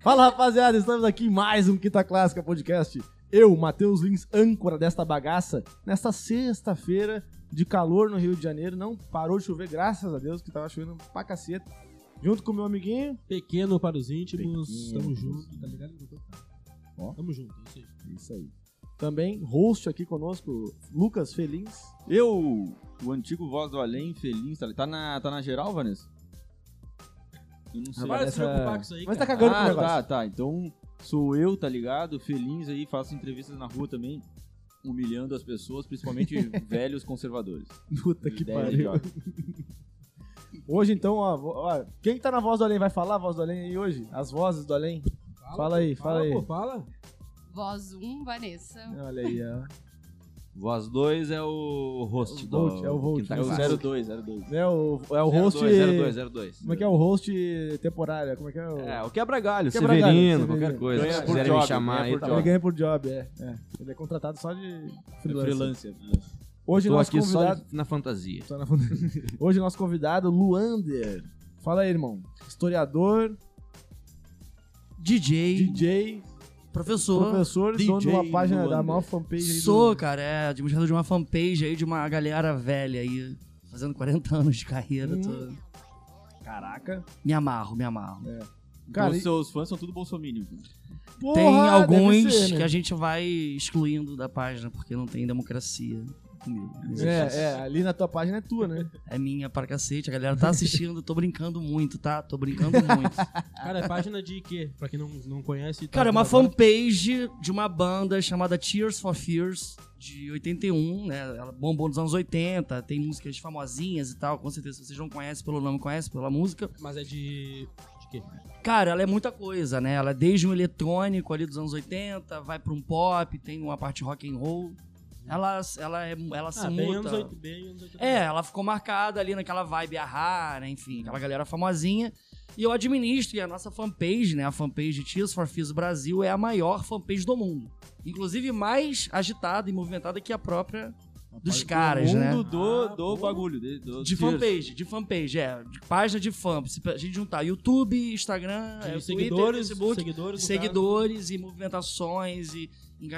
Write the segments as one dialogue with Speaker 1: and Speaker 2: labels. Speaker 1: Fala rapaziada, estamos aqui em mais um Quinta Clássica Podcast. Eu, Matheus Lins, âncora desta bagaça, nesta sexta-feira de calor no Rio de Janeiro. Não parou de chover, graças a Deus, que tava chovendo pra caceta. Junto com meu amiguinho.
Speaker 2: Pequeno para os íntimos,
Speaker 1: Pequeno
Speaker 2: tamo
Speaker 1: para os
Speaker 2: junto, tá ligado? Não tô-
Speaker 1: Ó.
Speaker 2: Tamo junto, é isso aí.
Speaker 1: Isso aí. Também, host aqui conosco, Lucas Felins.
Speaker 3: Eu, o antigo voz do além, feliz, tá, tá na, tá na geral, Vanessa? Eu não sei.
Speaker 2: Para de se
Speaker 1: Vanessa-
Speaker 2: preocupar com isso aí,
Speaker 1: Mas tá
Speaker 2: cara.
Speaker 1: cagando com o
Speaker 3: ah,
Speaker 1: negócio.
Speaker 3: tá, tá. Então sou eu, tá ligado? Feliz aí, faço entrevistas na rua também, humilhando as pessoas, principalmente velhos conservadores.
Speaker 2: tá.
Speaker 1: Puta que
Speaker 3: Ideia
Speaker 1: pariu.
Speaker 3: idiota.
Speaker 1: Hoje então, ó, vo- ó, quem que tá na voz do além vai falar a voz do além aí hoje? As vozes do além? Fala aí,
Speaker 2: pô,
Speaker 1: fala aí.
Speaker 2: pô, fala.
Speaker 4: Voz 1, Vanessa.
Speaker 1: Olha aí, ó.
Speaker 5: Voz 2 é o host
Speaker 1: O
Speaker 5: do
Speaker 1: Volt, é o Volt,
Speaker 3: tá
Speaker 5: Quinta
Speaker 1: é o
Speaker 5: Classe.
Speaker 1: zero-
Speaker 3: 02, 02.
Speaker 1: É o, é o host.
Speaker 5: 02, 02.
Speaker 1: Como é que é o host temporário? Como é que é o.
Speaker 5: É, o
Speaker 1: Quebra-galho, É.
Speaker 5: quebra-galho, Severino,
Speaker 1: Severino.
Speaker 5: qualquer coisa.
Speaker 3: Ganha
Speaker 5: Se
Speaker 3: por
Speaker 5: quiserem
Speaker 3: job,
Speaker 5: me chamar
Speaker 3: ganha
Speaker 5: aí,
Speaker 3: por
Speaker 5: tá
Speaker 1: Ele
Speaker 3: job.
Speaker 5: bom.
Speaker 1: ganha por job, é, é. Ele é contratado só de freelancer.
Speaker 3: Freelancer.
Speaker 1: Hoje
Speaker 5: Tô
Speaker 1: nosso
Speaker 5: aqui só
Speaker 1: convidado.
Speaker 5: na fantasia.
Speaker 1: Só na funda- Hoje nosso convidado, Luander. Fala aí, irmão. Historiador,
Speaker 6: DJ,
Speaker 1: DJ,
Speaker 6: professor,
Speaker 1: professor, dono de uma
Speaker 3: DJ
Speaker 1: página da
Speaker 3: Luander.
Speaker 1: maior fanpage aí do-
Speaker 6: sou, cara, é administrador de uma fanpage aí de uma galera velha aí, fazendo 40 anos de carreira.
Speaker 1: Hum.
Speaker 6: tô-
Speaker 1: Caraca.
Speaker 6: Me amarro, me amarro.
Speaker 1: Cara,
Speaker 3: Cara, os
Speaker 1: e-
Speaker 3: seus fãs são tudo bolsominions. né?
Speaker 1: Porra,
Speaker 6: tem alguns
Speaker 1: deve ser, né?
Speaker 6: que a gente vai excluindo da página, porque não tem democracia comigo. Mas
Speaker 1: É, é, ali na tua página é tua, né?
Speaker 6: é minha pra cacete, a galera tá assistindo, tô brincando muito, tá? Tô brincando muito.
Speaker 2: Cara, é página de quê? Pra quem não, não conhece. tá
Speaker 6: Cara, é uma
Speaker 2: vendo agora.
Speaker 6: fanpage de uma banda chamada Tears for Fears, de 81, né? Ela bombou nos anos 80, tem músicas famosinhas e tal, com certeza. Se vocês não conhecem pelo nome, conhecem pela música.
Speaker 2: Mas é de. De quê?
Speaker 6: Cara, ela é muita coisa, né? Ela é desde um eletrônico ali dos anos 80, vai pra um pop, tem uma parte rock and roll. Ela, ela, é, ela se
Speaker 2: Ah, bem anos
Speaker 6: muta.
Speaker 2: 8, bem anos 80.
Speaker 6: É, ela ficou marcada ali naquela vibe arra, né? Enfim, aquela galera famosinha. E eu administro, e a nossa fanpage, né? A fanpage Tears for Fears Brasil é a maior fanpage do mundo. Inclusive mais agitada e movimentada que a própria dos caras,
Speaker 3: o
Speaker 6: né?
Speaker 3: mundo do,
Speaker 2: Ah,
Speaker 3: do
Speaker 2: pô.
Speaker 3: bagulho. De, do
Speaker 6: De
Speaker 3: tier.
Speaker 6: fanpage, de fanpage, é. De página de fã. Se a gente juntar YouTube, Instagram,
Speaker 2: De
Speaker 6: é,
Speaker 2: seguidores,
Speaker 6: Twitter, Facebook,
Speaker 2: seguidores, no
Speaker 6: seguidores e movimentações e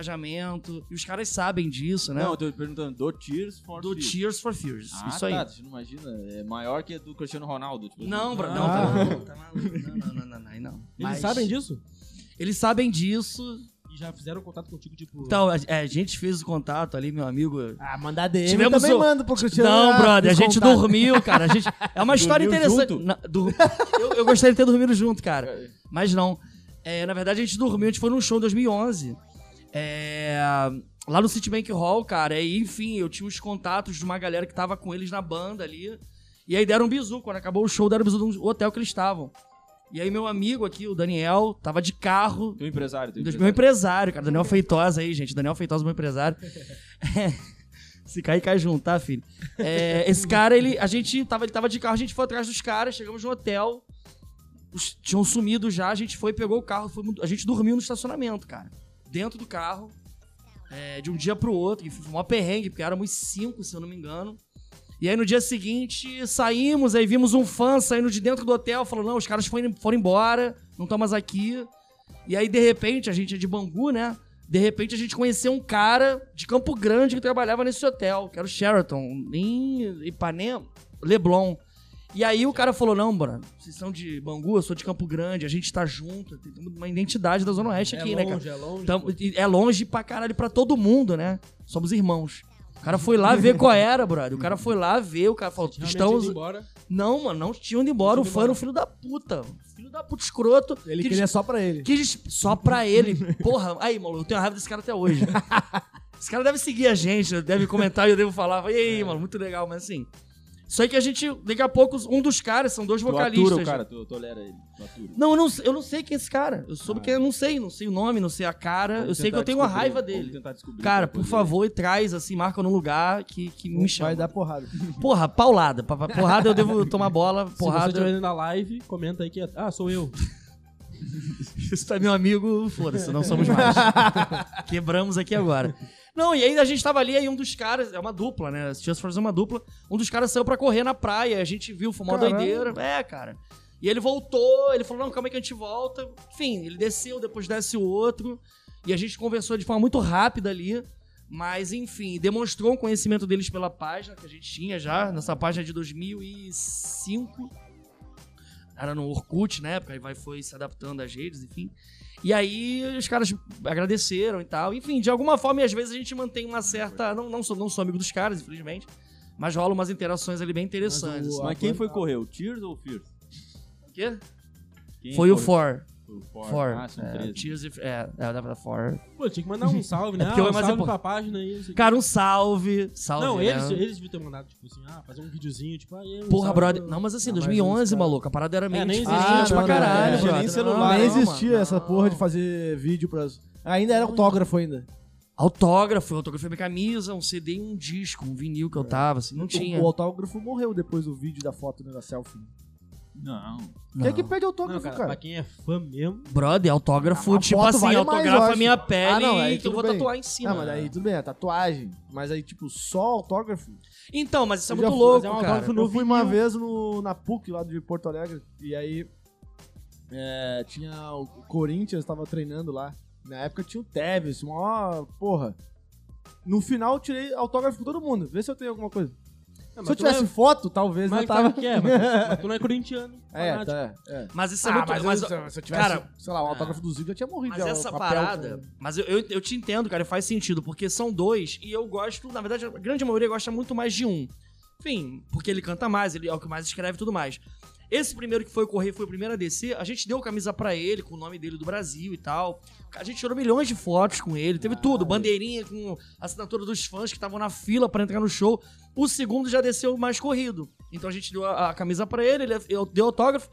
Speaker 6: engajamento. E os caras sabem disso, né?
Speaker 3: Não, eu tô perguntando, do Tears for
Speaker 6: do
Speaker 3: Fears.
Speaker 6: Tears for Fears.
Speaker 3: Ah,
Speaker 6: isso aí.
Speaker 3: tá, você não imagina. É maior que a do Cristiano Ronaldo. Tipo,
Speaker 6: Não, bro, não,
Speaker 1: Ah.
Speaker 6: tá maluco, tá maluco. Não, não, não, não, não, aí não.
Speaker 2: Eles
Speaker 6: Mas
Speaker 2: sabem disso?
Speaker 6: Eles sabem disso.
Speaker 2: E já fizeram contato contigo, tipo.
Speaker 6: Então, a, é, a gente fez o contato ali, meu amigo.
Speaker 1: Ah, mandar DM
Speaker 6: Tivemos
Speaker 1: também
Speaker 6: o-
Speaker 1: manda pro Cristiano.
Speaker 6: Não,
Speaker 1: Ah,
Speaker 6: brother, a gente
Speaker 1: descontado.
Speaker 6: dormiu, cara. A gente... É uma história
Speaker 3: Dormiu
Speaker 6: interessante.
Speaker 3: junto?
Speaker 6: Na- dur- eu, eu gostaria de ter dormido junto, cara. Mas não. É, na verdade, a gente dormiu, a gente foi num show em 2011. É, Lá no Citibank Hall, cara. E, enfim, eu tinha os contatos de uma galera que tava com eles na banda ali. E aí deram um bisu. Quando acabou o show, deram um bisu no hotel que eles estavam. E aí meu amigo aqui, o Daniel, tava de carro.
Speaker 3: Teu um empresário, teu
Speaker 6: Dois-
Speaker 3: empresário.
Speaker 6: Meu empresário, cara. Daniel Feitosa aí, gente. Daniel Feitosa, meu empresário. É, Se cair, cai junto, tá, filho? É, esse cara, ele. A gente tava, ele tava de carro, a gente foi atrás dos caras, chegamos no hotel. Os, tinham sumido já, a gente foi, pegou o carro, foi, a gente dormiu no estacionamento, cara. Dentro do carro. é, de um dia pro outro, que foi uma perrengue, porque éramos cinco, se eu não me engano. E aí no dia seguinte saímos, aí vimos um fã saindo de dentro do hotel, falou: não, os caras foram, foram embora, não estão mais aqui. E aí, de repente, a gente é de Bangu, né? De repente a gente conheceu um cara de Campo Grande que trabalhava nesse hotel, que era o Sheraton, em Ipanema, Leblon. E aí o cara falou: não, mano, vocês são de Bangu, eu sou de Campo Grande, a gente tá junto, tem uma identidade da Zona Oeste
Speaker 2: é
Speaker 6: aqui, né, cara?
Speaker 2: longe, é longe.
Speaker 6: Tamo-
Speaker 2: pô.
Speaker 6: e é longe pra caralho pra todo mundo, né? Somos irmãos. O cara foi lá ver qual era, brother. O cara foi lá ver, o cara falou,
Speaker 2: Realmente
Speaker 6: estamos...
Speaker 2: indo embora.
Speaker 6: Não, mano, não tinham ido embora. O
Speaker 2: Tinham ido
Speaker 6: fã era um filho da puta. Um Filho da puta escroto.
Speaker 1: Ele
Speaker 6: que
Speaker 1: queria só pra ele.
Speaker 6: que des- só pra ele. Porra, aí, maluco, eu tenho raiva desse cara até hoje. Esse cara deve seguir a gente, deve comentar e eu devo falar. E aí, mano, muito legal, mas assim. Só que a gente, daqui a pouco, um dos caras, são dois
Speaker 3: Tu
Speaker 6: vocalistas.
Speaker 3: atura o cara, tu tolera ele. Tu atura.
Speaker 6: Não, eu não, eu não sei quem é esse cara. Eu soube quem eu não sei, não sei o nome, não sei a cara.
Speaker 3: Vamos
Speaker 6: eu sei que eu
Speaker 3: tentar
Speaker 6: tenho uma
Speaker 3: descobrir,
Speaker 6: raiva
Speaker 3: vamos
Speaker 6: dele.
Speaker 3: tentar descobrir
Speaker 6: Cara,
Speaker 3: qual
Speaker 6: por
Speaker 3: foi dele.
Speaker 6: favor, e traz, assim, marca num lugar que, que me chama.
Speaker 1: Vai dar porrada.
Speaker 6: Porra, paulada. Pa- pa- Porrada eu devo tomar bola,
Speaker 2: Se você
Speaker 6: porrada.
Speaker 2: estiver vendo na live, comenta aí que. é- Ah, sou eu.
Speaker 6: Isso tá meu amigo, foda-se, não somos mais. Quebramos aqui agora. Não, e aí a gente tava ali, aí um dos caras, é uma dupla, né? Se tivesse fazer uma dupla, um dos caras saiu pra correr na praia, a gente viu, foi uma
Speaker 1: Caralho.
Speaker 6: doideira. É, cara. E ele voltou, ele falou: não, calma aí que a gente volta. Enfim, ele desceu, depois desce o outro. E a gente conversou de forma muito rápida ali. Mas, enfim, demonstrou um conhecimento deles pela página que a gente tinha já, nessa página de 2005. Era no Orkut, né? Porque aí vai, foi se adaptando às redes, enfim. E aí os caras agradeceram e tal. Enfim, de alguma forma, e às vezes a gente mantém uma certa. Não, não, sou, não sou amigo dos caras, infelizmente. Mas rolam umas interações ali bem interessantes.
Speaker 1: o-
Speaker 3: Mas quem foi correr? O Tears ou o Fears?
Speaker 6: O quê?
Speaker 3: Quem
Speaker 6: Foi o
Speaker 3: correu?
Speaker 6: For.
Speaker 3: Foi o Four.
Speaker 6: Four.
Speaker 3: Ah, são
Speaker 6: É,
Speaker 3: três.
Speaker 6: Tears if- é, é, dá pra For.
Speaker 2: Pô, tinha que mandar um salve, né?
Speaker 6: É
Speaker 2: Ah,
Speaker 6: porque eu
Speaker 2: um
Speaker 6: ia mais
Speaker 2: salve pra
Speaker 6: impor-
Speaker 2: página aí. não sei o quê.
Speaker 6: Cara, um salve. Salve.
Speaker 2: Não,
Speaker 6: né?
Speaker 2: eles, eles deviam ter mandado, tipo assim, ah, fazer um videozinho, tipo, aí. um
Speaker 6: Porra,
Speaker 2: salve
Speaker 6: brother.
Speaker 2: pro-
Speaker 6: Não, mas assim,
Speaker 1: Ah, mas
Speaker 6: 2011,
Speaker 1: os cara-
Speaker 6: maluco. A parada era meio
Speaker 2: nem
Speaker 6: diferente
Speaker 2: existia,
Speaker 6: pra
Speaker 1: não, não,
Speaker 6: caralho,
Speaker 1: Ah, não existia
Speaker 6: brother. Não,
Speaker 1: né? nem celular.
Speaker 6: não,
Speaker 1: Nem
Speaker 6: mano.
Speaker 1: existia essa
Speaker 6: Não.
Speaker 1: porra de fazer vídeo pras. Ainda era autógrafo ainda.
Speaker 6: Autógrafo, eu autografei minha camisa, um CD e um disco, um vinil que eu tava, assim, não tinha.
Speaker 1: O autógrafo morreu depois do vídeo da foto, né, da selfie.
Speaker 3: Não.
Speaker 1: Quem é que
Speaker 6: Não.
Speaker 1: pede autógrafo,
Speaker 2: Não, cara, pra
Speaker 1: cara?
Speaker 2: quem é fã mesmo.
Speaker 6: Brother, autógrafo,
Speaker 1: Ah, a
Speaker 6: tipo
Speaker 1: foto
Speaker 6: assim,
Speaker 1: vale mais, eu
Speaker 6: autografa
Speaker 1: acho.
Speaker 6: a minha pele
Speaker 1: Ah, não, aí
Speaker 6: e que eu
Speaker 1: tudo
Speaker 6: vou
Speaker 1: bem.
Speaker 6: tatuar em cima.
Speaker 1: Ah, mas aí tudo bem, é tatuagem. Mas aí, tipo, só autógrafo.
Speaker 6: Então, mas isso é
Speaker 1: Eu
Speaker 6: muito
Speaker 1: já fui
Speaker 6: louco,
Speaker 1: fazer
Speaker 2: um
Speaker 6: cara.
Speaker 2: autógrafo
Speaker 1: Eu fui uma vez no, na PUC lá de Porto Alegre e aí é, tinha o Corinthians, tava treinando lá. Na época tinha o Tevez, uma porra. No final eu tirei autógrafo com todo mundo. Vê se eu tenho alguma coisa.
Speaker 2: Ah, mas
Speaker 1: se eu
Speaker 2: tu não
Speaker 1: tivesse foto, talvez
Speaker 2: É, mas
Speaker 1: não
Speaker 2: tava...
Speaker 1: tava.
Speaker 2: sabe o que é, mas, mas tu não é corintiano.
Speaker 1: É,
Speaker 2: fanático.
Speaker 1: tá, é.
Speaker 6: Mas isso é
Speaker 1: Ah,
Speaker 6: muito.
Speaker 1: mas,
Speaker 6: mas-
Speaker 1: eu- se eu tivesse, um
Speaker 6: cara, ah,
Speaker 1: sei lá, o autógrafo do Zico, eu tinha morrido.
Speaker 6: Mas
Speaker 1: é, o
Speaker 6: essa
Speaker 1: papel,
Speaker 6: parada.
Speaker 1: né?
Speaker 6: Mas eu, eu, eu te entendo, cara, e faz sentido, porque são dois e eu gosto, na verdade, a grande maioria gosta muito mais de um. Enfim, porque ele canta mais, ele é o que mais escreve e tudo mais. Esse primeiro que foi correr foi o primeiro a descer. A gente deu camisa pra ele, com o nome dele do Brasil e tal. A gente tirou milhões de fotos com ele, teve tudo. Bandeirinha com assinatura dos fãs que estavam na fila pra entrar no show. O segundo já desceu mais corrido. Então a gente deu a, a camisa pra ele, ele eu, deu autógrafo.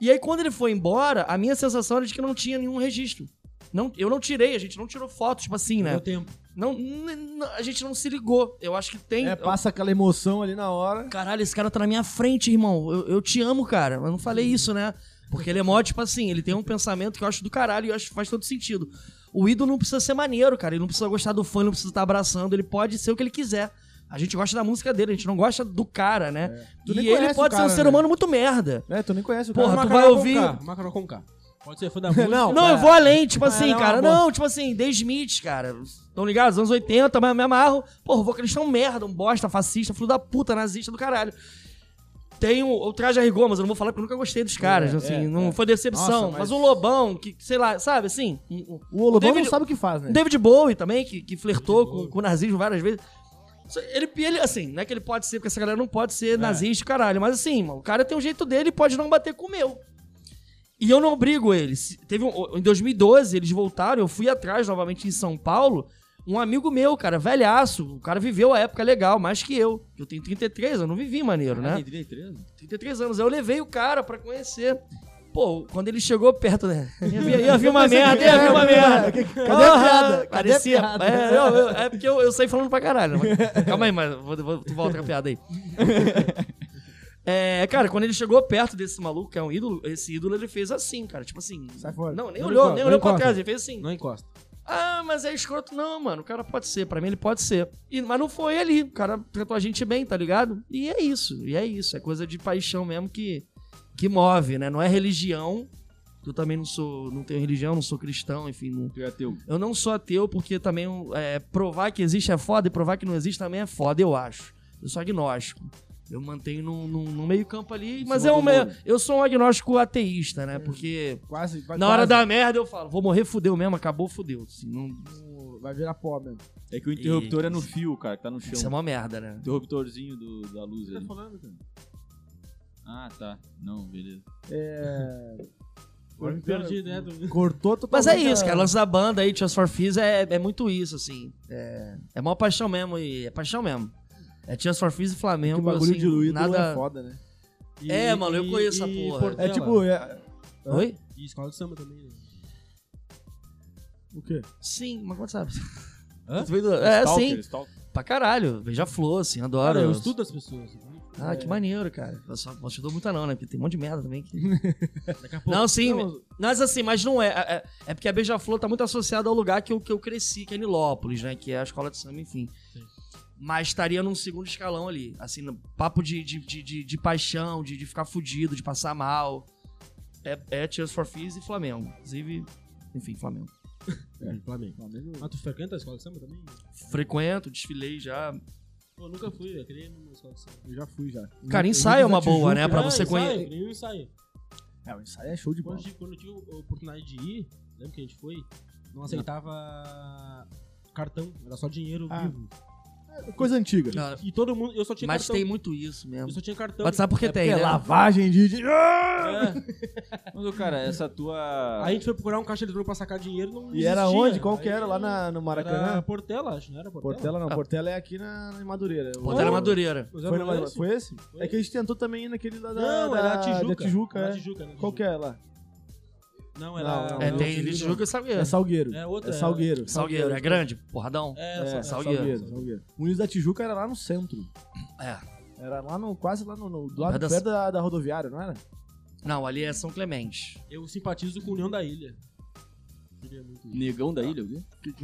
Speaker 6: E aí, quando ele foi embora, a minha sensação era de que não tinha nenhum registro. Não, eu não tirei, a gente não tirou foto, tipo assim,
Speaker 2: Deu
Speaker 6: né?
Speaker 2: tempo.
Speaker 6: Não, n- n- a gente não se ligou. Eu acho que tem.
Speaker 1: É, passa aquela emoção ali na hora.
Speaker 6: Caralho, esse cara tá na minha frente, irmão. Eu, eu te amo, cara. Eu não falei isso, né? Porque ele é mó, tipo assim, ele tem um pensamento que eu acho do caralho e eu acho que faz todo sentido. O ídolo não precisa ser maneiro, cara. Ele não precisa gostar do fã, ele não precisa estar abraçando. Ele pode ser o que ele quiser. A gente gosta da música dele, a gente não gosta do cara, né?
Speaker 1: É. Tu nem
Speaker 6: E ele
Speaker 1: conhece o
Speaker 6: pode
Speaker 1: cara,
Speaker 6: ser um ser
Speaker 1: né?
Speaker 6: humano muito merda.
Speaker 1: É, tu nem conhece o
Speaker 6: Porra,
Speaker 1: cara.
Speaker 6: tu
Speaker 2: Macarrão
Speaker 6: vai
Speaker 2: com
Speaker 6: ouvir-
Speaker 2: K, Macarrão com K. Pode ser fã da música.
Speaker 1: Não,
Speaker 6: Não, eu vou além, tipo assim,
Speaker 1: não,
Speaker 6: cara.
Speaker 1: amor.
Speaker 6: Não, tipo assim, The Smiths, cara. Tão ligados? Anos 80, mas eu me amarro. Porra, vou cristão merda, um bosta, fascista, filho da puta, nazista do caralho. Tem o, o Traje a Rigor, mas eu não vou falar porque eu nunca gostei dos caras,
Speaker 1: É,
Speaker 6: assim.
Speaker 1: é,
Speaker 6: não
Speaker 1: é.
Speaker 6: foi decepção.
Speaker 1: Nossa, mas-
Speaker 6: mas... o Lobão, que, sei lá, sabe, assim? um- um-
Speaker 1: O Olobão
Speaker 6: David-
Speaker 1: não sabe o que faz, né?
Speaker 6: É. David Bowie também, que, que flertou
Speaker 2: David Bowie.
Speaker 6: com, com o nazismo várias vezes. Só- Ele, ele, assim, não é que ele pode ser, porque essa galera não pode ser nazista, caralho. Mas assim, mano, o cara tem um jeito dele e pode não bater com o meu. E eu não obrigo ele. Se- Teve um- em 2012, eles voltaram, eu fui atrás novamente em São Paulo. Um amigo meu, cara, velhaço. O cara viveu a época legal, mais que eu. Eu tenho 33, eu não vivi maneiro, né? 33 anos. Aí eu levei o cara pra conhecer. Pô, quando ele chegou perto, né? Ia vir, ia vir uma merda, ia vir
Speaker 1: é
Speaker 6: uma merda. Cadê
Speaker 1: a piada? Cadê a
Speaker 6: Parecia.
Speaker 1: piada?
Speaker 6: É, não, eu- é porque eu, eu saí falando pra caralho. Mas- Calma aí, mas eu vou, vou, vou outra piada aí. É, cara, quando ele chegou perto desse maluco, que é um ídolo, esse ídolo ele fez assim, cara. Tipo assim.
Speaker 1: Sai fora.
Speaker 6: Não, nem
Speaker 2: Não
Speaker 6: olhou,
Speaker 2: encosta,
Speaker 6: nem
Speaker 2: não
Speaker 6: olhou pra
Speaker 2: encosta.
Speaker 6: trás, ele fez assim.
Speaker 2: Não encosta.
Speaker 6: Ah, mas é escroto. Não, mano, o cara pode ser. Pra mim, ele pode ser. E- mas não foi ali. O cara tratou a gente bem, tá ligado? E é isso. E é isso. É coisa de paixão mesmo que, que move, né? Não é religião. Eu também não sou. Não tenho religião, não sou cristão, enfim. não-
Speaker 3: Tu é ateu.
Speaker 6: eu não sou ateu porque também é, provar que existe é foda e provar que não existe também é foda, eu acho. Eu sou agnóstico. Eu mantenho num, num- num meio campo ali, mas é
Speaker 3: do
Speaker 6: um, meio-
Speaker 3: muro.
Speaker 6: eu sou um agnóstico ateísta, né? Porque
Speaker 1: Quase, vai-
Speaker 6: na hora
Speaker 1: quase.
Speaker 6: da merda eu falo, vou morrer, fudeu mesmo, acabou, fudeu. Assim, não,
Speaker 1: Vai virar pó mesmo.
Speaker 3: É que o interruptor é no fio, cara, que tá no chão.
Speaker 6: Isso é uma merda, né?
Speaker 3: Interruptorzinho do, da luz ali.
Speaker 2: tá falando, cara?
Speaker 3: Ah, tá. Não, beleza.
Speaker 2: Agora me perdi, né? do-
Speaker 1: Cortou
Speaker 6: Mas
Speaker 1: totalmente.
Speaker 6: é isso,
Speaker 1: a-
Speaker 6: cara. Lança da banda aí, Just for Fees, é, é muito isso, assim. É, é uma paixão mesmo, e é paixão mesmo. É Just for Fees e
Speaker 1: Que
Speaker 6: Flamengo.
Speaker 1: bagulho
Speaker 6: assim,
Speaker 1: diluído
Speaker 6: nada...
Speaker 1: é foda, né?
Speaker 2: E-
Speaker 6: É, mano, eu
Speaker 2: e-
Speaker 6: conheço a
Speaker 2: e
Speaker 6: porra.
Speaker 1: É
Speaker 2: Portela.
Speaker 1: tipo. é-
Speaker 6: Oi?
Speaker 2: E escola de samba também, né?
Speaker 1: o quê?
Speaker 6: Sim, mas quanto sabe?
Speaker 2: Hã?
Speaker 6: Tu veio do- É,
Speaker 3: Stalker,
Speaker 6: sim.
Speaker 3: stalker.
Speaker 6: Pra caralho. Veja flor, assim, adoro.
Speaker 2: Cara, eu estudo as pessoas.
Speaker 6: Ah, que maneiro, cara. Eu só não estudou muita não, né? Porque tem um monte de merda também. que-
Speaker 2: Daqui a pouco.
Speaker 6: Não, sim.
Speaker 1: Não,
Speaker 6: Mas assim, mas não é. É, é- é porque a Beija-Flor tá muito associada ao lugar que eu, que eu cresci, que é Nilópolis, né? Que é a escola de samba, enfim.
Speaker 2: Sim.
Speaker 6: Mas estaria num segundo escalão ali. Assim, no papo de, de, de, de- de paixão, de, de ficar fudido, de passar mal. é, é Tears for Fees e Flamengo. Inclusive, enfim, Flamengo.
Speaker 1: É,
Speaker 2: Flamengo. Mas Ah, tu frequenta a escola de samba também?
Speaker 6: Frequento, desfilei já.
Speaker 2: Pô, eu nunca fui, eu queria ir numa escola de samba.
Speaker 1: Eu já fui já.
Speaker 6: Cara, ensaio é uma
Speaker 2: Tipo,
Speaker 6: boa, né? Pra você conhecer.
Speaker 2: Eu ensaio.
Speaker 1: É, o ensaio é show de
Speaker 2: Quando eu
Speaker 1: bola.
Speaker 2: tive, quando eu tive a oportunidade de ir, lembra que a gente foi? Não aceitava cartão, era só dinheiro
Speaker 1: Ah.
Speaker 2: vivo.
Speaker 1: Coisa antiga.
Speaker 6: Não,
Speaker 2: E todo mundo, eu só tinha
Speaker 6: Mas
Speaker 2: cartão.
Speaker 6: tem muito isso
Speaker 2: Eu
Speaker 6: mesmo.
Speaker 2: só tinha cartão.
Speaker 6: Mas sabe por que tem,
Speaker 1: É
Speaker 6: né?
Speaker 1: lavagem de. de- Ah!
Speaker 3: Mas, ô, cara, essa tua.
Speaker 2: Aí a gente foi procurar um caixa eletrônico pra sacar dinheiro, não
Speaker 1: E era
Speaker 2: existia.
Speaker 1: onde? Qual que
Speaker 2: Aí
Speaker 1: era? Lá na, no
Speaker 2: Era
Speaker 1: Maracanã?
Speaker 2: Portela, acho, não era Portela?
Speaker 1: Portela não,
Speaker 6: Ah.
Speaker 1: Portela é aqui na, na Madureira.
Speaker 6: Portela é
Speaker 1: Eu-
Speaker 6: Madureira.
Speaker 2: Mas
Speaker 1: Foi, no
Speaker 2: era não era
Speaker 1: Madureira.
Speaker 2: esse?
Speaker 1: foi esse?
Speaker 2: Foi
Speaker 1: É que a gente tentou também ir naquele lá da,
Speaker 2: Não,
Speaker 1: da,
Speaker 2: era a Tijuca.
Speaker 1: da Tijuca.
Speaker 2: Era a
Speaker 1: é.
Speaker 2: Tijuca, era a
Speaker 1: Qual que
Speaker 2: Tijuca.
Speaker 1: é lá?
Speaker 2: Não, era...
Speaker 1: Não, não,
Speaker 6: É,
Speaker 1: não,
Speaker 6: tem
Speaker 1: não.
Speaker 6: de Tijuca e Salgueiro.
Speaker 1: É Salgueiro.
Speaker 2: É
Speaker 1: É
Speaker 2: outra.
Speaker 1: Salgueiro.
Speaker 6: Salgueiro, é grande, porradão.
Speaker 2: É,
Speaker 1: É,
Speaker 2: essa-
Speaker 1: Salgueiro.
Speaker 6: Salgueiro.
Speaker 1: Salgueiro. Muniz da Tijuca era lá no centro.
Speaker 6: É.
Speaker 1: Era lá no, quase lá no, no- do lado
Speaker 6: Perto da-
Speaker 1: perto da, da rodoviária, não era?
Speaker 6: Não, ali é São Clemente.
Speaker 2: Eu simpatizo com União da Ilha. Queria muito ir.
Speaker 3: Negão da ilha, o quê?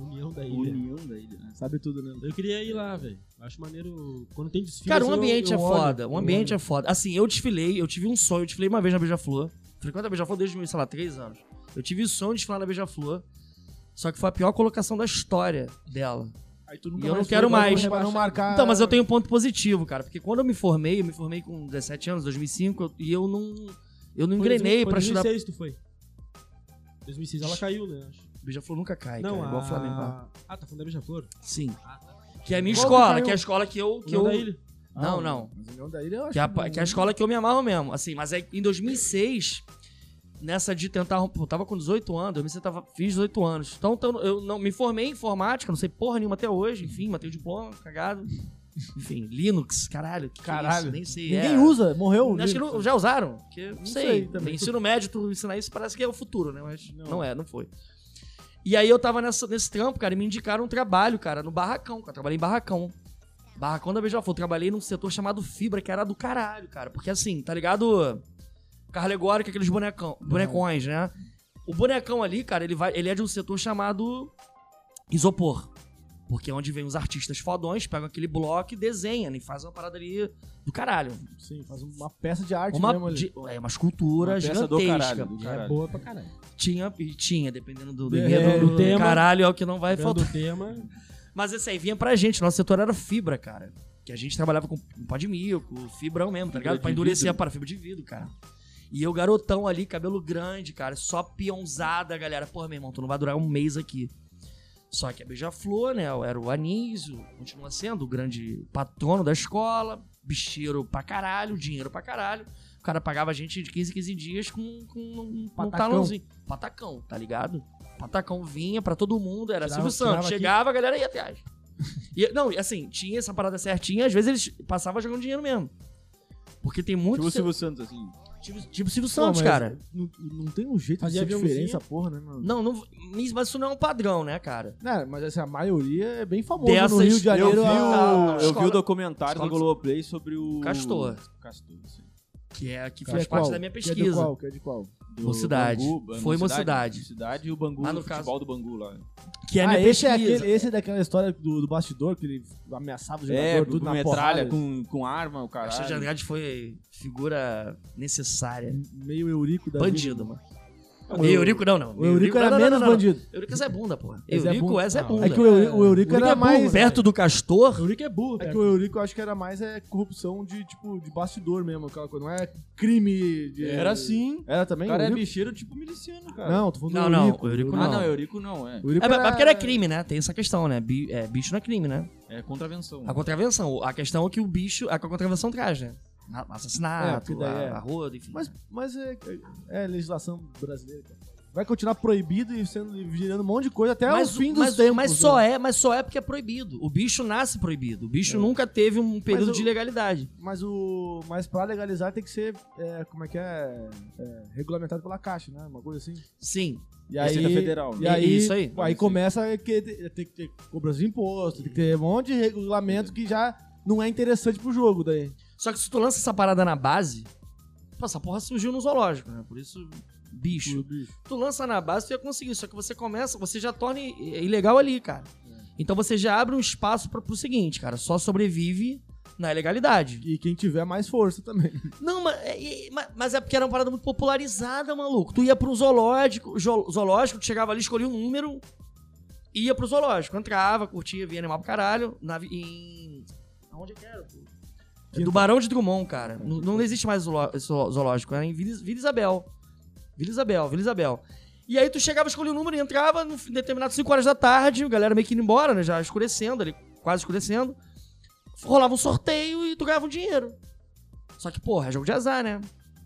Speaker 2: União da Ilha.
Speaker 3: União da ilha.
Speaker 1: Sabe tudo, né?
Speaker 2: Eu queria ir lá, velho. Acho maneiro. Quando tem desfile.
Speaker 6: Cara,
Speaker 2: assim,
Speaker 6: o
Speaker 2: eu-
Speaker 6: ambiente
Speaker 2: eu
Speaker 6: é
Speaker 2: olho,
Speaker 6: foda.
Speaker 2: eu
Speaker 6: O ambiente
Speaker 2: olho.
Speaker 6: é foda. Assim, eu desfilei, eu tive um sonho, eu desfilei uma vez na Beija-Flor. Frequento a Beija-Flor desde, sei lá, três anos. Eu tive o sonho de desfilar na Beija-Flor. Só que foi a pior colocação da história dela.
Speaker 1: Aí tu
Speaker 6: E eu não
Speaker 1: foi
Speaker 6: quero
Speaker 1: pra
Speaker 6: mais.
Speaker 1: Pra não marcar.
Speaker 6: Então, mas eu tenho um ponto positivo, cara. Porque quando eu me formei, eu me formei com 17 anos, 2005, eu- e eu não. Eu
Speaker 2: Foi
Speaker 6: não é um
Speaker 2: dois-
Speaker 6: engrenei pra
Speaker 2: foi
Speaker 6: estudar.
Speaker 2: 2006 tu foi. 2006 ela caiu, né? Acho.
Speaker 6: Beija-Flor nunca cai,
Speaker 2: não,
Speaker 6: cara.
Speaker 2: a...
Speaker 6: Igual o Flamengo. né? lá.
Speaker 2: Ah, tá falando da Beija-Flor?
Speaker 6: Sim. Que é a minha
Speaker 1: Qual que
Speaker 6: escola,
Speaker 1: caiu?
Speaker 6: que é a escola que eu. Que
Speaker 2: União
Speaker 6: eu...
Speaker 2: da Ilha.
Speaker 6: Não, não.
Speaker 1: Ah, Mas o Leão da Ilha eu acho
Speaker 6: Que é, a, pa- que é a escola que eu me amarro mesmo, assim. Mas aí, em 2006, nessa de tentar... romper- Eu tava com 18 anos, 2006 eu tava, fiz 18 anos. Então, então, eu não, me formei em informática, não sei porra nenhuma até hoje. Enfim, matei o diploma, cagado. Enfim, Linux, caralho. Que que é isso?
Speaker 1: Caralho.
Speaker 6: Nem sei.
Speaker 1: Ninguém
Speaker 6: é.
Speaker 1: usa, morreu.
Speaker 6: Acho que não- já usaram? Porque, não, sei.
Speaker 1: sei também.
Speaker 6: Ensino médio, tu ensinar isso parece que é o futuro, né? Mas não, é, não foi. E aí eu tava nessa- nesse trampo, cara, e me indicaram um trabalho, cara, no Barracão, cara. Eu trabalhei em Barracão. Barracão da Beija-Flor. Trabalhei num setor chamado Fibra, que era do caralho, cara. Porque assim, tá ligado? Carro alegórico, é aqueles bonecão, bonecões, né? O bonecão ali, cara, ele, vai, ele é de um setor chamado Isopor. Porque é onde vem os artistas fodões, pegam aquele bloco e desenham, e fazem uma parada ali do caralho.
Speaker 1: Sim, faz um- uma peça de arte
Speaker 6: Uma,
Speaker 1: mesmo ali.
Speaker 6: de- é, uma escultura
Speaker 3: Uma peça
Speaker 6: gigantesca. É
Speaker 3: do caralho, do caralho.
Speaker 2: Boa pra caralho.
Speaker 6: Tinha, e tinha, dependendo do, do
Speaker 1: É,
Speaker 6: enredo
Speaker 1: o
Speaker 6: do
Speaker 2: tema.
Speaker 6: caralho, é o que não vai
Speaker 2: Lembrando
Speaker 6: faltar.
Speaker 2: do tema. né?
Speaker 6: Mas esse aí vinha pra gente, nosso setor era fibra, cara. Que a gente trabalhava com com pó de milco, fibrão mesmo, tá ligado? Pra endurecer a para fibra de vidro, cara. E eu, garotão ali, cabelo grande, cara, só peãozada, galera. Porra, meu irmão, tu não vai durar um mês aqui. Só que a Beija-Flor, né? Era o Anísio, continua sendo o grande patrono da escola, bicheiro pra caralho, dinheiro pra caralho. O cara pagava a gente de 15 em 15 dias com, com um, um
Speaker 1: Patacão.
Speaker 6: talãozinho. Patacão, tá ligado? Patacão vinha pra todo mundo, era
Speaker 1: Tirava-
Speaker 6: Silvio Santos.
Speaker 1: tirava aqui.
Speaker 6: Chegava, a galera ia atrás. E, não, e assim, tinha essa parada certinha, às vezes eles passavam jogando dinheiro mesmo. Porque tem muito.
Speaker 3: Tipo o
Speaker 6: Tipo
Speaker 3: Silvio Santos, assim.
Speaker 6: Silvio, tipo Silvio
Speaker 1: Pô,
Speaker 6: Santos,
Speaker 1: mas
Speaker 6: cara.
Speaker 1: Não, não tem um jeito
Speaker 2: Fazia
Speaker 1: de ser diferente
Speaker 2: aviãozinho.
Speaker 1: essa porra, né, mano?
Speaker 6: Não, não, mas isso não é um padrão, né, cara?
Speaker 1: Não, mas assim, a maioria é bem famosa no
Speaker 6: Dessas-
Speaker 1: Rio de Janeiro.
Speaker 6: Eu vi
Speaker 1: a-
Speaker 6: o-
Speaker 3: Eu vi
Speaker 6: Escola-
Speaker 3: o documentário
Speaker 6: Escola
Speaker 3: do
Speaker 6: de-
Speaker 3: Globoplay sobre o.
Speaker 6: Castor.
Speaker 3: Castor, assim. isso aí.
Speaker 6: Que, é, que
Speaker 1: que
Speaker 6: faz
Speaker 1: é
Speaker 6: parte
Speaker 1: qual?
Speaker 6: da minha
Speaker 1: Que é de
Speaker 6: pesquisa.
Speaker 1: qual? Que é de qual?
Speaker 3: Do
Speaker 6: Mocidade.
Speaker 3: Bangu,
Speaker 6: Foi Mocidade.
Speaker 3: Mocidade e o Bangu,
Speaker 6: Ah, no
Speaker 3: o futebol do Bangu lá.
Speaker 6: Que é a
Speaker 1: ah,
Speaker 6: minha
Speaker 1: esse é,
Speaker 6: pesquisa.
Speaker 1: aquele, esse é daquela história do, do bastidor que ele ameaçava o jogador,
Speaker 3: É,
Speaker 1: tudo
Speaker 3: com
Speaker 1: na
Speaker 3: metralha,
Speaker 1: porrada.
Speaker 3: com, com arma, o
Speaker 6: A Xande
Speaker 3: caralho.
Speaker 6: Andrade foi figura necessária.
Speaker 1: Meio Eurico da vida.
Speaker 6: Bandido, mano. E Eurico não, não.
Speaker 1: O Eurico era
Speaker 6: não, não,
Speaker 1: menos
Speaker 6: não, não.
Speaker 1: bandido.
Speaker 6: Eurico é Zé Bunda, porra.
Speaker 1: Esse é
Speaker 6: Eurico
Speaker 1: bunda.
Speaker 6: é Zé
Speaker 2: Não,
Speaker 6: Bunda.
Speaker 1: É que o Eurico, o Eurico
Speaker 2: Eurico
Speaker 1: era
Speaker 2: é
Speaker 1: mais.
Speaker 2: burro,
Speaker 6: Perto do Castor,
Speaker 2: Eurico é burro,
Speaker 1: É
Speaker 2: velho.
Speaker 1: que o Eurico eu acho que era mais é corrupção de tipo de bastidor mesmo, aquela coisa. Não é crime de.
Speaker 3: Era sim.
Speaker 1: Era também?
Speaker 3: O cara é
Speaker 1: Eurico?
Speaker 3: bicheiro tipo miliciano, cara.
Speaker 1: Não, tô falando
Speaker 6: Não,
Speaker 1: do
Speaker 6: não,
Speaker 1: Eurico.
Speaker 6: o Eurico
Speaker 3: Ah, não,
Speaker 6: não.
Speaker 3: Eurico não, é.
Speaker 1: O Eurico
Speaker 6: É, mas porque era crime, né? Tem essa questão, né? Bi- é, bicho não é crime, né?
Speaker 3: É contravenção.
Speaker 6: A contravenção. A questão é que o bicho. A que a contravenção traz, né? A-
Speaker 1: É,
Speaker 6: Assassinato,
Speaker 1: porque daí
Speaker 6: a,
Speaker 1: é.
Speaker 6: a roda, enfim.
Speaker 1: Mas, mas é, é legislação brasileira. cara. Vai continuar proibido e sendo virando um monte de coisa até o fim dos
Speaker 6: mas,
Speaker 1: tempos.
Speaker 6: mas só
Speaker 1: né?
Speaker 6: é, mas só é porque é proibido. O bicho nasce proibido. O bicho
Speaker 1: É.
Speaker 6: nunca teve um período
Speaker 1: o-
Speaker 6: de legalidade.
Speaker 1: Mas o. Mas pra legalizar tem que ser. é, como é que é, É, Regulamentado pela Caixa, né? Uma coisa assim.
Speaker 6: Sim.
Speaker 1: E
Speaker 3: Receita
Speaker 1: aí.
Speaker 3: Federal, né?
Speaker 1: E aí,
Speaker 6: Isso aí.
Speaker 1: aí começa a que- ter que ter cobrança de imposto, tem que ter um monte de regulamento que já não é interessante pro jogo daí.
Speaker 6: Só que se tu lança essa parada na base. Pô, essa porra surgiu no zoológico, né? Por isso, bicho. Tu lança na base, tu ia conseguir. Só que você começa, você já torna i- É. ilegal ali, cara. Então você já abre um espaço pra, pro seguinte, cara. Só sobrevive na ilegalidade.
Speaker 1: E quem tiver mais força também.
Speaker 6: Não, mas é, é, ma- mas é porque era uma parada muito popularizada, maluco. Tu ia pra um zoológico, zo- zoológico, tu chegava ali, escolhia um número, ia pro zoológico. Entrava, curtia, via animal pra caralho. Na, vi- em. Aonde eu quero, pô? É Do Barão de Drummond, cara. Não, não existe mais zooló- zo- zoológico. Era em Vila, Vila Isabel. Vila Isabel, Vila Isabel. E aí tu chegava, escolhia um número e entrava no f- determinado 5 horas da tarde, a galera meio que indo embora, né? Já escurecendo ali, quase escurecendo. Rolava um sorteio e tu ganhava um dinheiro. Só que, porra, é jogo de azar, né?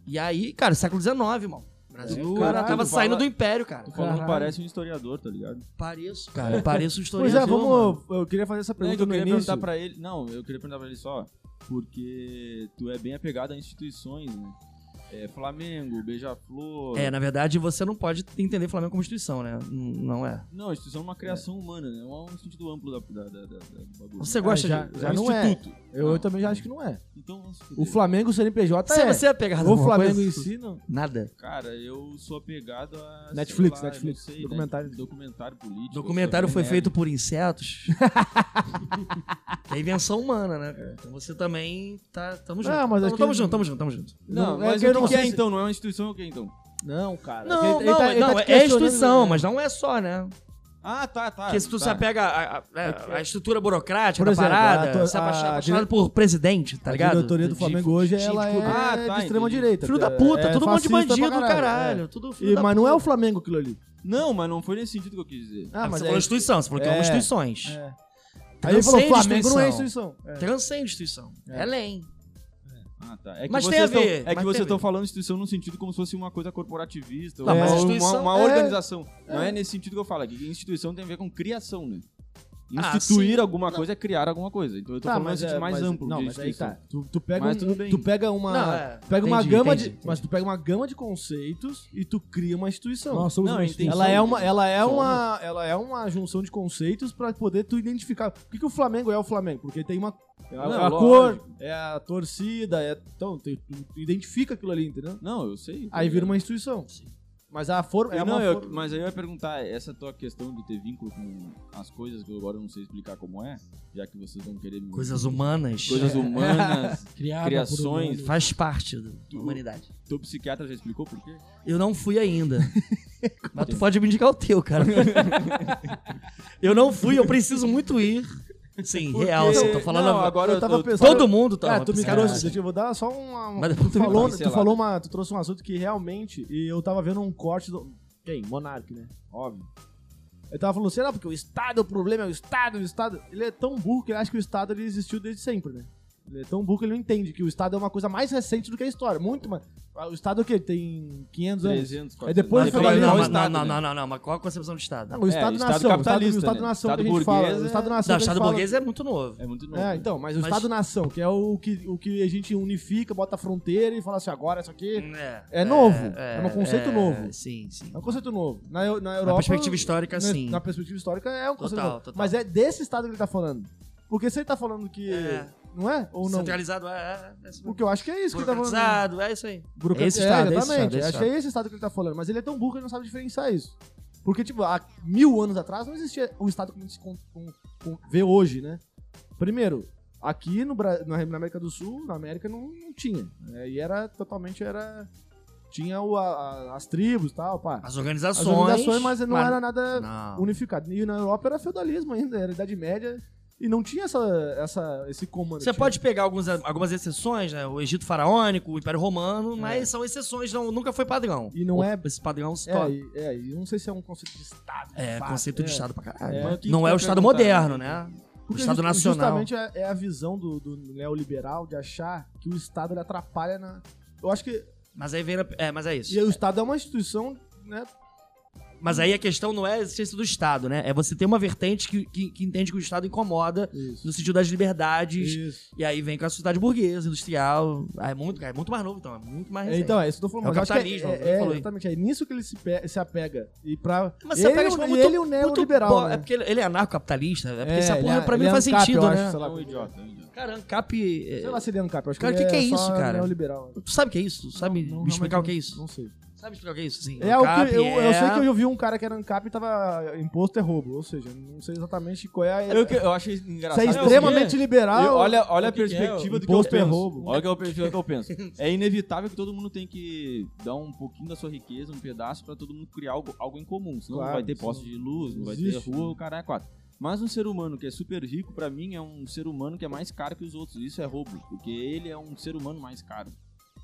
Speaker 6: E aí, cara, século XIX, irmão. O Brasil
Speaker 3: Caralho,
Speaker 6: era- tava
Speaker 3: tu
Speaker 6: saindo
Speaker 3: fala-
Speaker 6: do império, cara.
Speaker 3: Tu falando
Speaker 1: Caralho.
Speaker 3: parece um historiador, tá ligado?
Speaker 6: Pareço, cara. Pareço um
Speaker 1: Pois
Speaker 6: historiador.
Speaker 1: é,
Speaker 6: mano.
Speaker 1: vamos. Eu queria fazer essa
Speaker 3: Não, é
Speaker 1: pergunta
Speaker 3: que eu
Speaker 1: no
Speaker 3: queria
Speaker 1: início.
Speaker 3: perguntar pra ele. Não, eu queria perguntar pra ele só. Porque tu é bem apegado a instituições, né? É, Flamengo, Beija-Flor.
Speaker 6: É, na verdade, você não pode entender Flamengo como instituição, né? N- Não é.
Speaker 3: Não, a instituição é uma criação humana, né? É um sentido amplo da, da, da, da, do bagulho. né?
Speaker 6: Você gosta
Speaker 1: Ah, já-
Speaker 6: de.
Speaker 1: já
Speaker 3: é um
Speaker 1: não é.
Speaker 3: instituto.
Speaker 1: Eu, eu também já acho que não é.
Speaker 3: Então, vamos se fuder.
Speaker 1: O Flamengo, o CNPJ
Speaker 6: Você,
Speaker 1: é.
Speaker 6: você é pegado
Speaker 1: o Flamengo em si, não.
Speaker 6: Nada.
Speaker 3: Cara, eu sou apegado a.
Speaker 1: Netflix,
Speaker 3: sei lá,
Speaker 1: Netflix,
Speaker 3: não sei,
Speaker 1: documentário.
Speaker 3: né? Documentário político.
Speaker 6: Documentário
Speaker 3: essa
Speaker 6: foi
Speaker 3: merda.
Speaker 6: feito por insetos. é invenção humana, né? cara? Então você também tá. Tamo junto.
Speaker 1: Não, Ah, mas
Speaker 6: tamo,
Speaker 1: aqui-
Speaker 6: tamo junto, tamo junto, tamo junto.
Speaker 3: Não,
Speaker 1: é
Speaker 3: mas
Speaker 1: que eu
Speaker 3: o que,
Speaker 1: não
Speaker 3: que é
Speaker 1: sei se-
Speaker 3: então? Não é uma instituição ou o que então?
Speaker 1: Não, cara.
Speaker 6: Não,
Speaker 1: Ele- ele
Speaker 6: não,
Speaker 1: tá- ele tá
Speaker 6: não,
Speaker 1: te
Speaker 6: é
Speaker 1: questionando,
Speaker 6: instituição,
Speaker 1: né?
Speaker 6: mas não é só, né?
Speaker 3: Ah, tá, tá.
Speaker 6: Porque se tu
Speaker 3: tá.
Speaker 6: se apega à, à- à- à estrutura burocrática
Speaker 1: É Por
Speaker 6: da
Speaker 1: exemplo,
Speaker 6: parada,
Speaker 1: a to-
Speaker 6: se apaixona-
Speaker 1: a-
Speaker 6: apaixonado por presidente, tá ligado?
Speaker 1: A diretoria do
Speaker 6: De- tipo,
Speaker 1: Flamengo hoje,
Speaker 6: de-
Speaker 1: ela
Speaker 6: de clube.
Speaker 3: Ah,
Speaker 1: é
Speaker 3: tá,
Speaker 1: de extrema
Speaker 3: entendi.
Speaker 1: direita.
Speaker 6: Filho da puta,
Speaker 1: é
Speaker 6: todo mundo de
Speaker 1: fascista pra
Speaker 6: bandido do caralho.
Speaker 1: é.
Speaker 6: Tudo filho
Speaker 1: E,
Speaker 6: da
Speaker 1: mas não é
Speaker 6: puta.
Speaker 1: o Flamengo aquilo ali.
Speaker 3: Não, mas não foi nesse sentido que eu quis dizer.
Speaker 1: Ah,
Speaker 6: você
Speaker 1: mas
Speaker 6: falou
Speaker 1: é-
Speaker 6: instituição, você falou que é,
Speaker 1: É.
Speaker 6: uma instituições.
Speaker 1: É. Aí ele
Speaker 6: Transcende
Speaker 1: falou, Flamengo não é
Speaker 6: instituição.
Speaker 1: instituição. É.
Speaker 6: Transcende instituição. É,
Speaker 1: É.
Speaker 6: além.
Speaker 3: Ah, tá. É que
Speaker 6: Mas
Speaker 3: vocês
Speaker 6: tem a
Speaker 3: tão-
Speaker 6: ver,
Speaker 3: é
Speaker 6: mas
Speaker 3: que
Speaker 6: tem a
Speaker 3: vocês
Speaker 6: ver.
Speaker 3: estão falando instituição num sentido como se fosse uma coisa corporativista,
Speaker 6: Não,
Speaker 3: ou
Speaker 6: mas
Speaker 3: uma-
Speaker 6: instituição-
Speaker 3: uma, uma
Speaker 1: é-
Speaker 3: organização. Não é nesse sentido que eu falo aqui. Instituição tem a ver com criação, né?
Speaker 6: Ah,
Speaker 3: Instituir
Speaker 6: sim.
Speaker 3: alguma coisa é criar alguma coisa. Então eu tô falando num
Speaker 1: é-
Speaker 3: sentido mais
Speaker 1: mas-
Speaker 3: amplo
Speaker 1: Não,
Speaker 3: de
Speaker 1: mas aí
Speaker 3: instituição.
Speaker 1: tá. Tu, tu pega
Speaker 3: Mas
Speaker 1: um-
Speaker 3: tudo bem.
Speaker 1: tu pega uma,
Speaker 6: Não, é.
Speaker 1: pega uma
Speaker 6: Entendi,
Speaker 1: gama de,
Speaker 6: entendi,
Speaker 1: mas tu pega uma gama de conceitos e tu cria uma instituição.
Speaker 2: Nós somos
Speaker 3: Não,
Speaker 2: uma
Speaker 3: eu entendi.
Speaker 2: instituição.
Speaker 1: Ela é uma, ela é
Speaker 3: Somos.
Speaker 1: uma, ela é uma junção de conceitos pra poder tu identificar o que, que o Flamengo é o Flamengo, porque tem uma é a,
Speaker 3: Não,
Speaker 1: é a
Speaker 3: lógico.
Speaker 1: cor, é a torcida, é então tu, tu identifica aquilo ali, entendeu?
Speaker 3: Não, eu sei.
Speaker 1: Aí vira uma instituição. Mas a forma é
Speaker 3: Eu não,
Speaker 1: uma
Speaker 3: eu-
Speaker 1: forma-
Speaker 3: mas aí eu ia perguntar, essa tua questão de ter vínculo com as coisas que eu agora não sei explicar como é, já que vocês vão querer me-
Speaker 6: Coisas humanas. É.
Speaker 3: coisas humanas.
Speaker 2: Criada
Speaker 3: Criações,
Speaker 2: por um-
Speaker 6: Faz parte do- da
Speaker 3: Tu-
Speaker 6: humanidade.
Speaker 3: Teu psiquiatra já explicou por quê?
Speaker 6: Eu não fui ainda. Mas tu pode me indicar o teu, cara. eu não fui, eu preciso muito ir. Sim, real, assim, eu tô falando.
Speaker 3: Não, agora
Speaker 1: eu
Speaker 3: eu
Speaker 1: tava
Speaker 3: eu-
Speaker 1: pensando-
Speaker 6: Todo mundo tá.
Speaker 1: Cara, tu me
Speaker 6: Cara,
Speaker 1: trouxe, eu vou dar só uma,
Speaker 6: Mas depois
Speaker 1: tu
Speaker 6: tu me
Speaker 1: falou,
Speaker 3: fala, sei
Speaker 1: tu
Speaker 3: lá.
Speaker 1: falou uma, tu trouxe um assunto que realmente, e eu tava vendo um corte do quem? Monark, né?
Speaker 3: Óbvio.
Speaker 1: Ele tava falando, será porque o Estado, o problema é o Estado, o Estado. Ele é tão burro que ele acha que o Estado ele existiu desde sempre, né? Ele é tão burro que ele não entende que o Estado é uma coisa mais recente do que a história. Muito mais. Ah, O Estado é o quê? Tem 500 anos.
Speaker 3: 300,
Speaker 1: Aí depois
Speaker 6: mas
Speaker 1: foi
Speaker 6: qual-
Speaker 1: ali,
Speaker 6: assim. não,
Speaker 1: ó,
Speaker 6: mas-
Speaker 1: o
Speaker 6: não,
Speaker 3: Estado,
Speaker 6: não,
Speaker 3: né?
Speaker 6: não, não, não, mas qual é a concepção de Estado?
Speaker 1: Não, o
Speaker 3: É,
Speaker 1: Estado-nação.
Speaker 3: Estado capitalista,
Speaker 1: o Estado-nação
Speaker 3: né?
Speaker 1: que a gente
Speaker 3: Estado
Speaker 1: fala.
Speaker 3: burguês
Speaker 1: O
Speaker 3: é-
Speaker 1: Estado-nação.
Speaker 6: Não,
Speaker 1: que a gente
Speaker 6: Estado
Speaker 1: fala-
Speaker 6: burguês é muito novo.
Speaker 3: É muito novo.
Speaker 1: É, então, mas o
Speaker 6: Mas-
Speaker 1: Estado-nação, que é o que, o que a gente unifica, bota a fronteira e fala assim, agora isso aqui
Speaker 6: É,
Speaker 1: é novo, é um conceito novo.
Speaker 6: Sim, sim.
Speaker 1: é um conceito novo. Na, Eu- na
Speaker 6: Na
Speaker 1: Europa... né,
Speaker 6: perspectiva histórica,
Speaker 1: na,
Speaker 6: sim.
Speaker 1: na perspectiva histórica é um
Speaker 6: Total,
Speaker 1: conceito novo.
Speaker 6: total.
Speaker 1: Mas é desse Estado que ele tá falando. Porque se ele tá falando que...
Speaker 6: É.
Speaker 1: Não é? Ou não?
Speaker 6: Centralizado, é, é, é isso mesmo.
Speaker 1: Porque eu acho que é isso que ele tá falando.
Speaker 6: Burocratizado, é isso aí.
Speaker 1: Burocrat-
Speaker 6: Esse estado,
Speaker 1: é,
Speaker 6: esse
Speaker 1: exatamente.
Speaker 6: estado, esse
Speaker 1: acho que é esse estado que ele tá falando. Mas ele é tão burro que ele não sabe diferenciar isso. Porque, tipo, há mil anos atrás não existia o estado como a gente se con- con- con- vê hoje, né? Primeiro, aqui no Bra- na na América do Sul, na América, não, não tinha. né? E era totalmente, era... Tinha o- a- a- as tribos e tal, pá.
Speaker 6: As organizações.
Speaker 1: As organizações, mas não era nada
Speaker 6: Não.
Speaker 1: unificado. E na Europa era feudalismo ainda, era Idade Média. E não tinha essa, essa, esse comando.
Speaker 6: Você
Speaker 1: Tinha-
Speaker 6: pode pegar alguns, algumas exceções, né? O Egito Faraônico, o Império Romano, mas são exceções, não, nunca foi padrão.
Speaker 1: E não
Speaker 6: Ou-
Speaker 1: é-
Speaker 6: Esse padrão se
Speaker 1: É,
Speaker 6: torna.
Speaker 1: e- é, e não sei se é um conceito de Estado. de
Speaker 6: É,
Speaker 1: fato,
Speaker 6: conceito de
Speaker 1: é.
Speaker 6: Estado pra caralho.
Speaker 1: É.
Speaker 6: Mas
Speaker 3: O que
Speaker 6: não
Speaker 3: que
Speaker 6: é o
Speaker 3: tu quer
Speaker 6: Estado
Speaker 3: perguntar,
Speaker 6: moderno,
Speaker 3: né?
Speaker 6: né? O
Speaker 1: Porque
Speaker 6: Estado
Speaker 1: ju-
Speaker 6: Nacional.
Speaker 1: Justamente é, é a visão do, do neoliberal de achar que o Estado ele atrapalha na. Eu acho que.
Speaker 6: Mas aí vem. a- É, mas é isso.
Speaker 1: E o Estado é uma instituição, né?
Speaker 6: Mas aí a questão não é a existência do Estado, né? É você ter uma vertente que, que, que entende que o Estado incomoda
Speaker 1: Isso.
Speaker 6: no sentido das liberdades.
Speaker 1: Isso.
Speaker 6: E aí vem com a sociedade burguesa, industrial. Ah, é muito, é muito mais novo, então. É muito mais.
Speaker 1: É,
Speaker 6: recente.
Speaker 1: então, é isso que eu tô falando.
Speaker 6: É o
Speaker 1: mas eu acho que
Speaker 6: capitalismo,
Speaker 1: é,
Speaker 6: como você
Speaker 1: é,
Speaker 6: falou aí.
Speaker 1: exatamente. É nisso que ele se, pe- se apega. E pra.
Speaker 6: Mas
Speaker 1: ele,
Speaker 6: você pega
Speaker 1: e
Speaker 6: de
Speaker 1: o-
Speaker 6: forma
Speaker 1: e
Speaker 6: muito-
Speaker 1: ele é o
Speaker 6: muito
Speaker 1: neoliberal.
Speaker 6: bo- É
Speaker 1: Né?
Speaker 6: porque ele ele é anarcocapitalista. É porque
Speaker 1: É,
Speaker 6: essa
Speaker 1: ele
Speaker 6: porra
Speaker 1: é-
Speaker 6: pra mim
Speaker 1: ele é
Speaker 6: faz
Speaker 1: ANCAP,
Speaker 6: sentido,
Speaker 1: eu
Speaker 6: né?
Speaker 1: acho, sei lá.
Speaker 3: É um idiota, é um idiota.
Speaker 6: Cara, ANCAP. é-
Speaker 1: Sei lá se ele é ANCAP. Eu acho
Speaker 6: Cara,
Speaker 1: que,
Speaker 6: o que
Speaker 1: ele
Speaker 6: que é
Speaker 1: só
Speaker 6: isso, cara?
Speaker 1: neoliberal.
Speaker 6: Tu sabe o que é isso? Tu sabe
Speaker 1: Não,
Speaker 6: me explicar
Speaker 1: realmente
Speaker 6: o que é isso?
Speaker 1: Não sei.
Speaker 6: Sabe explicar o que é isso? Sim.
Speaker 1: É o
Speaker 6: ANCAP
Speaker 1: que eu, eu
Speaker 6: é-
Speaker 1: sei que eu ouvi um cara que era ANCAP e tava imposto é roubo, ou seja, não sei exatamente qual é a
Speaker 3: Eu, que- eu acho engraçado.
Speaker 1: Se é
Speaker 3: Eu-
Speaker 1: extremamente liberal,
Speaker 3: eu- olha olha
Speaker 2: o
Speaker 3: a
Speaker 2: que que é,
Speaker 3: perspectiva do que eu
Speaker 1: imposto é
Speaker 3: penso.
Speaker 1: roubo.
Speaker 3: Olha que é a perspectiva que eu penso. É inevitável que todo mundo tem que dar um pouquinho da sua riqueza, um pedaço, pra todo mundo criar algo, algo em comum. Senão
Speaker 1: Claro,
Speaker 3: não vai ter
Speaker 1: isso
Speaker 3: posse de luz, não vai ter
Speaker 1: existe,
Speaker 3: rua, o cara é quatro. Mas um ser humano que é super rico, pra mim, é um ser humano que é mais caro que os outros. Isso é roubo, porque ele é um ser humano mais caro.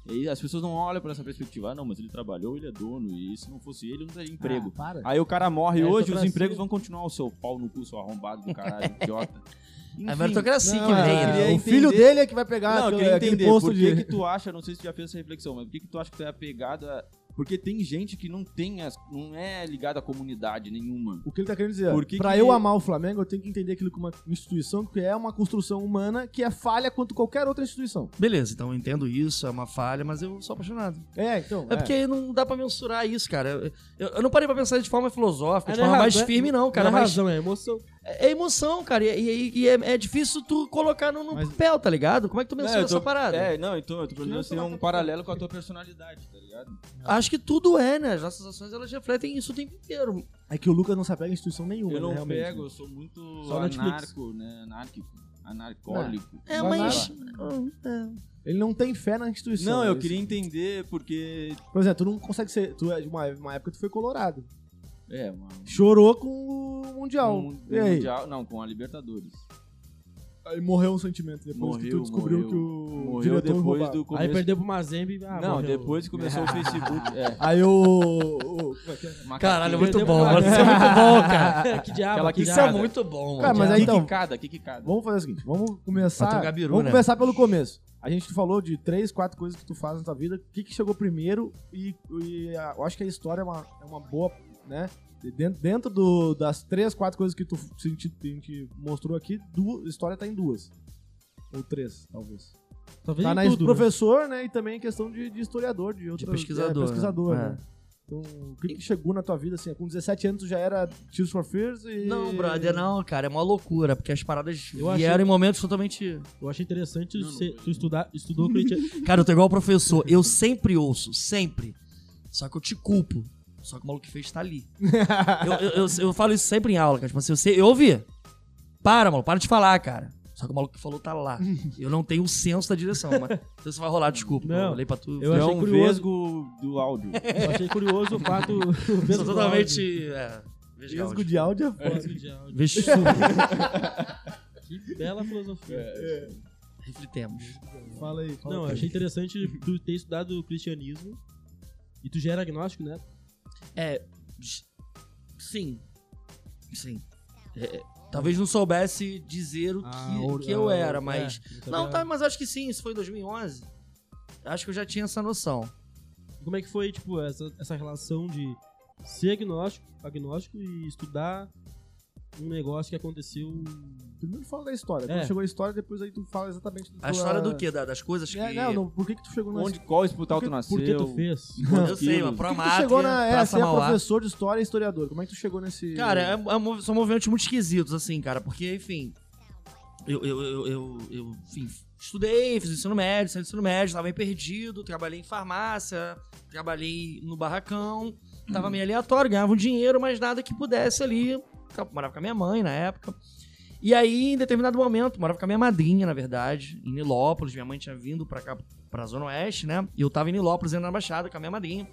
Speaker 3: E aí as pessoas não olham pra essa perspectiva. Ah, não, mas ele trabalhou, ele é dono, e se não fosse ele, eu não teria emprego.
Speaker 2: Ah, para.
Speaker 3: Aí o cara morre
Speaker 2: É,
Speaker 3: hoje, os
Speaker 2: meritocracia.
Speaker 3: empregos vão continuar o seu pau no cu, seu arrombado do caralho, idiota.
Speaker 6: É a
Speaker 3: Enfim,
Speaker 6: meritocracia
Speaker 1: Não,
Speaker 6: que
Speaker 1: é,
Speaker 6: vem,
Speaker 3: eu
Speaker 6: né?
Speaker 3: queria
Speaker 1: o filho
Speaker 3: entender-
Speaker 1: dele é que vai pegar
Speaker 3: não, eu
Speaker 1: aquele-
Speaker 3: queria
Speaker 1: aquele
Speaker 3: entender por
Speaker 1: posto
Speaker 3: que,
Speaker 1: de...
Speaker 3: que tu acha, não sei se tu já fez essa reflexão, mas por que, que tu acha que tu é apegado a. Porque tem gente que não tem as, não é ligada à comunidade nenhuma.
Speaker 1: O que ele tá querendo dizer?
Speaker 3: Por que
Speaker 1: pra
Speaker 3: que-
Speaker 1: eu amar o Flamengo, eu tenho que entender aquilo como uma instituição que é uma construção humana que é falha quanto qualquer outra instituição.
Speaker 6: Beleza, então eu entendo isso, é uma falha, mas eu sou apaixonado.
Speaker 1: É, então.
Speaker 6: É, porque não dá pra mensurar isso, cara. Eu, eu- eu não parei pra pensar de forma filosófica, de
Speaker 2: não é
Speaker 6: forma
Speaker 2: ra-
Speaker 6: mais
Speaker 1: né?
Speaker 2: não é-
Speaker 6: firme, não, cara.
Speaker 2: não é
Speaker 6: mas
Speaker 2: razão, é emoção.
Speaker 6: é emoção, cara. E, e- e é, é difícil tu colocar no, no
Speaker 1: Mas-
Speaker 6: papel, tá ligado? Como é que tu mensura
Speaker 3: eu tô-
Speaker 6: essa parada?
Speaker 3: É, não, então eu tô perguntando se tem
Speaker 1: é
Speaker 3: um paralelo com a tua personalidade, tá ligado?
Speaker 6: Acho que tudo é, né? As nossas ações elas refletem isso o tempo inteiro.
Speaker 1: É que o Lucas não se apega em instituição nenhuma,
Speaker 3: Eu
Speaker 1: né,
Speaker 3: não
Speaker 1: realmente.
Speaker 3: pego, eu sou muito
Speaker 2: Só Netflix.
Speaker 3: anarco, né? Anárquico. Anarcólico.
Speaker 6: É,
Speaker 1: Vai
Speaker 6: mas.
Speaker 1: Ele não tem fé na instituição. é
Speaker 3: Não, eu
Speaker 1: Ele-
Speaker 3: queria entender porque.
Speaker 1: Por exemplo, tu não consegue ser. Tu é de uma, uma época tu foi colorado.
Speaker 3: É, uma.
Speaker 1: Chorou com o Mundial.
Speaker 3: um- um
Speaker 1: e aí?
Speaker 3: mundial- não, com a Libertadores.
Speaker 1: Aí morreu um sentimento depois que tu
Speaker 3: Morreu,
Speaker 1: descobriu
Speaker 3: morreu.
Speaker 1: que o
Speaker 3: Morreu
Speaker 1: diretor
Speaker 3: depois
Speaker 1: roubava.
Speaker 3: do
Speaker 2: Aí
Speaker 3: começo.
Speaker 2: perdeu pro Mazembe. Ah,
Speaker 3: não,
Speaker 2: morreu.
Speaker 3: depois que começou o Facebook. É,
Speaker 1: Aí o. o-
Speaker 6: Caralho,
Speaker 3: macaquinho.
Speaker 6: muito
Speaker 2: Perdeu
Speaker 6: bom,
Speaker 2: pra-
Speaker 6: mano. Isso é muito bom, cara.
Speaker 2: que diabo,
Speaker 3: Aquela
Speaker 2: que
Speaker 3: que
Speaker 6: Isso é
Speaker 2: diabo.
Speaker 6: muito bom,
Speaker 1: Cara,
Speaker 6: mano.
Speaker 1: mas aí então.
Speaker 3: Quicada, que quicada.
Speaker 1: Vamos fazer o seguinte, vamos começar.
Speaker 6: Bateu o Gabiru,
Speaker 1: vamos
Speaker 6: né?
Speaker 1: começar pelo começo. A gente falou de três, quatro coisas que tu faz na tua vida. O que, que chegou primeiro? E, e a- eu acho que a história é uma, é uma boa, né? E Dentro, dentro do- das três, quatro coisas que tu se a gente, a gente mostrou aqui, duas, a história tá em duas. Ou três, talvez.
Speaker 2: Talvez
Speaker 1: tá
Speaker 2: em
Speaker 1: na
Speaker 2: tudo, né?
Speaker 1: professor, né? E também em questão de, de historiador, de outro
Speaker 6: pesquisador,
Speaker 1: pesquisador,
Speaker 6: né?
Speaker 1: né? Então, o que, que chegou na tua vida assim? Com 17 anos tu já era Tears for Fears e.
Speaker 6: Não, brother, não, cara. É uma loucura, porque as paradas
Speaker 2: Eu achei-
Speaker 6: vieram em momentos totalmente.
Speaker 2: Eu achei interessante
Speaker 3: Não, não
Speaker 2: você,
Speaker 3: foi.
Speaker 2: tu estudar, estudou que ele
Speaker 6: Cara, eu tô igual o professor. Eu sempre ouço, sempre. Só que eu te culpo. Só que o maluco que fez tá ali. eu, eu, eu, eu falo isso sempre em aula, cara. Tipo assim, eu, sei, eu ouvi. Para, maluco, para de falar, cara. Só que o maluco que falou tá lá. Eu não tenho o senso da direção, mas então isso vai rolar, desculpa.
Speaker 2: Não.
Speaker 6: eu olhei pra tu.
Speaker 2: Eu
Speaker 3: é
Speaker 2: achei
Speaker 3: um
Speaker 2: curioso.
Speaker 3: vesgo do áudio.
Speaker 2: Eu achei curioso o fato... o peso
Speaker 6: sou
Speaker 2: do áudio.
Speaker 6: totalmente. É, veja
Speaker 1: Risco
Speaker 6: áudio.
Speaker 1: de áudio é foda.
Speaker 2: Peso de áudio.
Speaker 6: Veja
Speaker 2: Que bela filosofia.
Speaker 6: É, Reflitemos.
Speaker 1: Fala aí. Fala
Speaker 2: Não, eu
Speaker 6: é?
Speaker 1: aí.
Speaker 2: achei interessante tu ter estudado o cristianismo. E tu já era agnóstico, né?
Speaker 6: É. Sim. Sim. É, talvez não soubesse dizer o que,
Speaker 2: ou-
Speaker 6: que eu
Speaker 2: ah,
Speaker 6: era,
Speaker 2: é,
Speaker 6: mas.
Speaker 2: sabia.
Speaker 6: Não, tá, mas acho que sim, isso foi em 2011. Acho que eu já tinha essa noção.
Speaker 2: E Como é que foi, tipo, essa, essa relação de ser agnóstico, agnóstico e estudar um negócio que aconteceu...
Speaker 1: Primeiro fala da história.
Speaker 2: É.
Speaker 1: Quando chegou a história, depois aí tu fala exatamente da
Speaker 6: A história do quê? Da- das coisas que.
Speaker 1: É, não, não, por que que tu chegou na...
Speaker 3: Onde, qual hospital tu
Speaker 2: Por que-
Speaker 3: nasceu?
Speaker 2: Por que tu fez?
Speaker 1: Por
Speaker 6: Eu sei, mas
Speaker 1: que que
Speaker 6: Promátria,
Speaker 1: tu chegou na... É,
Speaker 6: Praça
Speaker 1: você é
Speaker 6: Mauá.
Speaker 1: professor de história e historiador. Como é que tu chegou nesse...
Speaker 6: Cara, é- é mov- são movimentos muito esquisitos, assim, cara, porque, enfim. Eu, eu, eu, eu, eu, enfim, estudei, fiz ensino médio, saí do ensino médio, tava meio perdido, trabalhei em farmácia, trabalhei no barracão, tava meio aleatório, ganhava um dinheiro, mas nada que pudesse ali. Eu Morava com a minha mãe na época. E aí, em determinado momento, morava com a minha madrinha, na verdade, em Nilópolis. Minha mãe tinha vindo pra cá, pra Zona Oeste, né? E eu tava em Nilópolis, indo na Baixada com a minha madrinha.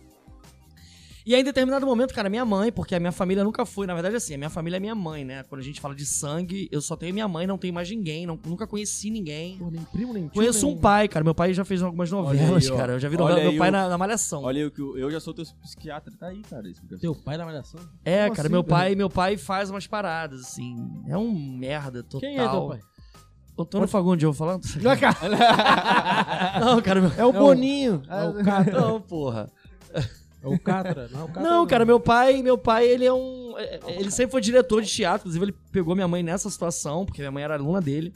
Speaker 6: E aí, em determinado momento, cara, minha mãe, porque a minha família nunca foi, na verdade, assim, a minha família é minha mãe, né? Quando a gente fala de sangue, eu só tenho minha mãe, não tenho mais ninguém, não- nunca conheci ninguém.
Speaker 1: Pô, nem primo, nem tio,
Speaker 6: Conheço
Speaker 1: nem-
Speaker 6: um pai, cara. Meu pai já fez algumas novelas,
Speaker 3: aí, ó.
Speaker 6: cara. Eu já vi
Speaker 3: Olha
Speaker 6: novela do
Speaker 3: aí
Speaker 6: meu pai
Speaker 3: o-
Speaker 6: na, na Malhação.
Speaker 3: Olha, eu, que eu- eu já sou teu psiquiatra. Tá aí, cara. isso que eu-
Speaker 2: Teu pai na malhação?
Speaker 6: É,
Speaker 1: Como
Speaker 6: cara,
Speaker 1: assim,
Speaker 6: meu
Speaker 1: cara?
Speaker 6: pai, meu pai faz umas paradas, assim. É um merda total.
Speaker 2: Quem é teu pai?
Speaker 6: Antônio Fagundes, eu vou falando?
Speaker 1: Não, cara,
Speaker 6: Não, cara, meu...
Speaker 1: É o
Speaker 2: Não,
Speaker 1: Boninho.
Speaker 2: é o
Speaker 1: Ah,
Speaker 2: cara.
Speaker 6: Não, porra.
Speaker 2: É o Catra, não é o Catra.
Speaker 6: Não, cara, meu pai, meu pai, ele é um. é- é- Ele sempre foi diretor de teatro, inclusive ele pegou minha mãe nessa situação, porque minha mãe era aluna dele.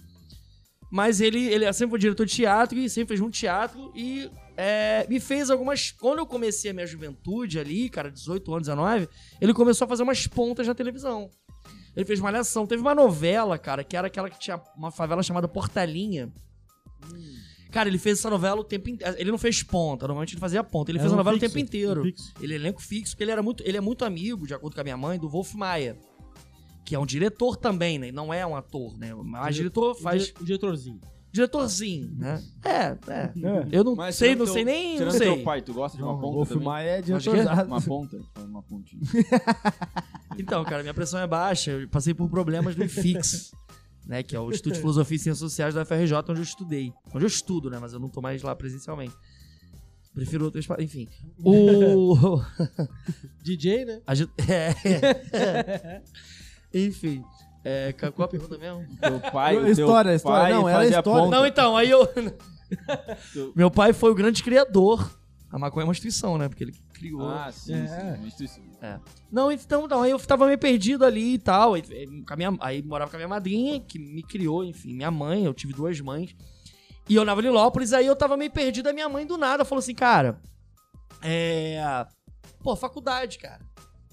Speaker 6: Mas ele, ele sempre foi diretor de teatro e sempre fez muito teatro e é, me fez algumas. Quando eu comecei a minha juventude ali, cara, 18 anos, 19, ele começou a fazer umas pontas na televisão. Ele fez malhação. Teve uma novela, cara, que era aquela que tinha uma favela chamada Portalinha. Cara, ele fez essa novela o tempo inteiro. Ele não fez ponta, normalmente ele fazia ponta. Ele fez a
Speaker 2: um
Speaker 6: novela o tempo inteiro. Ele é elenco fixo, porque ele, era muito, ele é muito amigo, de acordo com a minha mãe, do Wolf Maia. Que é um diretor também, né? Não é um ator, né? Mas
Speaker 2: Dire-
Speaker 6: diretor faz.
Speaker 2: Um diretorzinho.
Speaker 6: Diretorzinho, né? É, é.
Speaker 1: É.
Speaker 6: Eu não
Speaker 3: Mas
Speaker 6: sei,
Speaker 3: tirando
Speaker 6: não
Speaker 3: teu-
Speaker 6: sei nem. Não
Speaker 3: Tirando teu
Speaker 6: sei.
Speaker 3: pai, tu gosta de uma
Speaker 1: Não,
Speaker 3: ponta
Speaker 1: Wolf
Speaker 3: também?
Speaker 1: Maia é
Speaker 6: Acho que é?
Speaker 1: diretorzado.
Speaker 3: Uma ponta? Uma pontinha.
Speaker 6: Então, cara, minha pressão é baixa. Eu passei por problemas do IFIX, né? Que é o Instituto de Filosofia e Ciências Sociais da FRJ, onde eu estudei. Onde eu estudo, né? Mas eu não tô mais lá presencialmente. Prefiro outras. pa- Enfim. O.
Speaker 2: DJ, né?
Speaker 6: A gente- é. Enfim. É, ca- qual a pergunta mesmo?
Speaker 3: Teu pai,
Speaker 1: História,
Speaker 3: teu
Speaker 1: história,
Speaker 3: pai
Speaker 1: não, era
Speaker 3: fazia
Speaker 1: história.
Speaker 3: ponta.
Speaker 6: Não, então, aí eu. Meu pai foi o grande criador. A maconha é uma instituição, né? Porque ele criou.
Speaker 3: Ah, sim,
Speaker 2: É.
Speaker 3: sim. Mas tu-
Speaker 6: Não, então, não, aí eu tava meio perdido ali e tal. Aí, eh, com a minha- aí morava com a minha madrinha, que me criou, enfim, minha mãe, eu tive duas mães. E eu na Lilópolis, aí eu tava meio perdido, a minha mãe do nada falou assim, cara, é. Pô, faculdade, cara.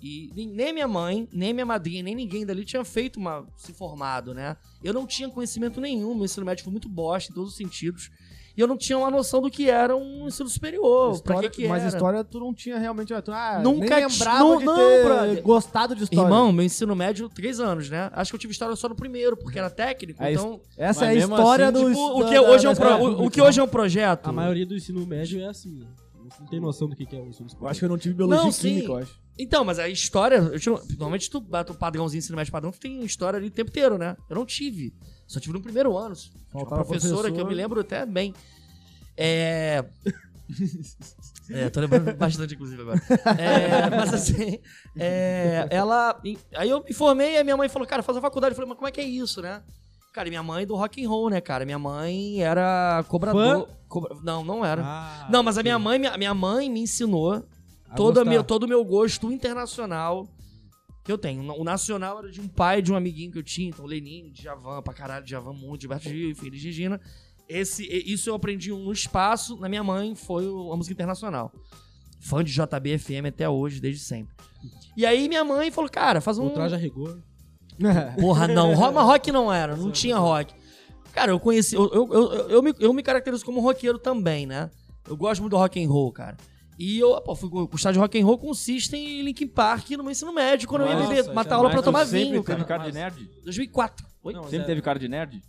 Speaker 6: E nem- nem minha mãe, nem minha madrinha, nem ninguém dali tinha feito uma. se formado, né? Eu não tinha conhecimento nenhum, meu ensino médio foi muito bosta em todos os sentidos. E eu não tinha uma noção do que era um ensino superior.
Speaker 1: História-
Speaker 6: pra que que
Speaker 1: mas
Speaker 6: era.
Speaker 1: história tu não tinha realmente. Tu, ah,
Speaker 6: Nunca
Speaker 1: nem
Speaker 6: ti-
Speaker 1: lembrava
Speaker 6: não-
Speaker 1: de
Speaker 6: não,
Speaker 1: ter
Speaker 6: brother.
Speaker 1: gostado de história.
Speaker 6: Irmão, meu ensino médio, três anos, né? Acho que eu tive história só no primeiro, porque era técnico,
Speaker 1: É
Speaker 6: então...
Speaker 1: essa
Speaker 3: mas
Speaker 1: é a
Speaker 3: mesmo
Speaker 1: história
Speaker 3: assim,
Speaker 1: do.
Speaker 6: Tipo, o
Speaker 1: da-
Speaker 6: que,
Speaker 1: da-
Speaker 6: hoje é um
Speaker 1: da
Speaker 6: pro-
Speaker 1: escola
Speaker 6: o, o
Speaker 1: pública.
Speaker 6: que hoje é um projeto?
Speaker 2: A maioria do ensino médio é assim. né? Você não tem noção do que que é o ensino
Speaker 1: Eu
Speaker 2: superior.
Speaker 1: acho que eu não tive biologia
Speaker 6: Não,
Speaker 1: e química,
Speaker 6: sim.
Speaker 1: eu acho.
Speaker 6: Então, mas a história... eu tiro- normalmente tu bate o padrãozinho, ensino médio padrão, tu tem história ali o tempo inteiro, né? Eu não tive. Só tive no primeiro ano. Tinha uma
Speaker 1: Faltava
Speaker 6: professora que eu
Speaker 1: professor.
Speaker 6: me lembro até bem. É... é, tô lembrando bastante, inclusive, agora. É, mas assim, é, ela... Aí eu me formei, aí minha mãe falou, cara, faz a faculdade. Eu falei, mas como é que é isso, né? Cara, e minha mãe do rock and roll, né, cara? Minha mãe era cobrador. cobra- Não, não era.
Speaker 2: Ah,
Speaker 6: não, mas a minha
Speaker 2: ok.
Speaker 6: mãe, minha, minha mãe me ensinou
Speaker 2: A
Speaker 6: todo o
Speaker 2: gostar.
Speaker 6: meu, todo o meu gosto internacional que eu tenho. O nacional era de um pai de um amiguinho que eu tinha, então Lenin, Djavan, pra caralho, Djavan Mundo, Gilberto Gil, enfim, Elis Regina. Esse, e- isso eu aprendi no espaço, na minha mãe foi o- a música internacional. Fã de JBFM até hoje, desde sempre. E aí minha mãe falou, cara, faz um...
Speaker 2: O traje a rigor.
Speaker 6: Porra, não. Rock, mas rock não era, não tinha rock. Cara, eu conheci. Eu, eu, eu, eu me, eu me caracterizo como roqueiro também, né? Eu gosto muito do rock and roll, cara. E eu, pô, fui gostar de rock and roll com System e Linkin Park no meu ensino médio, quando eu ia
Speaker 3: Nossa,
Speaker 6: beber,
Speaker 2: isso é
Speaker 6: matar aula pra
Speaker 3: Mas tu
Speaker 6: tomar
Speaker 3: sempre
Speaker 6: vinho,
Speaker 3: teve
Speaker 6: cara.
Speaker 3: cara de nerd?
Speaker 6: 2004. Oi?
Speaker 2: Não,
Speaker 3: Sempre
Speaker 2: é-
Speaker 3: teve cara de nerd?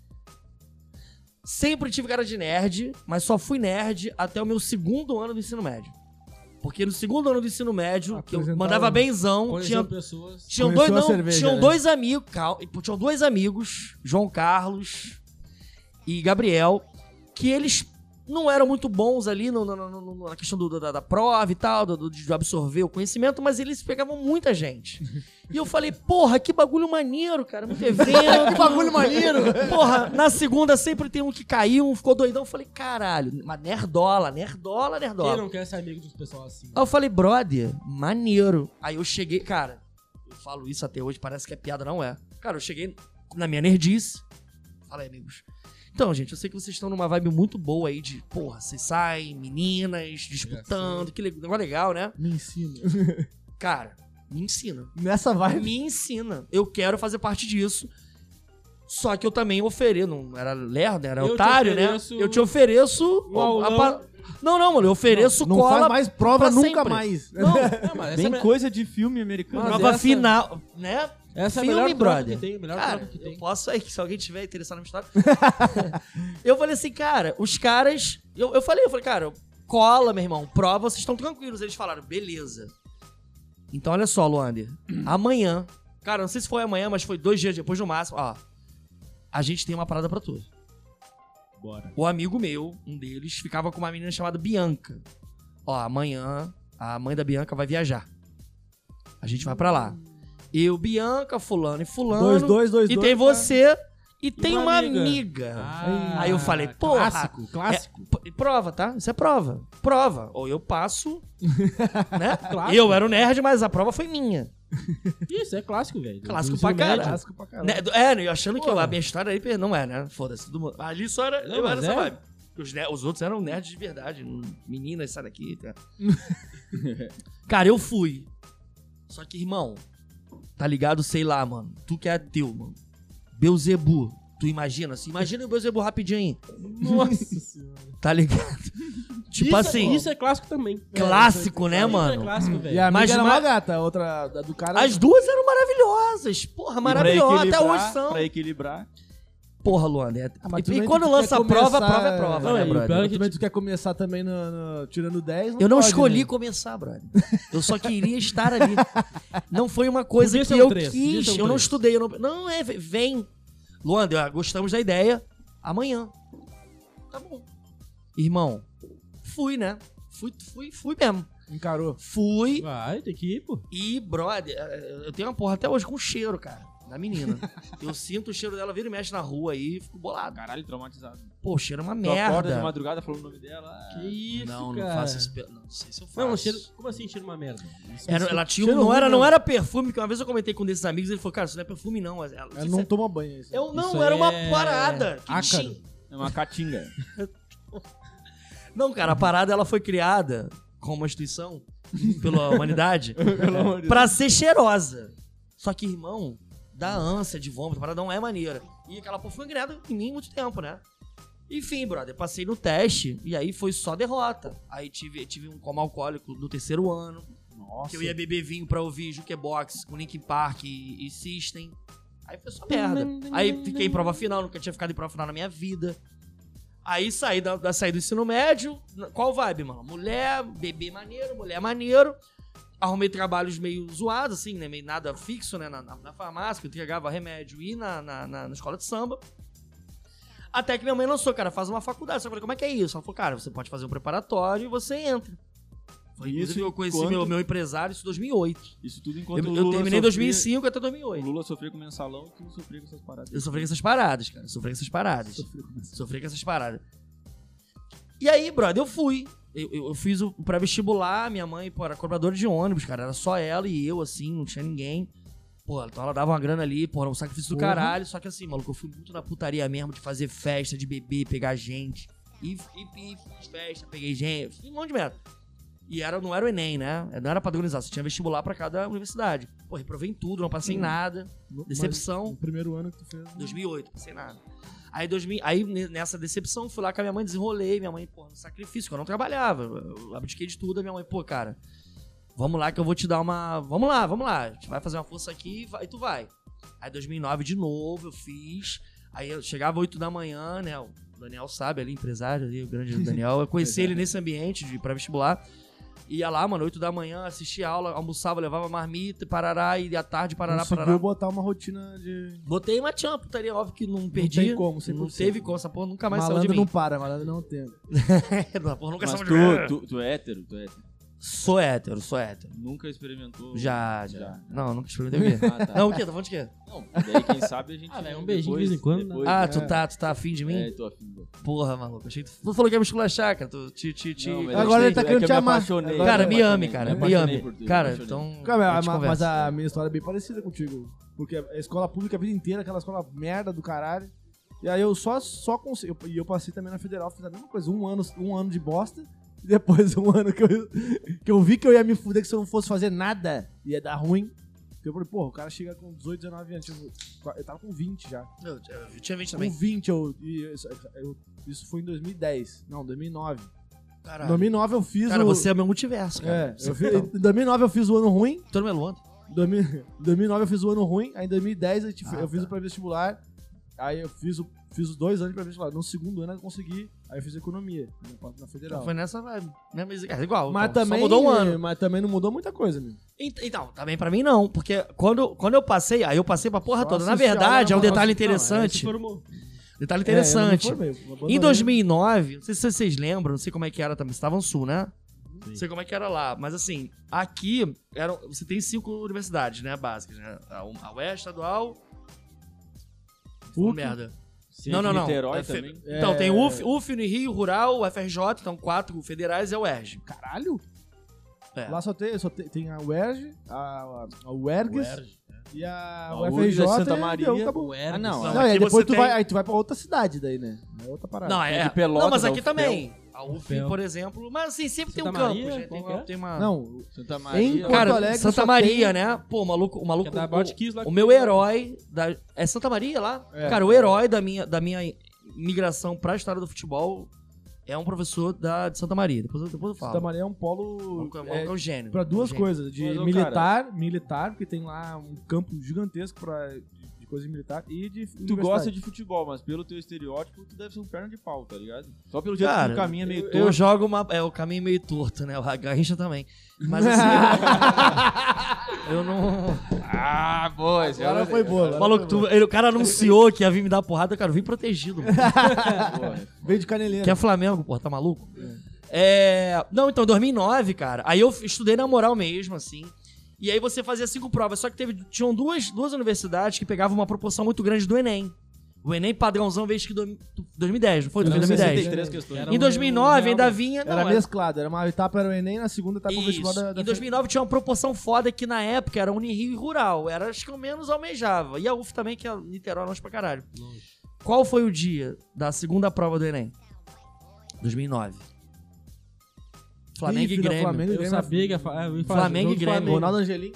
Speaker 6: Sempre tive cara de nerd, mas só fui nerd até o meu segundo ano do ensino médio. Porque no segundo ano do ensino médio, que eu
Speaker 1: Apresentava-
Speaker 6: mandava benzão,
Speaker 2: Conheceu
Speaker 6: tinha
Speaker 2: pessoas.
Speaker 6: Tinham
Speaker 1: Começou
Speaker 6: dois, não,
Speaker 1: a cerveja,
Speaker 6: tinham
Speaker 1: né?
Speaker 6: dois amigos, cal- tinham dois amigos, João Carlos e Gabriel, que eles não eram muito bons ali no- no- no- no- na questão do- da, da prova e tal, do, do- de absorver o conhecimento, mas eles pegavam muita gente. E eu falei, porra, que bagulho maneiro, cara, muito evento. que bagulho maneiro. Porra, na segunda sempre tem um que caiu, um ficou doidão. Eu falei, caralho, mas nerdola, nerdola, nerdola.
Speaker 2: Quem não quer ser amigo de um pessoal assim?
Speaker 6: Aí eu falei, brother, maneiro. Aí eu cheguei, cara, eu falo isso até hoje, parece que é piada, não é. Cara, eu cheguei na minha nerdice. Fala aí, amigos. Então, gente, eu sei que vocês estão numa vibe muito boa aí de, porra, vocês saem, meninas, disputando, que le- negócio legal, né?
Speaker 1: Me ensina.
Speaker 6: Cara, me ensina.
Speaker 1: Nessa vibe.
Speaker 6: Me ensina. Eu quero fazer parte disso. Só que eu também ofereço, não era lerdo, era
Speaker 2: Eu te
Speaker 6: ofereço, né?
Speaker 2: ofereço
Speaker 6: Eu te ofereço.
Speaker 2: um aulão.
Speaker 6: pa- Não, não, mano, eu ofereço
Speaker 1: não
Speaker 6: cola.
Speaker 1: faz mais prova
Speaker 6: pra
Speaker 1: nunca
Speaker 6: sempre.
Speaker 1: mais.
Speaker 6: Não, é
Speaker 2: Não, mas
Speaker 3: Bem coisa de filme americano.
Speaker 2: Mas
Speaker 6: prova
Speaker 2: essa-
Speaker 6: final, né?
Speaker 2: Essa
Speaker 6: Filme,
Speaker 2: é a melhor
Speaker 6: brother.
Speaker 2: troca que tem, a melhor
Speaker 6: Cara,
Speaker 2: troca que
Speaker 6: eu
Speaker 2: tem.
Speaker 6: posso aí, que se alguém tiver interessado na minha história. eu falei assim, cara, os caras. Eu, eu falei, eu falei, cara, cola, meu irmão, prova, vocês estão tranquilos. Eles falaram, beleza. Então olha só, Luander. Amanhã, cara, não sei se foi amanhã, mas foi dois dias depois no máximo, ó. A gente tem uma parada pra tu.
Speaker 3: Bora.
Speaker 6: O amigo meu, um deles, ficava com uma menina chamada Bianca. Ó, amanhã a mãe da Bianca vai viajar. A gente vai pra lá.
Speaker 2: Hum.
Speaker 6: Eu, Bianca, fulano e fulano.
Speaker 1: é Dois, dois, dois,
Speaker 6: E
Speaker 1: dois.
Speaker 6: tem
Speaker 1: tá?
Speaker 6: você e tem uma
Speaker 2: uma
Speaker 6: amiga.
Speaker 2: amiga. Ah.
Speaker 6: Aí eu falei, porra.
Speaker 2: Clássico, clássico.
Speaker 6: P- Prova, tá? Isso é prova. Prova. Ou eu passo, né?
Speaker 2: Clássico.
Speaker 6: Eu era o nerd, mas a prova foi minha.
Speaker 2: Isso, é clássico, velho.
Speaker 6: Clássico
Speaker 2: Do
Speaker 6: pra
Speaker 2: ensino médio.
Speaker 6: caralho.
Speaker 1: Clássico pra caralho.
Speaker 6: Né? Do- É, né? eu achando que eu, a
Speaker 1: Porra.
Speaker 6: minha história aí não é, né? Foda-se, todo mundo. Ali só era,
Speaker 2: Não,
Speaker 6: eu era
Speaker 2: mas
Speaker 6: essa
Speaker 2: é.
Speaker 6: vibe. Os, ne- os outros eram nerds de verdade. hum, Meninas, sai daqui. Tá? Cara, eu fui. Só que, irmão, tá ligado? Sei lá, mano. Tu que é ateu, mano. Beuzebu. Tu imagina, assim, imagina o Beuzebu rapidinho aí,
Speaker 2: Nossa senhora.
Speaker 6: tá ligado? tipo
Speaker 2: Isso é-
Speaker 6: assim,
Speaker 2: Isso é clássico também.
Speaker 6: Clássico,
Speaker 2: É,
Speaker 6: né,
Speaker 2: isso é
Speaker 6: mano?
Speaker 2: clássico, velho.
Speaker 1: E a amiga
Speaker 6: Mas
Speaker 1: era
Speaker 6: ma-
Speaker 1: uma gata, a outra da- do cara...
Speaker 6: as duas eram maravilhosas. Porra, maravilhosas, até hoje são.
Speaker 3: Pra equilibrar.
Speaker 6: Porra, Luanda. é-
Speaker 1: Ah, mas
Speaker 6: e,
Speaker 1: também
Speaker 6: e
Speaker 1: tu
Speaker 6: quando
Speaker 1: quer
Speaker 6: lança a prova, a
Speaker 1: começar-
Speaker 6: prova é prova,
Speaker 1: Não,
Speaker 6: né,
Speaker 2: e o
Speaker 6: brother?
Speaker 2: pior é que-
Speaker 1: Também tu quer começar também no, no- tirando 10,
Speaker 6: Eu não
Speaker 1: pode,
Speaker 6: escolhi
Speaker 1: né?
Speaker 6: começar, brother. Eu só queria estar ali. Não foi uma coisa
Speaker 2: Podia
Speaker 6: que
Speaker 2: ser um
Speaker 6: eu
Speaker 2: três, podia
Speaker 6: quis.
Speaker 2: ser um
Speaker 6: eu não
Speaker 2: três.
Speaker 6: estudei. Eu não... não, é. Vem. Luanda, ah, gostamos da ideia. Amanhã. Tá bom. Irmão, fui, né? Fui, fui, fui mesmo.
Speaker 1: Encarou.
Speaker 6: Fui
Speaker 2: Vai, tem que ir, pô.
Speaker 6: e, brother, eh, eu tenho uma porra até hoje com cheiro, cara. Da menina. eu sinto o cheiro dela, vira e mexe na rua aí, fico bolado.
Speaker 3: Caralho, traumatizado.
Speaker 6: Pô, o cheiro é uma
Speaker 3: Tu acorda de
Speaker 6: merda.
Speaker 3: madrugada falando o nome dela. ah,
Speaker 2: Que isso,
Speaker 6: Não,
Speaker 2: cara.
Speaker 6: não faço isso. pe- Não sei se eu faço.
Speaker 2: Não, cheiro... Como assim cheiro uma merda? Isso-
Speaker 6: Era,
Speaker 2: isso-
Speaker 6: ela tinha um-
Speaker 1: cheiro
Speaker 6: não,
Speaker 1: ruim
Speaker 6: era, não
Speaker 1: mesmo.
Speaker 6: era perfume, que uma vez eu comentei com um desses amigos, ele falou, cara, isso não é perfume não. Ela, ela-
Speaker 1: Ela
Speaker 6: isso
Speaker 1: não
Speaker 6: é-
Speaker 1: toma banho. assim.
Speaker 6: eu não,
Speaker 2: Isso
Speaker 6: era uma
Speaker 2: é
Speaker 6: parada. que
Speaker 2: ácaro.
Speaker 6: tinha-
Speaker 3: É uma caatinga.
Speaker 6: Não, cara, a parada ela foi criada como uma instituição pela humanidade pra ser cheirosa. Só que, irmão, dá ânsia de vômito, a parada não é maneira. E aquela porra foi criada em mim há muito tempo, né? Enfim, brother, passei no teste e aí foi só derrota. Aí tive, tive um coma alcoólico no terceiro ano.
Speaker 3: Nossa.
Speaker 6: Que eu ia beber vinho pra ouvir Jukebox com Linkin Park e, e System. Aí foi só merda. Aí fiquei em prova final, nunca tinha ficado em prova final na minha vida. Aí saí, da, da- saí do ensino médio. na- Qual vibe, mano? Mulher, bebê maneiro, mulher maneiro. Arrumei trabalhos meio zoados, assim, né? Meio nada fixo, né? Na, na- na farmácia, que eu entregava remédio e na, na, na- na escola de samba. Até que minha mãe lançou, cara, faz uma faculdade. Só que eu falei, como é que é isso? Ela falou, cara, você pode fazer um preparatório e você entra. Foi
Speaker 3: Isso
Speaker 6: isso que eu conheci
Speaker 3: enquanto-
Speaker 6: meu, meu empresário, isso em 2008.
Speaker 3: Isso tudo
Speaker 6: Eu,
Speaker 3: enquanto o
Speaker 6: eu
Speaker 3: Lula
Speaker 6: terminei
Speaker 3: sofria-
Speaker 6: em 2005 até
Speaker 3: O
Speaker 6: 2008.
Speaker 3: Lula sofreu com o mensalão e tu sofreu com essas paradas.
Speaker 6: Eu sofri com essas paradas, cara. Eu Sofri com essas paradas. Sofri com essas paradas. E aí, brother, eu fui. Eu, eu- eu fiz o pré-vestibular, minha mãe, pô, era cobradora de ônibus, cara. Era só ela e eu, assim, não tinha ninguém. Pô, então ela dava uma grana ali, pô, era um sacrifício do
Speaker 1: Porra.
Speaker 6: caralho. Só que assim, maluco, eu fui muito na putaria mesmo, de fazer festa, de beber, pegar gente. E, e, e fiz festa, peguei gente, fiz um monte de merda. E era, não era o Enem, né? Não era padronizado, você tinha vestibular pra cada universidade. Pô, reprovei em tudo, não passei em nada.
Speaker 2: é
Speaker 1: No-
Speaker 6: Decepção.
Speaker 1: mas No primeiro ano que tu fez...
Speaker 6: 2008, sem nada. Aí, 2000, aí ne- nessa decepção, fui lá com a minha mãe, desenrolei. Minha mãe, pô, no sacrifício, que eu não trabalhava. Eu abdiquei de tudo. A minha mãe, pô, cara, vamos lá que eu vou te dar uma. Vamos lá, vamos lá. A gente vai fazer uma força aqui e vai- e tu vai. Aí, 2009, de novo, eu fiz. Aí eu chegava 8 da manhã, né? O Daniel sabe ali, empresário ali, o grande Daniel. Eu conheci ele nesse ambiente de pré-vestibular. Ia lá, mano, 8 da manhã, assistia aula, almoçava, levava marmita, parará, e à tarde, parará,
Speaker 1: Conseguiu
Speaker 6: parará.
Speaker 1: botar uma rotina de...
Speaker 6: Botei, mas tinha uma putaria, óbvio que não perdi.
Speaker 1: tem como,
Speaker 6: Não
Speaker 1: 100%.
Speaker 6: teve como, essa porra nunca mais saiu
Speaker 1: malandro
Speaker 6: de mim.
Speaker 1: não para, malandro não tem.
Speaker 6: Essa porra nunca
Speaker 3: Mas
Speaker 6: saiu de mim.
Speaker 3: tu, tu, tu é hétero, tu é hétero.
Speaker 6: Sou hétero, sou hétero.
Speaker 3: Nunca experimentou.
Speaker 6: Já, já.
Speaker 3: Já.
Speaker 6: Não, nunca experimentei o quê?
Speaker 3: Ah, tá.
Speaker 6: Não, o quê? Tá falando de quê?
Speaker 3: Não, daí quem sabe a gente.
Speaker 2: Ah, velho, um beijinho de vez em quando, né?
Speaker 6: ah,
Speaker 1: é.
Speaker 3: né?
Speaker 6: tu tá, tu tá afim de mim?
Speaker 3: É, tô afim. velho.
Speaker 6: Porra, maluco. Achei que tu, tu falou que ia me esculachar, cara. Tu, ti, ti, ti.
Speaker 3: Não, mas
Speaker 1: Agora
Speaker 3: eu
Speaker 1: ele tá
Speaker 3: gostei,
Speaker 1: querendo
Speaker 3: é que
Speaker 1: te
Speaker 3: eu me
Speaker 1: amar.
Speaker 3: apaixonei.
Speaker 1: Agora-
Speaker 6: Cara, me
Speaker 3: Eu me
Speaker 6: ame,
Speaker 3: apaixonei,
Speaker 6: cara.
Speaker 3: eu me
Speaker 6: Me
Speaker 3: apaixonei por
Speaker 6: ame.
Speaker 3: ti,
Speaker 6: Cara,
Speaker 3: me apaixonei.
Speaker 6: então.
Speaker 1: Cara,
Speaker 6: a
Speaker 1: mas,
Speaker 6: gente
Speaker 1: mas
Speaker 6: conversa.
Speaker 1: a minha história é bem parecida contigo. Porque é a escola pública a vida inteira, aquela escola merda do caralho. E aí eu só, só consegui. eu- E eu passei também na federal, fiz a mesma coisa, um ano, um ano de bosta. E depois um ano que eu, que eu vi que eu ia me fuder, que se eu não fosse fazer nada, ia dar ruim. Eu falei, porra, o cara chega com 18, 19 anos. Tipo, eu tava com 20 já.
Speaker 6: Eu, eu tinha 20
Speaker 1: Com
Speaker 6: também.
Speaker 1: 20, eu, e isso, eu- isso foi em 2010. Não, 2009. Em
Speaker 6: Caralho.
Speaker 1: 2009 eu fiz
Speaker 6: Cara,
Speaker 1: o.
Speaker 6: você é meu multiverso, cara.
Speaker 1: Uh,
Speaker 6: tá-
Speaker 1: É, eu fiz, em 2009 eu fiz o ano ruim.
Speaker 6: Tu não é Luanda?
Speaker 1: Em 2000 em 2009 eu fiz o ano ruim, aí em 2010 eu, tive-
Speaker 6: Ah,
Speaker 1: eu fiz
Speaker 6: tá.
Speaker 1: o pré-vestibular, aí eu fiz, o, fiz os dois anos de pré-vestibular. No segundo ano eu consegui, aí eu fiz economia na, na federal.
Speaker 6: Foi nessa vibe. Né? Mas é igual.
Speaker 1: mas,
Speaker 6: então,
Speaker 1: também,
Speaker 6: Só mudou um ano.
Speaker 1: mas também não mudou muita coisa, amigo.
Speaker 6: Ent- Então, também pra mim não, porque quando, quando eu passei, aí eu passei pra porra
Speaker 1: Só
Speaker 6: toda. Na
Speaker 1: assistir a
Speaker 6: verdade, é um
Speaker 1: aula,
Speaker 6: detalhe
Speaker 1: não,
Speaker 2: Aí se
Speaker 6: interessante.
Speaker 2: formou.
Speaker 6: Detalhe
Speaker 1: É, eu não me
Speaker 6: interessante.
Speaker 1: formei, eu abandonei.
Speaker 6: Em 2009, não sei se vocês lembram, não sei como é que era também, vocês estavam no sul, né? Não
Speaker 2: Sim.
Speaker 6: sei como é que era lá, mas assim, aqui eram, você tem cinco universidades, né, básicas, né? A, a UES, a estadual, Pô,
Speaker 1: PUC,
Speaker 6: merda.
Speaker 3: Sim,
Speaker 6: não, não, não.
Speaker 3: Niterói
Speaker 6: É fe-
Speaker 3: também.
Speaker 6: Então, tem
Speaker 1: É.
Speaker 6: UF, UF no Rio, Rural, UFRJ, então quatro federais e a UERJ.
Speaker 1: Caralho!
Speaker 6: É.
Speaker 1: Lá só tem, só tem, tem a UERJ, a, a UERGS e a,
Speaker 3: A
Speaker 1: UFRJ.
Speaker 3: UERJ, Santa
Speaker 1: e
Speaker 3: Maria,
Speaker 1: deu, acabou.
Speaker 3: Ah, não.
Speaker 1: Não, é
Speaker 6: Não,
Speaker 1: e aí
Speaker 6: aqui
Speaker 1: depois
Speaker 6: você
Speaker 1: tu
Speaker 6: tem-
Speaker 1: vai, aí tu vai pra outra cidade daí, né? É outra parada.
Speaker 6: Não, é.
Speaker 3: de Pelotas
Speaker 6: não, mas
Speaker 3: ao
Speaker 6: aqui
Speaker 3: Fel.
Speaker 6: também. A UF,
Speaker 2: Fel.
Speaker 6: por exemplo. Mas assim, sempre
Speaker 2: Santa
Speaker 6: tem um
Speaker 2: Maria,
Speaker 6: campo, né? Tem,
Speaker 2: qual que é?
Speaker 6: tem uma.
Speaker 1: Não,
Speaker 3: Santa
Speaker 1: Em
Speaker 3: Maria.
Speaker 1: Porto
Speaker 6: Cara,
Speaker 1: Alegre só
Speaker 6: Santa Maria, né? Pô, o maluco, o maluco,
Speaker 2: Que é da
Speaker 6: o-
Speaker 2: Bot Kiss lá
Speaker 6: o
Speaker 2: que-
Speaker 6: meu herói da é Santa Maria lá.
Speaker 1: É.
Speaker 6: Cara, o herói da minha da minha migração pra história do futebol é um professor da de Santa Maria. Depois eu, depois eu falo.
Speaker 1: Santa Maria é um
Speaker 6: O
Speaker 1: polo
Speaker 6: maluco é- o
Speaker 1: é,
Speaker 6: maluco é um gênio.
Speaker 1: Pra duas
Speaker 6: É um gênio.
Speaker 1: coisas, de
Speaker 3: Mas, ô,
Speaker 1: militar, militar, porque tem lá um campo gigantesco pra, de, de coisa militar, e de
Speaker 3: Tu gosta de futebol, mas pelo teu estereótipo, tu deve ser um perna de pau, tá ligado? Só pelo jeito que
Speaker 6: Cara,
Speaker 3: tu caminha meio
Speaker 6: eu,
Speaker 3: torto.
Speaker 6: jogo uma, é o caminho meio torto, né? O Garrincha também. Mas assim, eu não.
Speaker 3: Ah, boa, esse
Speaker 1: Agora
Speaker 3: é
Speaker 1: foi boa. agora
Speaker 6: Maluco,
Speaker 1: foi boa.
Speaker 6: tu- ele- o cara anunciou que ia vir me dar porrada, cara, eu vim protegido. mano.
Speaker 1: Veio de caneleira.
Speaker 6: Que é Flamengo, porra, tá maluco? É, Não, então, 2009, cara. Aí eu estudei na moral mesmo, assim. E aí você fazia cinco provas. Só que teve... tinham duas, duas universidades que pegavam uma proporção muito grande do Enem. O Enem padrãozão veio acho que do- 2010, não foi?
Speaker 1: Não,
Speaker 6: 2010.
Speaker 1: 63
Speaker 3: questões.
Speaker 2: Era
Speaker 6: Em
Speaker 2: um-
Speaker 6: 2009
Speaker 2: um-
Speaker 6: ainda vinha... Não,
Speaker 1: Era
Speaker 6: era-
Speaker 1: mesclado, era uma etapa era o Enem, na segunda etapa tá o
Speaker 6: Isso.
Speaker 1: vestibular da, da
Speaker 6: Em 2009 tinha uma proporção foda que na época era Unirio e Rural. Era acho que eu menos almejava. E a UF também, que é Niterói longe pra caralho. Qual foi o dia da segunda prova do Enem? 2009. Flamengo e
Speaker 1: Ih, filha,
Speaker 6: Grêmio.
Speaker 1: Flamengo e
Speaker 2: Eu
Speaker 1: Grêmio.
Speaker 2: sabia que ia falar. eu ia falar
Speaker 6: Flamengo
Speaker 2: jogo
Speaker 6: e
Speaker 2: do
Speaker 6: Grêmio.
Speaker 1: Ronaldo Angelim.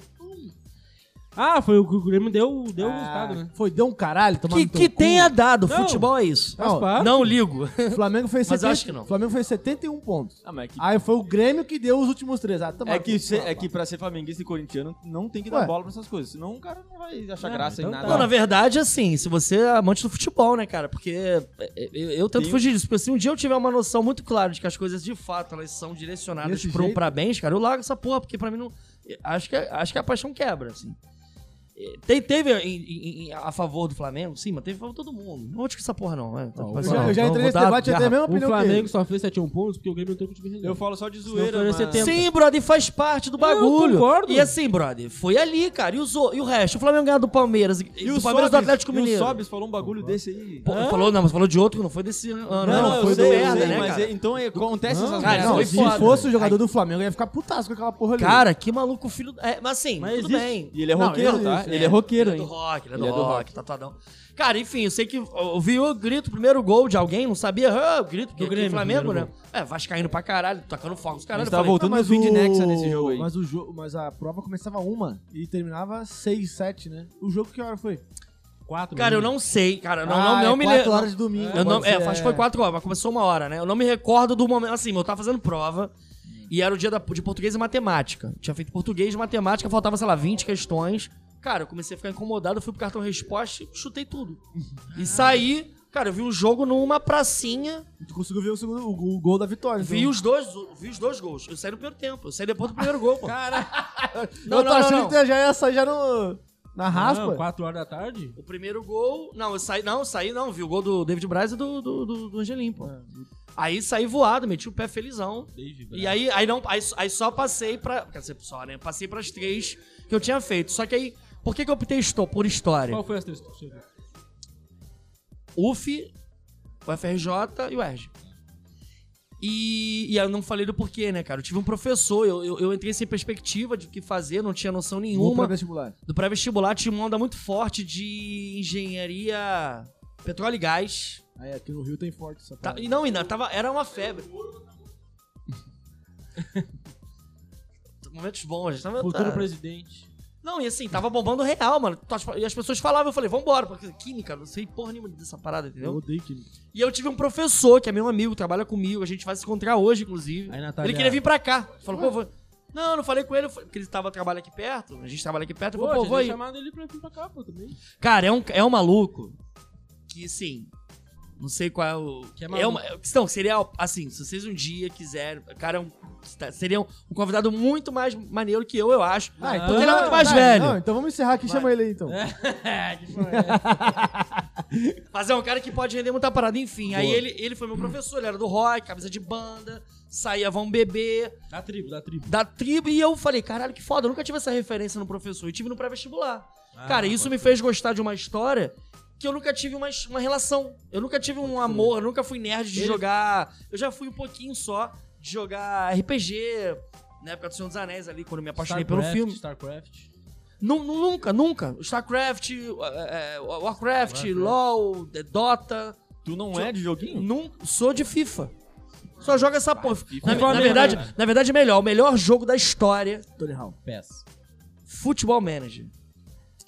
Speaker 2: Ah, foi o que o Grêmio deu, deu o
Speaker 1: Ah,
Speaker 2: resultado, né?
Speaker 1: Foi, deu um caralho, tomar
Speaker 6: Que,
Speaker 1: no teu
Speaker 6: que
Speaker 1: cu.
Speaker 6: tenha dado.
Speaker 2: Não.
Speaker 6: Futebol é isso.
Speaker 1: Não,
Speaker 2: Faz parte.
Speaker 6: Não ligo.
Speaker 1: O Flamengo fez
Speaker 6: Mas
Speaker 1: 70
Speaker 6: acho que não.
Speaker 1: O Flamengo fez 71 pontos.
Speaker 3: Ah, mas é que,
Speaker 1: Aí foi o Grêmio que deu os últimos três. Ah, toma
Speaker 3: é,
Speaker 1: no
Speaker 3: que
Speaker 1: cu.
Speaker 3: ser- é que pra ser flamenguista e corintiano, não tem que dar
Speaker 1: Ué.
Speaker 3: bola pra essas coisas. Senão o cara não vai achar
Speaker 2: Ah,
Speaker 3: graça
Speaker 2: então
Speaker 3: em nada.
Speaker 2: tá.
Speaker 6: Não, na verdade, assim, se você é amante do futebol, né, cara? Porque é, eu, eu tento
Speaker 3: Sim.
Speaker 6: fugir disso. Porque se um dia eu tiver uma noção muito clara de que as coisas de fato elas são direcionadas
Speaker 1: Desse
Speaker 6: pro,
Speaker 1: jeito?
Speaker 6: pra bens, cara, eu largo essa porra, porque pra mim não. Acho que, acho que a paixão quebra, assim. Eh, Te, teve em- em- em- a favor do Flamengo? Sim, mas teve a favor de todo mundo. Não vou discutir essa porra, não. né?
Speaker 1: Eu
Speaker 6: Mas,
Speaker 1: já-
Speaker 6: não,
Speaker 1: Eu já entrei
Speaker 6: não, vou
Speaker 1: nesse
Speaker 6: dar
Speaker 1: debate, eu tenho a
Speaker 6: guerra.
Speaker 1: mesma
Speaker 2: O
Speaker 1: opinião que
Speaker 2: Flamengo
Speaker 1: ele.
Speaker 2: só fez 71 pontos porque o Grêmio entrou com o time reserva.
Speaker 3: Eu falo só de
Speaker 2: não
Speaker 3: zoeira,
Speaker 2: foi
Speaker 3: mas...
Speaker 2: 70.
Speaker 6: Sim, brother, faz parte do bagulho.
Speaker 2: concordo.
Speaker 6: E assim, brother, foi ali, cara. E, os, o- e o resto? O Flamengo ganhou do Palmeiras.
Speaker 3: E
Speaker 6: E, do
Speaker 3: o
Speaker 6: Palmeiras
Speaker 3: Sobis,
Speaker 6: do Atlético
Speaker 3: e
Speaker 6: Mineiro.
Speaker 3: O Sobis falou um bagulho desse aí.
Speaker 6: Pô, falou, não, mas falou de outro que não foi desse ano. Não,
Speaker 1: não,
Speaker 6: foi
Speaker 3: eu
Speaker 6: do
Speaker 3: sei, eu
Speaker 6: merda,
Speaker 3: sei,
Speaker 6: né,
Speaker 3: mas
Speaker 6: cara?
Speaker 3: é- então é, acontece essas
Speaker 6: Cara,
Speaker 1: Não,
Speaker 6: foi
Speaker 1: se
Speaker 6: foda.
Speaker 1: fosse o jogador
Speaker 6: Ai.
Speaker 1: do Flamengo, ia ficar putaço com aquela porra ali.
Speaker 6: Cara, que maluco filho... do- É, mas assim,
Speaker 2: Mas
Speaker 6: tudo
Speaker 2: existe.
Speaker 6: bem.
Speaker 3: E ele é
Speaker 1: Não,
Speaker 3: roqueiro,
Speaker 1: ele-
Speaker 3: tá?
Speaker 1: isso,
Speaker 3: Ele é roqueiro,
Speaker 6: Ele é do
Speaker 3: hein?
Speaker 6: rock, ele é do,
Speaker 3: Ele é do
Speaker 6: rock, tatuadão. Cara, enfim, eu sei que ouvi o grito, primeiro gol de alguém, não sabia, ah, o grito do
Speaker 2: Grêmio,
Speaker 6: Flamengo, né?
Speaker 2: primeiro
Speaker 6: É, Vascaíno pra caralho, "Tá tocando fogo os
Speaker 3: A
Speaker 6: caras.
Speaker 3: gente tava voltando no
Speaker 6: é
Speaker 3: fim de Nexa nesse jogo aí.
Speaker 1: Mas, o jo mas a prova começava uma e terminava 6, 7, né? O jogo que hora foi?
Speaker 2: Quatro,
Speaker 6: Cara, eu
Speaker 2: né?
Speaker 6: não sei, cara, não,
Speaker 1: Ah,
Speaker 6: não, não
Speaker 1: é
Speaker 6: me
Speaker 1: quatro
Speaker 6: lembro.
Speaker 1: horas de domingo.
Speaker 6: Eu não,
Speaker 1: pode
Speaker 6: é,
Speaker 1: ser,
Speaker 6: acho que foi quatro horas, mas começou uma hora, né? Eu não me recordo do momento. Assim, eu tava fazendo prova e era o dia da- de português e matemática. Tinha feito português e matemática, faltava, sei lá, 20 questões. Cara, eu comecei a ficar incomodado, fui pro cartão resposta e chutei tudo. E saí, cara, eu vi um jogo numa pracinha,
Speaker 1: Tu conseguiu ver o, segundo, o, o gol da vitória.
Speaker 6: vi os dois, vi os dois gols. Eu saí no primeiro tempo, eu saí depois do primeiro gol, pô.
Speaker 1: Não, eu
Speaker 6: Não,
Speaker 1: tô
Speaker 6: não, não,
Speaker 1: achando
Speaker 6: não.
Speaker 1: que tu já ia sair já no, na raspa.
Speaker 2: Não, quatro horas da tarde?
Speaker 6: O primeiro gol. Não, eu saí. Não, eu saí não. Vi o gol do David Braz e do, do, do, do Angelim, pô.
Speaker 1: É.
Speaker 6: Aí saí voado, meti o pé felizão. E aí, aí não, aí, aí só passei pra. Quer dizer, só, né? Passei pras três que eu tinha feito. Só que aí. Por que, que eu optei esto- por história?
Speaker 2: Qual foi as três que tu chegou?
Speaker 6: Tá. UF, o FRJ e o ERJ. E, e eu não falei do porquê, né, cara? Eu tive um professor, eu, eu, eu entrei sem perspectiva de o que fazer, não tinha noção
Speaker 1: Vou pra
Speaker 6: nenhuma.
Speaker 1: vestibular.
Speaker 6: do pré-vestibular tinha uma onda muito forte de engenharia petróleo e gás.
Speaker 1: Aí aqui no Rio tem forte essa
Speaker 6: Tá-
Speaker 1: parada.
Speaker 6: e não, ainda tava, era uma febre. Momentos bons, já tava.
Speaker 2: Futuro
Speaker 6: tá-
Speaker 2: presidente.
Speaker 6: Não, e assim, tava bombando real, mano. Tá, tipo, E as pessoas falavam, eu falei, vambora, porque química, não sei porra nenhuma dessa parada,
Speaker 1: Eu
Speaker 6: entendeu?
Speaker 1: odeio que...
Speaker 6: E eu tive um professor, que é meu amigo, trabalha comigo, a gente vai se encontrar hoje, inclusive.
Speaker 2: Aí, Natália.
Speaker 6: Ele queria vir pra cá. Falou, pô, vou... Não, eu não falei com ele, eu falei- porque ele tava trabalha aqui perto, a gente trabalha aqui perto, eu
Speaker 2: Pô,
Speaker 6: falei, pô,
Speaker 2: pô,
Speaker 6: vou aí.
Speaker 2: chamado ele pra vir pra cá, pô, também.
Speaker 6: Cara, é um, é um maluco que, assim, não sei qual é o...
Speaker 2: Que é maluco.
Speaker 6: uma, então, seria, assim, se vocês um dia quiserem... Cara, é um, seria um, um convidado muito mais maneiro que eu, eu acho.
Speaker 1: Ah,
Speaker 6: então ele é muito mais velho. É,
Speaker 1: Não, então vamos encerrar aqui. Chama ele aí, então.
Speaker 6: Mas é um cara que pode render muita parada, enfim. Aí ele, ele foi meu professor, ele era do rock, camisa de banda, saía vão beber,
Speaker 2: Da tribo, da tribo.
Speaker 6: da tribo, e eu falei, caralho, que foda, eu nunca tive essa referência no professor, eu tive no pré-vestibular. cara, isso me fez gostar de uma história que eu nunca tive uma, uma relação. Eu nunca tive um amor, eu nunca fui nerd de jogar. Eu já fui um pouquinho só de jogar RPG, na época do Senhor dos Anéis ali, quando eu me apaixonei pelo filme.
Speaker 2: StarCraft.
Speaker 6: Nu- nu- nunca, nunca. StarCraft, eh, eh, Warcraft, LOL, eh, Dota.
Speaker 3: Tu não é de joguinho?
Speaker 6: Não sou de FIFA. Só joga essa porra. Na,
Speaker 2: Flamengo,
Speaker 6: na verdade,
Speaker 2: né?
Speaker 6: na verdade, é melhor. O melhor jogo da história,
Speaker 1: Tony Hawk.
Speaker 2: Pés.
Speaker 6: Futebol Manager.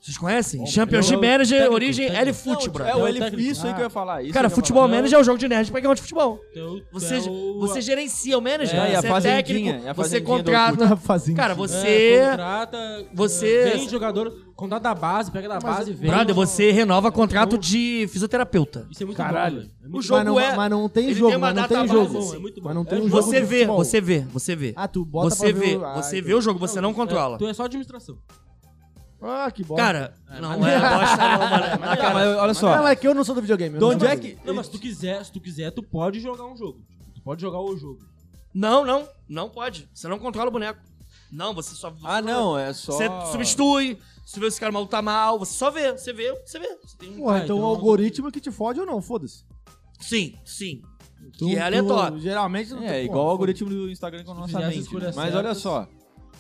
Speaker 6: Vocês conhecem? Championship
Speaker 2: eu-
Speaker 6: Manager,
Speaker 2: técnico,
Speaker 6: origem
Speaker 2: técnico.
Speaker 6: L Foot, bro.
Speaker 3: É, o
Speaker 2: Não,
Speaker 3: ele-
Speaker 2: técnico.
Speaker 3: isso aí que eu ia falar. Isso
Speaker 6: Cara,
Speaker 3: que eu ia
Speaker 6: futebol
Speaker 3: falar.
Speaker 6: manager é um jogo de nerd pra quem gosta de futebol.
Speaker 2: Então,
Speaker 6: Você,
Speaker 2: é o-
Speaker 6: você gerencia o manager,
Speaker 3: É, e a
Speaker 6: você é
Speaker 3: fazendinha,
Speaker 6: técnico,
Speaker 3: e a
Speaker 6: você
Speaker 3: fazendinha do
Speaker 6: contrata.
Speaker 1: Tá fazendo
Speaker 6: Cara,
Speaker 1: sentido.
Speaker 6: você.
Speaker 2: É, contrata,
Speaker 6: você-
Speaker 2: eh, vem jogador, contrata da base, pega da base e vem.
Speaker 6: Brother, você renova contrato de fisioterapeuta.
Speaker 2: Isso é muito
Speaker 1: Caralho.
Speaker 2: bom, velho. É
Speaker 6: O
Speaker 2: muito
Speaker 6: jogo
Speaker 1: mas não,
Speaker 6: é.
Speaker 1: mas não tem
Speaker 6: ele
Speaker 1: jogo,
Speaker 6: tem uma
Speaker 1: mas não
Speaker 6: data
Speaker 1: tem
Speaker 6: base,
Speaker 1: jogo.
Speaker 2: é muito bom.
Speaker 1: mas não
Speaker 2: É
Speaker 1: tem um
Speaker 2: um
Speaker 1: jogo
Speaker 6: Você
Speaker 1: de
Speaker 6: vê,
Speaker 1: futebol.
Speaker 6: você vê, você vê.
Speaker 1: Ah, tu bota
Speaker 6: Você
Speaker 1: pra
Speaker 6: vê,
Speaker 1: ver o- ah,
Speaker 6: você vê o jogo, você não controla.
Speaker 2: É, tu é só administração.
Speaker 1: Ah, que bosta.
Speaker 6: Cara, não é bosta não, mano.
Speaker 3: Cara,
Speaker 6: Mas,
Speaker 3: mas
Speaker 6: cara,
Speaker 3: olha só.
Speaker 1: Não, é que eu não sou do videogame. eu
Speaker 3: De
Speaker 1: não
Speaker 3: onde
Speaker 1: sou
Speaker 3: é
Speaker 1: do-
Speaker 3: que.
Speaker 2: Não, mas se tu quiser, se tu quiser, tu pode jogar um jogo. Tu pode jogar o jogo.
Speaker 6: Não, não, não pode. Você não controla o boneco. Não, você só.
Speaker 3: Ah, não, é só.
Speaker 6: Você substitui, você vê se o cara mal tá mal, você só vê, você vê, você vê. Você tem um-
Speaker 1: Porra,
Speaker 2: Ah,
Speaker 1: então
Speaker 2: então
Speaker 1: o
Speaker 2: não-
Speaker 1: algoritmo que te fode ou não, foda-se.
Speaker 6: Sim, sim.
Speaker 1: Tu-
Speaker 6: Que é
Speaker 1: tu-
Speaker 6: aleatório.
Speaker 1: Geralmente não
Speaker 3: É, igual o algoritmo do Instagram com a nossa
Speaker 2: fizer as
Speaker 3: mente. né?
Speaker 2: escolhas
Speaker 3: Mas
Speaker 2: certas-
Speaker 3: olha só.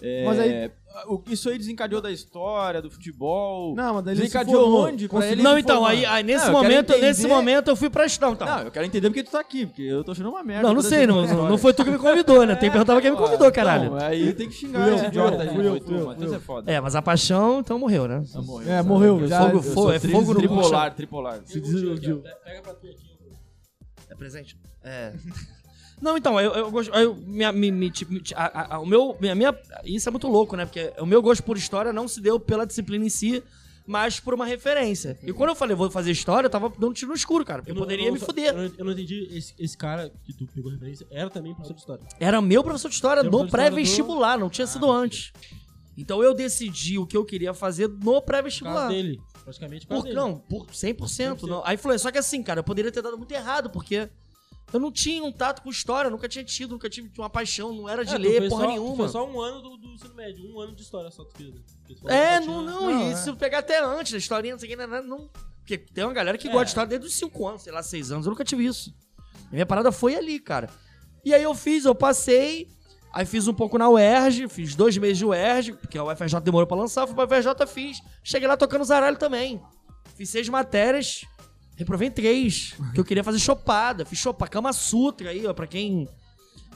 Speaker 3: É,
Speaker 1: Mas aí-
Speaker 3: o- Isso aí desencadeou da história, do futebol.
Speaker 1: Não, mas daí ele se
Speaker 3: Desencadeou
Speaker 1: formou.
Speaker 3: onde? Pra
Speaker 1: Conseguiu-
Speaker 3: ele
Speaker 6: Não,
Speaker 3: se
Speaker 6: então,
Speaker 3: formar.
Speaker 6: aí, aí nesse
Speaker 3: Não, eu quero
Speaker 6: momento, nesse
Speaker 3: entender-
Speaker 6: momento eu fui pra não, então.
Speaker 3: Não, eu quero entender porque tu tá aqui, porque eu tô achando uma merda.
Speaker 6: Não, não
Speaker 3: toda
Speaker 6: sei,
Speaker 3: essa
Speaker 6: não,
Speaker 3: história.
Speaker 6: não foi tu que me convidou, né? Tem que perguntar pra quem me convidou, caralho.
Speaker 3: Não, é. aí tem que xingar
Speaker 1: Fui eu,
Speaker 3: esse
Speaker 1: fui eu,
Speaker 3: idiota aí.
Speaker 1: fui eu,
Speaker 3: Foi
Speaker 1: fui eu,
Speaker 3: tu, Matheus
Speaker 1: fui
Speaker 3: é foda.
Speaker 6: É, mas a paixão, então morreu, né?
Speaker 1: É, morreu.
Speaker 6: Eu
Speaker 1: Já,
Speaker 6: fogo-
Speaker 1: eu
Speaker 6: fogo-
Speaker 1: sou
Speaker 6: é
Speaker 1: triste,
Speaker 6: fogo no
Speaker 1: triste.
Speaker 6: bucho.
Speaker 3: Tripolar, tripolar.
Speaker 1: Se desiludiu.
Speaker 2: Pega pra tu aqui.
Speaker 6: É presente? É. Não, então, eu, eu gosto. Eu, minha, mi- mi- ti- mi- ti- a- a- a- o meu, minha, minha- isso é muito louco, né? Porque o meu gosto por história não se deu pela disciplina em si, mas por uma referência. E quando eu falei, vou fazer história, eu tava dando tiro no escuro, cara. Porque eu
Speaker 2: não-
Speaker 6: poderia
Speaker 2: não-
Speaker 6: me fuder.
Speaker 2: Eu não, eu não entendi, esse, esse cara que tu pegou referência era também professor de história.
Speaker 6: Era meu professor de história
Speaker 2: Era
Speaker 6: no
Speaker 2: professor de história
Speaker 6: pré-vestibular, não tinha sido antes. Então eu decidi o que eu queria fazer no
Speaker 2: Por causa
Speaker 6: pré-vestibular.
Speaker 2: dele. Praticamente por
Speaker 6: Por,
Speaker 2: causa dele.
Speaker 6: não, por 100%. Não. Aí falei, só que assim, cara, eu poderia ter dado muito errado, porque eu não tinha um tato com história, nunca tinha tido, nunca tive uma paixão, não era de
Speaker 2: É, tu
Speaker 6: ler
Speaker 2: fez
Speaker 6: porra
Speaker 2: só, tu
Speaker 6: nenhuma.
Speaker 2: fez só um ano do, do ensino médio, um ano de história só tu fez. né? Porque tu falou
Speaker 6: É,
Speaker 2: que só
Speaker 6: não,
Speaker 2: tinha-
Speaker 6: não,
Speaker 1: Não,
Speaker 6: e
Speaker 1: é.
Speaker 6: se eu pegar até antes, da historinha, não sei o que, não, não. Porque tem uma galera que
Speaker 2: É.
Speaker 6: gosta de história desde os 5 anos, sei lá, 6 anos, eu nunca tive isso. A minha parada foi ali, cara. E aí eu fiz, eu passei, aí fiz um pouco na UERJ, fiz dois meses de UERJ, porque a UFRJ demorou pra lançar, fui pra UFRJ, fiz. Cheguei lá tocando zaralho também. Fiz seis matérias, reprovei em três, que eu queria fazer chopada. Fiz chopa, Kama Sutra aí, ó, pra quem...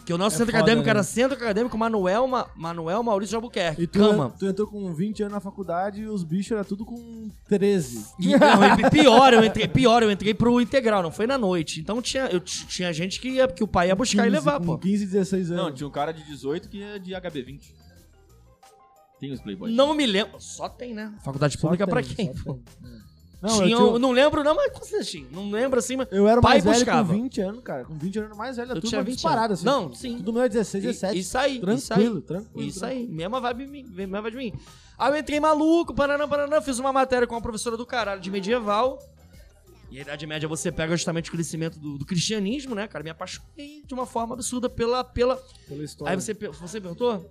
Speaker 6: Que o nosso
Speaker 2: É
Speaker 6: centro
Speaker 2: foda,
Speaker 6: acadêmico
Speaker 2: né?
Speaker 6: era Centro Acadêmico Manuel, Ma- Manuel Maurício de Albuquerque.
Speaker 1: E tu, né?
Speaker 6: Cama.
Speaker 1: tu entrou com 20 anos na faculdade e os bichos eram tudo com 13.
Speaker 6: E, não, e pior, eu entrei, pior, eu entrei pro integral, não foi na noite. Então tinha, eu t- tinha gente que, ia, que o pai ia buscar
Speaker 1: 15,
Speaker 6: e levar,
Speaker 1: com
Speaker 6: pô.
Speaker 1: 15, 16 anos.
Speaker 3: Não, tinha um cara de 18 que é de HB20. Tem os Playboy.
Speaker 6: Não me lembro. Só tem, né? Faculdade
Speaker 1: Só
Speaker 6: pública pra
Speaker 1: tem,
Speaker 6: quem?
Speaker 1: só
Speaker 6: pô?
Speaker 1: tem. Não,
Speaker 6: Tinha
Speaker 1: eu, tinha-
Speaker 6: um- Não lembro, não, mas quantos anos tinha? Não lembro assim, mas.
Speaker 1: eu era
Speaker 6: pai
Speaker 1: mais velho
Speaker 6: buscava.
Speaker 1: com 20 anos, cara. Com 20 anos eu era mais velho,
Speaker 6: Eu
Speaker 1: da turma
Speaker 6: tinha 20
Speaker 1: disparada,
Speaker 6: anos.
Speaker 1: assim.
Speaker 6: Não, sim.
Speaker 1: Tudo meu é 16,
Speaker 6: E-
Speaker 1: 17.
Speaker 6: Isso aí, isso aí.
Speaker 1: tranquilo, tranquilo.
Speaker 6: Isso
Speaker 1: tranquilo.
Speaker 6: aí, mesma vibe, mi- mesma vibe de mim. Aí eu entrei maluco, paraná, paraná, fiz uma matéria com uma professora do caralho de medieval. E a Idade Média você pega justamente o crescimento do, do cristianismo, né, cara? Me apaixonei de uma forma absurda pela. pela...
Speaker 1: Pela história.
Speaker 6: Aí você, pe- você perguntou?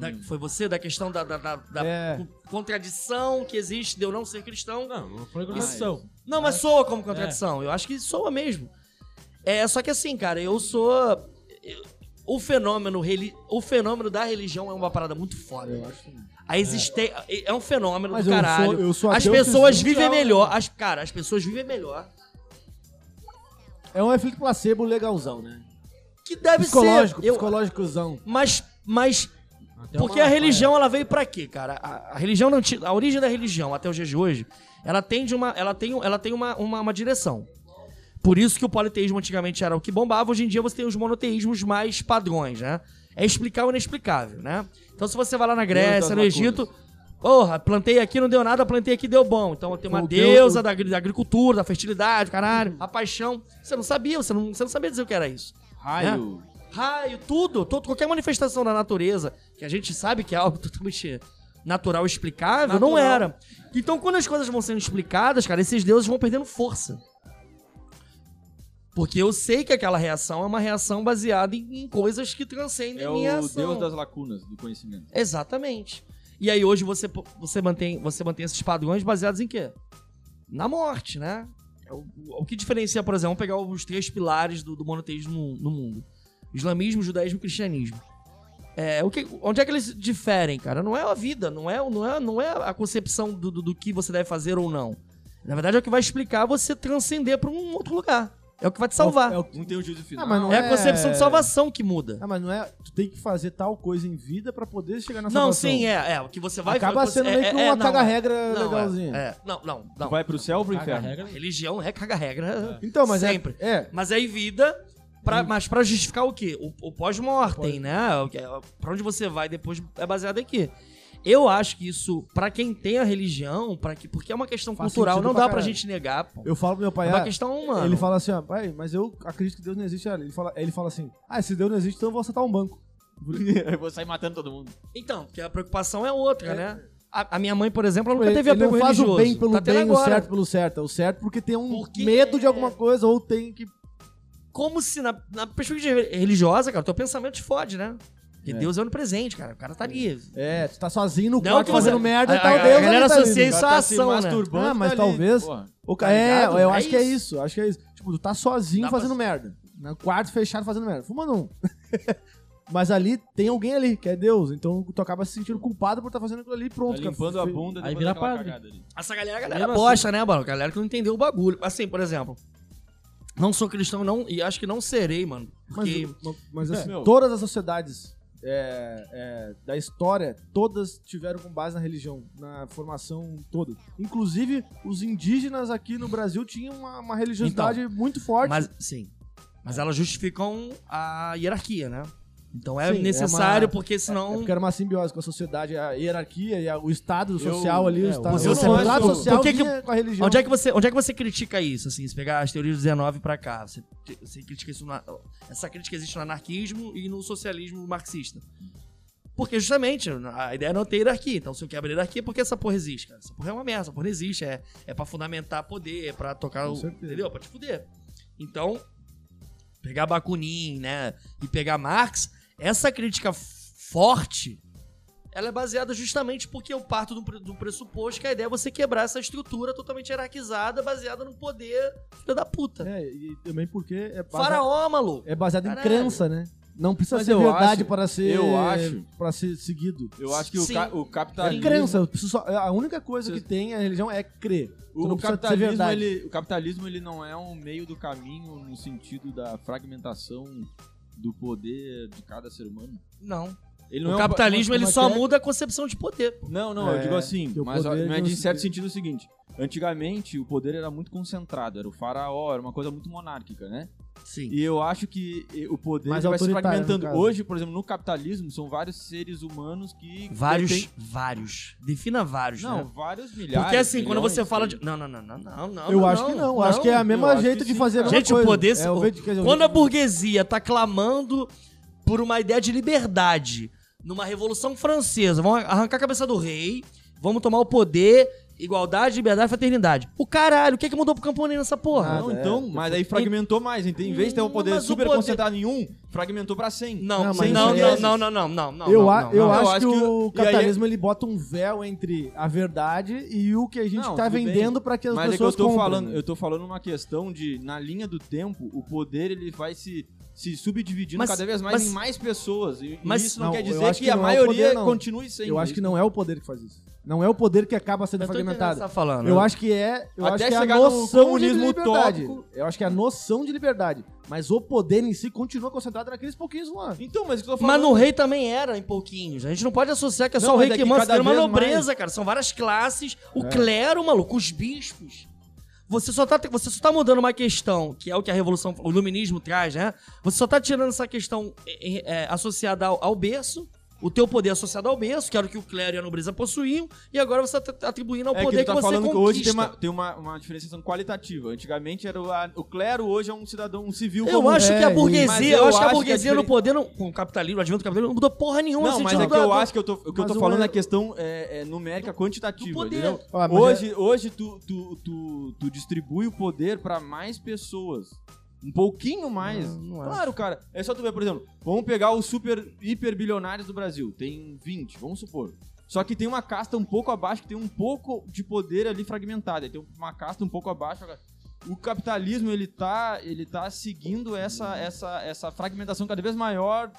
Speaker 6: Da- foi você? Da questão da, da- da- da
Speaker 1: É.
Speaker 6: co- contradição que existe de eu não ser cristão?
Speaker 2: é.
Speaker 6: É.
Speaker 2: Não, não foi conexão.
Speaker 6: Não, mas soa como contradição. Eu acho que soa mesmo. É, só que assim, cara, eu sou. eu- o fenômeno, reli- o fenômeno da religião é uma parada muito foda.
Speaker 1: Eu acho que-
Speaker 6: A existe é. um fenômeno
Speaker 1: Mas
Speaker 6: do
Speaker 1: eu sou-
Speaker 6: caralho.
Speaker 1: eu sou
Speaker 6: as
Speaker 1: ateu
Speaker 6: pessoas
Speaker 1: cristão,
Speaker 6: vivem
Speaker 1: né?
Speaker 6: melhor. As, cara, as pessoas vivem melhor.
Speaker 1: É um efeito placebo legalzão, né?
Speaker 6: Que deve
Speaker 1: Psicológico,
Speaker 6: ser. eu-
Speaker 1: psicológicozão.
Speaker 6: mas, mas
Speaker 2: Até
Speaker 6: Porque
Speaker 2: uma-
Speaker 6: a religião, ela veio pra quê, cara? A, a religião não ti- a origem da religião até os dias de hoje, ela tem de uma, ela tem, ela tem uma, uma, uma direção. Por isso que o politeísmo antigamente era o que bombava, hoje em dia você tem os monoteísmos mais padrões, né? É explicar o inexplicável, né? Então se você vai lá na Grécia, no Egito, porra, plantei aqui, não deu nada, plantei aqui, deu bom. Então tem uma
Speaker 1: O deus-
Speaker 6: deusa da, agri- da agricultura, da fertilidade, caralho, a paixão. Você não sabia, você não, você não sabia dizer o que era isso
Speaker 3: Raio.
Speaker 6: raio, tudo, todo, qualquer manifestação da natureza, que a gente sabe que é algo totalmente natural, explicável, não era. Então, quando as coisas vão sendo explicadas, cara, esses deuses vão perdendo força. Porque eu sei que aquela reação é uma reação baseada em, em coisas que transcendem
Speaker 3: É o
Speaker 6: minha ação.
Speaker 3: deus das lacunas do conhecimento.
Speaker 6: Exatamente. E aí hoje você, po- você, mantém, você mantém esses padrões baseados em quê? Na morte, né? É O, o que diferencia, por exemplo, vamos pegar os três pilares do, do monoteísmo no, no mundo: islamismo, judaísmo e cristianismo. É, o que, onde é que eles diferem, cara? Não é a vida, não é, não é, não é a concepção do, do, do que você deve fazer ou não. Na verdade, é o que vai explicar você transcender para um outro lugar. É o que vai te salvar.
Speaker 1: É, o- é o-
Speaker 3: Não tem um juízo final.
Speaker 1: Ah, mas não
Speaker 6: É a concepção de salvação que muda.
Speaker 1: Ah, mas não é. Tu tem que fazer tal coisa em vida pra poder chegar na
Speaker 6: Não,
Speaker 1: salvação.
Speaker 6: sim, é, é. O que você vai
Speaker 1: Acaba
Speaker 6: você-
Speaker 1: sendo
Speaker 6: é,
Speaker 1: meio que
Speaker 6: é,
Speaker 1: uma
Speaker 6: não,
Speaker 1: caga-regra
Speaker 6: é. Não, é,
Speaker 1: legalzinha.
Speaker 6: é. Não, não, não.
Speaker 3: Vai pro
Speaker 6: é
Speaker 3: céu ou pro
Speaker 6: um
Speaker 3: inferno?
Speaker 2: regra.
Speaker 6: Religião é caga-regra.
Speaker 1: Então, mas é- Uhum.
Speaker 6: Sempre.
Speaker 1: É,
Speaker 6: Mas é em vida, pra- mas pra justificar o quê? O, o pós-mortem, né? O que- Pra onde você vai depois é baseado aqui. Eu acho que isso, pra quem tem a religião, pra que, porque é uma questão
Speaker 1: Faz
Speaker 6: cultural,
Speaker 1: sentido
Speaker 6: não
Speaker 1: pra
Speaker 6: dá pra
Speaker 1: caralho.
Speaker 6: gente negar, pô.
Speaker 1: Eu falo pro meu pai,
Speaker 6: é uma
Speaker 1: ah,
Speaker 6: questão humana.
Speaker 1: ele fala assim, ó, pai, mas eu acredito que Deus não existe. olha, Ele fala, ele fala assim, ah, se Deus não existe, então eu vou assaltar um banco.
Speaker 3: Eu vou sair matando todo mundo.
Speaker 6: Então, porque a preocupação é outra, né? A, a minha mãe, por exemplo, ela nunca
Speaker 1: Ele,
Speaker 6: teve
Speaker 1: ele não
Speaker 6: apego
Speaker 1: faz
Speaker 6: religioso.
Speaker 1: o bem pelo
Speaker 6: tá tendo
Speaker 1: bem, o
Speaker 6: agora.
Speaker 1: certo pelo certo. É o certo porque tem um
Speaker 6: Porque- é.
Speaker 1: medo de alguma coisa ou tem que...
Speaker 6: Como se, na, na perspectiva religiosa, cara, teu pensamento te fode, né? Porque Deus é onipresente, cara. O cara tá ali.
Speaker 1: É, tu tá sozinho no
Speaker 6: Não,
Speaker 1: quarto
Speaker 6: que você-
Speaker 1: fazendo merda
Speaker 6: a-
Speaker 1: e tal,
Speaker 6: a- a
Speaker 1: Deus
Speaker 6: galera
Speaker 1: ali tá
Speaker 6: associa
Speaker 1: ali.
Speaker 6: isso
Speaker 3: O cara
Speaker 6: à
Speaker 3: se
Speaker 6: ação, né?
Speaker 3: masturbando, tá
Speaker 1: Ah, mas
Speaker 3: ali.
Speaker 1: talvez-
Speaker 3: Porra,
Speaker 1: O
Speaker 6: tá
Speaker 1: ca- é,
Speaker 6: ligado?
Speaker 1: eu
Speaker 6: É
Speaker 1: acho que é
Speaker 6: isso.
Speaker 1: isso. Acho que é isso. Tipo, tu tá sozinho
Speaker 6: Dá pra-
Speaker 1: fazendo merda. No quarto fechado fazendo merda. Fumando um. mas ali tem alguém ali, que é Deus. Então tu acaba se sentindo culpado por estar fazendo aquilo ali e
Speaker 3: tá
Speaker 1: pronto. cara.
Speaker 3: limpando a
Speaker 1: Fe-
Speaker 3: bunda
Speaker 2: Aí
Speaker 3: depois
Speaker 2: vira
Speaker 3: daquela
Speaker 2: padre.
Speaker 3: cagada ali.
Speaker 6: Essa galera, a galera
Speaker 2: Mesmo
Speaker 6: bosta,
Speaker 1: assim,
Speaker 6: né, mano? A galera que não entendeu o bagulho. Assim, por exemplo, não sou cristão não, e acho que não serei, mano.
Speaker 1: Mas,
Speaker 6: Porque É.
Speaker 1: ma- mas, assim,
Speaker 3: meu.
Speaker 1: todas as sociedades é, é, da história, todas tiveram com base na religião, na formação toda. Inclusive, os indígenas aqui no Brasil tinham uma, uma religiosidade muito forte.
Speaker 6: Então, Mas, sim. Mas elas justificam a hierarquia, né? Então é
Speaker 1: Sim, é
Speaker 6: necessário,
Speaker 1: uma-
Speaker 6: porque
Speaker 1: É
Speaker 6: senão.
Speaker 1: porque era uma simbiose com a sociedade, a hierarquia e a- o estado social ali, o,
Speaker 2: é,
Speaker 1: estado,
Speaker 6: você
Speaker 1: o
Speaker 6: não
Speaker 1: contrato
Speaker 6: acha-
Speaker 1: social
Speaker 6: Por que que-
Speaker 1: vinha com a religião.
Speaker 6: Onde é, que você, onde é que você critica isso, assim, se pegar as teorias do 19 pra cá? Você, você critica isso na- essa crítica existe no anarquismo e no socialismo marxista. Porque justamente a ideia é não ter hierarquia. Então, se eu quebro a hierarquia, por que essa porra existe, cara? Essa porra é uma merda, essa porra não existe. É, é pra fundamentar poder, é pra tocar
Speaker 1: Com
Speaker 6: o.
Speaker 1: certeza.
Speaker 6: Entendeu? É Pra te fuder. Então, pegar Bakunin, né? E pegar Marx, essa crítica f- forte ela é baseada justamente porque eu parto do, pre- do pressuposto que a ideia é você quebrar essa estrutura totalmente hierarquizada, baseada no poder filho da puta.
Speaker 1: É, e também porque é baseado,
Speaker 6: Faraó, maluco!
Speaker 1: é baseado em
Speaker 6: Caralho.
Speaker 1: crença, né? Não precisa
Speaker 3: Mas
Speaker 1: ser
Speaker 3: eu
Speaker 1: verdade
Speaker 3: acho-
Speaker 1: para ser
Speaker 3: eu acho-
Speaker 1: para ser seguido.
Speaker 3: Eu acho que o,
Speaker 6: Sim.
Speaker 3: ca- o
Speaker 1: É
Speaker 3: capitalismo...
Speaker 1: crença, eu preciso só- a única coisa que
Speaker 3: Você-
Speaker 1: tem a religião é crer.
Speaker 3: O,
Speaker 1: Tu não precisa dizer
Speaker 3: capitalismo,
Speaker 1: verdade.
Speaker 3: ele, o capitalismo ele não é um meio do caminho no sentido da fragmentação do poder de cada ser humano.
Speaker 6: Não.
Speaker 3: Ele não é
Speaker 6: O
Speaker 3: um-
Speaker 6: capitalismo
Speaker 1: como
Speaker 6: ele
Speaker 1: é
Speaker 6: só
Speaker 1: que é?
Speaker 6: muda a concepção de poder.
Speaker 3: Não, não,
Speaker 1: É,
Speaker 3: eu digo assim,
Speaker 1: que o
Speaker 3: mas,
Speaker 1: poder
Speaker 3: mas
Speaker 1: não
Speaker 3: em
Speaker 1: se-
Speaker 3: certo sentido é o seguinte, antigamente o poder era muito concentrado, era o faraó, era uma coisa muito monárquica, né?
Speaker 6: Sim.
Speaker 3: E eu acho que eh, o poder
Speaker 1: Mais
Speaker 3: vai se
Speaker 1: autoritário, no
Speaker 3: fragmentando.
Speaker 1: caso.
Speaker 3: Hoje, por exemplo, no capitalismo, são vários seres humanos que...
Speaker 6: Vários,
Speaker 3: detêm-
Speaker 6: vários. Defina vários,
Speaker 3: Não,
Speaker 6: né?
Speaker 3: vários milhares.
Speaker 6: Porque assim, quando
Speaker 3: milhões,
Speaker 6: você fala de... Não, não, não, não, não, não.
Speaker 1: eu acho que não, eu acho que é a
Speaker 3: eu
Speaker 1: mesma
Speaker 3: acho
Speaker 1: jeito
Speaker 3: que
Speaker 1: de
Speaker 3: sim,
Speaker 1: fazer a
Speaker 3: cara.
Speaker 1: mesma
Speaker 6: Gente, o
Speaker 1: coisa.
Speaker 6: poder se-
Speaker 1: É, o jeito- quer dizer, o
Speaker 6: Quando a
Speaker 1: jeito-
Speaker 6: burguesia tá clamando por uma ideia de liberdade, numa revolução francesa, vamos arrancar a cabeça do rei, vamos tomar o poder, igualdade, liberdade, fraternidade. O caralho, o que é que mudou pro camponês nessa porra?
Speaker 3: Não, então, mas aí fragmentou mais. Então, em vez de ter um poder
Speaker 6: Hum, Mas o
Speaker 3: super
Speaker 6: poder-
Speaker 3: concentrado em um, fragmentou pra 100.
Speaker 6: Não,
Speaker 1: Não,
Speaker 6: não,
Speaker 1: mas
Speaker 6: não,
Speaker 1: isso
Speaker 6: não,
Speaker 1: aí é-
Speaker 6: não, não, não, não, não,
Speaker 1: eu,
Speaker 6: não,
Speaker 1: a-
Speaker 6: não,
Speaker 1: eu
Speaker 6: não.
Speaker 1: acho,
Speaker 3: acho
Speaker 1: que,
Speaker 3: que-
Speaker 1: o
Speaker 3: e aí-
Speaker 1: capitalismo ele bota um véu entre a verdade e o que a gente
Speaker 3: Não,
Speaker 1: tá
Speaker 3: tudo bem.
Speaker 1: vendendo pra que as
Speaker 3: Mas é que eu
Speaker 1: pessoas
Speaker 3: tô
Speaker 1: comprem.
Speaker 3: falando,
Speaker 1: né?
Speaker 3: eu tô falando uma questão de na linha do tempo, o poder ele vai se se subdividindo
Speaker 6: Mas-
Speaker 3: cada vez mais
Speaker 6: mas-
Speaker 3: em mais pessoas. E, e
Speaker 6: mas-
Speaker 3: isso não,
Speaker 1: Não,
Speaker 3: quer
Speaker 1: eu
Speaker 3: dizer
Speaker 1: acho
Speaker 3: que,
Speaker 1: que
Speaker 3: a
Speaker 1: não é o
Speaker 3: maioria
Speaker 1: poder, não.
Speaker 3: continue sendo.
Speaker 1: Eu acho que não é o poder que faz isso. Não é o poder que acaba sendo
Speaker 6: Eu tô entendendo o que
Speaker 1: fragmentado.
Speaker 6: você tá falando.
Speaker 1: Eu acho que é, eu
Speaker 3: Até
Speaker 1: acho que é a
Speaker 3: chegar no
Speaker 1: noção de
Speaker 3: comunismo
Speaker 1: liberdade.
Speaker 3: utópico.
Speaker 1: Eu acho que é a noção de liberdade. Mas o poder em si continua concentrado naqueles pouquinhos lá.
Speaker 3: Então, mas o que eu tô
Speaker 6: Mas
Speaker 3: falando.
Speaker 6: no rei também era, em pouquinhos. A gente não pode associar que é só
Speaker 3: Não,
Speaker 6: o rei
Speaker 3: mas é
Speaker 6: que
Speaker 3: que
Speaker 6: manda.
Speaker 3: cada
Speaker 6: Tem uma
Speaker 3: vez É.
Speaker 6: nobreza, cara. São várias classes. O clero, maluco, os bispos. Você só, tá, você só tá mudando uma questão, que é o que a revolução, o iluminismo traz, né? Você só tá tirando essa questão eh, eh, eh, associada ao, ao berço, o teu poder associado ao berço, que era o que o clero e a nobreza possuíam, e agora você tá atribuindo ao
Speaker 3: é
Speaker 6: poder
Speaker 3: que
Speaker 6: que,
Speaker 3: tu tá
Speaker 6: você
Speaker 3: falando
Speaker 6: conquista.
Speaker 3: que hoje tem, uma, tem uma, uma diferenciação qualitativa. Antigamente era o, a- o clero, hoje é um cidadão, um civil.
Speaker 6: Eu
Speaker 3: comum.
Speaker 6: acho que
Speaker 1: É,
Speaker 6: a
Speaker 1: e-
Speaker 3: mas
Speaker 6: burguesia, eu,
Speaker 3: eu
Speaker 6: acho que a
Speaker 3: acho que é a
Speaker 6: burguesia no
Speaker 3: diferen-
Speaker 6: poder, não, com o capitalismo, o advento do capitalismo, não mudou porra nenhuma assim,
Speaker 3: Não,
Speaker 6: no
Speaker 3: mas
Speaker 6: sentido
Speaker 3: é que eu
Speaker 6: da-
Speaker 3: acho que eu tô, o que eu
Speaker 1: Mas
Speaker 3: tô
Speaker 1: não
Speaker 3: falando
Speaker 1: é-
Speaker 3: é a questão é, é numérica, quantitativa.
Speaker 6: do poder.
Speaker 3: entendeu?
Speaker 1: Ah, mas
Speaker 3: Hoje, hoje tu, tu, tu, tu distribui o poder pra mais pessoas. Um pouquinho mais.
Speaker 6: Não, não acho.
Speaker 3: claro, cara. É só tu ver, por exemplo, vamos pegar os super, hiper bilionários do Brasil. Tem 20, vamos supor. Só que tem uma casta um pouco abaixo que tem um pouco de poder ali fragmentada. Aí Tem uma casta um pouco abaixo. O capitalismo, ele tá, ele tá seguindo essa, essa, essa fragmentação cada vez maior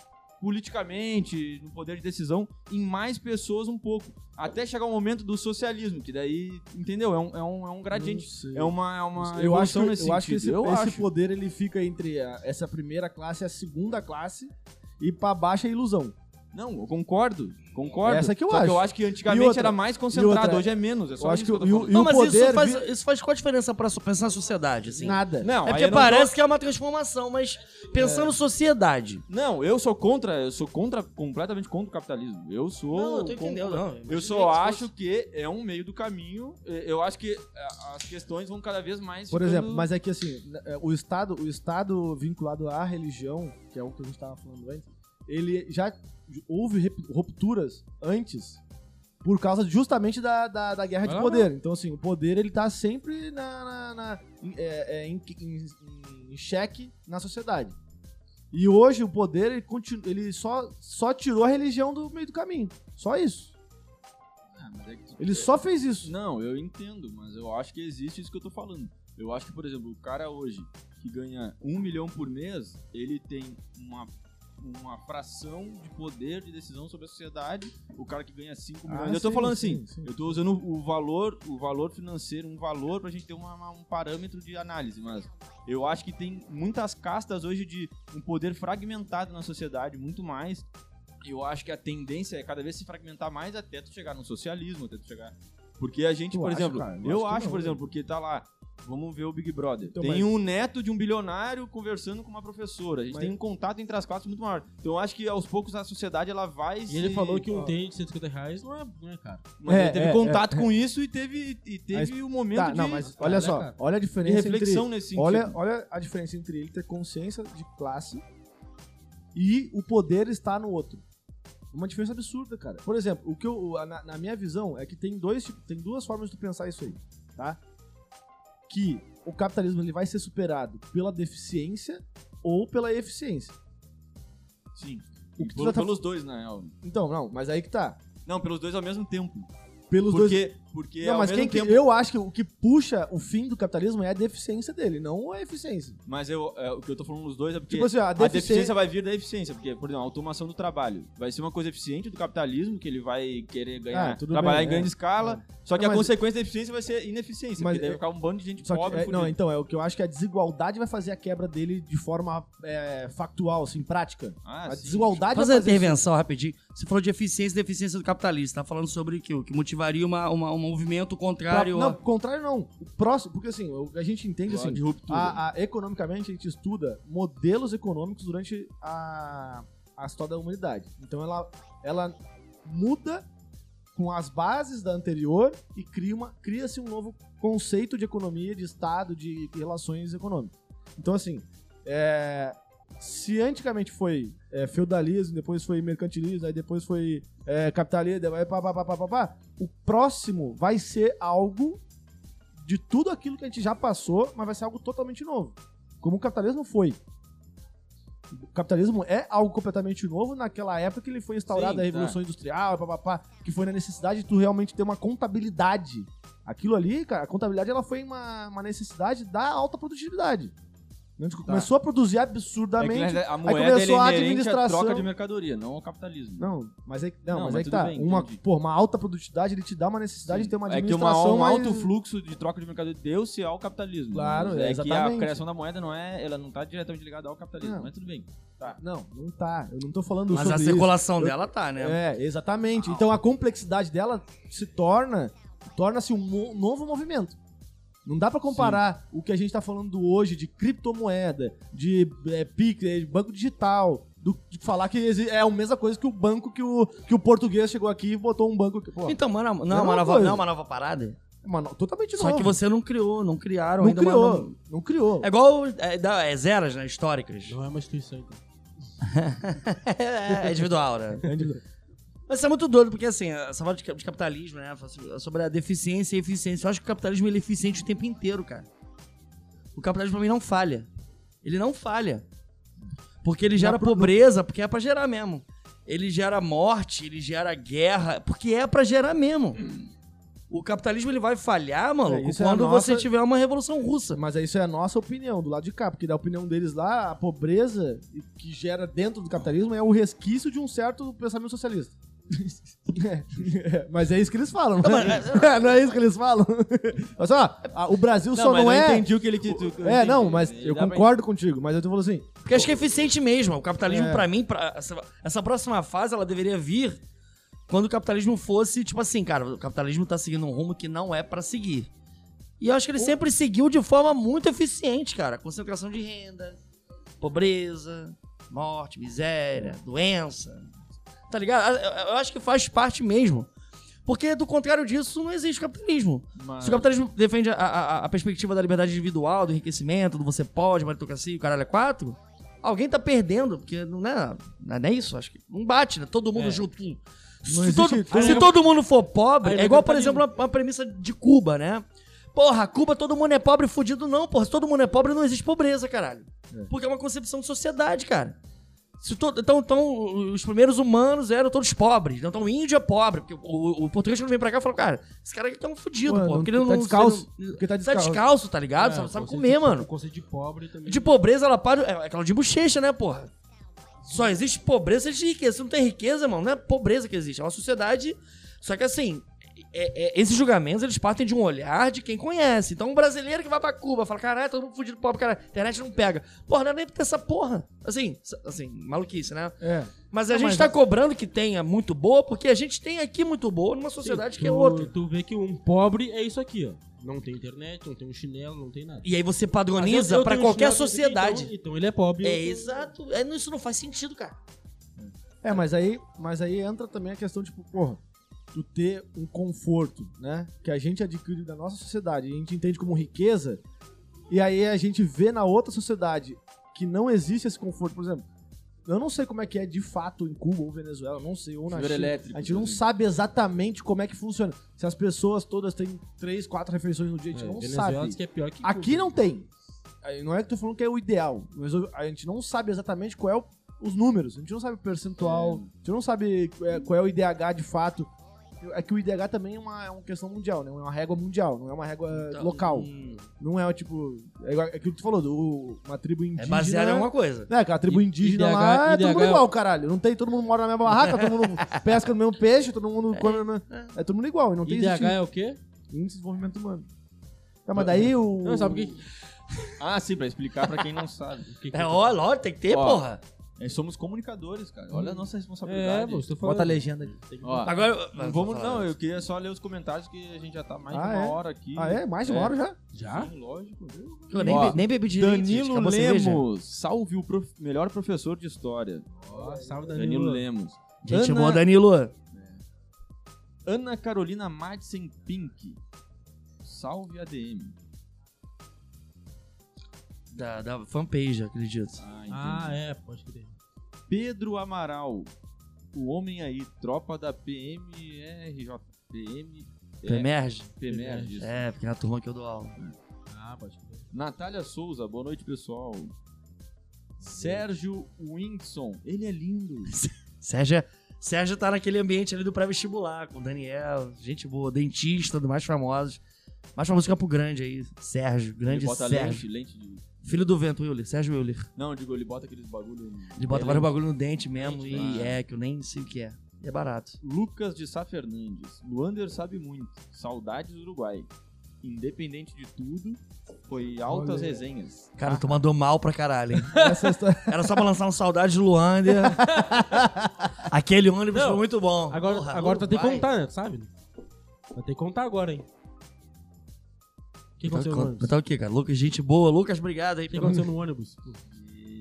Speaker 3: politicamente, no poder de decisão, em mais pessoas um pouco. Até chegar o momento do socialismo, que daí, entendeu? É um, é um, é um gradiente. É uma, é uma
Speaker 1: eu acho,
Speaker 3: evolução
Speaker 1: que-
Speaker 3: nesse
Speaker 1: eu acho que esse,
Speaker 3: sentido. eu
Speaker 1: esse
Speaker 3: acho.
Speaker 1: poder ele fica entre a- essa primeira classe e a segunda classe e pra baixo é ilusão.
Speaker 3: Não, eu concordo. Concordo.
Speaker 1: Essa que eu
Speaker 3: Só
Speaker 1: acho.
Speaker 3: eu acho que
Speaker 1: E
Speaker 3: antigamente
Speaker 1: outra?
Speaker 3: era mais concentrado,
Speaker 1: outra?
Speaker 3: hoje é menos. É só
Speaker 1: Eu acho
Speaker 3: isso
Speaker 1: que
Speaker 3: eu tô
Speaker 1: o- e o-
Speaker 3: falando.
Speaker 1: e
Speaker 6: Não,
Speaker 1: o
Speaker 6: mas
Speaker 1: poder
Speaker 6: isso, faz,
Speaker 1: vi-
Speaker 6: isso faz qual a diferença pra so- pensar na sociedade, assim?
Speaker 1: Nada.
Speaker 3: Não, aí
Speaker 6: é porque
Speaker 3: eu não tô-
Speaker 6: parece que é uma transformação, mas pensando sociedade.
Speaker 3: Não, eu sou contra, eu sou contra, completamente contra o capitalismo. Eu sou.
Speaker 6: não, eu tô
Speaker 3: contra-
Speaker 6: entendendo. Não,
Speaker 2: é
Speaker 3: Eu só acho que é um meio do caminho. eh, Eu acho que eh, as questões vão cada vez mais.
Speaker 2: Tipo,
Speaker 1: Por
Speaker 3: ficando-
Speaker 1: exemplo, mas é que assim, na- é, o Estado, o Estado vinculado à religião, que é o que a gente estava falando antes, ele já j- houve rep- rupturas antes por causa justamente da, da, da guerra de
Speaker 2: Ah.
Speaker 1: poder. Então, assim, o poder ele tá sempre na, na- na- em, é, é, em- em- em xeque na sociedade. E hoje o poder ele, continu, ele só, só tirou a religião do meio do caminho. Só isso.
Speaker 3: Ah, mas é que tu-
Speaker 1: Ele só fez isso.
Speaker 3: Não, eu entendo, mas eu acho que existe isso que eu tô falando. Eu acho que, por exemplo, o cara hoje que ganha um milhão por mês, ele tem uma, uma fração de poder de decisão sobre a sociedade. O cara que ganha cinco milhões. eu tô
Speaker 1: Ah, sim,
Speaker 3: falando
Speaker 1: sim,
Speaker 3: assim,
Speaker 1: sim.
Speaker 3: Eu tô usando o valor, o valor financeiro, um valor pra gente ter uma- uma- um parâmetro de análise, mas eu acho que tem muitas castas hoje de um poder fragmentado na sociedade, muito mais. Eu acho que a tendência é cada vez se fragmentar mais até tu chegar no socialismo, até tu chegar. Porque a gente,
Speaker 1: Tu
Speaker 3: por
Speaker 1: acha,
Speaker 3: exemplo,
Speaker 1: cara? Eu
Speaker 3: eu,
Speaker 1: acho que
Speaker 3: acho,
Speaker 1: não,
Speaker 3: por
Speaker 1: né?
Speaker 3: exemplo, porque tá lá, vamos ver o Big Brother.
Speaker 1: Então,
Speaker 3: tem
Speaker 1: mas-
Speaker 3: um neto de um bilionário conversando com uma professora. A gente
Speaker 1: Mas-
Speaker 3: tem um contato entre as classes muito maior. Então eu acho que aos poucos a sociedade ela vai
Speaker 2: E ele falou que um tênis de 150 reais não é, não é caro.
Speaker 3: mas
Speaker 1: É,
Speaker 3: ele teve
Speaker 1: é,
Speaker 3: contato com isso e teve, e
Speaker 1: Mas-
Speaker 3: teve o momento
Speaker 1: Tá,
Speaker 3: de,
Speaker 1: não, mas olha
Speaker 2: né,
Speaker 1: só,
Speaker 2: cara?
Speaker 1: olha a
Speaker 3: de
Speaker 1: diferença entre
Speaker 3: reflexão nesse sentido.
Speaker 1: Olha, olha a diferença entre ele ter consciência de classe e o poder estar no outro. É Uma diferença absurda, cara. Por exemplo, o que eu, o- na, na minha visão é que tem dois tipos- tem duas formas de tu pensar isso aí, tá? Que o capitalismo ele vai ser superado pela deficiência ou pela eficiência.
Speaker 3: Sim.
Speaker 1: O que tu
Speaker 3: Pelo-
Speaker 1: já tá-
Speaker 3: Pelos dois, na real.
Speaker 1: Então, não, mas aí que tá.
Speaker 3: Não, pelos dois ao mesmo tempo.
Speaker 1: Pelos dois.
Speaker 3: Porque, porque é
Speaker 1: Não,
Speaker 3: ao
Speaker 1: mas
Speaker 3: mesmo
Speaker 1: quem que,
Speaker 3: tempo...
Speaker 1: eu acho que o que puxa o fim do capitalismo é a deficiência dele, não a eficiência.
Speaker 3: Mas eu, é, o que eu tô falando dos dois é porque...
Speaker 1: Tipo assim, ó, a
Speaker 3: A deficiência
Speaker 1: deficiência,
Speaker 3: vai vir da eficiência, porque, por exemplo, a automação do trabalho vai ser uma coisa eficiente do capitalismo, que ele vai querer ganhar,
Speaker 1: Ah, tudo
Speaker 3: trabalhar
Speaker 1: bem,
Speaker 3: em
Speaker 1: é.
Speaker 3: grande escala, só que
Speaker 1: Não,
Speaker 3: a
Speaker 1: mas-
Speaker 3: consequência da eficiência vai ser ineficiência,
Speaker 1: Mas
Speaker 3: porque daí
Speaker 1: é-
Speaker 3: vai ficar um bando de gente
Speaker 1: Só que-
Speaker 3: pobre.
Speaker 1: é,
Speaker 3: fudida.
Speaker 1: não, então, é o que eu acho que a desigualdade vai fazer a quebra dele de forma é, factual, assim, prática.
Speaker 3: Ah,
Speaker 1: a
Speaker 3: sim.
Speaker 1: desigualdade
Speaker 6: Fazer
Speaker 1: vai
Speaker 6: uma
Speaker 1: fazer
Speaker 6: intervenção rapidinho. Você falou de eficiência e deficiência do capitalista. Tá falando sobre que, o que motivaria uma, uma- um movimento
Speaker 1: pra-
Speaker 6: contrário.
Speaker 1: Não,
Speaker 6: a-
Speaker 1: contrário não. O próximo, porque assim, o- a gente entende assim,
Speaker 3: de ruptura.
Speaker 1: a, a- economicamente a gente estuda modelos econômicos durante a, a história da humanidade. Então ela, ela muda com as bases da anterior e cria uma- cria-se um novo conceito de economia, de Estado, de relações econômicas. Então, assim, é, se antigamente foi é, feudalismo, depois foi mercantilismo, aí depois foi é, capitalismo, aí pá, pá, pá, pá, pá, pá, o próximo vai ser algo de tudo aquilo que a gente já passou, mas vai ser algo totalmente novo. Como o capitalismo foi. O capitalismo é algo completamente novo naquela época que ele foi instaurado
Speaker 3: Sim,
Speaker 1: a Revolução Industrial, pá, pá, pá, que foi na necessidade de tu realmente ter uma contabilidade. Aquilo ali, cara, a contabilidade ela foi uma, uma necessidade da alta produtividade. A gente começou a produzir
Speaker 3: Tá. É que,
Speaker 1: absurdamente.
Speaker 3: né, a moeda
Speaker 1: começou
Speaker 3: ela
Speaker 1: a
Speaker 3: é inerente à
Speaker 1: administração.
Speaker 3: troca de mercadoria, não ao capitalismo.
Speaker 1: Não, mas é, que- não,
Speaker 3: Não,
Speaker 1: mas
Speaker 3: mas
Speaker 1: é que
Speaker 3: tudo
Speaker 1: tá.
Speaker 3: bem,
Speaker 1: uma,
Speaker 3: entendi.
Speaker 1: pô, uma alta produtividade ele te dá uma necessidade de ter uma
Speaker 3: é que
Speaker 1: administração
Speaker 3: uma, um
Speaker 1: mais-
Speaker 3: alto fluxo de troca de mercadoria deu-se ao capitalismo.
Speaker 1: Claro, é,
Speaker 3: Mas é, que a
Speaker 1: exatamente.
Speaker 3: criação da moeda não é, ela não está diretamente ligada ao capitalismo,
Speaker 1: Não.
Speaker 3: mas tudo bem.
Speaker 1: Não, não tá. Eu não tô falando
Speaker 6: mas a
Speaker 1: sobre
Speaker 6: circulação
Speaker 1: isso.
Speaker 6: dela tá,
Speaker 1: isso.
Speaker 6: né?
Speaker 1: É, exatamente. Então a complexidade dela se torna torna-se um mo- novo movimento. Não dá pra comparar o que a gente tá falando hoje de criptomoeda, de é, Pix, é, de banco digital, do, de falar que exi- é a mesma coisa que o banco que o, que o português chegou aqui e botou um banco aqui. Pô,
Speaker 6: Então, mano, não, é
Speaker 1: Mesma
Speaker 6: uma nova,
Speaker 1: coisa.
Speaker 6: não é uma nova parada.
Speaker 1: mano, totalmente novo.
Speaker 6: Só que você não criou, não criaram
Speaker 1: não
Speaker 6: ainda uma-
Speaker 1: criou,
Speaker 6: não-
Speaker 1: não criou.
Speaker 6: É igual é, da- é zeras, né? Históricas.
Speaker 2: Não é uma instituição, então.
Speaker 6: é individual, né?
Speaker 1: É individual.
Speaker 6: Mas isso é muito doido, porque assim, essa fala de, cap- de capitalismo, né? fala sobre- Sobre a deficiência e eficiência. Eu acho que o capitalismo ele é eficiente o tempo inteiro, cara. O capitalismo pra mim não falha. Ele não falha. Porque ele gera pobreza, porque é pra gerar mesmo. Ele gera morte, ele gera guerra, porque é pra gerar mesmo. O capitalismo ele vai falhar, mano,
Speaker 1: É, isso é a
Speaker 6: quando
Speaker 1: nossa-
Speaker 6: você tiver uma revolução russa.
Speaker 1: Mas isso é a nossa opinião, do lado de cá, porque da opinião deles lá, a pobreza que gera dentro do capitalismo é o resquício de um certo pensamento socialista. É, é, mas é isso que eles falam. Não, é, não é isso que eles falam. Olha só, a- o Brasil só
Speaker 3: mas
Speaker 1: não
Speaker 3: eu
Speaker 1: é.
Speaker 3: entendi o que ele quis. eu
Speaker 1: É,
Speaker 3: entendi.
Speaker 1: não, mas
Speaker 3: Ele
Speaker 1: eu
Speaker 3: dá pra
Speaker 1: concordo contigo, mas eu tô falando assim.
Speaker 6: Porque acho que é eficiente mesmo. O capitalismo,
Speaker 1: É.
Speaker 6: pra mim, pra essa, essa próxima fase, ela deveria vir quando o capitalismo fosse, tipo assim, cara, o capitalismo tá seguindo um rumo que não é pra seguir. E eu acho que ele sempre seguiu de forma muito eficiente, cara. Concentração de renda, pobreza, morte, miséria, doença. Tá ligado? Eu- Eu eu acho que faz parte mesmo. Porque, do contrário disso, não existe capitalismo.
Speaker 3: Mas-
Speaker 6: Se o capitalismo defende a, a- a perspectiva da liberdade individual, do enriquecimento, do você pode, meritocracia, e o caralho é quatro, alguém tá perdendo, porque não é, não é isso, acho que não bate, né? Todo mundo junto. Se,
Speaker 1: existe-
Speaker 6: todo,
Speaker 1: todo
Speaker 6: se
Speaker 1: mundo-
Speaker 6: todo mundo for pobre,
Speaker 2: Aí
Speaker 6: é
Speaker 2: não é
Speaker 6: igual, por
Speaker 2: capitalismo.
Speaker 6: exemplo, uma, uma premissa de Cuba, né? Porra, Cuba todo mundo é pobre fudido, não, porra. Se todo mundo é pobre, não existe pobreza, caralho. Porque é uma concepção de sociedade, cara. Se to- então, então, os primeiros humanos eram todos pobres. Então, o índio é pobre. Porque o, o- o português, quando vem pra cá, falou: Cara, esse cara aqui tá um fudido,
Speaker 1: Mano,
Speaker 6: pô. Porque ele
Speaker 1: tá
Speaker 6: não
Speaker 1: descalço.
Speaker 6: ele não-
Speaker 1: Porque tá
Speaker 6: tá
Speaker 1: descalço. É,
Speaker 6: descalço, tá ligado? Só não
Speaker 2: É, o
Speaker 6: sabe
Speaker 2: conceito
Speaker 6: comer,
Speaker 2: de-
Speaker 6: mano.
Speaker 2: O conceito de pobre também.
Speaker 6: De pobreza, ela para. É aquela de bochecha, né, porra? Só existe pobreza se existe riqueza. Se não tem riqueza, mano, não é pobreza que existe. É uma sociedade. Só que assim, é- é- esses julgamentos eles partem de um olhar de quem conhece. Então, um brasileiro que vai pra Cuba fala: caralho, todo mundo fudido pobre, cara, internet não pega. Porra, não é nem pra ter essa porra. Assim, s- assim, maluquice, né?
Speaker 1: É.
Speaker 6: Mas a
Speaker 1: Não,
Speaker 6: gente
Speaker 1: mas-
Speaker 6: tá cobrando que tenha muito boa, porque a gente tem aqui muito boa numa sociedade
Speaker 2: Sim,
Speaker 6: que é
Speaker 2: tu-
Speaker 6: outra.
Speaker 2: Tu vê que um pobre é isso aqui, ó. Não tem internet, não tem um chinelo, não tem nada.
Speaker 6: E aí você
Speaker 2: Mas
Speaker 6: padroniza
Speaker 2: eu- eu
Speaker 6: pra
Speaker 2: tenho um
Speaker 6: qualquer
Speaker 2: chinelo, eu tenho-
Speaker 6: sociedade.
Speaker 2: Então, então ele é pobre. eu
Speaker 6: É,
Speaker 2: sou-
Speaker 6: exato. É, não- isso não faz sentido, cara.
Speaker 1: É, mas aí, mas aí entra também a questão, tipo, porra, tu ter um conforto, né? Que a gente adquire da nossa sociedade, a gente entende como riqueza, e aí a gente vê na outra sociedade que não existe esse conforto, por exemplo. Eu não sei como é que é de fato em Cuba ou Venezuela, não sei, ou na
Speaker 3: Chuveiro
Speaker 1: China.
Speaker 3: elétrico,
Speaker 1: a
Speaker 2: né?
Speaker 1: gente não
Speaker 3: por exemplo.
Speaker 1: sabe exatamente como é que funciona. Se as pessoas todas têm três, quatro refeições no dia, a gente
Speaker 2: É,
Speaker 1: não
Speaker 2: Venezuela
Speaker 1: sabe.
Speaker 2: diz que é pior que
Speaker 1: Aqui
Speaker 2: Cuba.
Speaker 1: não tem. né? Aí Não é que tô falando que é o ideal, mas eu- a gente não sabe exatamente qual é o- os números, a gente não sabe o percentual, a gente não sabe é, qual é o IDH de fato. É que o IDH também é uma, é uma questão mundial, né? É uma régua mundial, não é uma régua
Speaker 6: Então,
Speaker 1: local.
Speaker 6: hum,
Speaker 1: Não é tipo. É igual- é aquilo que tu falou, do, uma tribo indígena.
Speaker 6: É baseado em alguma coisa.
Speaker 1: É, aquela tribo
Speaker 2: I-
Speaker 1: indígena
Speaker 2: IDH
Speaker 1: lá, é todo mundo
Speaker 2: IDH.
Speaker 1: igual, caralho. Não tem, todo mundo mora na mesma barraca, todo mundo pesca no mesmo peixe, todo mundo come. na- É todo mundo igual, e não tem
Speaker 2: IDH
Speaker 1: índice
Speaker 2: é o quê?
Speaker 1: de desenvolvimento humano. Tá, mas daí o.
Speaker 2: Não, sabe o que?
Speaker 3: Ah, sim, pra explicar pra quem não sabe.
Speaker 2: que-
Speaker 6: É, ó, lógico, tem que ter,
Speaker 3: Ó.
Speaker 6: porra.
Speaker 3: Nós somos comunicadores, cara. Olha a nossa responsabilidade.
Speaker 2: É, pô, estou falando.
Speaker 1: Bota a legenda ali.
Speaker 3: Ó,
Speaker 6: Agora.
Speaker 3: não vamos, não, eu queria só ler os comentários que a gente já tá mais
Speaker 1: Ah,
Speaker 3: de uma
Speaker 1: é?
Speaker 3: hora aqui.
Speaker 1: Ah, é? Mais de uma
Speaker 3: É.
Speaker 1: hora já?
Speaker 2: Já?
Speaker 3: Sim, lógico. viu?
Speaker 6: Eu nem,
Speaker 3: Ó,
Speaker 6: be- nem bebi direito. gente,
Speaker 3: Danilo
Speaker 6: acabou a cerveja.
Speaker 3: Lemos, salve o prof- melhor professor de história.
Speaker 2: Ó, salve Danilo.
Speaker 3: Danilo, Lemos.
Speaker 6: Gente,
Speaker 3: Ana-
Speaker 6: boa, Danilo.
Speaker 3: Ana Carolina Madsen Pink. Salve ADM.
Speaker 6: Da, da fanpage, acredito.
Speaker 3: Ah, entendi.
Speaker 2: Ah, é, pode crer.
Speaker 6: é.
Speaker 3: Pedro Amaral. O homem aí, tropa da PMRJ. PM.
Speaker 6: Emerge?
Speaker 3: PMR, isso.
Speaker 6: É, porque é na turma que eu dou aula.
Speaker 2: Ah, pode crer.
Speaker 3: Natália Souza, boa noite, pessoal. Sérgio Winson, ele é lindo.
Speaker 6: Sérgio, Sérgio tá naquele ambiente ali do pré-vestibular, com o Daniel, gente boa, dentista, do mais famosos. Mais famoso de Campo Grande aí. Sérgio,
Speaker 3: Ele
Speaker 6: grande
Speaker 3: bota
Speaker 6: Sérgio.
Speaker 3: lente, lente de...
Speaker 6: Filho do vento, Willer. Sérgio Willer.
Speaker 3: Não, eu digo, ele bota aqueles bagulho...
Speaker 6: Ele bota
Speaker 3: É
Speaker 6: vários
Speaker 3: lente.
Speaker 6: bagulho no dente mesmo
Speaker 3: Dente,
Speaker 6: e
Speaker 3: ah.
Speaker 6: é, que eu nem sei o que é. E é barato.
Speaker 3: Lucas de Sá Fernandes. Luander sabe muito. Saudades do Uruguai. Independente de tudo, foi altas
Speaker 1: Olha.
Speaker 3: resenhas.
Speaker 6: Cara, tu mandou mal pra caralho, hein?
Speaker 1: Essa história.
Speaker 6: Era só pra lançar um saudade do Luander. Aquele ônibus
Speaker 2: Não,
Speaker 6: foi muito bom.
Speaker 2: Agora,
Speaker 6: Porra,
Speaker 2: agora tu vai ter que
Speaker 6: vai.
Speaker 2: contar, né? Tu sabe? Vai ter que contar agora, hein? O que
Speaker 6: Tá,
Speaker 2: aconteceu no
Speaker 6: conta-
Speaker 2: ônibus?
Speaker 6: tá o quê, cara? Lucas, gente boa. Lucas, obrigado aí.
Speaker 2: O que
Speaker 6: pelo-
Speaker 2: aconteceu no ônibus?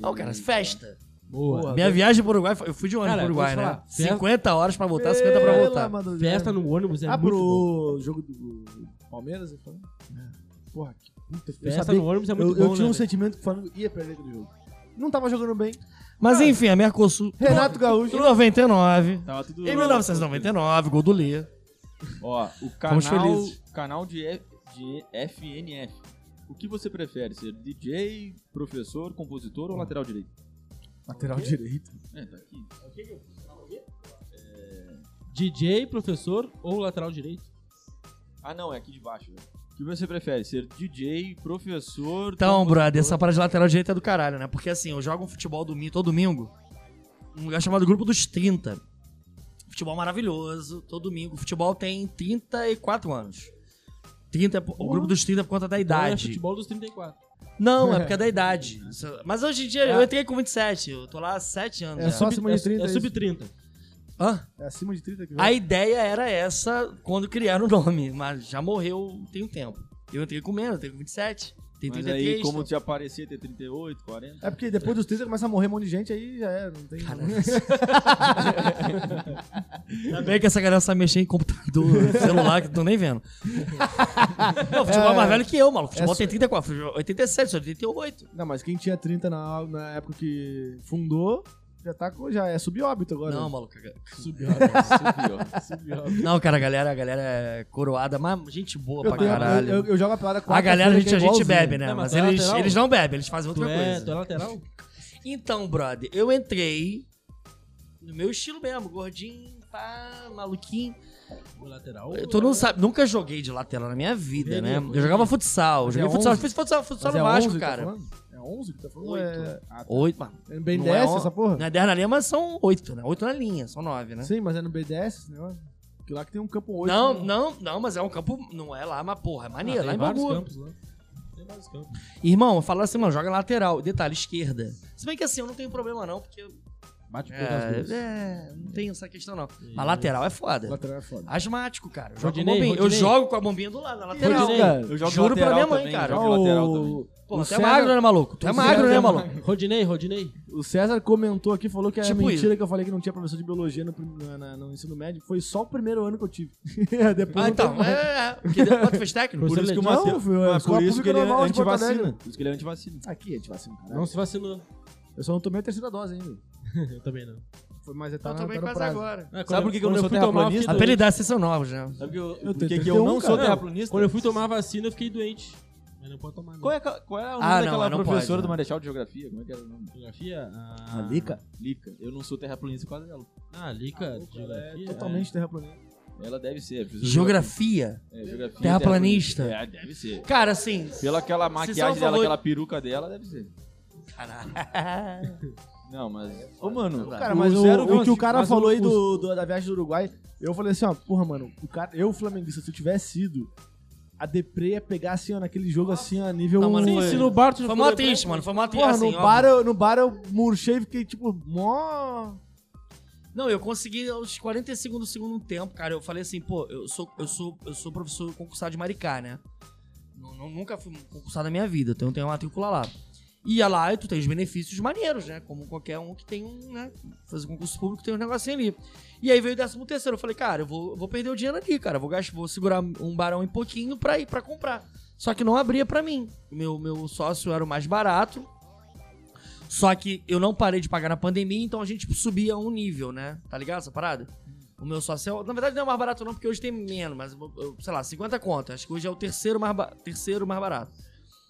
Speaker 6: Não, cara, festa.
Speaker 2: Boa.
Speaker 6: Minha viagem pro Uruguai, foi- eu fui de ônibus
Speaker 2: Cara,
Speaker 1: é
Speaker 6: pro Uruguai,
Speaker 2: vou te
Speaker 6: né?
Speaker 2: falar,
Speaker 6: 50 horas pra voltar, 50 pra voltar.
Speaker 2: Festa no ônibus é
Speaker 1: Ah,
Speaker 2: muito bom.
Speaker 1: pro jogo do Palmeiras, eu falei? É. Porra, que puta. Eu,
Speaker 2: Festa
Speaker 1: sabia,
Speaker 2: no ônibus é
Speaker 1: eu,
Speaker 2: muito
Speaker 1: eu
Speaker 2: bom,
Speaker 1: tinha
Speaker 2: né,
Speaker 1: um
Speaker 2: velho?
Speaker 1: sentimento que o Flamengo ia perder aquele jogo. Não tava jogando bem.
Speaker 6: Mas enfim, a Mercosul.
Speaker 1: Renato Gaúcho.
Speaker 6: Em 99.
Speaker 3: Tava tudo...
Speaker 6: Em 1999, gol do Lê.
Speaker 3: Ó, o
Speaker 6: Fomos
Speaker 3: canal,
Speaker 6: felizes.
Speaker 3: canal de, F- de FNF. O que você prefere, ser DJ, professor, compositor ou lateral direito?
Speaker 1: Lateral direito.
Speaker 3: É, tá aqui.
Speaker 2: DJ, professor ou lateral direito?
Speaker 3: Ah, não, é aqui de baixo, velho. O que você prefere? Ser DJ, professor.
Speaker 6: Então,
Speaker 3: compositor?
Speaker 6: brother, essa parada de lateral direita é do caralho, né? Porque assim, eu jogo um futebol domingo, todo domingo, num lugar chamado Grupo dos 30. Futebol maravilhoso, todo domingo. O futebol tem 34 anos. 30, é po- o grupo dos 30 é por conta da
Speaker 2: É
Speaker 6: idade.
Speaker 2: futebol dos 34.
Speaker 6: Não, é porque é da idade. Isso- Mas hoje em dia eu entrei com 27, eu tô lá há 7 anos.
Speaker 1: É
Speaker 6: já.
Speaker 1: só acima de 30.
Speaker 2: é
Speaker 1: isso.
Speaker 2: sub-30.
Speaker 6: Hã?
Speaker 1: É acima de 30 que
Speaker 6: A ideia era essa quando criaram o nome, mas já morreu tem um tempo. Eu entrei com menos, eu entrei com 27. Tem
Speaker 3: Mas
Speaker 6: 33.
Speaker 3: aí, como te aparecia, ter 38, 40.
Speaker 1: É porque depois dos 30 começa a morrer um monte de gente, aí já é, não tem.
Speaker 6: Ainda bem que essa galera sabe mexer em computador, celular, que eu tô nem vendo. Não, o futebol é mais velho que eu, maluco. O futebol
Speaker 1: É,
Speaker 6: tem 34, futebol- 87, sou de 88.
Speaker 1: Não, mas quem tinha 30 na, na época que fundou, já tá com. Já é subóbito agora.
Speaker 6: Não, maluco.
Speaker 3: Subiu.
Speaker 6: Não, cara, a galera, a galera é coroada, mas gente boa
Speaker 1: eu,
Speaker 6: pra
Speaker 1: tenho-
Speaker 6: caralho.
Speaker 1: eu- eu jogo a pelada com
Speaker 6: a galera, a gente,
Speaker 1: que é
Speaker 6: a gente
Speaker 1: igualzinho.
Speaker 6: bebe, né?
Speaker 2: É, mas
Speaker 6: mas
Speaker 2: tu é
Speaker 6: eles,
Speaker 2: lateral?
Speaker 6: eles não bebem, eles fazem
Speaker 2: Tu
Speaker 6: outra
Speaker 2: é,
Speaker 6: coisa.
Speaker 2: tu é lateral?
Speaker 6: Então, brother, eu entrei no meu estilo mesmo, gordinho, pá, maluquinho.
Speaker 2: O lateral.
Speaker 6: Tu não sabe, nunca joguei de lateral na minha vida, né? Eu jogava futsal,
Speaker 1: Mas
Speaker 6: joguei
Speaker 1: é
Speaker 6: futsal,
Speaker 1: 11?
Speaker 6: fiz futsal, futsal
Speaker 1: Mas
Speaker 6: no
Speaker 1: é
Speaker 6: Vasco,
Speaker 1: 11 que tá
Speaker 6: cara.
Speaker 1: falando? É 11 que tá falando? Ou É...
Speaker 6: Oito, mano.
Speaker 1: é no BDS
Speaker 6: Não é on-
Speaker 1: essa porra?
Speaker 6: Não é 10 na linha, mas são oito, né? Oito na linha, são nove, né?
Speaker 1: Sim, mas é no BDS esse negócio. Porque lá que tem um campo 8.
Speaker 6: não, não, não, mas é um campo. Não é lá, mas porra, é
Speaker 1: Ah,
Speaker 6: maneiro, lá em Bangu.
Speaker 2: campos lá. Tem vários campos.
Speaker 6: Irmão, falaram assim, mano, joga lateral. Detalhe, esquerda. Se bem que assim, eu não tenho problema, não, porque. eu-
Speaker 2: Bate por todas as
Speaker 6: É,
Speaker 2: duas.
Speaker 6: é, não tem essa questão, não. Mas lateral é foda.
Speaker 1: Lateral é
Speaker 3: Ah,
Speaker 1: foda.
Speaker 6: Asmático, cara. Eu jogo, com a
Speaker 2: Rodinei,
Speaker 6: bombinha. eu
Speaker 2: Rodinei.
Speaker 6: jogo com a bombinha do lado, na lateral.
Speaker 2: Rodinei.
Speaker 3: Eu jogo
Speaker 6: Juro pra
Speaker 3: lateral
Speaker 6: minha mãe,
Speaker 3: também,
Speaker 6: cara.
Speaker 3: jogo
Speaker 1: Ó,
Speaker 3: lateral também.
Speaker 6: Pô,
Speaker 1: o
Speaker 6: tu é
Speaker 1: César-
Speaker 6: magro, né, maluco? Tu é
Speaker 1: o
Speaker 6: magro,
Speaker 1: César
Speaker 6: né,
Speaker 1: é
Speaker 6: maluco?
Speaker 2: Rodinei, Rodinei.
Speaker 1: O César comentou aqui, falou que é
Speaker 6: Tipo
Speaker 1: mentira
Speaker 6: isso.
Speaker 1: que eu falei que não tinha professor de biologia no, prim- na- na- no ensino médio. Foi só o primeiro ano que eu tive. Depois
Speaker 6: Ah,
Speaker 1: não
Speaker 6: então.
Speaker 1: teve mais.
Speaker 6: É, é. Porque deu- quanto fez técnico?
Speaker 3: Por isso que o
Speaker 1: Não,
Speaker 3: Matheus.
Speaker 1: foi a
Speaker 3: mas
Speaker 1: escola
Speaker 3: Por isso que
Speaker 1: pública
Speaker 3: ele é
Speaker 1: normal de Porto
Speaker 3: antivacina.
Speaker 1: Alegre.
Speaker 3: Por isso que ele é antivacina.
Speaker 1: Aqui, a gente vacina, caralho.
Speaker 2: Não se vacinou.
Speaker 1: Eu só não tomei a terceira dose ainda.
Speaker 2: Eu também não. Ah,
Speaker 1: Foi mais
Speaker 3: tá Então
Speaker 6: Eu
Speaker 1: etapa.
Speaker 6: também quase agora.
Speaker 2: Quando
Speaker 3: por que
Speaker 2: eu-
Speaker 3: que eu não
Speaker 2: quando fui tomar,
Speaker 3: sou
Speaker 2: eu
Speaker 3: terraplanista?
Speaker 2: fiquei doente.
Speaker 6: Apelidar, vocês são novos, né?
Speaker 3: Sabe que eu,
Speaker 1: Eu
Speaker 3: porque
Speaker 1: tenho
Speaker 3: que eu
Speaker 1: 31,
Speaker 3: não sou
Speaker 1: cara.
Speaker 3: terraplanista?
Speaker 2: Quando eu fui tomar a vacina, eu fiquei doente. Mas não pode tomar não.
Speaker 3: Qual é, aquela- qual é o nome
Speaker 6: Ah, não,
Speaker 3: daquela
Speaker 6: não pode,
Speaker 3: professora
Speaker 6: né?
Speaker 3: do Marechal de Geografia? Como é que era o nome?
Speaker 2: Geografia? Ah,
Speaker 1: A Lica?
Speaker 3: Lica. Eu não sou terraplanista por causa dela.
Speaker 2: Ah, Lica.
Speaker 1: É
Speaker 2: Geografia.
Speaker 1: totalmente terraplanista.
Speaker 3: Ela deve ser. professora de
Speaker 6: Geografia.
Speaker 3: geografia. É, geografia
Speaker 6: Terraplanista.
Speaker 3: terraplanista. É, deve ser.
Speaker 6: Cara, assim.
Speaker 3: Pela aquela
Speaker 6: só
Speaker 3: maquiagem
Speaker 6: falou-
Speaker 3: dela, aquela peruca dela, deve ser.
Speaker 6: Caralho.
Speaker 3: Não, mas. Ô, mano.
Speaker 6: Cara,
Speaker 1: Cara, mas o,
Speaker 3: zero-
Speaker 1: o que o cara
Speaker 3: mas
Speaker 1: falou
Speaker 3: o-
Speaker 1: aí do, do- da viagem do Uruguai, eu falei assim, ó, porra, mano, o cara, eu, flamenguista, se eu tivesse ido, a Depre ia pegar assim, ó, naquele jogo assim, ó, nível...
Speaker 6: Tá, Não, mano,
Speaker 1: Sim,
Speaker 6: foi-
Speaker 1: se
Speaker 2: No
Speaker 1: no-
Speaker 2: bar, tu já ficou
Speaker 6: Foi mó
Speaker 2: doente?
Speaker 6: triste, mano. Foi mó triste.
Speaker 1: Porra,
Speaker 6: assim,
Speaker 1: no,
Speaker 6: ó.
Speaker 1: bar eu, no bar eu murchei e fiquei, tipo, mó...
Speaker 6: Não, eu consegui aos 45 do segundo tempo, cara. Eu falei assim, pô, eu sou, eu sou, eu sou professor concursado de Maricá, né? Nu- nu- nunca fui concursado na minha vida, então eu tenho uma matrícula lá. E é lá, e tu tem os benefícios maneiros, né? Como qualquer um que tem um, né? Fazer concurso público tem um negocinho ali. E aí veio o décimo terceiro, eu falei, cara, eu vou, eu vou perder o dinheiro ali, cara. Eu Vou, gastar, vou segurar um barão em pouquinho pra ir pra comprar. Só que não abria pra mim. Meu, meu sócio era o mais barato. Só que eu não parei de pagar na pandemia, então a gente subia um nível, né? Tá ligado essa parada? O meu sócio, é- na verdade não é o mais barato não, porque hoje tem menos, mas eu- eu- sei lá, 50 conto. Acho que hoje é o terceiro mais, ba- terceiro mais barato.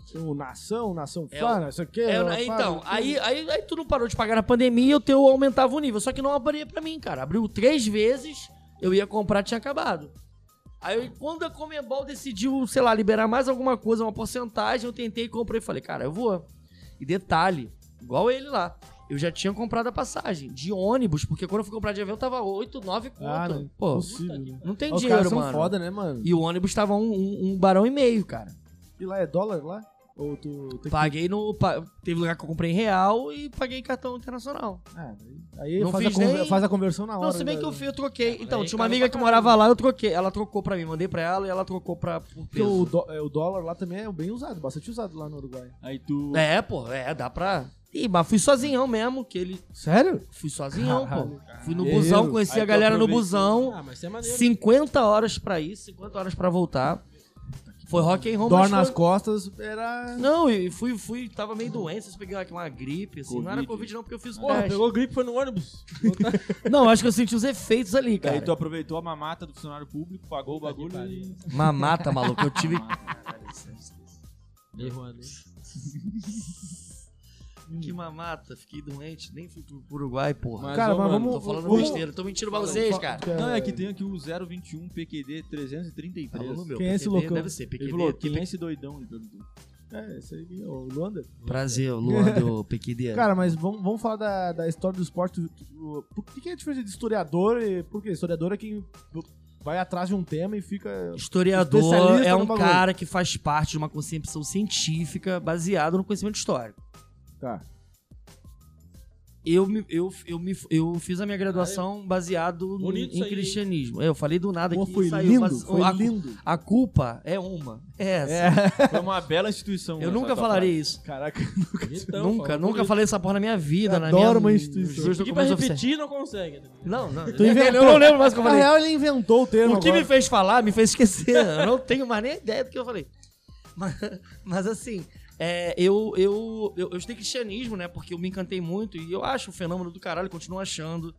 Speaker 1: assim, O Nação, Nação
Speaker 6: É,
Speaker 1: Fana, isso aqui...
Speaker 6: É,
Speaker 1: ó,
Speaker 6: né?
Speaker 1: Fana,
Speaker 6: então,
Speaker 1: isso aqui.
Speaker 6: aí, aí, aí tu não parou de pagar na pandemia, o teu aumentava o nível. Só que não abria pra mim, cara. Abriu três vezes, eu ia comprar, tinha acabado. Aí quando a Comebol decidiu, sei lá, liberar mais alguma coisa, uma porcentagem, eu tentei, comprei e falei, cara, eu vou. E detalhe, igual ele lá. Eu já tinha comprado a passagem de ônibus, porque quando eu fui comprar de avião tava 8, 9 conto.
Speaker 1: Ah, não,
Speaker 6: Pô,
Speaker 1: impossível. né?
Speaker 6: não tem
Speaker 1: Os caras
Speaker 6: dinheiro,
Speaker 1: são
Speaker 6: mano.
Speaker 1: foda, né, mano?
Speaker 6: E o ônibus tava um, um, um barão e meio, cara.
Speaker 1: E lá é dólar, lá? Ou tu... Tem que...
Speaker 6: Paguei no. pa- Teve lugar que eu comprei em real e paguei em cartão internacional.
Speaker 1: Ah, daí- aí
Speaker 6: Não
Speaker 1: faz a,
Speaker 6: fiz
Speaker 1: conver-
Speaker 6: nem-
Speaker 1: faz a conversão na hora.
Speaker 6: Não, se bem
Speaker 1: né?
Speaker 6: que eu, fui, eu troquei. Então,
Speaker 2: aí
Speaker 6: tinha uma
Speaker 2: caiu
Speaker 6: amiga
Speaker 2: pra
Speaker 6: que morava lá, eu troquei. Ela trocou pra mim, mandei pra ela e ela trocou pra por
Speaker 1: Porque o,
Speaker 6: peso.
Speaker 1: dó- é, o dólar lá também é bem usado, bastante usado lá no Uruguai.
Speaker 3: Aí tu.
Speaker 6: É, pô, é, dá pra. Ih, mas fui sozinhão mesmo, que ele.
Speaker 1: Sério?
Speaker 6: Fui sozinhão,
Speaker 1: Caralho,
Speaker 6: pô. Fui no
Speaker 1: caralho.
Speaker 6: busão, conheci
Speaker 3: Aí
Speaker 6: a
Speaker 3: tu
Speaker 6: galera no
Speaker 3: aproveitou.
Speaker 6: busão.
Speaker 2: Ah, mas isso é maneiro.
Speaker 6: 50 horas pra ir, 50 horas pra voltar. Foi rock and roll,
Speaker 1: Dor
Speaker 6: mas
Speaker 1: nas
Speaker 6: foi-
Speaker 1: costas era.
Speaker 6: Não, e fui, fui, tava meio doença, eu peguei uma gripe, assim. Não era
Speaker 3: Covid.
Speaker 6: Covid, não, porque eu fiz o
Speaker 2: Porra,
Speaker 6: teste.
Speaker 2: pegou gripe, foi no ônibus.
Speaker 6: Não, acho que eu senti os efeitos ali, cara.
Speaker 3: Aí tu aproveitou a mamata do funcionário público, pagou o bagulho e.
Speaker 6: Mamata, maluco. Eu tive.
Speaker 2: Errou, né?
Speaker 6: Que mamata, fiquei doente, nem fui pro Uruguai, porra.
Speaker 3: Mas,
Speaker 1: Cara,
Speaker 3: ô,
Speaker 1: mas
Speaker 3: mano,
Speaker 1: vamos-
Speaker 6: tô falando
Speaker 1: vamos-
Speaker 6: besteira, tô mentindo pra vocês, cara.
Speaker 3: Não, é que tem aqui o 021 PQD 333.
Speaker 6: Alô, meu,
Speaker 1: Quem é esse
Speaker 6: PQD?
Speaker 1: loucão?
Speaker 6: Deve ser, PQD.
Speaker 3: Ele falou, quem
Speaker 6: PQD.
Speaker 3: é esse doidão? Ele perguntou.
Speaker 1: É, esse aí, o Luanda.
Speaker 6: é?" Prazer, Luan do PQD.
Speaker 1: É. Cara, mas vamos, vamos falar da, da história do esporte. do- do- Por que, que é a diferença de historiador? e- Por quê? Historiador é quem vai atrás de um tema e fica.
Speaker 6: Historiador
Speaker 1: especialista
Speaker 6: é
Speaker 1: no
Speaker 6: um
Speaker 1: bagulho.
Speaker 6: cara que faz parte de uma concepção científica baseada no conhecimento histórico.
Speaker 1: Tá.
Speaker 6: Eu, me- eu, eu, me, eu fiz a minha graduação baseado no,
Speaker 2: Bonito isso
Speaker 6: em
Speaker 2: aí, hein?
Speaker 6: cristianismo. É, Eu falei do nada
Speaker 1: Pô,
Speaker 6: aqui
Speaker 1: foi
Speaker 6: saiu,
Speaker 1: lindo,
Speaker 6: mas
Speaker 1: foi
Speaker 6: a,
Speaker 1: lindo.
Speaker 6: a culpa é uma. É essa.
Speaker 3: Foi uma bela instituição. né,
Speaker 6: eu
Speaker 3: é essa
Speaker 6: nunca
Speaker 3: tua
Speaker 6: falarei
Speaker 3: frase.
Speaker 6: isso.
Speaker 1: Caraca.
Speaker 2: Então,
Speaker 6: nunca,
Speaker 2: fala
Speaker 6: nunca
Speaker 2: bonito.
Speaker 6: falei essa porra na minha vida.
Speaker 1: Eu
Speaker 6: na
Speaker 1: adoro
Speaker 6: minha,
Speaker 1: uma
Speaker 6: nos
Speaker 1: instituição.
Speaker 6: meus
Speaker 2: Pedir pra
Speaker 6: documentos oficiais.
Speaker 2: repetir não consegue. tá ligado?
Speaker 6: Não, não.
Speaker 1: inventou.
Speaker 6: Eu não lembro mais o que eu
Speaker 1: Na
Speaker 6: falei.
Speaker 1: real, ele inventou o termo.
Speaker 6: O que
Speaker 1: agora.
Speaker 6: me fez falar, me fez esquecer. Eu não tenho mais nem ideia do que eu falei. Mas, mas assim, é, eu, eu, eu, eu estudei cristianismo, né? Porque eu me encantei muito e eu acho o fenômeno do caralho, continuo achando.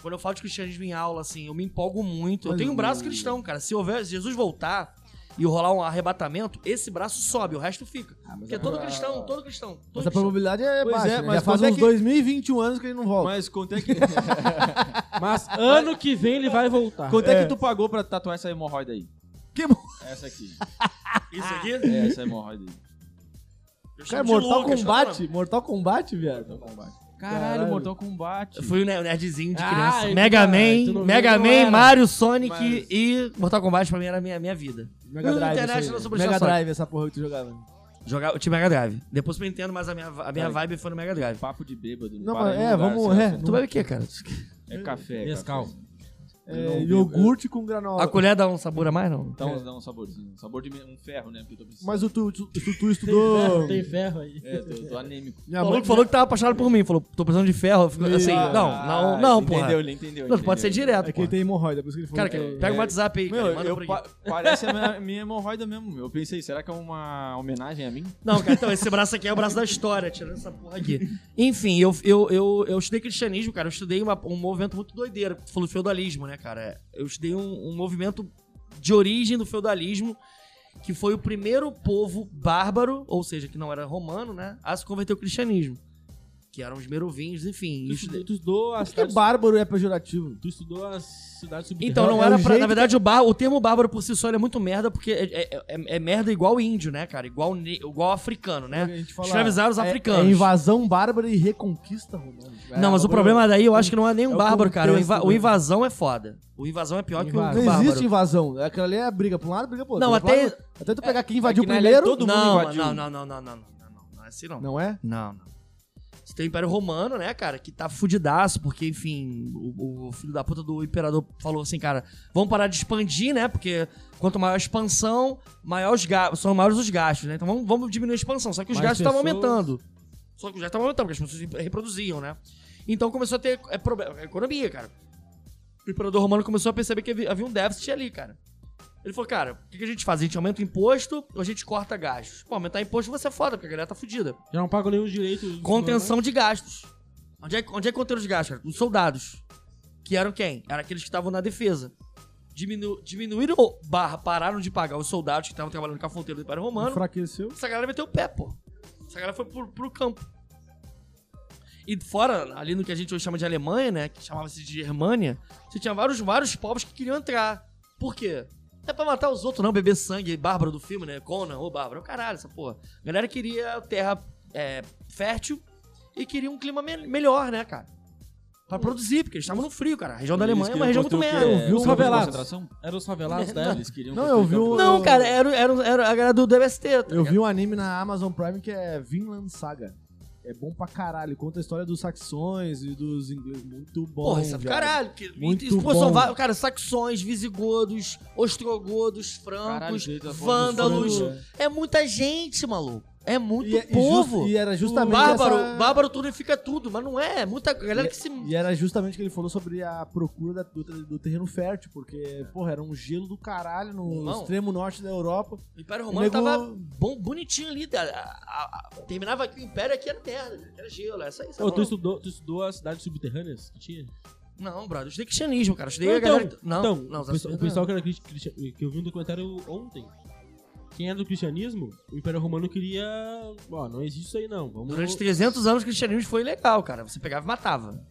Speaker 6: Quando eu falo de cristianismo em aula, assim, eu me empolgo muito. eu
Speaker 1: Mas
Speaker 6: tenho um
Speaker 1: o-
Speaker 6: braço cristão, cara. Se houver se Jesus voltar e rolar um arrebatamento, esse braço sobe, o resto fica.
Speaker 1: Ah,
Speaker 6: Porque é todo cristão, todo cristão. todo
Speaker 1: Mas a
Speaker 6: cristão.
Speaker 1: probabilidade é
Speaker 3: Pois
Speaker 1: baixa.
Speaker 3: é,
Speaker 1: né?
Speaker 3: mas
Speaker 1: Já faz
Speaker 3: quando é
Speaker 1: uns
Speaker 3: que-
Speaker 1: 2021 anos que ele não volta.
Speaker 3: Mas quanto é que,
Speaker 2: Mas ano que vem ele vai voltar.
Speaker 3: quanto é que tu pagou pra tatuar essa hemorroida aí?
Speaker 1: Que
Speaker 3: Essa aqui.
Speaker 6: Isso aqui?
Speaker 3: É, essa hemorroida aí.
Speaker 6: Eu Ah. chamo
Speaker 1: Cara,
Speaker 6: de
Speaker 1: Mortal
Speaker 6: Lucas, qual é o
Speaker 1: Kombat? Mortal Kombat, viado?
Speaker 3: Caralho,
Speaker 1: Caralho.
Speaker 3: Mortal Kombat.
Speaker 6: nome? Fui o ne- nerdzinho de
Speaker 2: Ah,
Speaker 6: criança.
Speaker 2: então
Speaker 6: Mega
Speaker 2: tá, tu
Speaker 6: Man,
Speaker 2: não
Speaker 6: Mega
Speaker 2: viu, não
Speaker 6: Man,
Speaker 2: era.
Speaker 6: Mario, Sonic
Speaker 3: Mas-
Speaker 6: e Mortal Kombat pra mim era a minha, minha vida.
Speaker 1: Mega
Speaker 6: Hum,
Speaker 1: Drive.
Speaker 6: internet
Speaker 1: isso aí.
Speaker 6: não sobre
Speaker 1: Mega
Speaker 6: só-
Speaker 1: Drive, essa porra que tu jogava.
Speaker 6: Jogava, eu tinha Mega Drive. Depois eu entendo, mas a minha, a minha
Speaker 3: Cara,
Speaker 6: vibe foi no Mega Drive.
Speaker 3: Papo de bêbado.
Speaker 1: Não,
Speaker 3: para
Speaker 1: mas
Speaker 3: em um
Speaker 1: é,
Speaker 3: lugar,
Speaker 1: vamos-
Speaker 3: sabe?
Speaker 1: é,
Speaker 6: Tu bebe o quê, cara?
Speaker 3: É café. é
Speaker 2: Mescal.
Speaker 3: café.
Speaker 1: É,
Speaker 3: não vi,
Speaker 1: iogurte com granola.
Speaker 6: A colher dá um sabor a mais, não?
Speaker 3: Então dá um saborzinho. Um sabor de me- um ferro, né? Porque eu tô precisando.
Speaker 1: É. Mas o tu, tu, tu, tu
Speaker 2: Tem ferro,
Speaker 1: estudou.
Speaker 2: tem ferro aí.
Speaker 3: É, tô, tô anêmico.
Speaker 1: Minha
Speaker 6: O
Speaker 1: mãe
Speaker 6: maluco falou que tava apaixonado por mim. Falou, tô precisando de ferro. Eu fico assim,
Speaker 1: Ah,
Speaker 6: não, não,
Speaker 3: entendeu,
Speaker 6: não, porra.
Speaker 3: Entendeu, ele entendeu.
Speaker 6: Não, tu pode ser
Speaker 3: entendeu.
Speaker 1: É
Speaker 6: direto,
Speaker 1: que ele
Speaker 6: porra.
Speaker 1: tem um- hemorroida, por isso que ele falou.
Speaker 6: Cara,
Speaker 1: que é
Speaker 6: que- é pega o WhatsApp aí, cara,
Speaker 3: Meu,
Speaker 6: manda
Speaker 3: eu
Speaker 6: pra
Speaker 3: pa- parece a minha, minha hemorroida mesmo. Eu pensei, será que é uma homenagem a mim?
Speaker 6: Não, cara, então esse braço aqui é o braço da história, tirando essa porra aqui. Enfim, eu, eu, eu, eu estudei cristianismo, cara. Eu estudei uma- um movimento muito doideiro. Tu falou do feudalismo, né, cara? É, Eu estudei um, um movimento de origem do feudalismo, que foi o primeiro povo bárbaro, ou seja, que não era romano, né, a se converter ao cristianismo. Que eram os merovinhos, enfim. eu
Speaker 2: Tu,
Speaker 6: estudei.
Speaker 2: estu- tu estudou as
Speaker 1: Acho que
Speaker 2: cidades,
Speaker 1: bárbaro é pejorativo.
Speaker 2: tu estudou as cidades
Speaker 6: Então,
Speaker 2: subterrâneas.
Speaker 6: não
Speaker 1: É
Speaker 6: era
Speaker 1: o
Speaker 6: pra.
Speaker 1: jeito
Speaker 6: Na verdade, o, bar, o termo bárbaro por si só ele é muito merda, porque é, é- é- é merda igual índio, né, cara? Igual, ne- igual africano, né?
Speaker 1: A gente fala-
Speaker 6: Escravizaram os
Speaker 1: é-
Speaker 6: africanos.
Speaker 1: É invasão bárbara e reconquista É, romana.
Speaker 6: Não, mas o problema daí eu acho que não é nem um
Speaker 1: é o
Speaker 6: bárbaro, cara. O, inva-
Speaker 1: contexto,
Speaker 6: o
Speaker 1: né?
Speaker 6: invasão é foda. O invasão é pior que o
Speaker 1: Não
Speaker 6: bárbaro.
Speaker 1: existe invasão. Aquela ali é briga pra um lado, briga pro outro.
Speaker 6: Não,
Speaker 1: Pra um
Speaker 6: até-
Speaker 1: lado- Até tu pegar quem
Speaker 3: é
Speaker 1: invadiu
Speaker 3: que na
Speaker 1: primeiro.
Speaker 3: realidade todo mundo
Speaker 6: não,
Speaker 3: invadiu.
Speaker 6: não, não, não, não, não, não, não, não, não é assim não.
Speaker 1: Não é?
Speaker 6: Não, não. Você tem o Império Romano, né, cara, que tá fudidaço, porque, enfim, o, o filho da puta do imperador falou assim, cara, vamos parar de expandir, né, porque quanto maior a expansão, maior os ga- são maiores os gastos, né, então vamos, vamos diminuir a expansão, só que os
Speaker 2: Mais
Speaker 6: gastos estavam
Speaker 2: pessoas.
Speaker 6: aumentando. Só que os gastos estavam aumentando, porque as pessoas reproduziam, né. Então começou a ter é, problema, economia, cara. O imperador romano começou a perceber que havia havia um déficit ali, cara. Ele falou, cara, o que que a gente faz? A gente aumenta o imposto ou a gente corta gastos? Pô, aumentar imposto você é foda, porque a galera tá fudida.
Speaker 2: Já não pagam nenhum direito.
Speaker 6: Contenção de gastos. Onde é, onde é que conteram os gastos, cara? Os soldados. Que eram quem? Eram aqueles que estavam na defesa. Diminu, diminuíram ou barra, pararam de pagar os soldados que estavam trabalhando com a fronteira do Império Romano.
Speaker 1: Enfraqueceu.
Speaker 6: Essa galera meteu o pé, pô. Essa galera foi pro, pro campo. E fora, ali no que a gente hoje chama de Alemanha, né? Que chamava-se de Germânia, você tinha vários, vários povos que queriam entrar. Por quê? Não é pra matar os outros, não, beber sangue, Bárbara do filme, né? Conan, ô Bárbara, ô caralho, essa porra. A galera queria terra é, fértil e queria um clima me- melhor, né, cara? Pra produzir, porque eles estavam no frio, cara. A região da
Speaker 3: Eles
Speaker 6: Alemanha é uma
Speaker 3: queriam
Speaker 6: região muito
Speaker 3: construir o
Speaker 6: merda.
Speaker 3: quê?
Speaker 2: vi um
Speaker 3: campo de
Speaker 2: favelado.
Speaker 3: concentração?
Speaker 2: Era os favelados tá? da época.
Speaker 3: Eles queriam
Speaker 1: Não, eu
Speaker 3: construir
Speaker 1: vi
Speaker 3: campo de
Speaker 1: um-
Speaker 6: Não, cara, era, era, era a galera do DBST. tá
Speaker 1: Eu vi um anime na Amazon Prime que é Vinland Saga. É bom pra caralho. Conta a história dos saxões e dos ingleses. Muito bom.
Speaker 6: Porra, isso é do
Speaker 1: viado.
Speaker 6: caralho. Que,
Speaker 1: Muito
Speaker 6: isso, pô, são
Speaker 1: bom.
Speaker 6: va- cara, saxões, visigodos, ostrogodos, francos,
Speaker 3: Caralho, tá falando dos
Speaker 6: vândalos.
Speaker 3: francos,
Speaker 6: É muita gente, maluco. É muito
Speaker 1: E, e
Speaker 6: povo.
Speaker 1: just- e era justamente.
Speaker 6: bárbaro,
Speaker 1: essa-
Speaker 6: bárbaro turifica tudo, mas não é. É muita galera que se.
Speaker 1: E era justamente o que ele falou sobre a procura da- do, ter- do terreno fértil, porque, porra, era um gelo do caralho no
Speaker 6: Irmão.
Speaker 1: extremo norte da Europa.
Speaker 6: O Império Romano
Speaker 1: nego-
Speaker 6: tava bom, bonitinho ali. a- a- a- terminava aqui o Império aqui era merda, era gelo, é isso aí.
Speaker 2: Ô,
Speaker 6: sabe?
Speaker 2: tu, estudou, tu estudou as cidades subterrâneas que tinha?
Speaker 6: Não, brother, eu estudei cristianismo, cara. Eu estudei
Speaker 2: Não,
Speaker 6: a galera. Não,
Speaker 2: então,
Speaker 6: não,
Speaker 2: o pessoal,
Speaker 6: não.
Speaker 2: o pessoal que era cristiano, que eu vi um documentário ontem quem era do cristianismo, o Império Romano queria. Ó, não existe isso aí não. Vamos.
Speaker 6: Durante 300 anos, o cristianismo foi legal, cara. Você pegava e matava.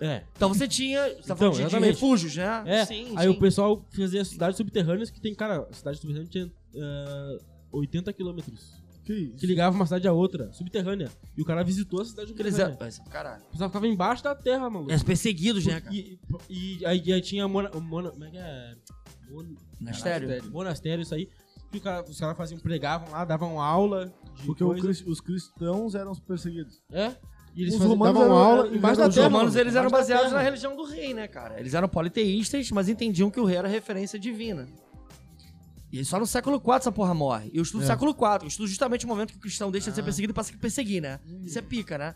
Speaker 2: É.
Speaker 6: Então você tinha. Você tá
Speaker 2: Então,
Speaker 6: falando de- de,
Speaker 2: exatamente.
Speaker 6: refúgios, né?
Speaker 2: É,
Speaker 6: sim.
Speaker 2: Aí o pessoal fazia cidades subterrâneas que tem, cara, a cidade subterrânea tinha ah, 80 quilômetros.
Speaker 1: Que isso?
Speaker 2: Que ligava uma cidade à outra, subterrânea. E o cara visitou a cidade
Speaker 6: Eles é-
Speaker 2: subterrânea.
Speaker 6: eram- Mas, Caralho.
Speaker 2: O pessoal ficava embaixo da terra, maluco.
Speaker 6: Eles perseguidos, né, cara?
Speaker 2: E, e aí, aí tinha mona, mona, como é que é? Mon-
Speaker 6: Monastério.
Speaker 2: monastério, isso aí. Que o cara- os caras faziam, pregavam lá, davam aula de
Speaker 1: Porque o
Speaker 2: coisa.
Speaker 1: cris- os cristãos eram os perseguidos.
Speaker 2: É? E eles
Speaker 1: Os
Speaker 2: faziam,
Speaker 1: romanos
Speaker 2: davam
Speaker 1: eram-
Speaker 2: aula
Speaker 1: eram-
Speaker 2: embaixo da
Speaker 1: eram-
Speaker 6: Os
Speaker 2: terra.
Speaker 6: romanos,
Speaker 2: mano,
Speaker 6: eles eram
Speaker 2: embaixo da
Speaker 6: Então, baseados na
Speaker 2: terra.
Speaker 6: religião do rei, né, cara? Eles eram politeístas, mas entendiam que o rei era referência divina. E aí só no século IV essa porra morre. E eu estudo o século IV. Eu estudo justamente o momento que o cristão deixa de ser
Speaker 2: Ah.
Speaker 6: perseguido pra se perseguir, né? Isso é pica, né?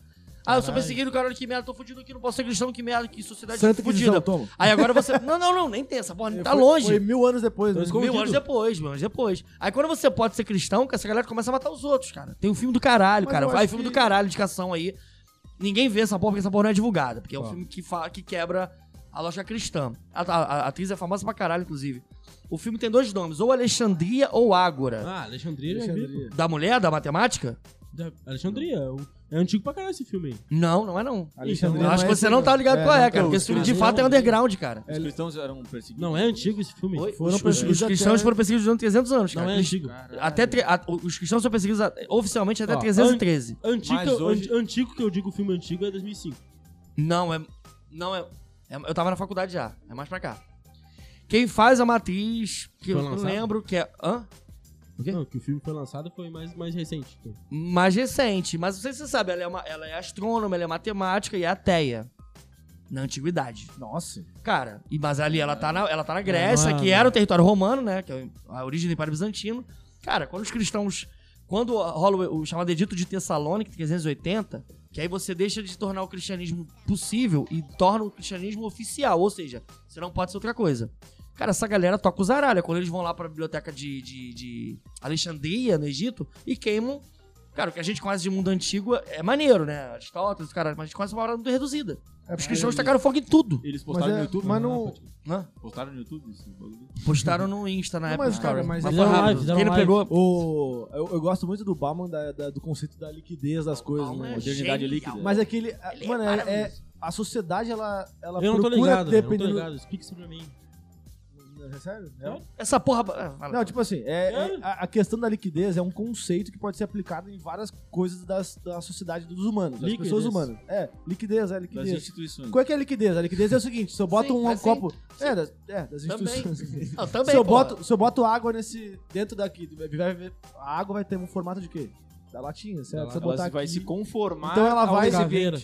Speaker 6: Ah, eu sou
Speaker 2: Caralho.
Speaker 6: perseguido, caralho, que merda, tô fudido aqui, não posso ser cristão, que merda, que sociedade
Speaker 1: Santa
Speaker 6: fudida.
Speaker 1: Inquisição, toma.
Speaker 6: Aí agora você. Não, não, não, nem tem essa porra, tá
Speaker 1: Foi-
Speaker 6: longe.
Speaker 1: Foi mil anos depois, né?
Speaker 2: Então, escondido.
Speaker 6: Mil anos depois, mil anos depois. Aí quando você pode ser cristão, que essa galera começa a matar os outros, cara. Tem um filme do caralho,
Speaker 1: Mas
Speaker 6: cara.
Speaker 1: eu
Speaker 6: Vai
Speaker 1: acho
Speaker 6: filme
Speaker 1: que-
Speaker 6: do caralho de cação aí. Ninguém vê essa porra porque essa porra não é divulgada. Porque é um
Speaker 2: Ó.
Speaker 6: filme que, fala, que quebra a lógica cristã. A, a- a atriz é famosa pra caralho, inclusive. O filme tem dois nomes, ou Alexandria ou Ágora.
Speaker 2: Ah, Alexandria, já vi, pô.
Speaker 1: Alexandria. Então,
Speaker 6: Da mulher, da matemática?
Speaker 2: Da- Alexandria. o- É antigo pra caralho esse filme aí.
Speaker 6: Não, não é não.
Speaker 1: Alexandria
Speaker 6: Eu acho
Speaker 1: é
Speaker 6: que você
Speaker 1: esse,
Speaker 6: não tá ligado qual é,
Speaker 1: não,
Speaker 6: cara. Porque
Speaker 1: os
Speaker 6: esse filme de
Speaker 1: cristãos-
Speaker 6: fato é underground, cara.
Speaker 3: Os cristãos eram perseguidos.
Speaker 2: Não, é antigo esse filme.
Speaker 6: Os,
Speaker 1: foram
Speaker 6: os-
Speaker 1: perseguidos
Speaker 6: os cristãos
Speaker 1: até-
Speaker 6: foram perseguidos durante 300 anos,
Speaker 2: Não
Speaker 6: cara.
Speaker 2: é
Speaker 6: Crist-
Speaker 2: antigo.
Speaker 6: até tre- a- os cristãos são perseguidos a- oficialmente até
Speaker 2: Ó,
Speaker 6: 313.
Speaker 2: Antigo,
Speaker 3: Mas
Speaker 2: que eu-
Speaker 3: hoje-
Speaker 2: an- antigo que eu digo filme antigo é 2005.
Speaker 6: Não, é. Não é, é- Eu tava na faculdade já. É mais pra cá. Quem faz a matriz, que
Speaker 2: Foi
Speaker 6: eu não
Speaker 2: lançado?
Speaker 6: lembro, que é. Hã? quê?
Speaker 2: Não, que o filme foi lançado foi mais, mais recente. então.
Speaker 6: Mais recente. Mas não sei se você sabe, ela é, uma- ela é astrônoma, ela é matemática e é ateia. Na antiguidade.
Speaker 1: Nossa.
Speaker 6: Cara, e, mas ali ela tá, na, ela tá na Grécia,
Speaker 2: não é-
Speaker 6: que era o território romano, né? Que é a origem do Império Bizantino. Cara, quando os cristãos. Quando rola o, o chamado Edito de Tessalônica, é 380, que aí você deixa de tornar o cristianismo possível e torna o cristianismo oficial, ou seja, você não pode ser outra coisa. Cara, essa galera toca os aralhos. Quando eles vão lá pra biblioteca de, de, de Alexandria, no Egito, e queimam. Cara, o que a gente conhece de mundo antigo é maneiro, né? Aristóteles, cara, mas a gente conhece uma hora muito reduzida.
Speaker 1: É
Speaker 6: Os
Speaker 1: porque-
Speaker 6: cristãos tacaram fogo em tudo,
Speaker 1: Mas,
Speaker 3: Eles postaram
Speaker 1: é-
Speaker 3: no YouTube.
Speaker 1: mas
Speaker 3: né?
Speaker 1: não...
Speaker 6: né?
Speaker 3: Postaram no YouTube esse bagulho?
Speaker 6: Postaram no Insta na
Speaker 1: Não,
Speaker 6: época.
Speaker 1: mas, cara,
Speaker 6: story.
Speaker 1: mas
Speaker 6: Mas
Speaker 1: é
Speaker 6: foi
Speaker 1: uma
Speaker 6: rápido.
Speaker 2: live, fizeram
Speaker 6: Quem não
Speaker 2: uma live.
Speaker 6: pegou...
Speaker 1: O... Eu, eu gosto muito do Bauman, da- da- do conceito da liquidez das coisas,
Speaker 6: Bauman
Speaker 1: né?
Speaker 6: é
Speaker 3: Modernidade
Speaker 6: genial.
Speaker 3: líquida.
Speaker 1: Mas aquele... a-
Speaker 6: Ele é
Speaker 1: Mano, é- é...
Speaker 6: maravilhoso.
Speaker 1: A sociedade, ela, ela
Speaker 2: Eu não tô
Speaker 1: procura
Speaker 2: ligado, velho, eu não tô
Speaker 1: dependendo-
Speaker 2: ligado. Explica isso pra mim.
Speaker 1: É sério?
Speaker 2: É?
Speaker 6: Essa porra... ah, fala.
Speaker 1: Não, tipo assim, é,
Speaker 2: É.
Speaker 1: é- a, a questão da liquidez é um conceito que pode ser aplicado em várias coisas das- da sociedade dos humanos, das
Speaker 2: Liquidez.
Speaker 1: pessoas humanas. É, liquidez, é
Speaker 3: Das
Speaker 1: liquidez.
Speaker 3: instituições.
Speaker 1: Qual é que é a liquidez? A liquidez é o seguinte, se eu boto
Speaker 6: Sim,
Speaker 1: um
Speaker 6: assim.
Speaker 1: copo... É, das, é, das
Speaker 6: Também.
Speaker 1: instituições.
Speaker 6: Ah, também,
Speaker 1: se, eu
Speaker 6: porra.
Speaker 1: boto, se eu boto água nesse... Dentro daqui, vai ver- a água vai ter um formato de quê? Da latinha, certo? Se eu botar
Speaker 3: Ela vai
Speaker 1: aqui,
Speaker 3: se conformar.
Speaker 1: Então ela
Speaker 3: ao
Speaker 1: vai-
Speaker 2: Caveira.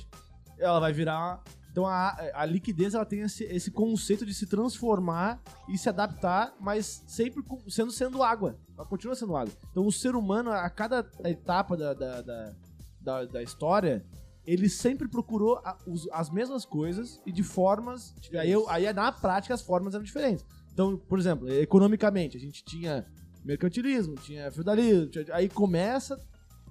Speaker 1: ela vai virar... Então a, a liquidez ela tem esse, esse conceito de se transformar e se adaptar, mas sempre com- sendo sendo água. Ela continua sendo água. Então o ser humano, a cada etapa da, da, da, da- da história, ele sempre procurou a- os- as mesmas coisas e de formas. Aí, eu- aí na prática as formas eram diferentes. Então, por exemplo, economicamente, a gente tinha mercantilismo, tinha feudalismo, tinha- aí começa.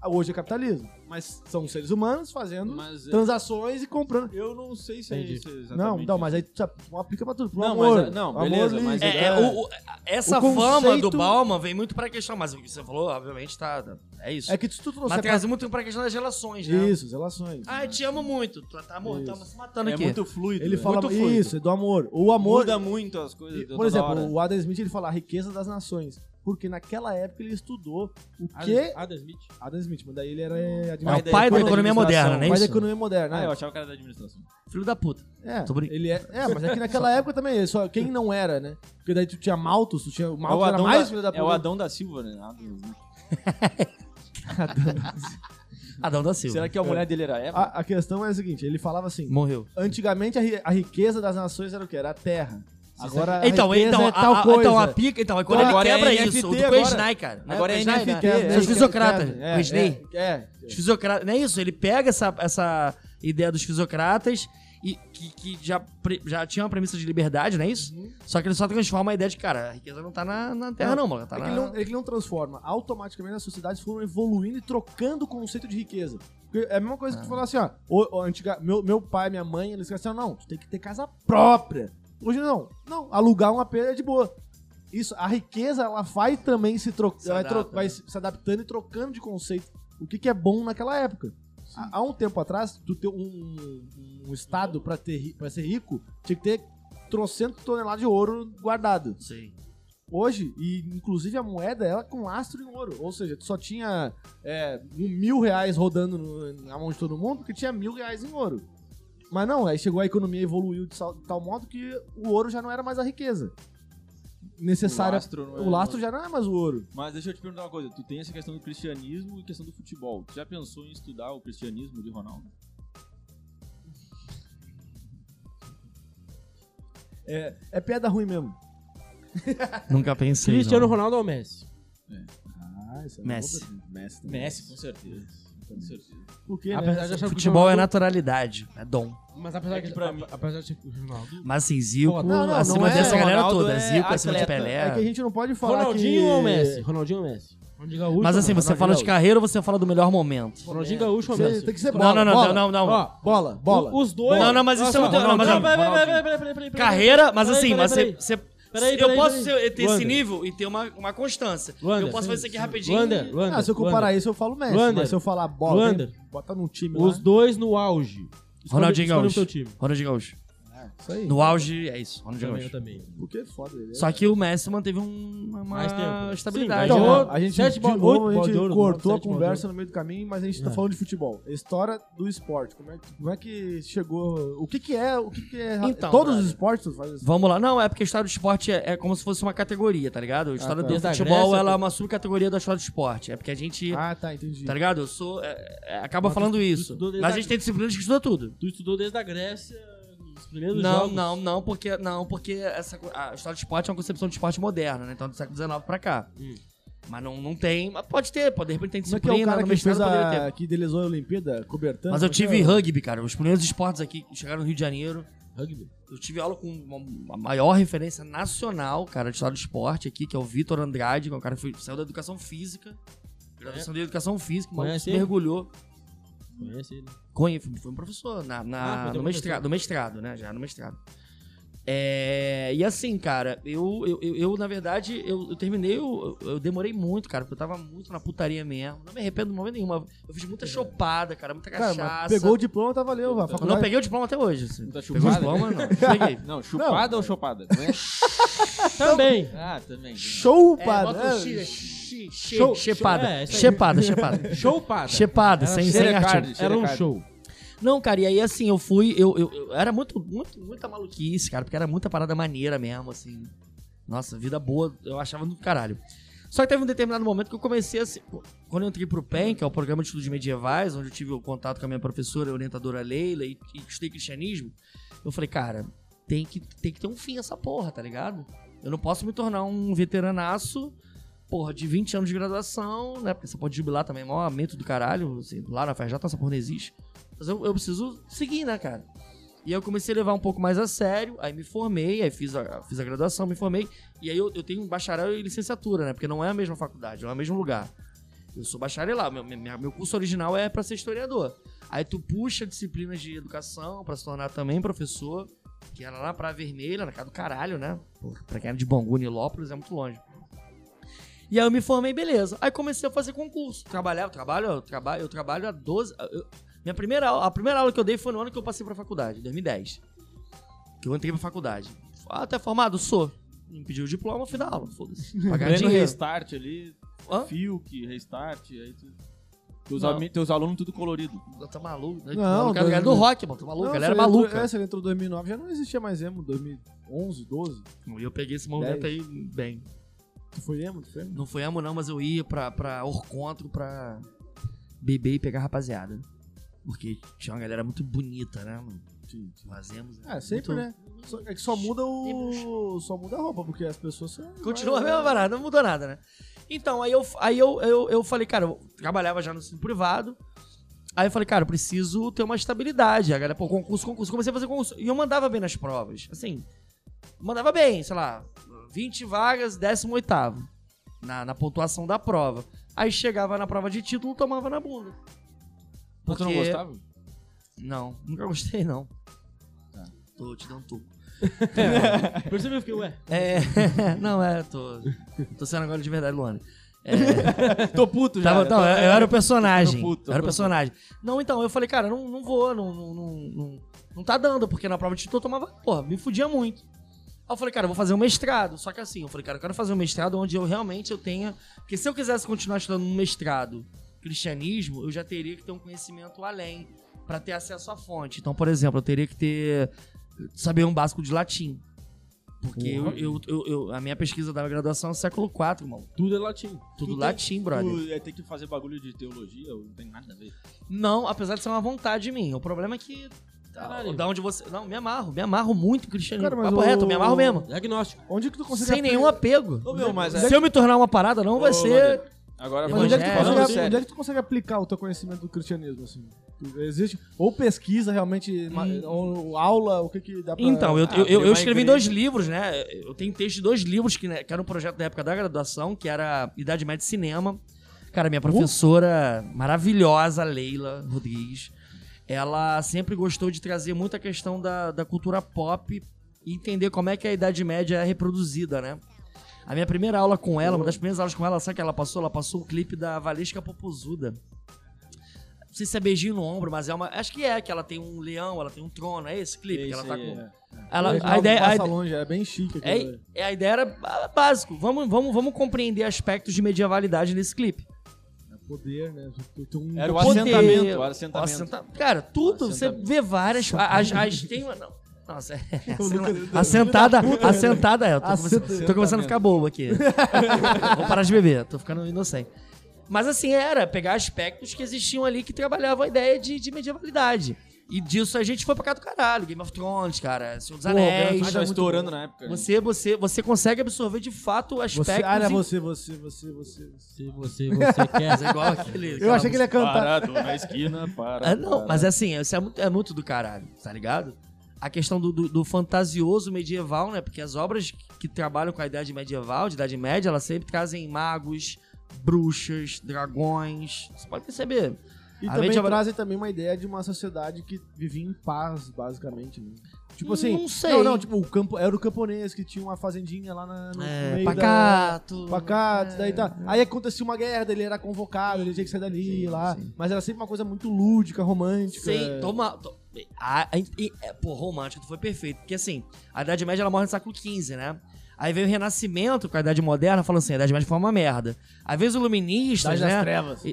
Speaker 1: Hoje é capitalismo. Mas são seres humanos fazendo
Speaker 3: Mas é-
Speaker 1: transações e comprando.
Speaker 3: eu não sei se é
Speaker 2: Entendi.
Speaker 3: isso exatamente.
Speaker 1: Não, não, mas aí tu já- tu aplica pra tudo. Pro
Speaker 3: Não,
Speaker 1: amor,
Speaker 3: mas é- não,
Speaker 1: amor
Speaker 3: beleza,
Speaker 1: livre.
Speaker 3: mas
Speaker 6: É, é, o- o- essa
Speaker 1: O
Speaker 6: fama do
Speaker 1: conceito-
Speaker 6: Bauman vem muito pra questão, mas o que você falou, obviamente, tá. tá- É isso.
Speaker 1: É que se tu trouxer
Speaker 6: mas traz muito pra questão das relações,
Speaker 3: assim,
Speaker 1: pra...
Speaker 6: né?
Speaker 1: Isso, as relações.
Speaker 6: Ah, eu te amo muito. Tu tá morto, tá se matando
Speaker 3: É
Speaker 6: aqui.
Speaker 3: muito fluido.
Speaker 1: ele
Speaker 3: né?
Speaker 1: fala
Speaker 3: muito fluido.
Speaker 1: isso, é do amor. O amor...
Speaker 3: Muda muito as coisas. toda
Speaker 1: Por
Speaker 3: hora.
Speaker 1: exemplo, o Adam Smith, ele fala a riqueza das nações. Porque naquela época ele estudou o
Speaker 3: Ah, é.
Speaker 1: que...
Speaker 2: Adam Smith.
Speaker 1: Adam Smith, mas daí ele era... É
Speaker 6: É
Speaker 1: admi-
Speaker 6: o pai da
Speaker 3: Pai da
Speaker 6: economia
Speaker 3: administração,
Speaker 6: moderna, né?
Speaker 1: pai da
Speaker 6: isso?
Speaker 1: economia moderna.
Speaker 3: Ah,
Speaker 1: né?
Speaker 3: eu achava que era da administração.
Speaker 6: Filho da puta.
Speaker 1: É,
Speaker 6: Tô brincando.
Speaker 1: ele é, é, mas é que naquela época também, ele só quem não era, né? Porque daí tu tinha Malthus, tu tinha o
Speaker 3: É o
Speaker 1: Malthus era
Speaker 3: Adão
Speaker 1: mais
Speaker 3: da-
Speaker 1: filho da puta.
Speaker 3: É o Adão da Silva, né? Adam Smith.
Speaker 6: Adão da Silva.
Speaker 3: Será que a mulher dele era Eva?
Speaker 1: A, a questão é a seguinte, ele falava assim,
Speaker 6: Morreu.
Speaker 1: antigamente a, ri- a riqueza das nações era o quê? Era a terra. Agora
Speaker 6: Então,
Speaker 1: a riqueza
Speaker 6: então,
Speaker 1: é tal
Speaker 6: a, a,
Speaker 1: coisa.
Speaker 6: então a pica, então, a economia
Speaker 3: Agora é
Speaker 6: quebra
Speaker 3: NFT
Speaker 6: isso. O do
Speaker 3: agora.
Speaker 6: Quesnay, cara.
Speaker 3: Agora é
Speaker 6: Quesnay,
Speaker 3: NFT,
Speaker 6: né?
Speaker 3: é,
Speaker 6: São Os
Speaker 1: é,
Speaker 6: fisiocratas.
Speaker 1: é,
Speaker 6: Quesnay.
Speaker 1: É, é,
Speaker 6: Os fisiocratas. Não é isso? Ele pega essa, essa ideia dos fisiocratas e que, que já, pre- já tinha uma premissa de liberdade, não é isso? Só que ele só transforma a ideia de, cara, a riqueza não tá na, na terra, não, mano. Tá
Speaker 1: É que
Speaker 6: na...
Speaker 1: ele não, é que ele não transforma. Automaticamente as sociedades foram evoluindo e trocando o conceito de riqueza. Porque é a mesma coisa que tu falar assim, ó. o- o antiga- meu, meu pai, minha mãe, eles falaram assim, ó, não, tu tem que ter casa própria. Hoje não. Não, alugar um AP é de boa. Isso, a riqueza, ela vai também se trocando,
Speaker 6: Se
Speaker 1: vai,
Speaker 6: adapta,
Speaker 1: tro- vai
Speaker 6: né?
Speaker 1: se se adaptando e trocando de conceito. O que, que é bom naquela época. Há, há um tempo atrás, tu ter um, um estado pra, ter, ri- pra ser rico, tinha que ter trocentos toneladas de ouro guardado.
Speaker 6: Sim.
Speaker 1: Hoje, e inclusive a moeda, ela é com lastro em ouro. Ou seja, tu só tinha é, um mil reais rodando no- na mão de todo mundo porque tinha mil reais em ouro. Mas não, aí chegou a economia e evoluiu de sal- de tal modo que o ouro já não era mais a riqueza necessária.
Speaker 3: lastro não é-
Speaker 1: O lastro já não é mais o ouro.
Speaker 3: Mas deixa eu te perguntar uma coisa. Tu tem essa questão do cristianismo e questão do futebol. Tu já pensou em estudar o cristianismo de Ronaldo?
Speaker 1: É piada ruim mesmo.
Speaker 6: Nunca pensei.
Speaker 2: Cristiano
Speaker 6: não.
Speaker 2: Ronaldo ou Messi?
Speaker 1: Ah, isso é
Speaker 6: Messi.
Speaker 1: Messi.
Speaker 2: Messi.
Speaker 3: Com certeza. Com certeza.
Speaker 1: Por quê, né?
Speaker 2: Apesar de achar que o
Speaker 6: Futebol é
Speaker 2: Ronaldo-
Speaker 6: naturalidade, é dom.
Speaker 2: Mas apesar
Speaker 3: É
Speaker 2: que,
Speaker 3: que pra
Speaker 2: a-
Speaker 3: mim-
Speaker 2: apesar de que o Ronaldo.
Speaker 6: Mas assim, Zico,
Speaker 1: Pô, não, não,
Speaker 6: acima
Speaker 1: não é.
Speaker 6: dessa galera
Speaker 3: Ronaldo
Speaker 6: toda.
Speaker 3: é
Speaker 6: Zico, acima de
Speaker 3: atleta.
Speaker 6: Pelé.
Speaker 1: É que a gente não pode falar
Speaker 2: Ronaldinho
Speaker 1: que...
Speaker 2: ou Messi? Ronaldinho ou Messi? Ronaldinho Gaúcho.
Speaker 6: Mas
Speaker 2: ou
Speaker 6: assim,
Speaker 2: Messi?
Speaker 6: você fala de carreira ou você fala do melhor momento?
Speaker 2: Ronaldinho Gaúcho ou
Speaker 1: Você-
Speaker 2: Messi?
Speaker 1: Tem que ser bola.
Speaker 6: Não, não, não,
Speaker 1: bola.
Speaker 6: não, não.
Speaker 2: Ó,
Speaker 1: Bola, bola.
Speaker 2: Os dois.
Speaker 6: Não, não, mas isso é muito- não, mas-
Speaker 2: peraí, peraí, peraí, peraí, peraí, peraí.
Speaker 6: Carreira, mas
Speaker 2: Peraí,
Speaker 6: assim,
Speaker 2: peraí,
Speaker 6: mas você.
Speaker 2: peraí.
Speaker 6: você-
Speaker 2: Peraí,
Speaker 6: eu
Speaker 2: peraí,
Speaker 6: posso
Speaker 2: peraí.
Speaker 6: ser- ter esse
Speaker 2: Wander.
Speaker 6: nível e ter uma, uma constância.
Speaker 2: Wander,
Speaker 6: eu posso fazer isso aqui rapidinho.
Speaker 2: Wander, Wander,
Speaker 1: Ah, se eu comparar
Speaker 2: Wander.
Speaker 1: isso, eu falo Messi.
Speaker 2: Wander.
Speaker 1: Mas se eu falar bola,
Speaker 2: Wander.
Speaker 1: vem- bota num time
Speaker 2: Os
Speaker 1: lá.
Speaker 2: dois no auge. Escolhe-
Speaker 6: né? Ronaldinho
Speaker 2: escolhe o
Speaker 6: Gaúcho.
Speaker 2: teu time.
Speaker 6: Ronaldinho Gaúcho.
Speaker 1: Isso aí.
Speaker 6: No auge, é isso.
Speaker 2: Eu
Speaker 6: Ronaldinho
Speaker 2: também, eu
Speaker 6: Gaúcho.
Speaker 2: também.
Speaker 1: Porque é foda. ele é-
Speaker 6: Só que o Messi manteve um- uma
Speaker 2: Mais tempo.
Speaker 1: Tá,
Speaker 6: estabilidade.
Speaker 2: Sim, mas
Speaker 6: né?
Speaker 2: ganhou-
Speaker 1: a gente,
Speaker 2: sete
Speaker 1: de
Speaker 2: bola-
Speaker 1: novo,
Speaker 2: oito
Speaker 1: a gente
Speaker 2: bola Então, de ouro,
Speaker 1: cortou a
Speaker 2: sete bola de
Speaker 1: conversa no meio do caminho, mas a gente tá
Speaker 2: É.
Speaker 1: falando de futebol. A História do esporte. Como é que, como é que chegou... O que que é... O que que é
Speaker 6: Então,
Speaker 1: todos
Speaker 6: brother.
Speaker 1: os esportes assim? tu faz isso.
Speaker 6: Vamos lá. Não, é porque a história do esporte é, é como se fosse uma categoria, tá
Speaker 2: Ah,
Speaker 6: ligado? A história
Speaker 1: tá.
Speaker 6: do
Speaker 2: Desde a
Speaker 6: futebol
Speaker 2: Grécia,
Speaker 6: ela
Speaker 2: pô.
Speaker 6: é uma subcategoria da história do esporte. É porque a gente.
Speaker 1: Ah, tá, entendi.
Speaker 6: Tá ligado? Eu sou. é, é, acaba
Speaker 2: Mas tu-
Speaker 6: falando
Speaker 2: tu
Speaker 6: isso.
Speaker 2: estudou desde
Speaker 6: Mas a
Speaker 2: a-
Speaker 6: gente tem disciplinas que estudam tudo.
Speaker 2: Tu estudou desde a Grécia, nos primeiros
Speaker 6: Não,
Speaker 2: jogos.
Speaker 6: não, não, porque. Não, porque essa, co- a história do esporte é uma concepção de esporte moderna, né? Então do século XIX pra cá.
Speaker 2: Hum.
Speaker 6: Mas não, não tem. Mas pode ter, pode, de repente tem
Speaker 1: Como é
Speaker 6: disciplina, né,
Speaker 1: que é o cara
Speaker 6: no
Speaker 1: que fez
Speaker 6: mestrado poderia ter.
Speaker 1: a... que idealizou a Olimpíada? Cobertando?
Speaker 6: Mas eu
Speaker 1: Como é que
Speaker 6: tive
Speaker 1: é?
Speaker 6: rugby, cara. Os primeiros esportes aqui que chegaram no Rio de Janeiro.
Speaker 2: Rugby.
Speaker 6: Eu tive aula com uma- a maior referência nacional, cara, de história do esporte aqui, que é o Vitor Andrade, que é um cara que foi- saiu da educação física. Graduação de educação física, mas
Speaker 2: É. Conhece
Speaker 6: se
Speaker 2: ele?
Speaker 6: mergulhou.
Speaker 2: Conhece ele.
Speaker 6: Conhe- Foi um professor na, na-
Speaker 2: Ah, foi teu
Speaker 6: no, mestrado,
Speaker 2: professor.
Speaker 6: no mestrado, né? Já no mestrado. É, e assim, cara, eu, eu, eu, eu, na verdade, eu, eu terminei, eu, eu demorei muito, cara, porque eu tava muito na putaria mesmo. Não me arrependo de momento nenhuma. Eu fiz
Speaker 2: É.
Speaker 6: muita chopada, cara, muita
Speaker 1: Cara,
Speaker 6: cachaça.
Speaker 1: mas pegou o diploma, tá valeu. A
Speaker 6: Eu não
Speaker 1: faculdade
Speaker 6: peguei o diploma até hoje. assim.
Speaker 3: Não tá
Speaker 6: Pegou o
Speaker 3: chupada?
Speaker 6: diploma, não. Peguei.
Speaker 3: Não, chupada ou chopada? Não é ch-
Speaker 6: Então,
Speaker 2: Também.
Speaker 3: ah, também.
Speaker 1: Show,
Speaker 6: É,
Speaker 1: pá,
Speaker 6: bota
Speaker 1: né?
Speaker 6: um X, X,
Speaker 2: Show-
Speaker 6: X, Chepada,
Speaker 2: show- é, isso aí.
Speaker 6: chepada, chepada.
Speaker 2: Show pada.
Speaker 6: Chepada, sem, sem
Speaker 3: Xerecard,
Speaker 6: artigo.
Speaker 2: Era um
Speaker 3: xerecard.
Speaker 2: show.
Speaker 6: Não, cara, e aí assim, eu fui, eu, eu, eu- era muito, muito, muita maluquice, cara, porque era muita parada maneira mesmo, assim. Nossa, vida boa, eu achava do caralho. Só que teve um determinado momento que eu comecei assim, pô, quando eu entrei pro PEN, que é o Programa de Estudos Medievais, onde eu tive o contato com a minha professora, e orientadora Leila, e, e estudei cristianismo, eu falei, cara, tem que, tem que ter um fim essa porra, tá ligado? Eu não posso me tornar um veteranaço, porra, de 20 anos de graduação, né? Porque você pode jubilar também, maior aumento do caralho, assim, lá na FJ essa porra não existe. Mas eu, eu preciso seguir, né, cara? E aí eu comecei a levar um pouco mais a sério, aí me formei, aí fiz a, fiz a graduação, me formei, e aí eu, eu tenho um bacharel e licenciatura, né? Porque não é a mesma faculdade, não é o mesmo lugar. Eu sou bacharelado, meu, minha- meu curso original é pra ser historiador. Aí tu puxa disciplinas de educação pra se tornar também professor, que era lá na Praia Vermelha, na casa do caralho, né? Pô, Pra quem era de Bangu, Nilópolis, é muito longe. E aí eu me formei, beleza. Aí comecei a fazer concurso. Trabalhava, trabalho, eu trabalho, eu trabalho há 12. eu- minha primeira aula, a primeira aula que eu dei foi no ano que eu passei pra faculdade, em 2010. Que eu entrei pra faculdade. Ah, até formado? Sou. Me pediu o diploma, fui dar aula, foda-se. Pagar
Speaker 3: Pleno
Speaker 6: dinheiro.
Speaker 3: restart ali,
Speaker 6: Hã?
Speaker 3: Fiuk, restart, aí tu... Teus,
Speaker 6: Não.
Speaker 3: ami- teus alunos tudo colorido.
Speaker 6: Tá maluco? Não,
Speaker 1: Não,
Speaker 6: maluco, a galera do
Speaker 1: dois- um.
Speaker 6: rock, mano. Tá maluco,
Speaker 1: Não,
Speaker 6: galera
Speaker 1: você entrou-
Speaker 6: maluca.
Speaker 1: É, você entrou em 2009, já não existia mais emo. 2011, 12.
Speaker 6: E eu peguei esse
Speaker 1: é.
Speaker 6: movimento aí bem.
Speaker 1: Tu foi emo? Tu foi emo?
Speaker 6: Não foi amo não, mas eu ia pra, pra Orcontro pra beber e pegar rapaziada. Porque tinha uma galera muito bonita, né, mano? Fazemos.
Speaker 1: Ah, sempre, né? Só- é que só muda o... Só muda a roupa, porque as pessoas são...
Speaker 6: Continua a
Speaker 1: vai-
Speaker 6: mesma parada, não mudou nada, né? Então, aí eu, aí eu, eu, eu falei, cara, eu trabalhava já no ensino privado. Aí eu falei, cara, eu preciso ter uma estabilidade. A galera, pô, concurso, concurso. Comecei a fazer concurso. E eu mandava bem nas provas. Assim, mandava bem, sei lá, 20 vagas, 18 na, na pontuação da prova. Aí chegava na prova de título, tomava na bunda.
Speaker 3: Mas tu não
Speaker 6: Porque-
Speaker 3: gostava?
Speaker 6: Não, nunca gostei, não. tô te dando um toco.
Speaker 2: Percebeu? Eu fiquei, ué.
Speaker 6: É, não, é, tô, tô sendo agora de verdade, Luana. É,
Speaker 3: Tô puto já.
Speaker 6: tava,
Speaker 3: né?
Speaker 6: não,
Speaker 3: Tô-
Speaker 6: eu, eu era o personagem.
Speaker 3: Tô puto, tô
Speaker 6: eu era o
Speaker 3: puto.
Speaker 6: personagem. Não, então, eu falei, cara, não, não vou, não, não, não, não, não tá dando, porque na prova de título eu tomava, porra, me fudia muito. Aí eu falei, cara, eu vou fazer um mestrado. Só que assim, eu falei, cara, eu quero fazer um mestrado onde eu realmente eu tenha. Porque se eu quisesse continuar estudando um mestrado cristianismo, eu já teria que ter um conhecimento além pra ter acesso à fonte. Então, por exemplo, eu teria que ter. saber um básico de latim. Porque eu, eu- eu- eu- a minha pesquisa da graduação é século IV, mano.
Speaker 2: Tudo é latim.
Speaker 6: Tudo
Speaker 3: Tu tem-
Speaker 6: latim, brother.
Speaker 3: Tu é ter que fazer bagulho de teologia, não tem nada a ver.
Speaker 6: Não, apesar de ser uma vontade minha. O problema é que.
Speaker 3: Tá,
Speaker 2: Caralho.
Speaker 6: Da onde você. Não, me amarro, me amarro muito em cristianismo.
Speaker 1: Cara, mas
Speaker 6: Papo
Speaker 1: o-
Speaker 6: reto, me amarro mesmo.
Speaker 2: Diagnóstico.
Speaker 1: Onde que tu consegue...
Speaker 6: Sem
Speaker 1: apre-
Speaker 6: nenhum apego.
Speaker 3: Ô, meu, mas é-
Speaker 6: Se eu me tornar uma parada, não vai
Speaker 3: Ô,
Speaker 6: ser.
Speaker 3: Lander, Agora,
Speaker 1: Mas onde é, que tu
Speaker 6: Evangelho,
Speaker 1: consegue,
Speaker 3: falando
Speaker 6: falando
Speaker 1: onde é
Speaker 3: sério.
Speaker 1: que tu consegue aplicar o teu conhecimento do cristianismo, assim? Tu- Existe? Ou pesquisa realmente, ma- ou aula, o que que dá pra...
Speaker 6: Hum. Então, eu, eu, eu,
Speaker 3: abrir tá, uma
Speaker 6: escrevi
Speaker 3: igreja.
Speaker 6: dois livros, né? Eu tenho texto de dois livros, que, né, que era um projeto da época da graduação, que era Idade Média e Cinema. Cara, minha professora maravilhosa, Leila Rodrigues, ela sempre gostou de trazer muita questão da, da cultura pop e entender como é que a Idade Média é reproduzida, né? A minha primeira aula com ela, uma das primeiras aulas com ela, sabe o que ela passou? Ela passou o clipe da Valesca Popozuda. Não sei se é beijinho no ombro, mas é uma. Acho que é, que ela tem um leão, ela tem um trono. É esse clipe que ela
Speaker 3: Esse
Speaker 6: tá
Speaker 3: aí,
Speaker 6: com.
Speaker 3: é.
Speaker 6: Ela,
Speaker 1: Legal,
Speaker 6: a ideia, a,
Speaker 1: Passa longe, é bem chique. aquilo,
Speaker 6: é,
Speaker 1: velho.
Speaker 6: é, a ideia era bá- básico. Vamos, vamos, vamos compreender aspectos de medievalidade nesse clipe.
Speaker 1: É poder, né? Tu- tu- um-
Speaker 3: Era o
Speaker 6: Poder-
Speaker 3: assentamento, o assentamento.
Speaker 6: Assenta- Cara, tudo.
Speaker 3: Assentamento.
Speaker 6: Você vê várias. a- As, as, tem uma. Não. Nossa, é, assentada, assentada
Speaker 1: né?
Speaker 6: é. eu Tô, começando, tô começando a ficar bobo aqui. Vou parar de beber, tô ficando inocente. Mas assim, era pegar aspectos que existiam ali que trabalhavam a ideia de, de medievalidade. E disso a gente foi pra cá do caralho. Game of Thrones, cara, Senhor dos
Speaker 3: Pô, Game
Speaker 6: Anéis.
Speaker 3: of Thrones
Speaker 1: é
Speaker 3: tava estourando na época. né?
Speaker 6: Você, você, você consegue absorver de fato aspectos.
Speaker 1: Você, ah, era
Speaker 6: em-
Speaker 1: você, você, você, você. você.
Speaker 2: Se você, você quer.
Speaker 6: Mas é igual aquele.
Speaker 1: Eu
Speaker 6: aquela
Speaker 1: achei que ele ia cantar.
Speaker 3: Parado na esquina, para.
Speaker 6: Ah, não, mas é assim, isso é muito, é muito do caralho, tá ligado? A questão do, do- do fantasioso medieval, né? Porque as obras que trabalham com a idade medieval, de idade média, elas sempre trazem magos, bruxas, dragões. Você pode perceber.
Speaker 1: E
Speaker 6: A
Speaker 1: também
Speaker 6: mente é-
Speaker 1: trazem também uma ideia de uma sociedade que vivia em paz, basicamente. né? Tipo
Speaker 6: Hum,
Speaker 1: assim.
Speaker 6: não sei.
Speaker 1: Não, não, tipo, o campo, era o camponês que tinha uma fazendinha lá na, no
Speaker 6: É,
Speaker 1: meio
Speaker 6: pacato.
Speaker 1: da. Pacato,
Speaker 6: É,
Speaker 1: daí tá. Aí acontecia uma guerra, daí ele era convocado, ele tinha que sair dali
Speaker 6: Sim,
Speaker 1: lá.
Speaker 6: sim.
Speaker 1: Mas era sempre uma coisa muito lúdica, romântica.
Speaker 6: Sim, toma. To, a, a- e- é, pô, romântico, tu foi perfeito. Porque assim, a Idade Média ela morre no século XV, né? Aí veio o Renascimento com a Idade Moderna, falando assim: a Idade Média foi uma merda. Às vezes os iluministas,
Speaker 1: Idade
Speaker 6: né?
Speaker 1: das trevas.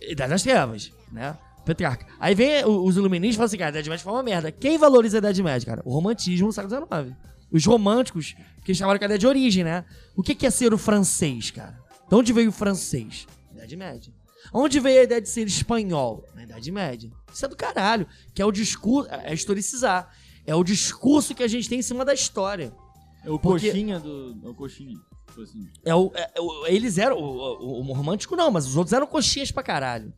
Speaker 6: Idade das Trevas, né? Petrarca. Aí vem o- os iluministas e falam assim, cara, a Idade Média foi uma merda. Quem valoriza a Idade Média, cara? O romantismo do século XIX. Os românticos, que eles trabalham com a ideia de origem, né? O que que é ser o francês, cara? De onde veio o francês? Idade Média. Onde veio a ideia de ser espanhol? Na Idade Média. Isso é do caralho. Que é o discurso... É historicizar. É o discurso que a gente tem em cima da história.
Speaker 3: É o
Speaker 6: porque-
Speaker 3: coxinha do. É o coxinha. Tipo assim.
Speaker 6: É o, é- é o- eles eram. O, o- o romântico não, mas os outros eram coxias pra caralho.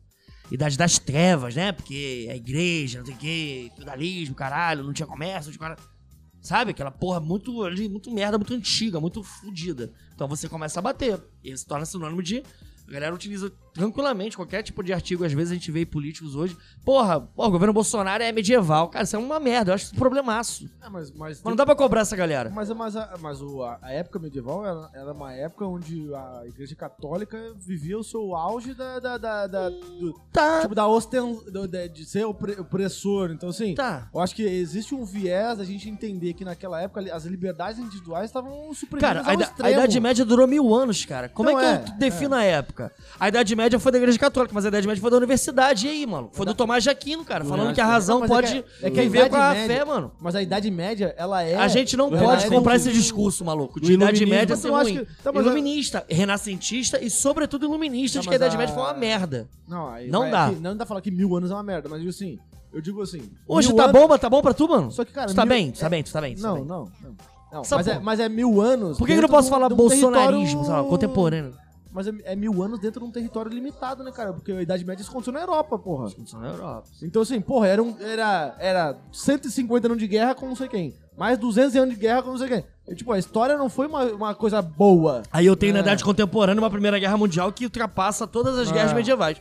Speaker 6: Idade das trevas, né? Porque a igreja, não sei o quê, feudalismo, caralho, não tinha comércio, não tinha caralho. Sabe? Aquela porra muito, ali, muito merda, muito antiga, muito fodida. Então você começa a bater. E ele se torna sinônimo de. A galera utiliza tranquilamente qualquer tipo de artigo. Às vezes a gente vê políticos hoje. Porra, pô, o governo Bolsonaro é medieval. Cara, isso é uma merda. Eu acho isso um problemaço.
Speaker 1: Ah, mas, mas,
Speaker 6: Mas não dá pra cobrar essa galera.
Speaker 1: Mas, mas, a, mas o- a, a época medieval era, era uma época onde a igreja católica vivia o seu auge da, da, da- da- do-
Speaker 6: Tá,
Speaker 1: tipo, da osten, do- de, de ser opre- opressor. Então, assim,
Speaker 6: tá.
Speaker 1: eu acho que existe um viés da gente entender que naquela época ali, as liberdades individuais estavam suprimidas
Speaker 6: Cara,
Speaker 1: ao
Speaker 6: a, ida- a
Speaker 1: extremo.
Speaker 6: Idade Média durou mil anos, cara. Como
Speaker 1: Então
Speaker 6: é que
Speaker 1: é,
Speaker 6: eu defino a época? A Idade Média foi da Igreja Católica, mas a Idade Média foi da universidade. E aí, mano? Foi do Tomás de Aquino, cara, falando que a razão
Speaker 1: Não, mas é
Speaker 6: pode
Speaker 1: que a- é que a
Speaker 6: viver com a
Speaker 1: Idade Média-
Speaker 6: fé, mano.
Speaker 1: Mas a Idade Média, ela é...
Speaker 6: a gente não
Speaker 1: ela
Speaker 6: pode
Speaker 1: é
Speaker 6: comprar
Speaker 1: do-
Speaker 6: esse discurso, maluco,
Speaker 1: do
Speaker 6: de Idade
Speaker 1: iluminismo.
Speaker 6: Média é
Speaker 1: Mas
Speaker 6: ser
Speaker 1: eu acho
Speaker 6: ruim.
Speaker 1: que- tá, mas eu-
Speaker 6: Iluminista, renascentista e, sobretudo, iluminista
Speaker 1: Tá,
Speaker 6: de que a
Speaker 1: mas
Speaker 6: Idade
Speaker 1: a-
Speaker 6: Média foi uma merda.
Speaker 1: Não, aí
Speaker 6: Não
Speaker 1: vai-
Speaker 6: dá.
Speaker 1: que- não dá pra falar que mil anos é uma merda, mas eu digo assim, eu digo assim...
Speaker 6: Hoje
Speaker 1: mil
Speaker 6: tá
Speaker 1: anos-
Speaker 6: bom, mas tá bom pra tu, mano?
Speaker 1: Só que, cara...
Speaker 6: tu tá
Speaker 1: mil-
Speaker 6: bem, tu
Speaker 1: é-
Speaker 6: tá bem, tu tá bem. tu tá
Speaker 1: Não,
Speaker 6: bem.
Speaker 1: não, não. Não,
Speaker 6: Essa
Speaker 1: mas, é,
Speaker 6: porra.
Speaker 1: mas é mil anos.
Speaker 6: Por que, que eu não
Speaker 1: dentro
Speaker 6: posso
Speaker 1: de um-
Speaker 6: falar
Speaker 1: de um
Speaker 6: bolsonarismo,
Speaker 1: território-
Speaker 6: sei lá, contemporâneo?
Speaker 1: Mas é, é mil anos dentro de um território limitado, né, cara? Porque a Idade Média isso aconteceu na Europa, porra.
Speaker 6: Isso na é Europa.
Speaker 1: Então, assim, porra, era, um, era, era 150 anos de guerra com não sei quem. Mais 200 anos de guerra com não sei quem. E, tipo, a história não foi uma, uma coisa boa.
Speaker 6: Aí eu tenho na
Speaker 1: É.
Speaker 6: idade contemporânea uma Primeira Guerra Mundial que ultrapassa todas as
Speaker 1: É.
Speaker 6: guerras medievais.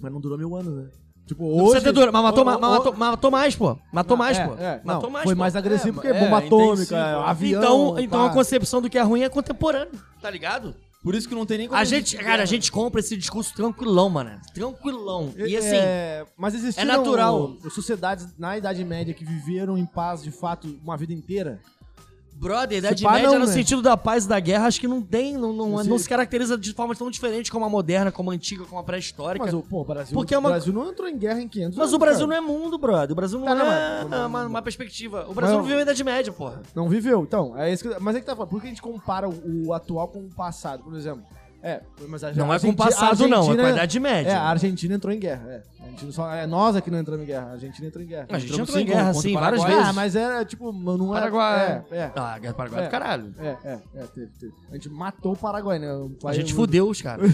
Speaker 1: Mas não durou mil anos, né? Tipo,
Speaker 6: Não
Speaker 1: hoje...
Speaker 6: precisa ter tá duro, mas matou,
Speaker 1: o-
Speaker 6: ma-
Speaker 1: o-
Speaker 6: ma- matou- matou mais, pô. Matou
Speaker 1: Não,
Speaker 6: mais,
Speaker 1: é,
Speaker 6: pô.
Speaker 1: é.
Speaker 6: matou
Speaker 1: Não,
Speaker 6: mais,
Speaker 1: Foi
Speaker 6: pô.
Speaker 1: mais agressivo porque
Speaker 3: é,
Speaker 1: bomba
Speaker 3: intensivo.
Speaker 1: atômica, avião...
Speaker 6: então, então
Speaker 1: pá.
Speaker 6: a concepção do que é ruim é contemporânea, tá ligado?
Speaker 3: Por isso que não tem nem como. é.
Speaker 6: A gente,
Speaker 1: é.
Speaker 6: cara, a gente compra esse discurso tranquilão, mano. Tranquilão. E assim,
Speaker 1: É, mas existiram
Speaker 6: é natural.
Speaker 1: sociedades na Idade Média que viveram em paz, de fato, uma vida inteira.
Speaker 6: brother,
Speaker 1: se
Speaker 6: Idade
Speaker 1: pá,
Speaker 6: Média
Speaker 1: não,
Speaker 6: no
Speaker 1: né?
Speaker 6: sentido da paz e da guerra, acho que não tem, não, não,
Speaker 1: Esse-
Speaker 6: não se caracteriza de forma tão diferente como a moderna, como a antiga, como a pré-histórica.
Speaker 1: Mas
Speaker 6: Mas,
Speaker 1: o, pô, o Brasil,
Speaker 6: Porque é uma-
Speaker 1: o Brasil não entrou em guerra em 500
Speaker 6: o
Speaker 1: anos,
Speaker 6: Brasil
Speaker 1: cara.
Speaker 6: não é mundo, brother. O Brasil não
Speaker 1: Tá,
Speaker 6: é
Speaker 1: não, mas-
Speaker 6: uma, uma perspectiva. O Brasil
Speaker 1: Mas-
Speaker 6: não viveu a Idade Média, porra.
Speaker 1: Não viveu. Então, é isso que... Mas é que tá falando. Por que a gente compara o, o atual com o passado, por exemplo? É, mas a
Speaker 6: Não é com
Speaker 1: Argenti-
Speaker 6: o passado, não. É com a
Speaker 1: Argentina-
Speaker 6: Idade Média.
Speaker 1: É, a Argentina entrou em guerra. É. A Argentina só, é nós aqui não entramos em guerra. A Argentina entrou em guerra.
Speaker 6: A gente
Speaker 3: Entramos
Speaker 6: entrou em
Speaker 3: sim,
Speaker 6: guerra,
Speaker 3: contra o
Speaker 6: sim, várias
Speaker 3: Paraguai.
Speaker 6: vezes.
Speaker 1: Ah, mas era tipo, não era.
Speaker 6: Paraguai.
Speaker 1: É, é.
Speaker 6: Ah, guerra do Paraguai do
Speaker 1: É.
Speaker 6: caralho.
Speaker 1: É, é, é, teve, teve. A gente matou o Paraguai, né? O
Speaker 6: A
Speaker 1: país-
Speaker 6: gente fudeu os caras.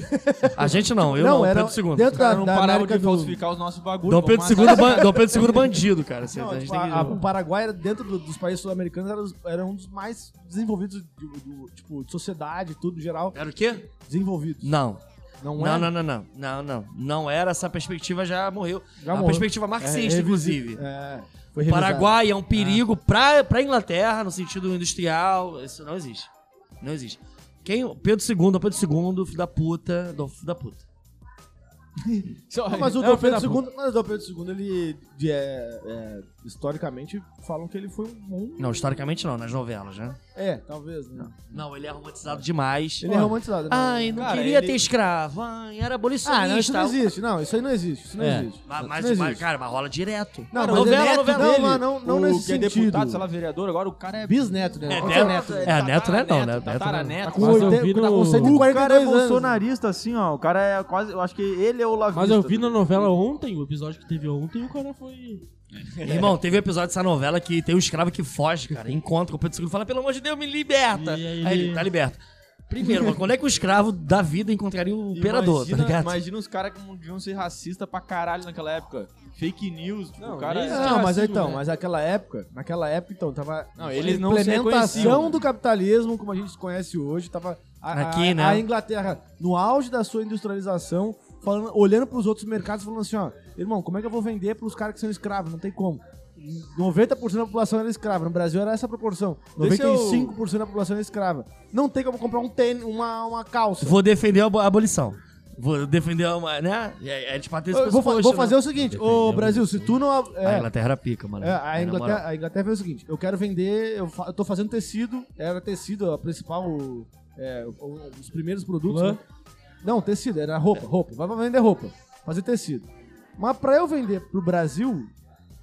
Speaker 6: A gente não, eu
Speaker 1: Não,
Speaker 6: não,
Speaker 1: era-
Speaker 6: Pedro II.
Speaker 1: dentro
Speaker 3: Os
Speaker 1: da,
Speaker 3: caras não
Speaker 1: da
Speaker 3: pararam
Speaker 1: América
Speaker 3: de
Speaker 1: do-
Speaker 3: falsificar os nossos bagulhos.
Speaker 6: Dom
Speaker 3: vão
Speaker 6: Pedro,
Speaker 3: matar-
Speaker 6: II, ban- Dom Pedro II bandido, cara. Assim,
Speaker 1: Não,
Speaker 6: a gente
Speaker 1: tipo,
Speaker 6: tem que-
Speaker 1: a- a- o Paraguai, era, dentro do- dos países sul-americanos, era, os- era um dos mais desenvolvidos, do- do- tipo, de sociedade e tudo, geral,
Speaker 6: Era o quê?
Speaker 1: desenvolvido.
Speaker 6: Não.
Speaker 1: Não,
Speaker 6: Não,
Speaker 1: é?
Speaker 6: não, não, não. Não, não. Não era essa perspectiva, já morreu.
Speaker 1: Já
Speaker 6: a
Speaker 1: morreu.
Speaker 6: perspectiva
Speaker 1: É,
Speaker 6: marxista,
Speaker 1: revisi-
Speaker 6: inclusive.
Speaker 1: É, foi
Speaker 6: O
Speaker 1: revisado.
Speaker 6: Paraguai é um perigo pra, pra Inglaterra, no sentido industrial. Isso não existe. Não existe. Quem, Pedro II, Dom Pedro II, filho da puta, Dom filho da puta.
Speaker 1: Não, mas o Dom
Speaker 3: É, filho da
Speaker 1: Pedro II, mas o Dom Pedro II, ele, de- é, é, historicamente, falam que ele foi um... bom-
Speaker 6: Não, historicamente não, nas novelas, né?
Speaker 1: É, talvez, né?
Speaker 6: Não, Ah, ele é romantizado demais.
Speaker 1: Ele é romantizado. né?
Speaker 6: Ai, não
Speaker 3: Cara,
Speaker 6: queria
Speaker 3: ele-
Speaker 6: ter escravo. Ai, era
Speaker 1: Ah, não, isso
Speaker 6: abolicionista.
Speaker 1: não existe. Não, isso aí não existe. Isso não existe.
Speaker 6: mas,
Speaker 1: Isso
Speaker 6: mas-
Speaker 1: não existe.
Speaker 6: mas, cara, mas rola direto.
Speaker 1: Não,
Speaker 6: Cara,
Speaker 1: mas
Speaker 6: novela,
Speaker 1: ele é
Speaker 6: novela.
Speaker 1: neto
Speaker 6: dele.
Speaker 1: mas não- não
Speaker 3: o
Speaker 1: nesse
Speaker 3: que é
Speaker 1: sentido.
Speaker 3: deputado, sei lá, vereador, agora o cara é.
Speaker 1: Bisneto, né?
Speaker 6: É
Speaker 1: Não,
Speaker 6: neto.
Speaker 1: neto.
Speaker 6: É, neto não é não, né? Neto não.
Speaker 3: Tataraneto.
Speaker 1: Tá com,
Speaker 2: Mas eu
Speaker 1: 80,
Speaker 2: vi
Speaker 1: tá com
Speaker 2: no-
Speaker 3: O
Speaker 1: 142
Speaker 3: cara é
Speaker 1: anos.
Speaker 3: bolsonarista, assim, ó. O cara é quase. Eu acho que ele é o lavista.
Speaker 2: Mas eu vi na novela ontem, o episódio que teve ontem, o cara foi.
Speaker 6: Irmão, teve um episódio dessa novela que tem um escravo que foge, cara. Encontra com o Pedro II e fala, pelo amor de Deus, me liberta.
Speaker 2: E aí
Speaker 6: Aí
Speaker 2: ele-
Speaker 6: ele, tá liberto. Primeiro, mano, quando é que o escravo da vida encontraria o imperador,
Speaker 3: imagina,
Speaker 6: tá ligado?
Speaker 3: Imagina os caras que deviam ser racistas pra caralho naquela época. Fake news, tipo,
Speaker 2: Não,
Speaker 3: o cara.
Speaker 2: nem
Speaker 3: é-
Speaker 2: existe.
Speaker 1: Não, mas
Speaker 2: racismo,
Speaker 1: então,
Speaker 2: né?
Speaker 1: mas naquela época, naquela época, então, tava.
Speaker 3: Não, eles não se reconheciam,
Speaker 1: implementação
Speaker 3: né?
Speaker 1: do capitalismo, como a gente conhece hoje, tava. A, a-
Speaker 6: Aqui, né?
Speaker 1: a Inglaterra, no auge da sua industrialização, falando, olhando pros outros mercados, falando assim: ó, irmão, como é que eu vou vender pros caras que são escravos? Não tem como. 90% da população era escrava. No Brasil era essa proporção.
Speaker 3: Deixa eu-
Speaker 1: 95% da população era escrava. Não tem como comprar um tênis, uma, uma calça.
Speaker 6: Vou defender a abo- a abolição. Vou defender uma, né? E aí, aí eles batem esse
Speaker 1: Eu vou, fa-
Speaker 6: pescoço,
Speaker 1: vou
Speaker 6: né?
Speaker 1: fazer o seguinte, ô Brasil, se tu não. ab-
Speaker 6: A
Speaker 3: Ah,
Speaker 1: é,
Speaker 6: Inglaterra era pica, mano.
Speaker 1: É, a,
Speaker 6: Na moral.
Speaker 1: Inglaterra, a Inglaterra fez o seguinte: eu quero vender, eu, fa- eu tô fazendo tecido, era tecido a principal. é, o- o- os primeiros produtos.
Speaker 2: Lã?
Speaker 1: né? Não, tecido, era roupa, roupa. Vai pra vender roupa, fazer tecido. Mas pra eu vender pro Brasil,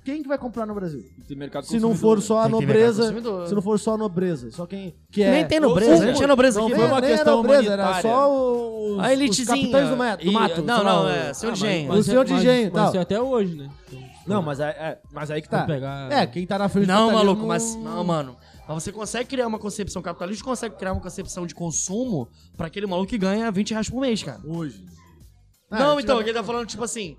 Speaker 1: quem que vai comprar no Brasil?
Speaker 3: Tem tipo, mercado
Speaker 1: Se não
Speaker 3: consumidor,
Speaker 1: for só a
Speaker 6: Tem que ter
Speaker 1: nobreza.
Speaker 6: mercado consumidor.
Speaker 1: Se não for só a nobreza. Só quem. Que é,
Speaker 6: Nem tem nobreza,
Speaker 3: Ou-
Speaker 6: não tinha nobreza aqui.
Speaker 1: nem-
Speaker 3: foi uma
Speaker 1: nem
Speaker 3: questão
Speaker 1: era nobreza, era
Speaker 3: humanitária.
Speaker 1: só os,
Speaker 6: A
Speaker 1: os
Speaker 6: elitezinha.
Speaker 1: capitães do, ma- do
Speaker 6: E-
Speaker 1: mato.
Speaker 6: Não,
Speaker 1: sei lá,
Speaker 6: não,
Speaker 1: o-
Speaker 6: é, seu
Speaker 2: mas-
Speaker 6: engenho.
Speaker 1: O senhor de
Speaker 2: mas-
Speaker 1: engenho,
Speaker 2: mas
Speaker 1: tá.
Speaker 2: até hoje, né? Então,
Speaker 1: Não, mas, é, é- mas aí que tá.
Speaker 2: Vou pegar-
Speaker 1: É, quem tá na frente do
Speaker 6: Não,
Speaker 1: capitalismo-
Speaker 6: maluco, mas. Não, mano. Mas você consegue criar uma concepção capitalista, consegue criar uma concepção de consumo pra aquele maluco que ganha 20 reais por mês,
Speaker 3: né?
Speaker 6: cara.
Speaker 1: Hoje. Ah,
Speaker 6: não, então, ele tá falando, tipo assim.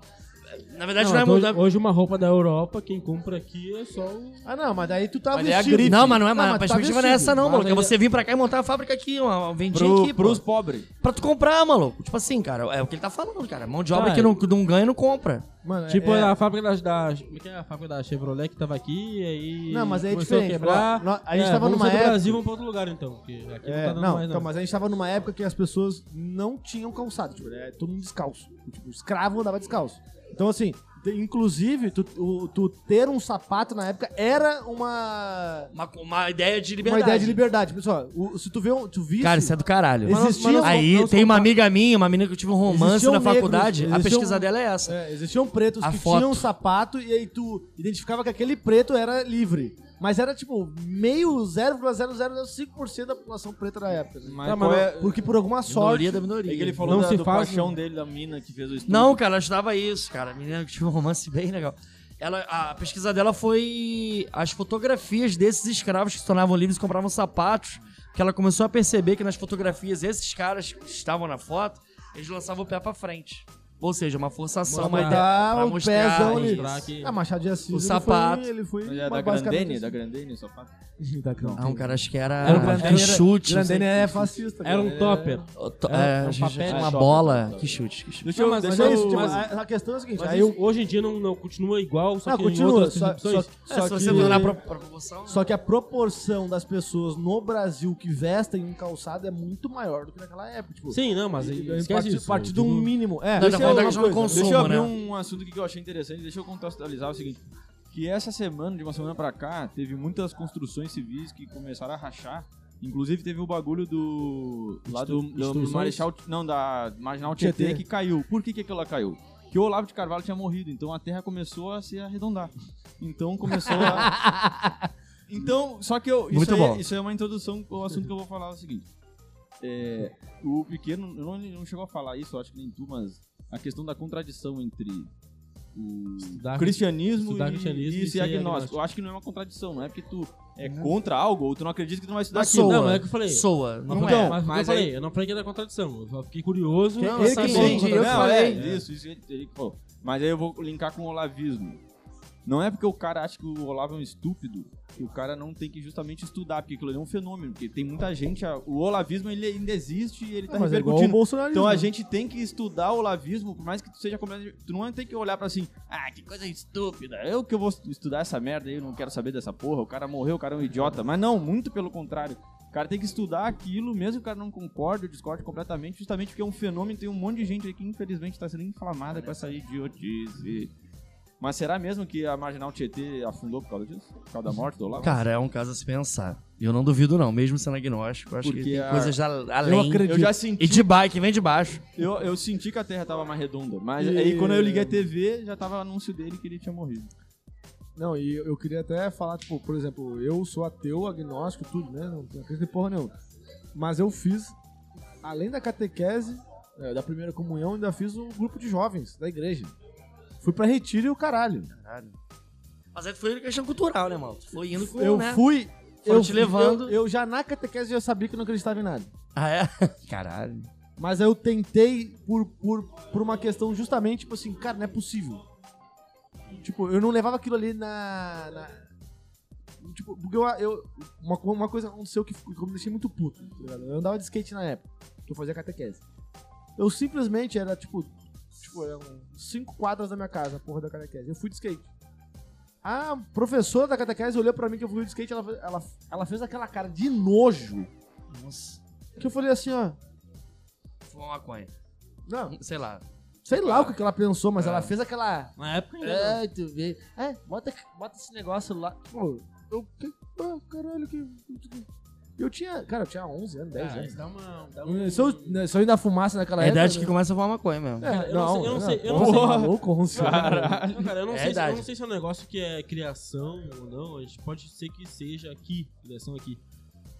Speaker 6: Na verdade,
Speaker 2: Não,
Speaker 6: não,
Speaker 2: mas
Speaker 6: é.
Speaker 2: hoje,
Speaker 6: Não,
Speaker 2: hoje uma roupa da Europa, quem compra aqui é só o.
Speaker 1: Ah, não, mas daí tu tá
Speaker 3: Mas é a
Speaker 1: vestido.
Speaker 3: gripe.
Speaker 6: não, mas não é. mas a
Speaker 1: tu tá
Speaker 6: perspectiva não é
Speaker 1: vestido.
Speaker 6: essa, não,
Speaker 2: Mas
Speaker 6: maluco. É
Speaker 2: ele-
Speaker 6: você vir pra cá e montar uma fábrica aqui, uma, uma vendinha
Speaker 3: Pro,
Speaker 6: aqui,
Speaker 3: pros
Speaker 6: pô,
Speaker 3: pobres.
Speaker 6: Pra tu comprar, maluco. Tipo assim, cara, é o que ele tá falando, cara. Mão de obra
Speaker 2: Cara,
Speaker 6: que não, que não ganha não compra.
Speaker 1: Mano, é-
Speaker 2: Tipo,
Speaker 1: é...
Speaker 2: a fábrica da, da- Como é que é a fábrica da Chevrolet que tava aqui e aí.
Speaker 1: Não, mas aí é
Speaker 2: começou
Speaker 1: diferente.
Speaker 2: A, quebrar.
Speaker 1: Ó, nó- a gente
Speaker 2: é,
Speaker 1: tava
Speaker 2: vamos
Speaker 1: numa
Speaker 2: sair do
Speaker 1: época-
Speaker 2: Brasil, vamos pra outro lugar então. Porque aqui
Speaker 1: é,
Speaker 2: não tá dando
Speaker 1: não,
Speaker 2: mais
Speaker 1: então,
Speaker 2: não.
Speaker 1: mas a gente tava numa época que as pessoas não tinham calçado, tipo, né? Todo mundo descalço. Tipo, escravo andava descalço. Então, assim, te- inclusive, tu, o- tu ter um sapato na época era uma,
Speaker 6: Uma, uma ideia de
Speaker 1: uma
Speaker 6: liberdade.
Speaker 1: ideia de liberdade. Pessoal, o- se tu vê um, tu visse...
Speaker 6: Cara, isso é do caralho.
Speaker 1: Mas não- mas não-
Speaker 6: Aí
Speaker 1: não-
Speaker 6: tem
Speaker 1: não-
Speaker 6: uma amiga minha, uma menina que eu tive um romance
Speaker 1: Existiam
Speaker 6: na
Speaker 1: negros,
Speaker 6: faculdade. a
Speaker 1: existiam-
Speaker 6: pesquisa dela é essa.
Speaker 1: É, existiam pretos
Speaker 6: A
Speaker 1: que
Speaker 6: foto.
Speaker 1: tinham um sapato e aí tu identificava que aquele preto era livre. Mas era tipo meio 0,005% da população preta da época. né?
Speaker 3: Mas
Speaker 2: Tá, mas
Speaker 3: qual é,
Speaker 2: não-
Speaker 1: Porque por alguma sorte.
Speaker 6: Minoria da minoria.
Speaker 3: é que ele falou
Speaker 2: Não
Speaker 3: da,
Speaker 2: se
Speaker 3: do
Speaker 2: faz,
Speaker 3: paixão
Speaker 2: né?
Speaker 3: dele, da mina que fez o estudo.
Speaker 6: Não, cara, ela estudava isso, cara. A menina que tinha um romance bem legal. Ela, a pesquisa dela foi as fotografias desses escravos que se tornavam livres e compravam sapatos. Que ela começou a perceber que nas fotografias esses caras que estavam na foto, eles lançavam o pé pra frente. Ou seja, uma forçação, uma
Speaker 2: Mostrar.
Speaker 6: ideia.
Speaker 1: Dá
Speaker 6: pra
Speaker 1: o
Speaker 6: mostrar,
Speaker 1: pezão
Speaker 2: isso.
Speaker 1: ali.
Speaker 2: Mostrar que-
Speaker 1: Ah, Machado de Assis,
Speaker 6: O
Speaker 1: ele
Speaker 6: sapato.
Speaker 1: Foi, ele foi
Speaker 3: Mas é da
Speaker 1: basicamente
Speaker 3: Grandene,
Speaker 1: assim.
Speaker 3: da Grandene, só faz.
Speaker 1: Da Grandene.
Speaker 6: Ah, um cara, acho que era,
Speaker 2: Era um
Speaker 6: um
Speaker 2: Grandene-
Speaker 6: chute. não sei.
Speaker 1: Grandene é fascista.
Speaker 2: Era um
Speaker 1: cara.
Speaker 2: topper.
Speaker 6: To-
Speaker 2: era-
Speaker 6: é,
Speaker 2: era um
Speaker 6: gente,
Speaker 2: papel.
Speaker 6: uma
Speaker 3: Ah,
Speaker 6: bola.
Speaker 3: choque.
Speaker 6: Que chute, que chute.
Speaker 3: Deixa eu,
Speaker 2: mas-
Speaker 3: deixa
Speaker 1: Mas é
Speaker 3: eu-
Speaker 1: isso, tipo,
Speaker 3: mas-
Speaker 1: a, a questão é a seguinte,
Speaker 2: Mas
Speaker 1: aí
Speaker 2: isso
Speaker 1: eu-
Speaker 2: hoje em dia não, não continua igual, só
Speaker 1: Não,
Speaker 2: que
Speaker 1: Ah, continua,
Speaker 2: em outras
Speaker 1: só-
Speaker 2: descrições.
Speaker 6: É, se
Speaker 1: só
Speaker 6: você
Speaker 1: que-
Speaker 6: for na pro- proporção...
Speaker 1: Só que a proporção das pessoas no Brasil que vestem um calçado é muito maior do que naquela época. Tipo,
Speaker 2: É, Sim, não, mas
Speaker 1: parti-
Speaker 2: esquece isso.
Speaker 1: partir de um mínimo. É,
Speaker 6: Não,
Speaker 1: deixa
Speaker 6: tá falando
Speaker 1: eu-
Speaker 6: da
Speaker 1: uma
Speaker 6: questão do
Speaker 1: coisa,
Speaker 6: consumo.
Speaker 3: Deixa eu abrir
Speaker 6: né?
Speaker 3: um assunto aqui que eu achei interessante, deixa eu contextualizar o seguinte. Que essa semana, de uma semana pra cá, teve muitas construções civis que começaram a rachar. Inclusive teve o bagulho do. Lá do, do
Speaker 2: Instituições?
Speaker 3: Marechal. Não, da Marginal Tietê,
Speaker 1: Tietê.
Speaker 3: que caiu. Por que, que aquilo lá caiu? Que o Olavo de Carvalho tinha morrido, então a terra começou a se arredondar. Então começou a. Então, só que eu. Isso,
Speaker 6: Muito
Speaker 3: aí-
Speaker 6: bom.
Speaker 3: isso aí é uma introdução ao assunto que eu vou falar é o seguinte. É, o pequeno, eu não, não chegou a falar isso, eu acho que nem tu, mas a questão da contradição entre o
Speaker 2: Estudar-
Speaker 3: cristianismo,
Speaker 2: estudar
Speaker 3: e,
Speaker 2: cristianismo
Speaker 3: e ser agnóstico. Eu acho que não é uma contradição, não é porque tu é contra algo ou tu não acredita que tu não vai estudar
Speaker 6: Mas
Speaker 3: aquilo.
Speaker 6: soa.
Speaker 2: Não, mas é o que eu falei.
Speaker 6: Soa,
Speaker 2: Mas
Speaker 6: não
Speaker 1: Então,
Speaker 2: eu-
Speaker 6: é.
Speaker 2: mas, mas
Speaker 3: Mas
Speaker 2: eu
Speaker 3: aí-
Speaker 2: falei, eu não falei que era contradição. Eu só fiquei curioso. é
Speaker 1: Quem-
Speaker 2: pra
Speaker 1: ele
Speaker 2: saber
Speaker 1: que
Speaker 2: qual
Speaker 1: entende,
Speaker 2: a
Speaker 1: eu
Speaker 2: contradição.
Speaker 1: falei.
Speaker 3: É, isso, isso ele que falou. Mas aí eu vou linkar com o olavismo. Não é porque o cara acha que o Olavo é um estúpido que o cara não tem que justamente estudar, porque aquilo ali é um fenômeno, porque tem muita gente. a- O olavismo ele ainda existe e ele tá
Speaker 1: Mas é igual o
Speaker 3: repercutindo.
Speaker 1: Bolsonaro.
Speaker 3: Então a gente tem que estudar o olavismo, por mais que tu seja completamente. Tu não tem que olhar pra assim, ah, que coisa estúpida. Eu que eu vou estudar essa merda aí, eu não quero saber dessa porra, o cara morreu, o cara é um idiota. Mas não, muito pelo contrário. O cara tem que estudar aquilo, mesmo que o cara não concorde ou discorde completamente, justamente porque é um fenômeno, tem um monte de gente aí que infelizmente tá sendo inflamada com essa idiotice. Mas será mesmo que a Marginal Tietê afundou por causa disso? Por causa da morte do Olavo?
Speaker 6: Cara, é um caso a se pensar. E Eu não duvido, não. Mesmo sendo agnóstico, eu acho
Speaker 3: Porque
Speaker 6: que tem
Speaker 3: a-
Speaker 6: coisas a- além.
Speaker 3: eu já senti
Speaker 6: E de bike, vem de baixo.
Speaker 3: Eu, eu senti que a Terra tava mais redonda, mas aí quando eu liguei a TV, já tava o anúncio dele que ele tinha morrido.
Speaker 1: Não, e eu eu queria até falar, tipo, por exemplo, eu sou ateu, agnóstico, tudo, né? Não não acredito em porra nenhuma. Mas eu fiz, além da catequese, eh, da primeira comunhão, ainda fiz um grupo de jovens da igreja. Fui pra retiro e o caralho.
Speaker 6: Mas aí foi questão cultural, né, mano? Foi indo com,
Speaker 1: eu
Speaker 6: né?
Speaker 1: fui.
Speaker 6: Foram
Speaker 1: eu
Speaker 6: te
Speaker 1: fui-
Speaker 6: levando.
Speaker 1: Eu, eu já na catequese já sabia que eu não acreditava em nada.
Speaker 6: Ah, é? Caralho.
Speaker 1: Mas aí eu tentei por, por, por uma questão justamente, tipo assim, cara, não é possível. Tipo, eu não levava aquilo ali na. na- tipo, porque eu. eu- uma, co- uma coisa aconteceu que, ficou- que eu me deixei muito puto, tá ligado? Eu andava de skate na época, que eu fazia catequese. Eu simplesmente era, tipo. Tipo, eram cinco quadras da minha casa, a porra da catequese. Eu fui de skate. A professora da catequese olhou pra mim que eu fui de skate, ela, ela, ela fez aquela cara de nojo.
Speaker 6: Nossa.
Speaker 1: Que eu falei assim, ó.
Speaker 6: Fumar maconha.
Speaker 1: Não,
Speaker 6: Sei lá.
Speaker 1: Sei lá o que, que ela pensou, mas
Speaker 6: É.
Speaker 1: ela fez aquela.
Speaker 2: Na época né? ainda não.
Speaker 1: É, tu vê. É, bota, bota esse negócio lá. Pô, eu. Que, ah, caralho, que. Eu tinha. Cara, eu tinha 11 anos, 10
Speaker 2: Ah,
Speaker 1: anos.
Speaker 2: isso dá uma- dá um-
Speaker 1: Hum, Se eu, né, se eu ainda fumasse naquela
Speaker 6: É a
Speaker 1: época.
Speaker 6: idade que começa a fumar maconha mesmo.
Speaker 1: É,
Speaker 2: Eu
Speaker 1: não,
Speaker 2: não sei- eu não sei- eu não
Speaker 1: Porra,
Speaker 2: sei.
Speaker 1: maluco, 11 anos.
Speaker 2: Não, cara, eu não, sei
Speaker 6: É
Speaker 2: se, eu
Speaker 6: idade.
Speaker 2: não sei se é um negócio que é criação ou não. A gente pode ser que seja aqui, criação aqui.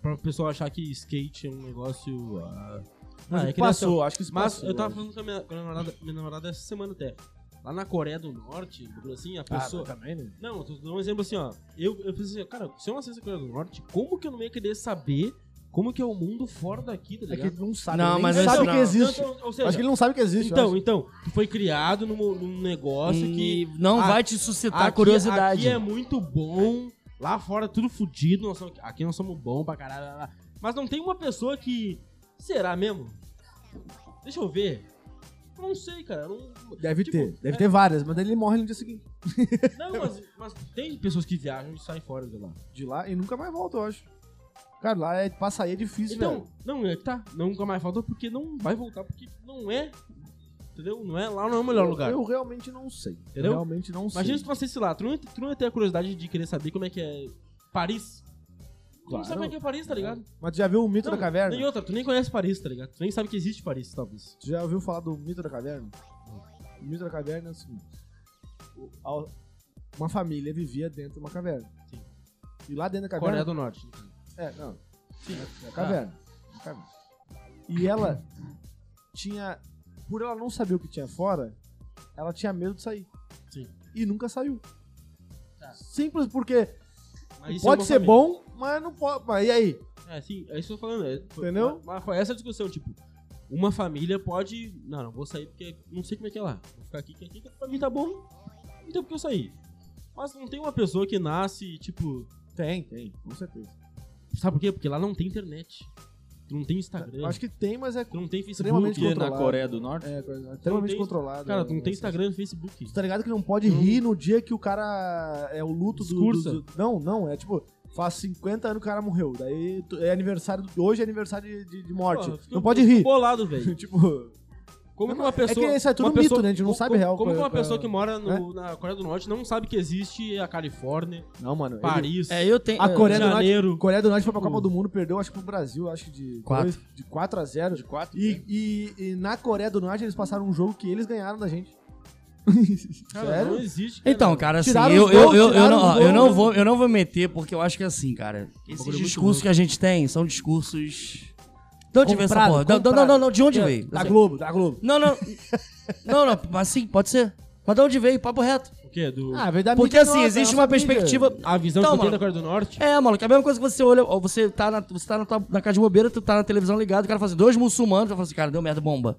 Speaker 2: Pra o pessoal achar que skate é um negócio. ah,
Speaker 1: Mas
Speaker 2: ah,
Speaker 1: o
Speaker 2: é
Speaker 1: que
Speaker 2: criação.
Speaker 1: passou, acho que isso
Speaker 2: Mas
Speaker 1: passou. né? Ah,
Speaker 2: eu tava falando com a minha, com a minha namorada, minha namorada essa semana até. Lá na Coreia do Norte, um bagulho assim, a
Speaker 1: Ah, mas
Speaker 2: pessoa.
Speaker 1: também, né?
Speaker 2: Não, eu tô dando um exemplo assim, ó. Eu, eu pensei assim, cara, se eu nascesse na Coreia do Norte, como que eu não ia querer saber como que é o mundo fora daqui, tá
Speaker 1: É que
Speaker 2: ligado?
Speaker 1: ele não sabe.
Speaker 6: Não,
Speaker 1: ele
Speaker 6: mas
Speaker 1: nem
Speaker 6: esse
Speaker 1: sabe
Speaker 6: não.
Speaker 1: que existe.
Speaker 2: Então, então, ou seja,
Speaker 1: acho que ele não sabe que existe. eu
Speaker 2: então,
Speaker 1: acho.
Speaker 2: então, tu foi criado num, num negócio que
Speaker 6: E não
Speaker 2: Ah,
Speaker 6: vai te suscitar
Speaker 2: Aqui-
Speaker 6: Tá curiosidade.
Speaker 2: Aqui é muito bom. Lá fora tudo fudido. Nós somos- aqui nós somos bom pra caralho. lá, lá. Mas não tem uma pessoa que. Será mesmo? Deixa eu ver. Eu Não sei, cara. eu Não,
Speaker 1: deve
Speaker 2: tipo,
Speaker 1: ter. Deve ter várias, mas daí ele morre no dia seguinte.
Speaker 2: não, mas, mas tem pessoas que viajam e saem fora de lá.
Speaker 1: De lá e nunca mais volta, eu acho. Cara, lá é, pra sair é difícil,
Speaker 2: Então,
Speaker 1: velho.
Speaker 2: não, é que tá. Nunca mais falta porque não vai voltar, porque não é. Entendeu? Não é, lá não é o melhor lugar.
Speaker 1: Eu realmente não sei. Eu
Speaker 2: Entendeu?
Speaker 1: realmente não sei.
Speaker 2: Imagina se tu nascesse lá. Tu não, ia- tu não ia ter a curiosidade de querer saber como é que é Paris. Tu não
Speaker 1: Claro.
Speaker 2: sabe como é que é Paris, tá ligado?
Speaker 1: Mas tu já viu o mito da caverna?
Speaker 2: E outra, tu nem conhece Paris, tá ligado? Tu nem sabe que existe Paris, talvez.
Speaker 1: Tu já ouviu falar do mito da caverna? O mito da caverna é o seguinte. O- a- Uma família vivia dentro de uma caverna.
Speaker 2: Sim.
Speaker 1: E lá dentro da caverna...
Speaker 2: Coreia do Ah. Norte.
Speaker 1: É, não. É uma caverna. Uma caverna. E ela tinha... Por ela não saber o que tinha fora, ela tinha medo de sair.
Speaker 2: Sim.
Speaker 1: E nunca saiu.
Speaker 2: Tá.
Speaker 1: Simples porque
Speaker 2: Mas isso é
Speaker 1: pode
Speaker 2: uma
Speaker 1: ser
Speaker 2: família.
Speaker 1: bom, mas não pode... Mas e aí?
Speaker 2: É, sim, é isso que eu tô falando. é- foi-
Speaker 1: Entendeu?
Speaker 2: Mas foi essa a discussão, tipo. uma família pode. Não, não vou sair porque não sei como é que é lá. Vou ficar aqui, que aqui pra mim tá bom. Então por que eu sair? Mas não tem uma pessoa que nasce, tipo.
Speaker 1: Tem, tem, com certeza.
Speaker 2: Sabe por quê? Porque lá não tem internet. Tu não tem Instagram.
Speaker 1: Eu acho que tem, mas é,
Speaker 2: Tu não tem Facebook.
Speaker 1: Extremamente
Speaker 3: Porque na
Speaker 1: controlado.
Speaker 3: Coreia do Norte.
Speaker 1: é extremamente
Speaker 2: tem-
Speaker 1: controlado.
Speaker 2: Cara,
Speaker 1: né?
Speaker 2: tu não tem Instagram e Facebook.
Speaker 1: Tu tá ligado que não pode
Speaker 2: Não.
Speaker 1: rir no dia que o cara é o luto do,
Speaker 2: Discursa.
Speaker 1: do- do- Não, não, é tipo, faz 50 anos que o cara morreu. Daí tu- é aniversário. do- Hoje é aniversário de, de- de morte.
Speaker 2: Pô, eu fico-
Speaker 1: não pode
Speaker 2: eu fico
Speaker 1: rir.
Speaker 2: Bolado, velho.
Speaker 1: tipo,
Speaker 2: Como que uma
Speaker 1: é que
Speaker 2: pessoa.
Speaker 1: isso é tudo
Speaker 2: uma
Speaker 1: mito,
Speaker 2: pessoa-
Speaker 1: né? A gente não
Speaker 2: co-
Speaker 1: sabe
Speaker 2: co-
Speaker 1: real
Speaker 2: Como que
Speaker 1: qual
Speaker 2: uma
Speaker 1: é- qual é-
Speaker 2: pessoa que mora no- na Coreia do Norte não sabe que existe a Califórnia,
Speaker 1: não, mano. ele-
Speaker 2: Paris,
Speaker 6: É, eu tenho.
Speaker 1: A
Speaker 6: eu-
Speaker 1: Coreia do
Speaker 2: Janeiro.
Speaker 1: a Coreia do Norte foi pra
Speaker 2: Hum.
Speaker 1: Copa do Mundo, perdeu, acho que pro Brasil, acho que de
Speaker 6: Quatro.
Speaker 1: dois- de 4 a 0
Speaker 3: De quatro.
Speaker 1: E, e- e na Coreia do Norte eles passaram um jogo que eles ganharam da gente.
Speaker 2: Cara,
Speaker 1: Sério?
Speaker 2: não existe. cara.
Speaker 6: Então, cara, assim,
Speaker 1: Tiraram
Speaker 6: eu,
Speaker 1: os gols,
Speaker 6: eu, eu, eu,
Speaker 1: tiraram
Speaker 6: não,
Speaker 1: os
Speaker 6: ó, eu
Speaker 1: gols,
Speaker 6: não
Speaker 1: né?
Speaker 6: vou, eu não vou meter, porque eu acho que assim, cara,
Speaker 2: bagulho
Speaker 6: esses
Speaker 2: é muito
Speaker 6: discursos que a gente tem são discursos. De
Speaker 2: Então, tipo,
Speaker 6: onde veio essa
Speaker 1: Comprado,
Speaker 6: porra? Não, não, não,
Speaker 1: comprado.
Speaker 6: não, não, de onde
Speaker 1: É,
Speaker 6: veio?
Speaker 1: Da Globo, da Globo.
Speaker 6: Não, não. Não, não, mas sim, pode ser. Mas de onde veio? Papo reto.
Speaker 2: O quê? Do...
Speaker 1: Ah, veio da
Speaker 6: Porque
Speaker 1: mídia
Speaker 6: assim,
Speaker 1: nossa,
Speaker 6: existe
Speaker 1: nossa
Speaker 6: uma
Speaker 1: mídia.
Speaker 6: perspectiva.
Speaker 2: é A visão
Speaker 6: Então,
Speaker 2: que eu tenho
Speaker 6: mano.
Speaker 2: da Coreia do Norte.
Speaker 6: É, maluco, é a mesma coisa que você olha, ó, você tá na, você tá na, tua, na casa de bobeira, tu tá na televisão ligado, o cara fala assim, dois muçulmanos, tu fala assim, cara, deu merda, bomba.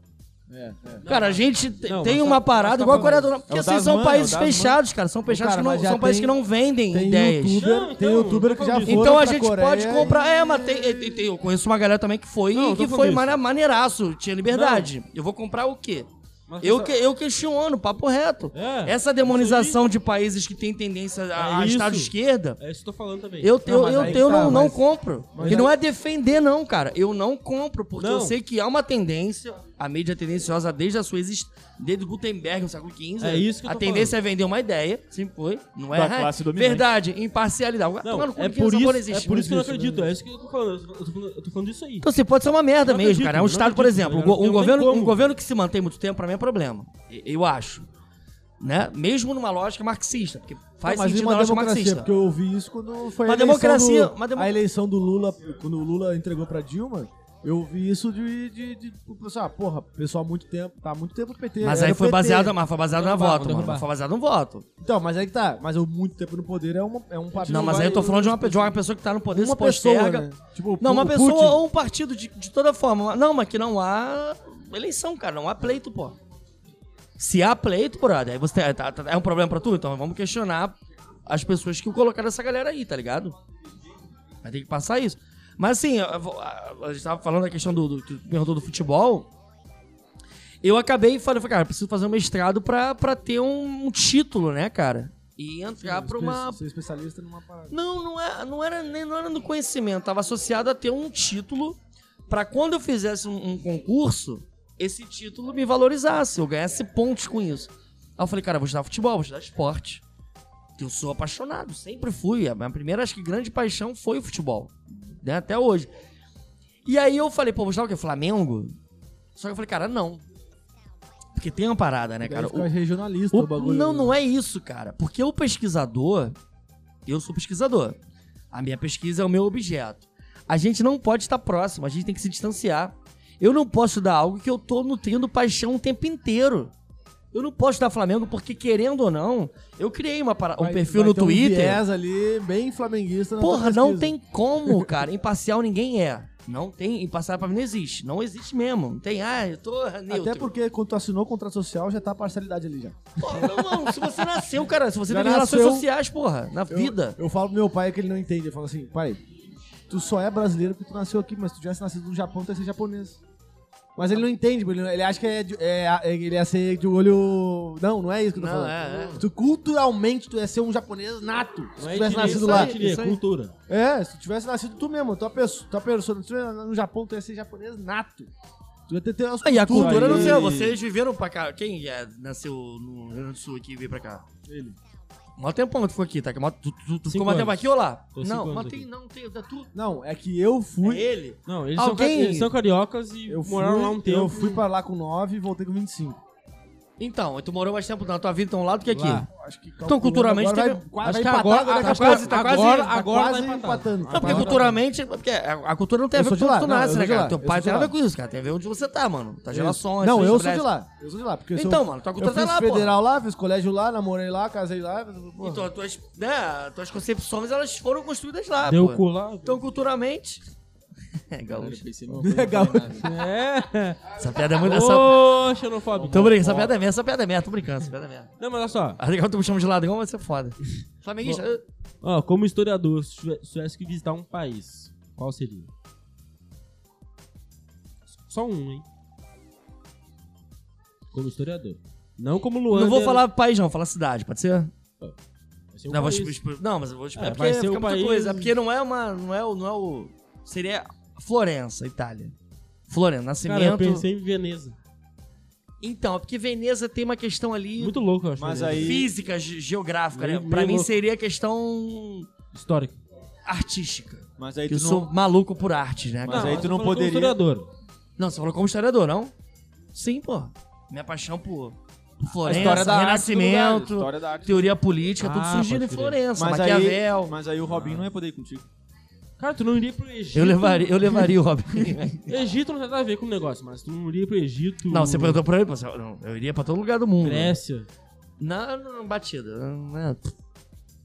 Speaker 6: Cara, a gente te-
Speaker 2: Não,
Speaker 6: tem
Speaker 2: mas
Speaker 6: uma
Speaker 2: tá-
Speaker 6: parada
Speaker 2: mas tá
Speaker 6: igual a Coreia do
Speaker 2: falando-
Speaker 6: Norte, porque
Speaker 3: é o
Speaker 6: assim,
Speaker 3: das
Speaker 6: são
Speaker 3: mães,
Speaker 6: países
Speaker 3: é o das
Speaker 6: fechados, cara, são fechados
Speaker 1: Cara,
Speaker 6: que não,
Speaker 1: mas já
Speaker 6: são países
Speaker 1: tem-
Speaker 6: que não vendem
Speaker 1: Tem
Speaker 6: ideias.
Speaker 1: youtuber,
Speaker 2: Não,
Speaker 1: tem
Speaker 2: então,
Speaker 1: youtuber que
Speaker 2: eu
Speaker 1: já
Speaker 2: nunca
Speaker 1: foi.
Speaker 2: vi.
Speaker 6: Então a gente pode comprar. É, mas tem, tem- tem- eu conheço uma galera também que foi
Speaker 2: Não, eu
Speaker 6: e
Speaker 2: tô
Speaker 6: que
Speaker 2: falando
Speaker 6: foi
Speaker 2: isso.
Speaker 6: mane- maneiraço, tinha liberdade. Eu vou comprar o quê?
Speaker 2: Mas
Speaker 6: Eu,
Speaker 2: essa-
Speaker 6: que, eu questiono, papo reto.
Speaker 2: É,
Speaker 6: Essa demonização de países que têm tendência a, a
Speaker 2: É isso.
Speaker 6: Estado de esquerda,
Speaker 2: É isso que eu tô falando também.
Speaker 6: eu,
Speaker 1: Não,
Speaker 6: eu,
Speaker 1: mas
Speaker 6: eu,
Speaker 1: aí
Speaker 6: eu
Speaker 1: tá,
Speaker 6: não, não
Speaker 1: mas-
Speaker 6: compro.
Speaker 1: mas
Speaker 6: E não
Speaker 1: aí-
Speaker 6: é defender, não, cara. Eu não compro, porque eu
Speaker 2: Não.
Speaker 6: sei que há uma tendência, a mídia é tendenciosa desde a sua existência, desde Gutenberg, no século XV.
Speaker 2: É isso que eu
Speaker 6: A
Speaker 2: tô
Speaker 6: tendência é vender uma ideia, sempre foi. Não é
Speaker 5: Da
Speaker 6: ra-
Speaker 5: classe dominante.
Speaker 6: Verdade, imparcialidade.
Speaker 2: Não,
Speaker 6: Toma no cu,
Speaker 2: é
Speaker 6: que
Speaker 2: por,
Speaker 6: essa
Speaker 2: isso,
Speaker 6: porra
Speaker 2: é
Speaker 6: existe.
Speaker 2: por
Speaker 6: Não
Speaker 2: isso que eu não
Speaker 6: existe, né?
Speaker 2: acredito. É isso que eu tô falando. Eu tô falando, eu tô falando isso aí.
Speaker 6: Então, assim, pode ser uma merda
Speaker 2: Não
Speaker 6: mesmo,
Speaker 2: acredito,
Speaker 6: cara. É um
Speaker 2: não
Speaker 6: Estado, por
Speaker 2: acredito,
Speaker 6: exemplo,
Speaker 2: não
Speaker 6: um,
Speaker 2: tem
Speaker 6: governo,
Speaker 2: como.
Speaker 6: um governo que se mantém muito tempo, pra mim, é problema. E- Eu acho. Né? Mesmo numa lógica marxista, porque faz
Speaker 1: Não, mas
Speaker 6: sentido
Speaker 1: uma
Speaker 6: na lógica
Speaker 1: democracia,
Speaker 6: marxista.
Speaker 1: Porque eu ouvi isso quando foi
Speaker 6: Uma
Speaker 1: a, eleição
Speaker 6: democracia-
Speaker 1: do,
Speaker 6: uma demo-
Speaker 1: a eleição do Lula, quando o Lula entregou pra Dilma, eu ouvi isso de, de, de, o pessoal, ah, porra, pessoal há muito tempo, tá há muito tempo no PT.
Speaker 6: Mas
Speaker 1: era
Speaker 6: aí
Speaker 1: o
Speaker 6: foi
Speaker 1: PT.
Speaker 6: baseado, mas foi baseado na
Speaker 2: É, Derrubar,
Speaker 6: voto,
Speaker 2: derrubar.
Speaker 6: mano. Mas Foi baseado no voto.
Speaker 1: Então, mas aí que tá, mas o muito tempo no poder é, uma, é um partido.
Speaker 6: Não, mas aí eu tô falando de uma, pe- de uma pessoa que tá no poder,
Speaker 1: uma
Speaker 6: se
Speaker 1: pessoa,
Speaker 6: posterga.
Speaker 1: né? Tipo,
Speaker 6: Não,
Speaker 1: o
Speaker 6: uma
Speaker 1: Putin.
Speaker 6: pessoa ou um partido, de, de toda forma. Não, mas que não há eleição, cara. Não há pleito, pô. Se há pleito, brother, aí você tá- tá- é um problema pra tu? Então vamos questionar as pessoas que colocaram essa galera aí, tá ligado? Vai ter que passar isso. Mas assim, eu vou- a, a gente tava falando da questão do, do, que tu perguntou do futebol. Eu acabei e falei, falei, cara, preciso fazer um mestrado pra, pra ter um, título, né, cara? E entrar pra uma,
Speaker 1: Ser especialista numa parada.
Speaker 6: não, não, é, não, era, nem- não era no conhecimento. Tava associado a ter um título pra quando eu fizesse um, um concurso, esse título me valorizasse, eu ganhasse pontos com isso. Aí eu falei, cara, eu vou estudar futebol, vou estudar esporte. Que eu sou apaixonado, sempre fui. A minha primeira, acho que grande paixão foi o futebol. Né? Até hoje. E aí eu falei, pô, vou estudar o quê? Flamengo? Só que eu falei, cara, não. Porque tem uma parada, né, cara?
Speaker 1: Cara,
Speaker 6: O-
Speaker 1: fica regionalista
Speaker 6: o-
Speaker 1: o bagulho. né?
Speaker 6: Não, não é isso, cara. Porque o pesquisador, eu sou pesquisador. A minha pesquisa é o meu objeto. A gente não pode estar próximo, a gente tem que se distanciar. Eu não posso dar algo que eu tô nutrindo paixão o tempo inteiro. Eu não posso dar Flamengo porque, querendo ou não, eu criei uma para- um
Speaker 1: Vai-
Speaker 6: perfil
Speaker 1: vai
Speaker 6: no
Speaker 1: ter um
Speaker 6: Twitter.
Speaker 1: viés ali, bem flamenguista. na tua
Speaker 6: Porra, não
Speaker 1: pesquisa.
Speaker 6: tem como, cara. Imparcial ninguém é. Não tem. Imparcial pra mim não existe. Não existe mesmo. Não tem. Ah, eu tô neutro.
Speaker 1: Até porque quando tu assinou o contrato social, já tá a parcialidade ali já.
Speaker 6: Porra, não, não. Se você nasceu, cara, se você
Speaker 1: Já
Speaker 6: teve relações
Speaker 1: nasceu-
Speaker 6: sociais, porra, na
Speaker 1: Eu-
Speaker 6: vida.
Speaker 1: Eu falo pro meu pai que ele não entende. Eu falo assim, pai, tu só é brasileiro porque tu nasceu aqui, mas se tu tivesse nascido no Japão, tu ia ser japonês. Mas ele não entende, ele, ele acha que é, de- é- é- ele ia ser de olho. Não, não é isso que eu tô
Speaker 6: Não,
Speaker 1: falando.
Speaker 6: é, é.
Speaker 1: Tu culturalmente tu ia ser um japonês nato. Se
Speaker 2: Não
Speaker 1: tu
Speaker 2: é
Speaker 1: tivesse
Speaker 2: etnia,
Speaker 1: nascido
Speaker 2: isso
Speaker 1: lá.
Speaker 2: é etnia,
Speaker 6: isso aí.
Speaker 2: cultura.
Speaker 1: É, se tu tivesse nascido tu mesmo, tua, perso, tua persona, se tu tivesse nascido no Japão, tu ia ser japonês nato. Tu ia ter, ter as
Speaker 6: Ah, e a cultura não
Speaker 1: aí.
Speaker 6: sei, vocês viveram pra cá. Quem é, nasceu no Rio Grande do Sul aqui e veio pra cá? Ele. Mó tempão que tu ficou aqui, tá? Que mó- Tu, tu, tu ficou
Speaker 2: Cinco
Speaker 6: mó tempo
Speaker 2: anos.
Speaker 6: aqui ou lá?
Speaker 2: Tô cinco
Speaker 6: não,
Speaker 2: anos
Speaker 6: mas
Speaker 2: aqui.
Speaker 6: tem, não, tem, da tu.
Speaker 1: Não, é que eu fui.
Speaker 6: ele?
Speaker 2: Não, eles,
Speaker 6: Alguém-
Speaker 2: são, ca- eles são cariocas e
Speaker 1: Eu fui,
Speaker 2: moraram lá um tempo.
Speaker 1: eu fui pra lá com 9 e voltei com 25.
Speaker 6: Então, tu morou mais tempo na tua vida, então lá do que aqui.
Speaker 2: Lá.
Speaker 1: Acho que
Speaker 6: Então, culturalmente,
Speaker 1: agora
Speaker 6: teve-
Speaker 1: vai, quase
Speaker 2: acho
Speaker 1: vai
Speaker 2: que
Speaker 1: empatar,
Speaker 2: agora-
Speaker 1: daqui a
Speaker 2: acho que
Speaker 1: quase- tá
Speaker 2: agora-
Speaker 1: quase-
Speaker 2: agora
Speaker 1: tá
Speaker 2: tá
Speaker 1: quase
Speaker 2: empatado.
Speaker 1: empatando.
Speaker 6: Não, porque culturalmente, porque a a cultura não tem a
Speaker 1: Eu
Speaker 6: ver com
Speaker 1: sou de
Speaker 6: onde
Speaker 1: lá,
Speaker 6: tu
Speaker 1: não, eu
Speaker 6: nasce,
Speaker 1: sou
Speaker 6: né,
Speaker 1: de lá,
Speaker 6: cara? Teu
Speaker 1: eu
Speaker 6: pai
Speaker 1: sou de
Speaker 6: tem nada a
Speaker 1: lá.
Speaker 6: ver com isso, cara. Tem a ver onde você tá, mano. Tá gerações.
Speaker 1: Não,
Speaker 6: suas
Speaker 1: eu sou de
Speaker 6: estabelece.
Speaker 1: lá. Eu sou de lá, porque eu sou-
Speaker 6: Então, mano, tua
Speaker 1: eu
Speaker 6: cultura
Speaker 1: fiz
Speaker 6: tá lá, pô.
Speaker 1: federal lá, fiz colégio lá, namorei lá, casei lá. porra.
Speaker 6: Então, as tuas, né, as tuas concepções, elas foram construídas lá,
Speaker 2: Deu
Speaker 6: pô.
Speaker 2: cu lá.
Speaker 6: Então, culturalmente. É,
Speaker 3: Cara, eu
Speaker 6: gaúcho.
Speaker 3: né? pensei, não, eu não falei
Speaker 6: né?
Speaker 3: nada.
Speaker 2: É.
Speaker 6: Essa piada é muito. Essa...
Speaker 2: Ô, xenofóbico.
Speaker 6: Tô brincando, essa piada é merda, essa piada é merda, tô brincando, essa piada é merda.
Speaker 2: Não, mas olha só.
Speaker 6: Ah, legal, tu me chama de ladrão, vai ser foda. Flamenguista. eu-
Speaker 2: Ó, como historiador, se tive- se tivesse que visitar um país, qual seria? Só um, hein? Como historiador. Não como Luan.
Speaker 6: Não vou falar país, não, vou falar cidade, pode
Speaker 2: não,
Speaker 6: ser?
Speaker 2: um
Speaker 6: não, vou exp- exp- não, mas eu vou explicar.
Speaker 2: É,
Speaker 6: É, porque
Speaker 2: vai ser
Speaker 6: fica
Speaker 2: o
Speaker 6: muita
Speaker 2: país-
Speaker 6: coisa. É porque não é uma. Não é, o- não é o. Seria Florença, Itália. Florença, Nascimento.
Speaker 2: Cara, eu pensei em Veneza.
Speaker 6: Então, é porque Veneza tem uma questão ali
Speaker 2: Muito louco, eu acho.
Speaker 3: Mas
Speaker 2: Veneza.
Speaker 3: aí-
Speaker 6: física, ge- geográfica, né?
Speaker 2: Meio-
Speaker 6: Pra
Speaker 2: meio
Speaker 6: mim
Speaker 2: louco.
Speaker 6: seria questão
Speaker 2: Histórico.
Speaker 6: artística.
Speaker 3: Mas aí
Speaker 6: Que
Speaker 3: tu
Speaker 6: eu
Speaker 3: não-
Speaker 6: sou maluco por arte, né?
Speaker 3: Mas
Speaker 6: cara?
Speaker 3: aí
Speaker 2: eu
Speaker 3: tu
Speaker 2: tô
Speaker 3: não
Speaker 2: falando como
Speaker 3: poderia-
Speaker 2: historiador.
Speaker 6: Não, você falou como historiador, não? Sim, pô. Minha paixão por por
Speaker 3: A
Speaker 6: Florença,
Speaker 3: história da arte, tudo dá, a
Speaker 6: Renascimento,
Speaker 3: história da arte.
Speaker 6: teoria política, tudo
Speaker 2: Ah,
Speaker 6: surgindo em
Speaker 2: pode crer.
Speaker 6: Florença,
Speaker 3: Mas
Speaker 6: Maquiavel.
Speaker 3: aí, mas aí o Robinho não ia poder ir contigo.
Speaker 2: Cara, tu não iria pro Egito.
Speaker 6: Eu levaria, eu levaria o Robin.
Speaker 2: Egito não tem nada a ver com o negócio, mas tu não iria pro Egito.
Speaker 6: não, você perguntou pra ele, pô, você- não, eu iria pra todo lugar do mundo.
Speaker 2: Grécia.
Speaker 6: Não, não, não, batida. Não, é, não.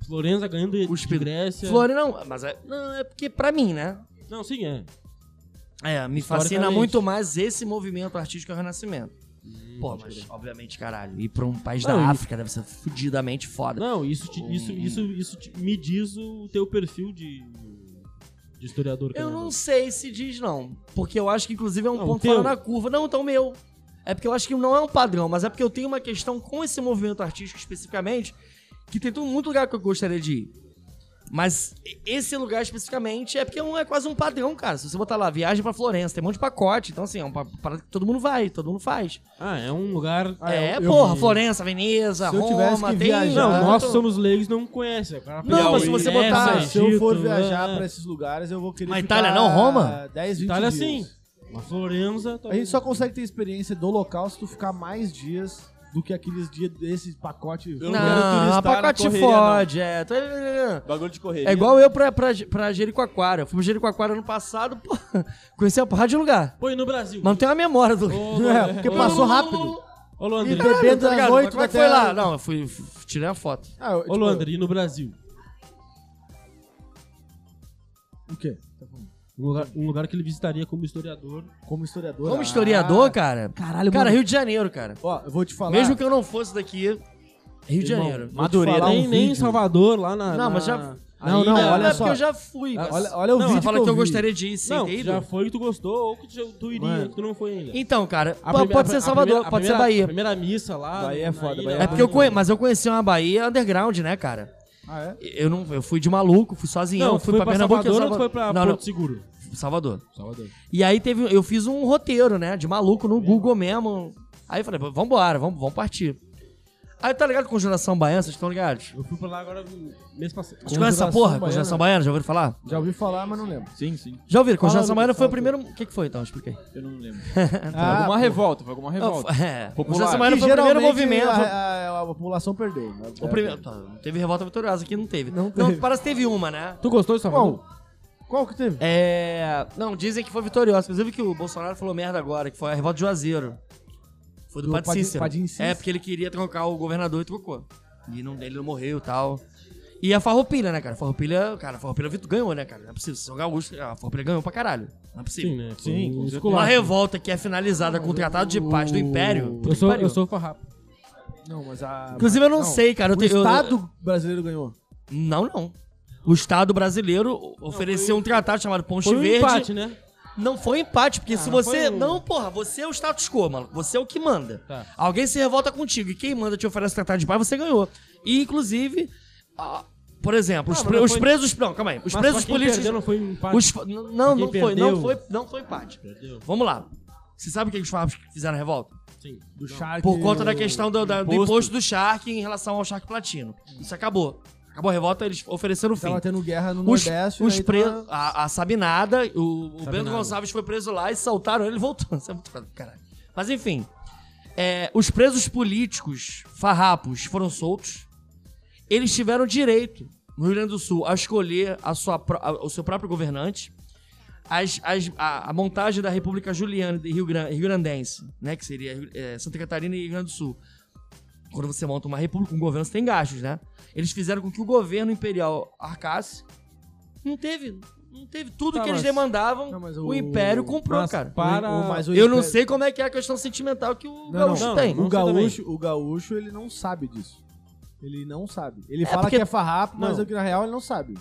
Speaker 2: Florença ganhando de
Speaker 6: Os pe-
Speaker 2: Grécia.
Speaker 6: Flore- não, mas é, não, é porque pra mim, né?
Speaker 2: Não, sim, é.
Speaker 6: É, me fascina
Speaker 2: Historicamente.
Speaker 6: muito mais esse movimento artístico e o Renascimento. Pô, mas obviamente, caralho, ir pra um país
Speaker 2: Não,
Speaker 6: da
Speaker 2: e-
Speaker 6: África deve ser fudidamente foda.
Speaker 2: Não, isso, te-
Speaker 1: Hum.
Speaker 2: isso, isso, isso te- me diz o teu perfil de, de historiador.
Speaker 6: Eu
Speaker 2: cara.
Speaker 6: não sei se diz não, porque eu acho que inclusive é um
Speaker 2: Não,
Speaker 6: ponto
Speaker 2: teu.
Speaker 6: fora na curva. Não, então meu. É porque eu acho que não é um padrão, mas é porque eu tenho uma questão com esse movimento artístico especificamente, que tem todo muito lugar que eu gostaria de ir. Mas esse lugar especificamente é porque não é quase um padrão, cara. Se você botar lá, viagem pra Florença, tem um monte de pacote, então assim, é uma parada que todo mundo vai, todo mundo faz.
Speaker 2: Ah, é um lugar.
Speaker 1: Ah,
Speaker 6: é,
Speaker 1: eu- eu-
Speaker 6: porra, Florença, Veneza,
Speaker 1: Se eu tivesse
Speaker 6: Roma,
Speaker 1: que
Speaker 6: tem...
Speaker 1: viajar-
Speaker 2: Não,
Speaker 1: Já.
Speaker 2: nós que somos leigos não É conhecem.
Speaker 6: Não, mas se você botar-
Speaker 1: se eu for viajar pra esses lugares, eu vou querer.
Speaker 6: né? Mas
Speaker 1: ficar
Speaker 6: Itália não, Roma?
Speaker 1: 10, 20
Speaker 2: né? Itália,
Speaker 1: dias.
Speaker 2: sim. Uma Florença. tá
Speaker 1: A gente só consegue ter experiência do local se tu ficar mais dias do que aqueles dias desse pacote.
Speaker 3: Eu não quero
Speaker 6: Não,
Speaker 3: turistar
Speaker 6: a pacote
Speaker 3: na
Speaker 6: te
Speaker 3: correria, não.
Speaker 6: fode, é. Tô-
Speaker 3: Bagulho de correria.
Speaker 6: É igual eu pra, pra, pra Jericoacoara. Eu fui pra Jericoacoara ano passado, pô, conheci a porra de lugar.
Speaker 2: Põe no Brasil.
Speaker 6: Mas não tenho a memória do.
Speaker 1: É, porque passou rápido.
Speaker 2: Ô, Luandre.
Speaker 1: E bebendo
Speaker 6: tá
Speaker 1: às
Speaker 6: ligado? Mas
Speaker 1: 8
Speaker 6: Como é que foi lá? Não, eu fui, f- tirei a foto.
Speaker 1: Ah, eu,
Speaker 2: Ô,
Speaker 1: tipo,
Speaker 2: Luandre, e no Brasil?
Speaker 1: O quê?
Speaker 2: Um lugar, um lugar que ele visitaria como historiador.
Speaker 1: Como historiador.
Speaker 6: Como
Speaker 1: ah,
Speaker 6: historiador, cara.
Speaker 1: Caralho,
Speaker 6: Cara,
Speaker 1: mano.
Speaker 6: Rio de Janeiro, cara.
Speaker 1: Ó, eu vou te falar.
Speaker 6: Mesmo que eu não fosse daqui, Rio de
Speaker 2: Irmão,
Speaker 6: Janeiro.
Speaker 1: Madureira.
Speaker 2: Nem,
Speaker 1: um
Speaker 2: nem em
Speaker 1: vídeo.
Speaker 2: Salvador, lá na.
Speaker 6: Não,
Speaker 2: na-
Speaker 6: mas já-
Speaker 2: na
Speaker 1: Não, não,
Speaker 2: ilha.
Speaker 1: olha
Speaker 6: é
Speaker 1: só.
Speaker 6: porque eu já fui.
Speaker 1: Ah,
Speaker 6: mas-
Speaker 1: Olha, olha o
Speaker 2: Não,
Speaker 1: vídeo
Speaker 6: Ela
Speaker 1: que
Speaker 6: fala que eu
Speaker 1: vi.
Speaker 6: gostaria de ir, sem
Speaker 2: Não,
Speaker 6: ter ido.
Speaker 2: já foi que tu gostou ou que tu, tu iria,
Speaker 1: Mano.
Speaker 2: que tu não foi ainda.
Speaker 6: Então, cara,
Speaker 2: A
Speaker 6: po-
Speaker 2: primeira-
Speaker 6: pode
Speaker 2: a
Speaker 6: ser Salvador,
Speaker 2: primeira-
Speaker 6: pode
Speaker 2: a
Speaker 6: ser
Speaker 2: primeira-
Speaker 6: Bahia.
Speaker 2: A primeira missa lá.
Speaker 1: Bahia é
Speaker 2: na
Speaker 1: foda,
Speaker 2: ilha
Speaker 1: Bahia
Speaker 2: lá.
Speaker 6: É porque eu conheço, mas eu conheci uma Bahia underground, né, cara?
Speaker 1: Ah, é?
Speaker 6: Eu não, eu fui de maluco, fui sozinho,
Speaker 2: Não,
Speaker 6: fui
Speaker 2: foi
Speaker 6: pra
Speaker 2: pra
Speaker 6: Pernambuco.
Speaker 2: Salvador ou
Speaker 6: Salvador-
Speaker 2: foi pra
Speaker 6: não, não,
Speaker 2: Porto Seguro?
Speaker 6: Salvador.
Speaker 2: Salvador.
Speaker 6: E aí teve, eu fiz um roteiro, né? De maluco no Google mesmo. Aí eu falei, "Pô, vambora, vamos, vamos partir. Aí tá ligado Conjuração Baiana, vocês estão ligados?
Speaker 2: Eu fui pra lá agora mês passado.
Speaker 6: Vocês conhecem essa porra?
Speaker 1: Baiana.
Speaker 6: Conjuração Baiana, já ouviram falar?
Speaker 1: Já ouvi falar, mas não lembro.
Speaker 3: Sim, sim.
Speaker 6: Já ouviram? Conjuração
Speaker 1: Lucas,
Speaker 6: Baiana foi o
Speaker 1: fala,
Speaker 6: primeiro. O que, que foi então? Expliquei.
Speaker 3: Eu não lembro.
Speaker 6: É, tá
Speaker 1: Ah,
Speaker 3: alguma
Speaker 1: pô.
Speaker 3: revolta, foi alguma
Speaker 6: Não,
Speaker 3: revolta.
Speaker 6: foi- é,
Speaker 3: Popular.
Speaker 6: Conjuração Baiana
Speaker 1: E
Speaker 6: foi o primeiro
Speaker 1: geralmente é,
Speaker 6: movimento.
Speaker 1: A, a- a população perdeu. né?
Speaker 6: O primeiro. tá, não teve revolta vitoriosa aqui, não teve.
Speaker 1: Não teve.
Speaker 6: parece que teve uma, né?
Speaker 2: Tu gostou de
Speaker 1: Qual? Qual que teve?
Speaker 6: É. Não, dizem que foi vitoriosa. Inclusive que o Bolsonaro falou merda agora, que foi a revolta de Juazeiro. Foi do,
Speaker 1: Do
Speaker 6: Padre
Speaker 1: Padre-
Speaker 6: Cícero.
Speaker 1: Padre Cícero.
Speaker 6: É, porque ele queria trocar o governador e trocou. E não, ele não morreu e tal. E a Farroupilha, né, cara? Farroupilha, cara, a Farroupilha vit- ganhou, né, cara? Não é possível. Se jogar o a Farroupilha ganhou pra caralho. Não é possível.
Speaker 2: Sim, né?
Speaker 1: Sim,
Speaker 2: Foi um
Speaker 1: com
Speaker 6: Uma
Speaker 2: esculacho.
Speaker 6: revolta que é finalizada com o Tratado de Paz do Império.
Speaker 2: Eu
Speaker 6: Puta que
Speaker 2: sou,
Speaker 6: pariu.
Speaker 2: eu sou farrapo.
Speaker 1: Não, mas a.
Speaker 6: Inclusive, eu não, sei, cara. Eu
Speaker 1: O
Speaker 6: tenho- eu-
Speaker 1: Estado brasileiro ganhou.
Speaker 6: Não, não. O Estado brasileiro o- ofereceu um tratado chamado Ponte
Speaker 2: Foi um
Speaker 6: Verde.
Speaker 2: empate, né?
Speaker 6: Não foi um empate, porque se
Speaker 2: não
Speaker 6: você.
Speaker 2: foi um-
Speaker 6: Não, porra, você é o status quo, maluco. Você é o que manda.
Speaker 2: Tá.
Speaker 6: Alguém se revolta contigo. E quem manda te oferece tratado de paz, você ganhou. E, inclusive, ah, por exemplo, os,
Speaker 2: mas
Speaker 6: pre-
Speaker 2: não
Speaker 6: os
Speaker 2: foi-
Speaker 6: presos. Não, calma aí. Os
Speaker 2: Mas pra
Speaker 6: presos
Speaker 2: quem
Speaker 6: políticos.
Speaker 2: perdeu, não foi um empate.
Speaker 6: os fa- n- não,
Speaker 2: quem
Speaker 6: não foi, não
Speaker 2: perdeu.
Speaker 6: foi. Não foi empate.
Speaker 2: Perdeu.
Speaker 6: Vamos lá. Você sabe o que os farrapos fizeram a revolta?
Speaker 2: Sim.
Speaker 1: Do Shark.
Speaker 6: Por conta da questão do, da- do imposto do Shark em relação ao Shark Platino. Isso acabou. Acabou a revolta, eles ofereceram o fim.
Speaker 1: Tava tendo guerra no
Speaker 6: Os,
Speaker 1: Nordeste.
Speaker 6: os
Speaker 1: aí tá
Speaker 6: presos.
Speaker 1: tava-
Speaker 6: A, a Sabinada, o, o Bento
Speaker 2: Sabinada.
Speaker 6: Gonçalves foi preso lá e saltaram ele e voltou. Isso é muito foda, caralho. Mas enfim. é, os presos políticos, farrapos, foram soltos. Eles tiveram direito, no Rio Grande do Sul, a escolher a sua, pró- a- o seu próprio governante. As, as- a, a montagem da República Juliana de Rio, Gran, Rio Grandense, né? Que seria é, Santa Catarina e Rio Grande do Sul. Quando você monta uma república, um governo, você tem gastos, né? Eles fizeram com que o governo imperial arcasse não teve. Não teve tudo
Speaker 2: Tá,
Speaker 6: que eles
Speaker 2: mas-
Speaker 6: demandavam.
Speaker 1: Não, mas
Speaker 6: o Império comprou,
Speaker 2: mas
Speaker 6: cara.
Speaker 2: Para...
Speaker 1: O- o- mas o
Speaker 6: eu não
Speaker 1: Império-
Speaker 6: sei como é que é a questão sentimental que o
Speaker 1: Não,
Speaker 6: Gaúcho
Speaker 2: não,
Speaker 6: tem.
Speaker 2: não.
Speaker 1: O
Speaker 2: sei também.
Speaker 1: gaúcho, o gaúcho, ele não sabe disso. Ele não sabe. Ele fala
Speaker 6: porque-
Speaker 1: que é farrapo, mas
Speaker 2: Não.
Speaker 1: o que na real ele não sabe.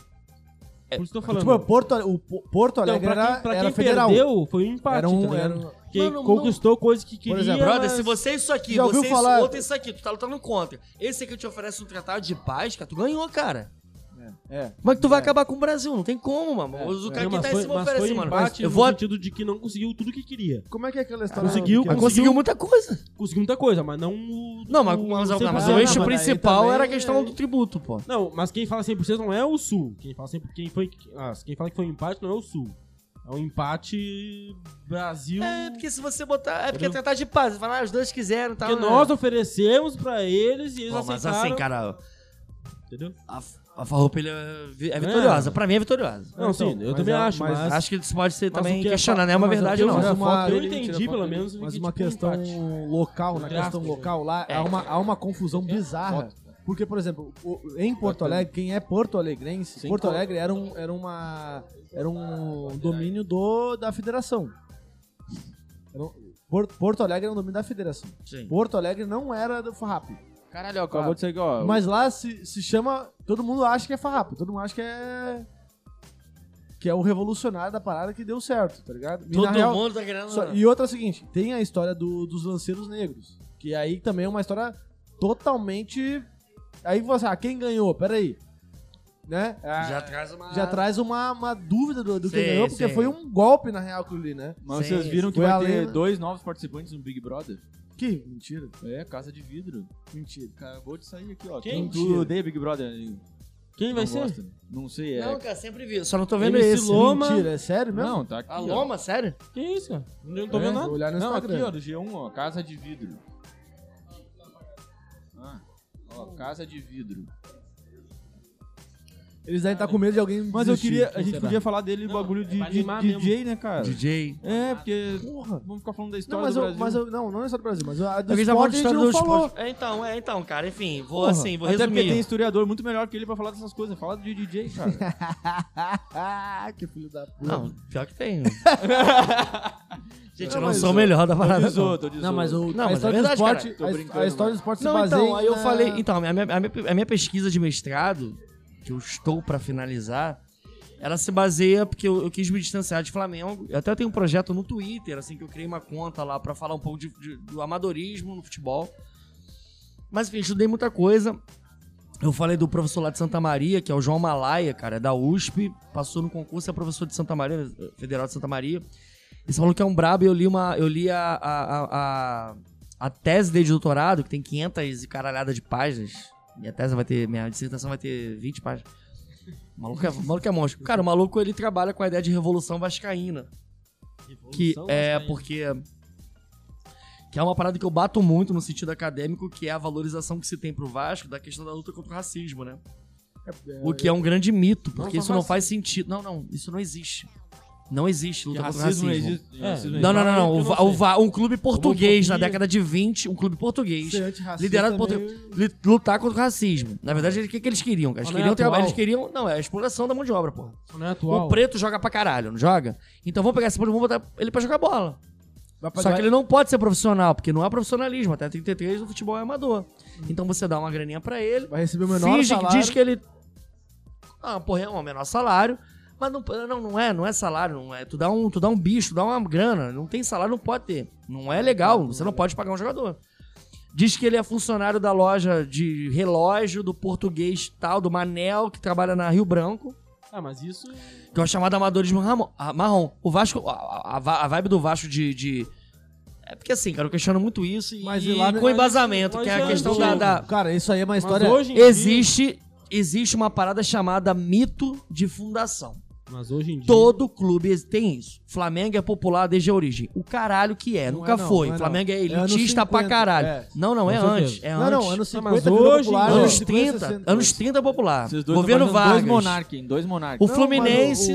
Speaker 6: É,
Speaker 2: Por isso que eu tô falando.
Speaker 1: Tipo, Porto, o Po- Porto
Speaker 2: Então,
Speaker 1: Alegre
Speaker 2: pra quem,
Speaker 1: era,
Speaker 2: pra quem
Speaker 1: era federal.
Speaker 2: perdeu, foi um empate,
Speaker 1: Era um-
Speaker 2: tá ligado?
Speaker 1: era um-
Speaker 2: Quem
Speaker 6: Mano, não-
Speaker 2: conquistou coisas que queria,
Speaker 1: exemplo,
Speaker 6: Brother,
Speaker 2: mas-
Speaker 6: se você é isso aqui,
Speaker 1: Já ouviu
Speaker 6: você é isso,
Speaker 1: falar-
Speaker 6: outro é isso aqui, tu tá lutando contra. Esse aqui te oferece um tratado de paz, cara, tu ganhou, cara.
Speaker 1: É.
Speaker 6: Como é que tu vai acabar com o Brasil? Não tem como, mano.
Speaker 1: É,
Speaker 6: o
Speaker 2: Não,
Speaker 6: cara que
Speaker 2: mas
Speaker 6: tá em
Speaker 2: foi-
Speaker 6: cima
Speaker 2: mas
Speaker 6: oferece,
Speaker 2: foi
Speaker 6: mano.
Speaker 2: empate
Speaker 6: Eu
Speaker 2: no
Speaker 6: vou...
Speaker 2: sentido de que não conseguiu tudo que queria.
Speaker 1: Como é que é aquela história?
Speaker 2: Conseguiu,
Speaker 1: que-
Speaker 6: Mas conseguiu muita coisa.
Speaker 2: Conseguiu muita coisa, mas não o...
Speaker 6: Não, mas,
Speaker 2: o
Speaker 6: mas, mas
Speaker 2: 100%.
Speaker 6: o
Speaker 1: não,
Speaker 6: eixo
Speaker 1: mas daí
Speaker 6: principal
Speaker 1: também
Speaker 6: era a questão
Speaker 1: é-
Speaker 6: do tributo, pô.
Speaker 2: Não, mas quem fala 100% não é o Sul. Quem fala, sempre, quem, foi, ah, quem fala que foi um empate não é o Sul. É um empate Brasil...
Speaker 6: É, porque se você botar. É porque é
Speaker 2: Entendeu?
Speaker 6: tratar de paz. Você fala, ah, os dois quiseram e tal.
Speaker 2: Porque
Speaker 6: né?
Speaker 2: nós oferecemos pra eles e eles
Speaker 6: Pô, mas
Speaker 2: aceitaram.
Speaker 6: assim, cara,
Speaker 2: Entendeu?
Speaker 6: a, a farroupilha é vi- é vitoriosa. Pra mim é vitoriosa.
Speaker 2: Não, sim,
Speaker 1: então,
Speaker 2: eu
Speaker 1: mas
Speaker 2: também
Speaker 1: é-
Speaker 2: acho,
Speaker 1: mas-
Speaker 2: mas...
Speaker 6: Acho que isso pode ser
Speaker 2: mas
Speaker 6: também
Speaker 2: o que é
Speaker 6: questionar,
Speaker 2: fato-
Speaker 6: não é uma
Speaker 2: mas
Speaker 6: verdade,
Speaker 2: eu-
Speaker 6: não.
Speaker 2: mas
Speaker 1: Mas
Speaker 2: eu-
Speaker 1: uma-
Speaker 2: eu entendi, pelo menos.
Speaker 1: Mas
Speaker 2: que,
Speaker 1: uma
Speaker 2: tipo, um
Speaker 1: questão é
Speaker 2: empate.
Speaker 1: local, na
Speaker 2: Gráfico,
Speaker 1: questão
Speaker 2: né?
Speaker 1: local lá,
Speaker 6: É.
Speaker 1: há, uma, há é uma né? confusão bizarra. Porque, por exemplo, o- em Porto Alegre, quem é Porto Alegrense, Porto Alegre era um, era uma, era um domínio do, da federação. Era um- Por- Porto Alegre era um domínio da federação.
Speaker 6: Sim.
Speaker 1: Porto Alegre não era do Farrapo.
Speaker 5: Caralho, ó, acabou de sair aqui, ó.
Speaker 1: Mas lá se, se chama. Todo mundo acha que é farrapo. Todo mundo acha que é. Que é o revolucionário da parada que deu certo, tá ligado? E, na
Speaker 6: Todo
Speaker 1: real,
Speaker 6: mundo tá querendo.
Speaker 1: só- e outra é a seguinte: tem a história do- dos lanceiros negros. Que aí também é uma história totalmente. Aí você, ah, quem ganhou? Peraí. Né? Ah,
Speaker 6: Já traz uma.
Speaker 1: já traz uma, uma dúvida do, do
Speaker 6: Sim,
Speaker 1: quem ganhou, porque
Speaker 6: sim.
Speaker 1: foi um golpe na real aquilo ali, né?
Speaker 3: Mas
Speaker 6: Sim,
Speaker 3: vocês viram que
Speaker 1: foi
Speaker 3: vai
Speaker 1: além,
Speaker 3: ter
Speaker 1: né?
Speaker 3: dois novos participantes no Big Brother?
Speaker 1: Que mentira.
Speaker 3: É, Casa de Vidro.
Speaker 1: Mentira.
Speaker 3: Acabou de sair aqui, ó.
Speaker 2: Quem?
Speaker 3: Tu- Tu odeia Big Brother? né?
Speaker 2: Quem vai
Speaker 3: Não
Speaker 2: ser?
Speaker 3: gosta, né? Não sei, é...
Speaker 6: Não, cara, sempre vi. Só não tô vendo
Speaker 2: MC
Speaker 6: esse.
Speaker 2: Loma.
Speaker 1: Mentira, é sério mesmo?
Speaker 3: Não, tá aqui,
Speaker 6: A
Speaker 3: ó.
Speaker 6: Loma, sério?
Speaker 2: Que isso, cara? Eu Não tô
Speaker 1: É,
Speaker 2: vendo
Speaker 1: vou
Speaker 2: nada.
Speaker 1: olhar no
Speaker 3: Não,
Speaker 1: Instagram.
Speaker 3: aqui, ó, do G1, ó. Casa de Vidro. Ah, ó, Casa de Vidro.
Speaker 1: Eles devem estar com medo de alguém.
Speaker 3: Mas eu
Speaker 1: desistir.
Speaker 3: queria. A gente
Speaker 2: será?
Speaker 3: podia falar dele o
Speaker 2: Não,
Speaker 3: bagulho
Speaker 2: é
Speaker 3: de,
Speaker 2: pra
Speaker 3: de
Speaker 2: animar
Speaker 3: DJ, né, cara?
Speaker 6: DJ.
Speaker 3: É, porque.
Speaker 1: Porra.
Speaker 3: Vamos ficar falando da
Speaker 1: Não,
Speaker 3: história
Speaker 1: mas
Speaker 3: do
Speaker 1: eu,
Speaker 3: Brasil.
Speaker 1: mas eu, não, não é só do Brasil, mas a do
Speaker 6: Alguém já
Speaker 1: esporte a gente
Speaker 6: falou
Speaker 1: não
Speaker 6: do história do
Speaker 1: falou.
Speaker 6: É, então, é, então, cara, enfim, vou
Speaker 1: Porra,
Speaker 6: assim, vou
Speaker 3: Até porque tem
Speaker 6: resumir.
Speaker 3: historiador muito melhor que ele pra falar dessas coisas. Fala de DJ, cara.
Speaker 1: Ah, que filho da puta.
Speaker 6: Não, pior que tem. Gente, eu
Speaker 3: Não,
Speaker 6: não
Speaker 3: mas
Speaker 6: sou o
Speaker 3: eu-
Speaker 6: melhor da parada. não.
Speaker 3: Desoto, desoto.
Speaker 1: Não, mas o,
Speaker 6: Não,
Speaker 2: Tá
Speaker 1: a
Speaker 6: mas
Speaker 1: história
Speaker 6: é verdade,
Speaker 1: do esporte,
Speaker 3: cara.
Speaker 1: a-
Speaker 3: Tô
Speaker 1: a,
Speaker 3: brincando,
Speaker 1: história do esporte se
Speaker 6: Não,
Speaker 1: baseia
Speaker 6: então, aí eu
Speaker 1: na-
Speaker 6: falei. Então, a minha, a minha- a minha pesquisa de mestrado, que eu estou pra finalizar, ela se baseia, porque eu, eu quis me distanciar de Flamengo. Eu até tenho um projeto no Twitter, assim, que eu criei uma conta lá pra falar um pouco de- de- do amadorismo no futebol. Mas, enfim, estudei muita coisa. Eu falei do professor lá de Santa Maria, que é o João Malaia, cara, é da USP, passou no concurso, é professor de Santa Maria, Federal de Santa Maria. E você falou que é um brabo, e eu li uma. Eu li a, a, a, a, a tese dele de doutorado, que tem 500 e caralhada de páginas. Minha tese vai ter. Minha dissertação vai ter 20 páginas. O maluco é, o maluco é monstro. Cara, o maluco ele trabalha com a ideia de revolução vascaína. Que
Speaker 2: Revolução
Speaker 6: é
Speaker 2: Vascaína.
Speaker 6: porque. Que é uma parada que eu bato muito no sentido acadêmico, que é a valorização que se tem pro Vasco da questão da luta contra o racismo, né? O que é um grande mito,
Speaker 2: só
Speaker 6: porque isso não faz sentido. Não, não, isso não existe. Não existe luta contra o racismo. né?
Speaker 3: Racismo existe.
Speaker 2: É.
Speaker 3: racismo
Speaker 6: Não, não, não,
Speaker 2: Ah,
Speaker 6: não.
Speaker 2: eu
Speaker 6: O
Speaker 2: não
Speaker 6: Va-
Speaker 2: sei.
Speaker 6: o Va- um clube português na
Speaker 2: Homofobia.
Speaker 6: década de 20, um clube português,
Speaker 1: ser antirracista
Speaker 6: liderado por
Speaker 1: meio-
Speaker 6: li- lutar contra o racismo. Na verdade, o que, que eles queriam? cara? Eles
Speaker 2: Mas não é
Speaker 6: queriam trabalho,
Speaker 2: atual.
Speaker 6: eles queriam. Não, é a exploração da mão de obra, porra.
Speaker 2: Não é atual.
Speaker 6: O preto joga pra caralho, não joga? Então vamos pegar esse povo e vamos botar ele pra jogar bola.
Speaker 1: Vai pra-
Speaker 6: Só que
Speaker 1: vai-
Speaker 6: ele não pode ser profissional, porque não é profissionalismo. Até 33 o futebol é amador. Então você dá uma graninha pra ele,
Speaker 1: vai receber o menor
Speaker 6: finge que
Speaker 1: salário.
Speaker 6: diz que ele. Ah, porra, é um menor salário. Mas não, não, não é, não é salário, não é. Tu dá, um, tu dá um bicho, tu dá uma grana. Não tem salário, não pode ter. Não é legal, você não pode pagar um jogador. Diz que ele é funcionário da loja de relógio do português tal, do Manel, que trabalha na Rio Branco.
Speaker 2: Ah, mas isso...
Speaker 6: Que é o chamado amadorismo ramo- ah, marrom. O Vasco, a, a- a vibe do Vasco de, de- É porque assim, cara, eu questiono muito isso e,
Speaker 1: Mas
Speaker 6: e
Speaker 1: lá- assim,
Speaker 6: com
Speaker 1: mas-
Speaker 6: embasamento,
Speaker 2: mas
Speaker 6: que é a
Speaker 2: isso é
Speaker 6: questão da-
Speaker 2: antigo.
Speaker 6: da,
Speaker 1: Cara, isso aí é uma
Speaker 2: Mas
Speaker 1: história.
Speaker 2: hoje em dia-
Speaker 6: Existe, existe uma parada chamada mito de fundação.
Speaker 2: Mas hoje em dia...
Speaker 6: Todo clube tem isso. Flamengo é popular desde a origem. O caralho que é,
Speaker 1: Não
Speaker 6: nunca
Speaker 1: é não,
Speaker 6: foi.
Speaker 1: não é
Speaker 6: Flamengo é
Speaker 1: não. É anos
Speaker 6: elitista pra
Speaker 1: 50,
Speaker 6: caralho.
Speaker 1: é.
Speaker 6: Não, não, é
Speaker 2: Com certeza.
Speaker 6: antes. É
Speaker 1: Não,
Speaker 6: antes.
Speaker 1: não, anos
Speaker 2: Não,
Speaker 1: 50
Speaker 2: mas
Speaker 1: virou
Speaker 2: hoje em
Speaker 1: popular,
Speaker 2: dia-
Speaker 1: né?
Speaker 6: Anos
Speaker 1: 50,
Speaker 6: 30,
Speaker 1: 60.
Speaker 6: anos 30 é popular.
Speaker 3: Vocês dois
Speaker 6: Governo
Speaker 3: estão fazendo
Speaker 6: Vargas.
Speaker 3: Dois monarca, hein? Dois monarca.
Speaker 6: O
Speaker 1: Não,
Speaker 6: Fluminense,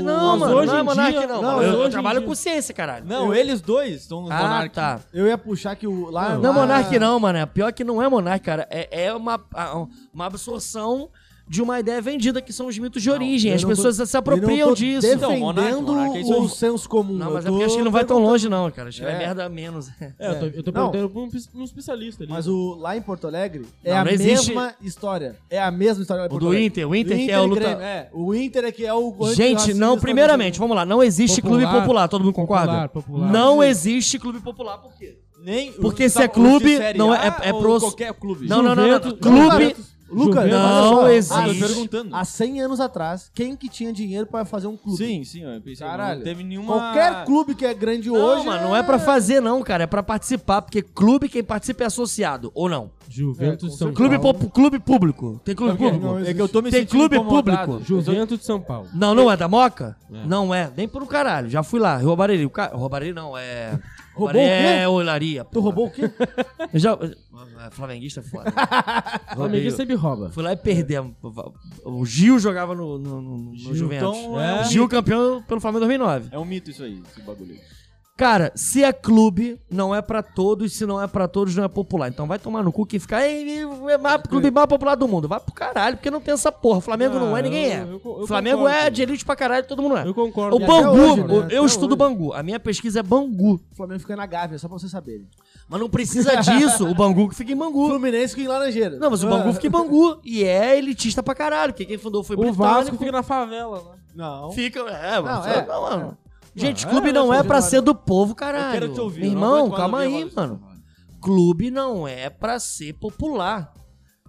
Speaker 1: mas o-
Speaker 6: não,
Speaker 1: mas
Speaker 6: mano,
Speaker 2: hoje
Speaker 6: não é
Speaker 2: em
Speaker 6: monarca,
Speaker 2: dia-
Speaker 6: não.
Speaker 2: não,
Speaker 6: eu,
Speaker 2: mas
Speaker 6: eu
Speaker 2: hoje em
Speaker 6: trabalho
Speaker 2: dia-
Speaker 6: com ciência, caralho.
Speaker 3: Não, eles dois estão no
Speaker 6: ah,
Speaker 3: monarca.
Speaker 6: tá.
Speaker 1: Eu ia puxar que o lá
Speaker 6: Não
Speaker 1: lá-
Speaker 6: é Monark não, mano. Pior que não é Monark, cara. É, é uma, a- uma absorção de uma ideia vendida, que são os mitos de origem.
Speaker 1: eu
Speaker 6: As
Speaker 1: não tô-
Speaker 6: pessoas se
Speaker 1: Eu não
Speaker 6: apropriam
Speaker 1: tô
Speaker 6: disso.
Speaker 1: Defendendo
Speaker 3: Então, Monark, Monark, é isso
Speaker 1: o
Speaker 3: aí.
Speaker 1: senso comum.
Speaker 6: Não,
Speaker 1: eu
Speaker 6: mas é
Speaker 1: tô
Speaker 6: porque acho que ele não vai tão
Speaker 1: perguntando-
Speaker 6: longe, não, cara. Acho que é,
Speaker 1: É.
Speaker 6: merda a menos.
Speaker 2: É, eu tô, eu tô
Speaker 1: Não.
Speaker 2: perguntando pra um, pis- um especialista ali.
Speaker 1: Mas o, lá em Porto Alegre é
Speaker 6: Não,
Speaker 1: a
Speaker 6: não existe-
Speaker 1: mesma história. É a mesma história lá em
Speaker 6: O
Speaker 1: Porto
Speaker 6: do
Speaker 1: Alegre.
Speaker 6: Inter, o Inter,
Speaker 1: e
Speaker 6: que é o luta.
Speaker 1: Grêmio, é. O Inter é que é o
Speaker 6: Gente,
Speaker 1: antirracista
Speaker 6: não,
Speaker 1: brasileiro.
Speaker 6: primeiramente, vamos lá, não existe clube
Speaker 2: Popular,
Speaker 6: popular, todo mundo concorda?
Speaker 2: Popular, popular.
Speaker 6: Não existe clube popular, por quê?
Speaker 3: Nem
Speaker 6: Porque
Speaker 3: o-
Speaker 6: se é
Speaker 3: tá-
Speaker 6: clube,
Speaker 3: o Série
Speaker 6: não é-
Speaker 3: A
Speaker 6: é- é
Speaker 3: ou
Speaker 6: pros-
Speaker 3: qualquer clube.
Speaker 6: Não, não, não, não, não.
Speaker 2: Juventus-
Speaker 6: Clube
Speaker 1: Lucas,
Speaker 2: Juventus-
Speaker 1: olha
Speaker 6: não
Speaker 1: só.
Speaker 6: existe.
Speaker 3: Ah, eu tô
Speaker 1: Há-
Speaker 3: perguntando.
Speaker 1: Há 100 anos atrás, quem que tinha dinheiro pra fazer um clube?
Speaker 3: Sim, sim, eu pensei,
Speaker 1: Caralho.
Speaker 3: não teve nenhuma
Speaker 1: Qualquer clube que é grande
Speaker 6: Não,
Speaker 1: hoje.
Speaker 6: mano, não é pra fazer não, cara, é pra participar, porque clube quem participa é associado, ou não.
Speaker 2: Juventus
Speaker 1: É,
Speaker 2: de
Speaker 1: com
Speaker 2: São
Speaker 1: certeza.
Speaker 6: Clube,
Speaker 2: Paulo.
Speaker 6: pop- clube público, tem clube
Speaker 1: Porque
Speaker 6: público?
Speaker 1: não
Speaker 3: É que eu tô me
Speaker 6: Tem
Speaker 3: sentindo
Speaker 6: clube
Speaker 3: incomodado.
Speaker 6: público.
Speaker 2: Juventus de São Paulo.
Speaker 6: Não, não é da Moca?
Speaker 2: É.
Speaker 6: Não é, nem por um caralho, já fui lá, roubarei, o ca... roubarei não, é...
Speaker 1: Roubou
Speaker 6: Roubarei
Speaker 1: o quê?
Speaker 6: É olaria.
Speaker 1: Tu roubou o quê?
Speaker 6: Eu já... eu- Flamenguista é foda.
Speaker 2: Flamenguista sempre rouba.
Speaker 6: Fui lá e perdemos. O Gil jogava no, no- no- no Juventus.
Speaker 3: Então, é, um
Speaker 6: Gil
Speaker 3: mito.
Speaker 6: campeão pelo Flamengo em 2009.
Speaker 3: é um mito isso aí, esse bagulho. aí.
Speaker 6: Cara, se é clube, não é pra todos. Se não é pra todos, não é popular. Então vai tomar no cu que fica. "Ei, É mais, clube mais popular do mundo. Vai pro caralho, porque não tem essa porra. Flamengo não é,
Speaker 2: Ah,
Speaker 6: ninguém é.
Speaker 2: eu- eu- eu
Speaker 6: Flamengo
Speaker 2: concordo.
Speaker 6: é de elite pra caralho, todo mundo é.
Speaker 2: Eu concordo.
Speaker 6: O
Speaker 2: E
Speaker 6: Bangu,
Speaker 1: hoje, né?
Speaker 6: o-
Speaker 1: Até
Speaker 6: eu estudo
Speaker 1: hoje.
Speaker 6: Bangu. A minha pesquisa é Bangu.
Speaker 1: O Flamengo fica na Gávea, só pra vocês saberem.
Speaker 6: Mas não precisa disso. O Bangu que fica em
Speaker 1: O
Speaker 6: Bangu.
Speaker 1: Fluminense fica em Laranjeira.
Speaker 6: Não, mas o
Speaker 1: Ah.
Speaker 6: Bangu fica em Bangu. E é elitista pra caralho. Porque quem fundou foi
Speaker 2: O
Speaker 6: britânico.
Speaker 2: Vasco fica na favela né? lá.
Speaker 1: Não.
Speaker 6: Fica. É, mano.
Speaker 1: Não,
Speaker 6: Não,
Speaker 1: é.
Speaker 6: mano. Gente,
Speaker 2: é,
Speaker 6: clube não
Speaker 1: só
Speaker 6: é pra
Speaker 1: jogador.
Speaker 6: ser do povo, caralho.
Speaker 3: Eu quero te ouvir.
Speaker 6: Meu
Speaker 3: eu não
Speaker 6: irmão,
Speaker 3: aguento mais
Speaker 6: calma
Speaker 3: ouvir a
Speaker 6: aí,
Speaker 3: voz
Speaker 6: mano.
Speaker 3: do Ronaldo.
Speaker 6: Clube não é pra ser popular.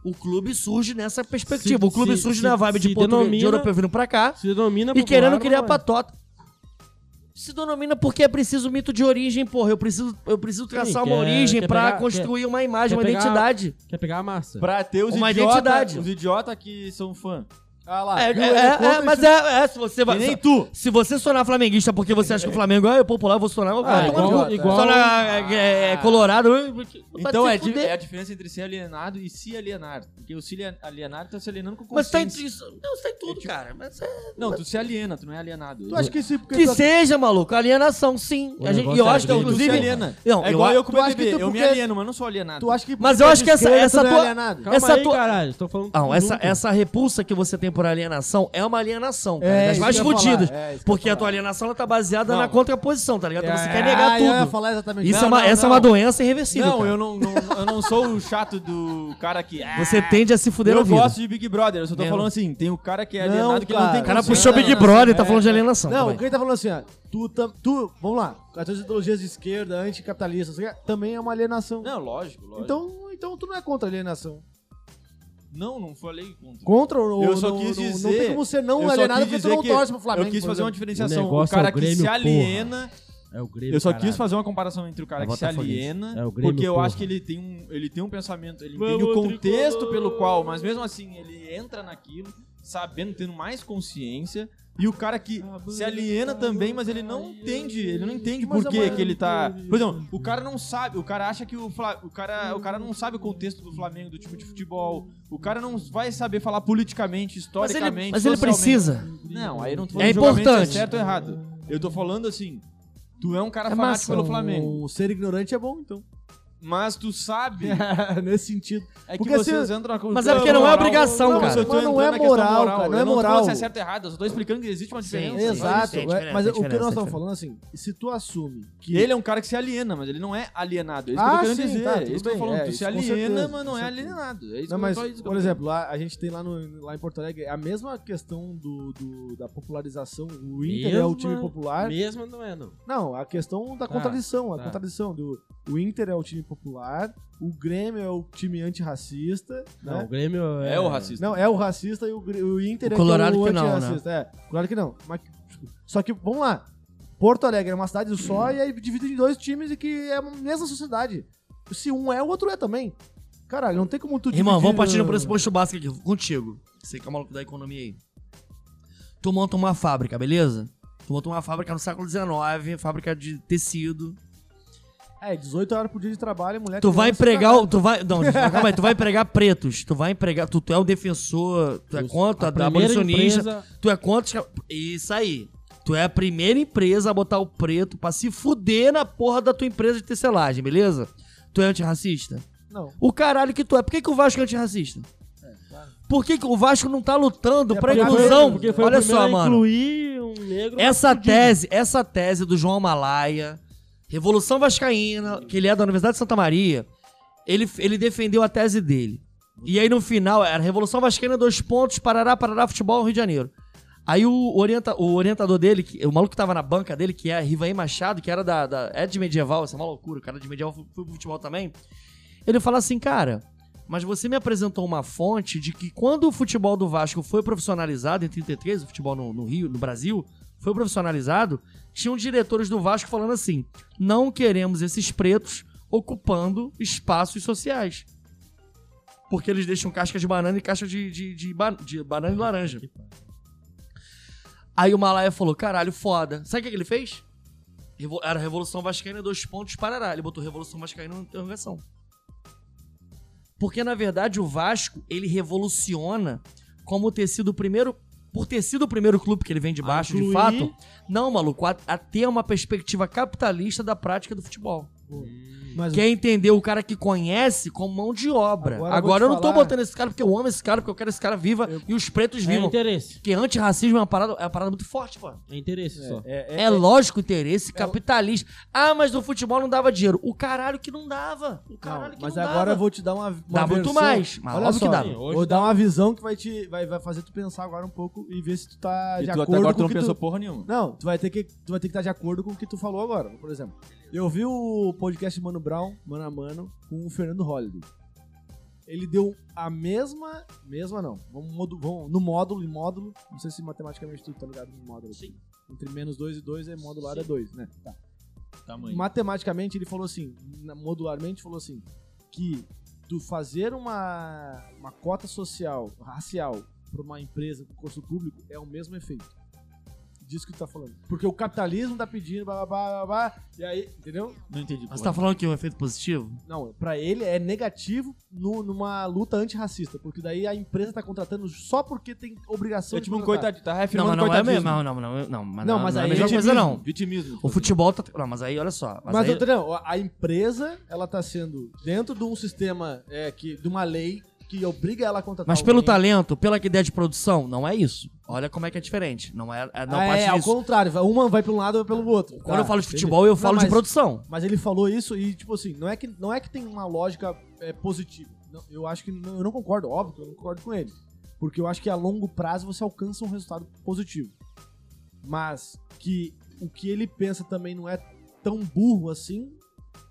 Speaker 6: O clube surge nessa perspectiva.
Speaker 2: Se-
Speaker 6: o clube
Speaker 2: se-
Speaker 6: surge
Speaker 2: se-
Speaker 6: na vibe
Speaker 2: se
Speaker 6: de português,
Speaker 2: denomina-
Speaker 6: de europeu vindo pra cá
Speaker 2: Se denomina
Speaker 6: e
Speaker 2: popular,
Speaker 6: querendo criar
Speaker 2: mas-
Speaker 6: patota. Se denomina porque é preciso mito de origem, porra. Eu preciso, eu preciso traçar uma
Speaker 2: quer-
Speaker 6: origem
Speaker 2: quer
Speaker 6: pra
Speaker 2: pegar-
Speaker 6: construir uma imagem,
Speaker 2: quer
Speaker 6: uma
Speaker 2: pegar-
Speaker 6: identidade.
Speaker 2: Quer pegar a massa.
Speaker 3: Pra ter os
Speaker 6: Uma
Speaker 3: idiotas
Speaker 6: identidade.
Speaker 3: os idiota que são fã.
Speaker 1: Ah lá.
Speaker 6: É,
Speaker 1: viu?
Speaker 6: é,
Speaker 1: Ele contra
Speaker 6: é, mas
Speaker 1: isso.
Speaker 6: é, é, se você
Speaker 3: E
Speaker 6: vai.
Speaker 3: nem tu.
Speaker 6: Se você sonar flamenguista porque você acha que o Flamengo é popular, eu vou sonar.
Speaker 2: Ah,
Speaker 6: vai tomar no
Speaker 1: igual-
Speaker 6: cu.
Speaker 2: igual-
Speaker 6: Sonar é, é, colorado.
Speaker 1: tá
Speaker 3: Então é,
Speaker 6: de.
Speaker 3: di- é a diferença entre ser alienado e se alienar. Porque o se alien- alienar tá se alienando com
Speaker 6: Mas tá em,
Speaker 3: consciência.
Speaker 6: isso, não, isso tá em tudo, cara. Mas é-
Speaker 3: Não, tu se aliena, tu não é alienado.
Speaker 1: Tu acha que esse. porque
Speaker 6: Que
Speaker 1: tu-
Speaker 6: seja, maluco. Alienação, sim.
Speaker 2: O
Speaker 6: A gente, e eu
Speaker 2: negócio é grande.
Speaker 6: acho que,
Speaker 3: tu se
Speaker 6: inclusive.
Speaker 3: aliena.
Speaker 6: Não,
Speaker 3: é igual eu, com o
Speaker 1: tu acha que
Speaker 3: BBB.
Speaker 1: tu
Speaker 3: Eu me
Speaker 1: porque-
Speaker 3: alieno, mas não sou alienado.
Speaker 1: Tu acha que.
Speaker 6: Mas
Speaker 1: porque
Speaker 6: eu
Speaker 1: é
Speaker 6: acho
Speaker 1: de
Speaker 6: que essa-
Speaker 1: esquerda,
Speaker 6: essa
Speaker 1: tu não é
Speaker 6: tua-
Speaker 1: alienado?
Speaker 2: Calma
Speaker 6: essa
Speaker 2: aí,
Speaker 6: tua-
Speaker 2: caralho. Tô falando
Speaker 6: Não,
Speaker 2: tudo
Speaker 6: essa,
Speaker 2: junto.
Speaker 6: essa repulsa que você tem por alienação é uma alienação, cara.
Speaker 1: É,
Speaker 6: das
Speaker 1: isso
Speaker 6: mais
Speaker 1: que eu ia
Speaker 6: fodidas.
Speaker 1: falar, é, isso que eu
Speaker 6: porque
Speaker 1: ia
Speaker 6: a tua alienação ela tá baseada
Speaker 3: Não.
Speaker 6: na contraposição, tá ligado? Então você quer
Speaker 1: Ah,
Speaker 6: negar
Speaker 1: Eu ia
Speaker 6: tudo.
Speaker 1: falar exatamente
Speaker 6: Isso
Speaker 1: Não,
Speaker 6: é uma,
Speaker 1: não,
Speaker 6: essa
Speaker 1: não.
Speaker 6: é uma doença irreversível.
Speaker 3: Não,
Speaker 6: cara.
Speaker 3: eu não, não- eu não sou o chato do cara que. Ah,
Speaker 6: Você tende a se fuder na
Speaker 3: eu
Speaker 6: vida.
Speaker 3: gosto de Big Brother, eu só tô
Speaker 6: Não.
Speaker 3: falando assim, tem o cara que é
Speaker 1: Não,
Speaker 3: alienado que não
Speaker 1: cara.
Speaker 3: tem
Speaker 6: O cara
Speaker 1: Não,
Speaker 6: puxou
Speaker 1: não,
Speaker 6: Big
Speaker 1: não,
Speaker 6: Brother, tá falando de alienação.
Speaker 1: né? É. Não,
Speaker 6: também.
Speaker 1: o que ele tá falando assim, ó. Tu, tam- tu, vamos lá, com as tuas ideologias de esquerda, anticapitalista, não sei o quê, também é uma alienação.
Speaker 3: Não, lógico, lógico.
Speaker 1: Então, então tu não é contra a alienação.
Speaker 3: não, não falei contra.
Speaker 1: Contra ou
Speaker 3: Eu só
Speaker 1: não,
Speaker 3: quis
Speaker 1: não-
Speaker 3: dizer-
Speaker 1: Não tem como ser
Speaker 3: eu
Speaker 1: não
Speaker 3: só
Speaker 1: alienado
Speaker 3: quis
Speaker 1: porque tu
Speaker 3: dizer
Speaker 1: não
Speaker 3: que
Speaker 1: torce pro Flamengo.
Speaker 3: Eu quis
Speaker 1: por
Speaker 3: fazer uma
Speaker 1: exemplo.
Speaker 3: diferenciação.
Speaker 2: O
Speaker 3: O,
Speaker 2: negócio é
Speaker 3: cara
Speaker 2: o
Speaker 3: que
Speaker 2: Grêmio,
Speaker 3: se
Speaker 2: porra.
Speaker 3: aliena.
Speaker 2: É o Grêmio,
Speaker 3: Eu só
Speaker 2: caralho.
Speaker 3: quis fazer uma comparação entre o cara
Speaker 6: É
Speaker 3: que se
Speaker 6: botafoguense.
Speaker 3: aliena,
Speaker 2: É o Grêmio,
Speaker 3: porque eu
Speaker 2: porra.
Speaker 3: acho que ele tem um, ele tem um pensamento, ele
Speaker 2: Vamos,
Speaker 3: entende o contexto
Speaker 2: tricolor!
Speaker 3: pelo qual, mas mesmo assim ele entra naquilo, sabendo, tendo mais consciência. E o cara que
Speaker 6: Ah,
Speaker 3: se aliena também, mas ele não entende, ele não entende
Speaker 1: Mas
Speaker 3: por
Speaker 1: é
Speaker 3: que
Speaker 1: mais-
Speaker 3: que ele tá. Por exemplo, o cara não sabe, o cara acha que o, Fla- o cara, o cara não sabe o contexto do Flamengo, do time de futebol. O cara não vai saber falar politicamente,
Speaker 6: mas ele,
Speaker 3: historicamente,
Speaker 6: mas ele
Speaker 3: socialmente.
Speaker 6: precisa.
Speaker 3: Não, aí eu não tô falando
Speaker 6: É
Speaker 3: julgamento se
Speaker 6: importante.
Speaker 3: é certo ou errado. Eu tô falando assim, tu é um cara
Speaker 1: É
Speaker 3: fanático
Speaker 1: massa,
Speaker 3: pelo Flamengo,
Speaker 1: O ser ignorante é bom, então.
Speaker 3: mas tu sabe
Speaker 1: Nesse sentido.
Speaker 3: é que
Speaker 1: Porque se-
Speaker 3: vocês entram na cultura
Speaker 6: Mas é porque não é
Speaker 3: moral.
Speaker 6: obrigação,
Speaker 3: Não,
Speaker 6: cara.
Speaker 3: mas eu tô
Speaker 1: Mas não
Speaker 3: entrando
Speaker 1: é
Speaker 3: na questão
Speaker 1: moral, cara, não é
Speaker 3: Eu tô falando
Speaker 1: moral.
Speaker 3: se é certo ou errado, eu só tô explicando que existe uma
Speaker 6: Sim,
Speaker 3: diferença. né?
Speaker 6: sim.
Speaker 3: só
Speaker 1: Exato.
Speaker 6: é diferente,
Speaker 1: é, Mas
Speaker 6: é
Speaker 1: o que
Speaker 6: diferente,
Speaker 1: nós estamos
Speaker 6: é diferente.
Speaker 1: falando assim, se tu assume
Speaker 3: isso.
Speaker 1: que
Speaker 3: Ele é um cara que se aliena, mas ele não é alienado. É isso
Speaker 1: Ah,
Speaker 3: que eu tô querendo
Speaker 1: sim,
Speaker 3: dizer.
Speaker 1: tá,
Speaker 3: é
Speaker 1: tudo
Speaker 3: isso que eu tô
Speaker 1: bem.
Speaker 3: falando.
Speaker 1: É,
Speaker 3: tu
Speaker 1: isso,
Speaker 3: se
Speaker 1: com
Speaker 3: aliena,
Speaker 1: certeza,
Speaker 3: mas
Speaker 1: com
Speaker 3: não é
Speaker 1: certeza.
Speaker 3: alienado. É isso
Speaker 1: Não,
Speaker 3: que
Speaker 1: mas,
Speaker 3: eu tô isso que eu
Speaker 1: por
Speaker 3: tô
Speaker 1: exemplo, lá, a gente tem lá, no, lá em Porto Alegre a mesma questão do, do- da popularização. O Inter é o
Speaker 2: Mesma-
Speaker 1: time popular.
Speaker 2: Mesmo não é, não.
Speaker 6: Né?
Speaker 1: Não, a questão
Speaker 3: Ah,
Speaker 1: da
Speaker 2: Tá,
Speaker 1: contradição. A
Speaker 2: tá.
Speaker 1: contradição do. O Inter é o time popular, o Grêmio é o time antirracista.
Speaker 2: Não, o
Speaker 1: né?
Speaker 2: Grêmio
Speaker 3: dizendo.
Speaker 2: é...
Speaker 3: É o racista.
Speaker 1: Não, é o racista e o, Gre- o Inter
Speaker 6: O
Speaker 1: é
Speaker 6: Colorado
Speaker 1: o
Speaker 6: que não, né?
Speaker 1: antirracista. É, claro que não. Mas- só que, vamos lá. Porto Alegre é uma cidade só e aí divide em dois times e que é a mesma sociedade. Se um é, o outro é também. Caralho, não tem como tu
Speaker 6: Irmão, vamos partir do
Speaker 1: uh,
Speaker 6: pressuposto básico aqui, contigo. Você que é o maluco da economia aí. Tu monta uma fábrica, beleza? Tu monta uma fábrica no século XIX, fábrica de tecido.
Speaker 1: É, 18 horas por dia de trabalho, moleque.
Speaker 6: Tu vai
Speaker 1: lança
Speaker 6: empregar. o- Tu vai. Não, calma aí, tu vai empregar pretos. Tu vai empregar. Tu, tu é o defensor. Tu é contra da
Speaker 2: primeira
Speaker 6: abolicionista.
Speaker 2: empresa-
Speaker 6: Tu é contra. os ca- Isso aí. Tu é a primeira empresa a botar o preto pra se fuder na porra da tua empresa de tecelagem, beleza? Tu é antirracista?
Speaker 1: Não.
Speaker 6: O caralho que tu é. Por que, que o Vasco é antirracista? Por que, que o Vasco não tá lutando
Speaker 1: É
Speaker 6: pra
Speaker 1: porque foi-
Speaker 6: inclusão?
Speaker 1: porque
Speaker 2: foi o
Speaker 6: Olha
Speaker 2: primeiro a
Speaker 6: só, mano.
Speaker 2: incluir um negro.
Speaker 6: Essa
Speaker 2: fudido.
Speaker 6: tese, essa tese do João Malaya, Revolução Vascaína, que ele é da Universidade de Santa Maria, ele, ele defendeu a tese dele. E aí no final, era Revolução Vascaína, dois pontos, Parará, Parará, Futebol, Rio de Janeiro. Aí o, orienta, o orientador dele, que- o maluco que tava na banca dele, que é Rivaí Machado, que era da, da- é de medieval, essa é uma loucura, o cara de medieval foi, foi pro futebol também. Ele fala assim, cara, mas você me apresentou uma fonte de que quando o futebol do Vasco foi profissionalizado em 33, o futebol no, no Rio, no Brasil, foi profissionalizado, tinham diretores do Vasco falando assim: não queremos esses pretos ocupando espaços sociais. Porque eles deixam casca de banana e casca de, de, de ba- de banana e laranja. Aí o Malaya falou: caralho, foda. Sabe o que, que ele fez? Revo- Era Revolução Vascaína, dois pontos, Parará. Ele botou Revolução Vascaína na interrogação. Porque, na verdade, o Vasco, ele revoluciona como ter sido o primeiro... Por ter sido o primeiro clube que ele vem de
Speaker 2: A
Speaker 6: baixo, de
Speaker 2: incluir-
Speaker 6: fato, não, maluco, a, a ter uma perspectiva capitalista da prática do futebol.
Speaker 1: Mas
Speaker 6: Quer entender o cara que conhece como mão de obra.
Speaker 1: Agora eu
Speaker 6: Agora,
Speaker 1: vou
Speaker 6: eu
Speaker 1: te
Speaker 6: não tô
Speaker 1: falar-
Speaker 6: botando esse cara porque eu amo esse cara, porque eu quero esse cara viva e os pretos
Speaker 2: É
Speaker 1: então-
Speaker 6: vivam.
Speaker 2: interesse.
Speaker 6: porque antirracismo é uma parada, é uma parada muito forte, pô.
Speaker 2: É interesse só.
Speaker 6: É, lógico
Speaker 1: É
Speaker 6: interesse capitalista. Ah, mas no futebol não dava dinheiro. O caralho que não dava. O caralho
Speaker 1: Não,
Speaker 6: que
Speaker 1: mas
Speaker 6: não
Speaker 1: agora eu
Speaker 6: dava.
Speaker 1: vou te dar uma, uma
Speaker 6: Dá muito
Speaker 1: versão-
Speaker 6: mais, mas
Speaker 1: Olha
Speaker 6: óbvio
Speaker 1: só,
Speaker 6: que dá.
Speaker 2: Sim, hoje
Speaker 1: vou
Speaker 2: dá.
Speaker 1: dar uma visão que vai te vai, vai fazer tu pensar agora um pouco e ver se tu tá de
Speaker 3: E tu até
Speaker 1: acordo
Speaker 3: agora
Speaker 1: com
Speaker 3: tu não
Speaker 1: o que
Speaker 3: pensou porra nenhuma.
Speaker 1: Não, tu vai ter que tu vai ter que estar de acordo com o que tu falou agora, por exemplo. Eu vi o podcast Mano Brown, mano a mano, com o Fernando Holliday. Ele deu a mesma, mesma não. Vamos, modu- vamos no módulo e módulo, não sei se matematicamente tu tá ligado no módulo.
Speaker 2: Sim.
Speaker 1: Entre menos 2 e 2 é modular é 2, né? Tá.
Speaker 3: Tamanho.
Speaker 1: Matematicamente ele falou assim, na- modularmente falou assim, que tu fazer uma, uma cota social, racial, para uma empresa, para curso público, é o mesmo efeito. Disso que tu tá falando. Porque o capitalismo tá pedindo, blá, blá, blá, blá, blá, e aí, entendeu?
Speaker 3: Não entendi.
Speaker 6: Mas
Speaker 3: porra.
Speaker 6: você tá falando que é um efeito positivo?
Speaker 1: Não, pra ele é negativo no- numa luta antirracista, porque daí a empresa tá contratando só porque tem obrigação
Speaker 3: É tipo um
Speaker 1: contratar.
Speaker 3: coitadinho. Tá
Speaker 6: Não,
Speaker 3: reafirmando
Speaker 6: mas não é
Speaker 3: coitadismo.
Speaker 6: mesmo. Não, não, não, não, mas
Speaker 1: Não,
Speaker 6: não,
Speaker 1: mas
Speaker 6: não é a
Speaker 1: aí-
Speaker 6: mesma coisa, não.
Speaker 3: Vitimismo.
Speaker 6: O futebol tá. Não, mas aí olha só. Mas,
Speaker 1: Mas,
Speaker 6: aí-
Speaker 1: Antônio, a- a empresa, ela tá sendo dentro de um sistema, é, que, de uma lei que obriga ela a contratar
Speaker 6: Mas pelo
Speaker 1: alguém.
Speaker 6: talento, pela ideia de produção, não é isso. Olha como é que é diferente. Não é, é- não
Speaker 1: Ah,
Speaker 6: parte
Speaker 1: é, ao
Speaker 6: disso.
Speaker 1: contrário, vai- uma vai pra um lado e vai pelo outro.
Speaker 6: Quando
Speaker 1: Tá,
Speaker 6: eu falo de
Speaker 1: entendi.
Speaker 6: futebol, eu
Speaker 1: Não,
Speaker 6: falo de
Speaker 1: mas-
Speaker 6: produção.
Speaker 1: Mas ele falou isso e, tipo assim, não é que, não é que tem uma lógica é, positiva. Não, eu acho que não, eu não concordo, óbvio que eu não concordo com ele. Porque eu acho que a longo prazo você alcança um resultado positivo. Mas que o que ele pensa também não é tão burro assim.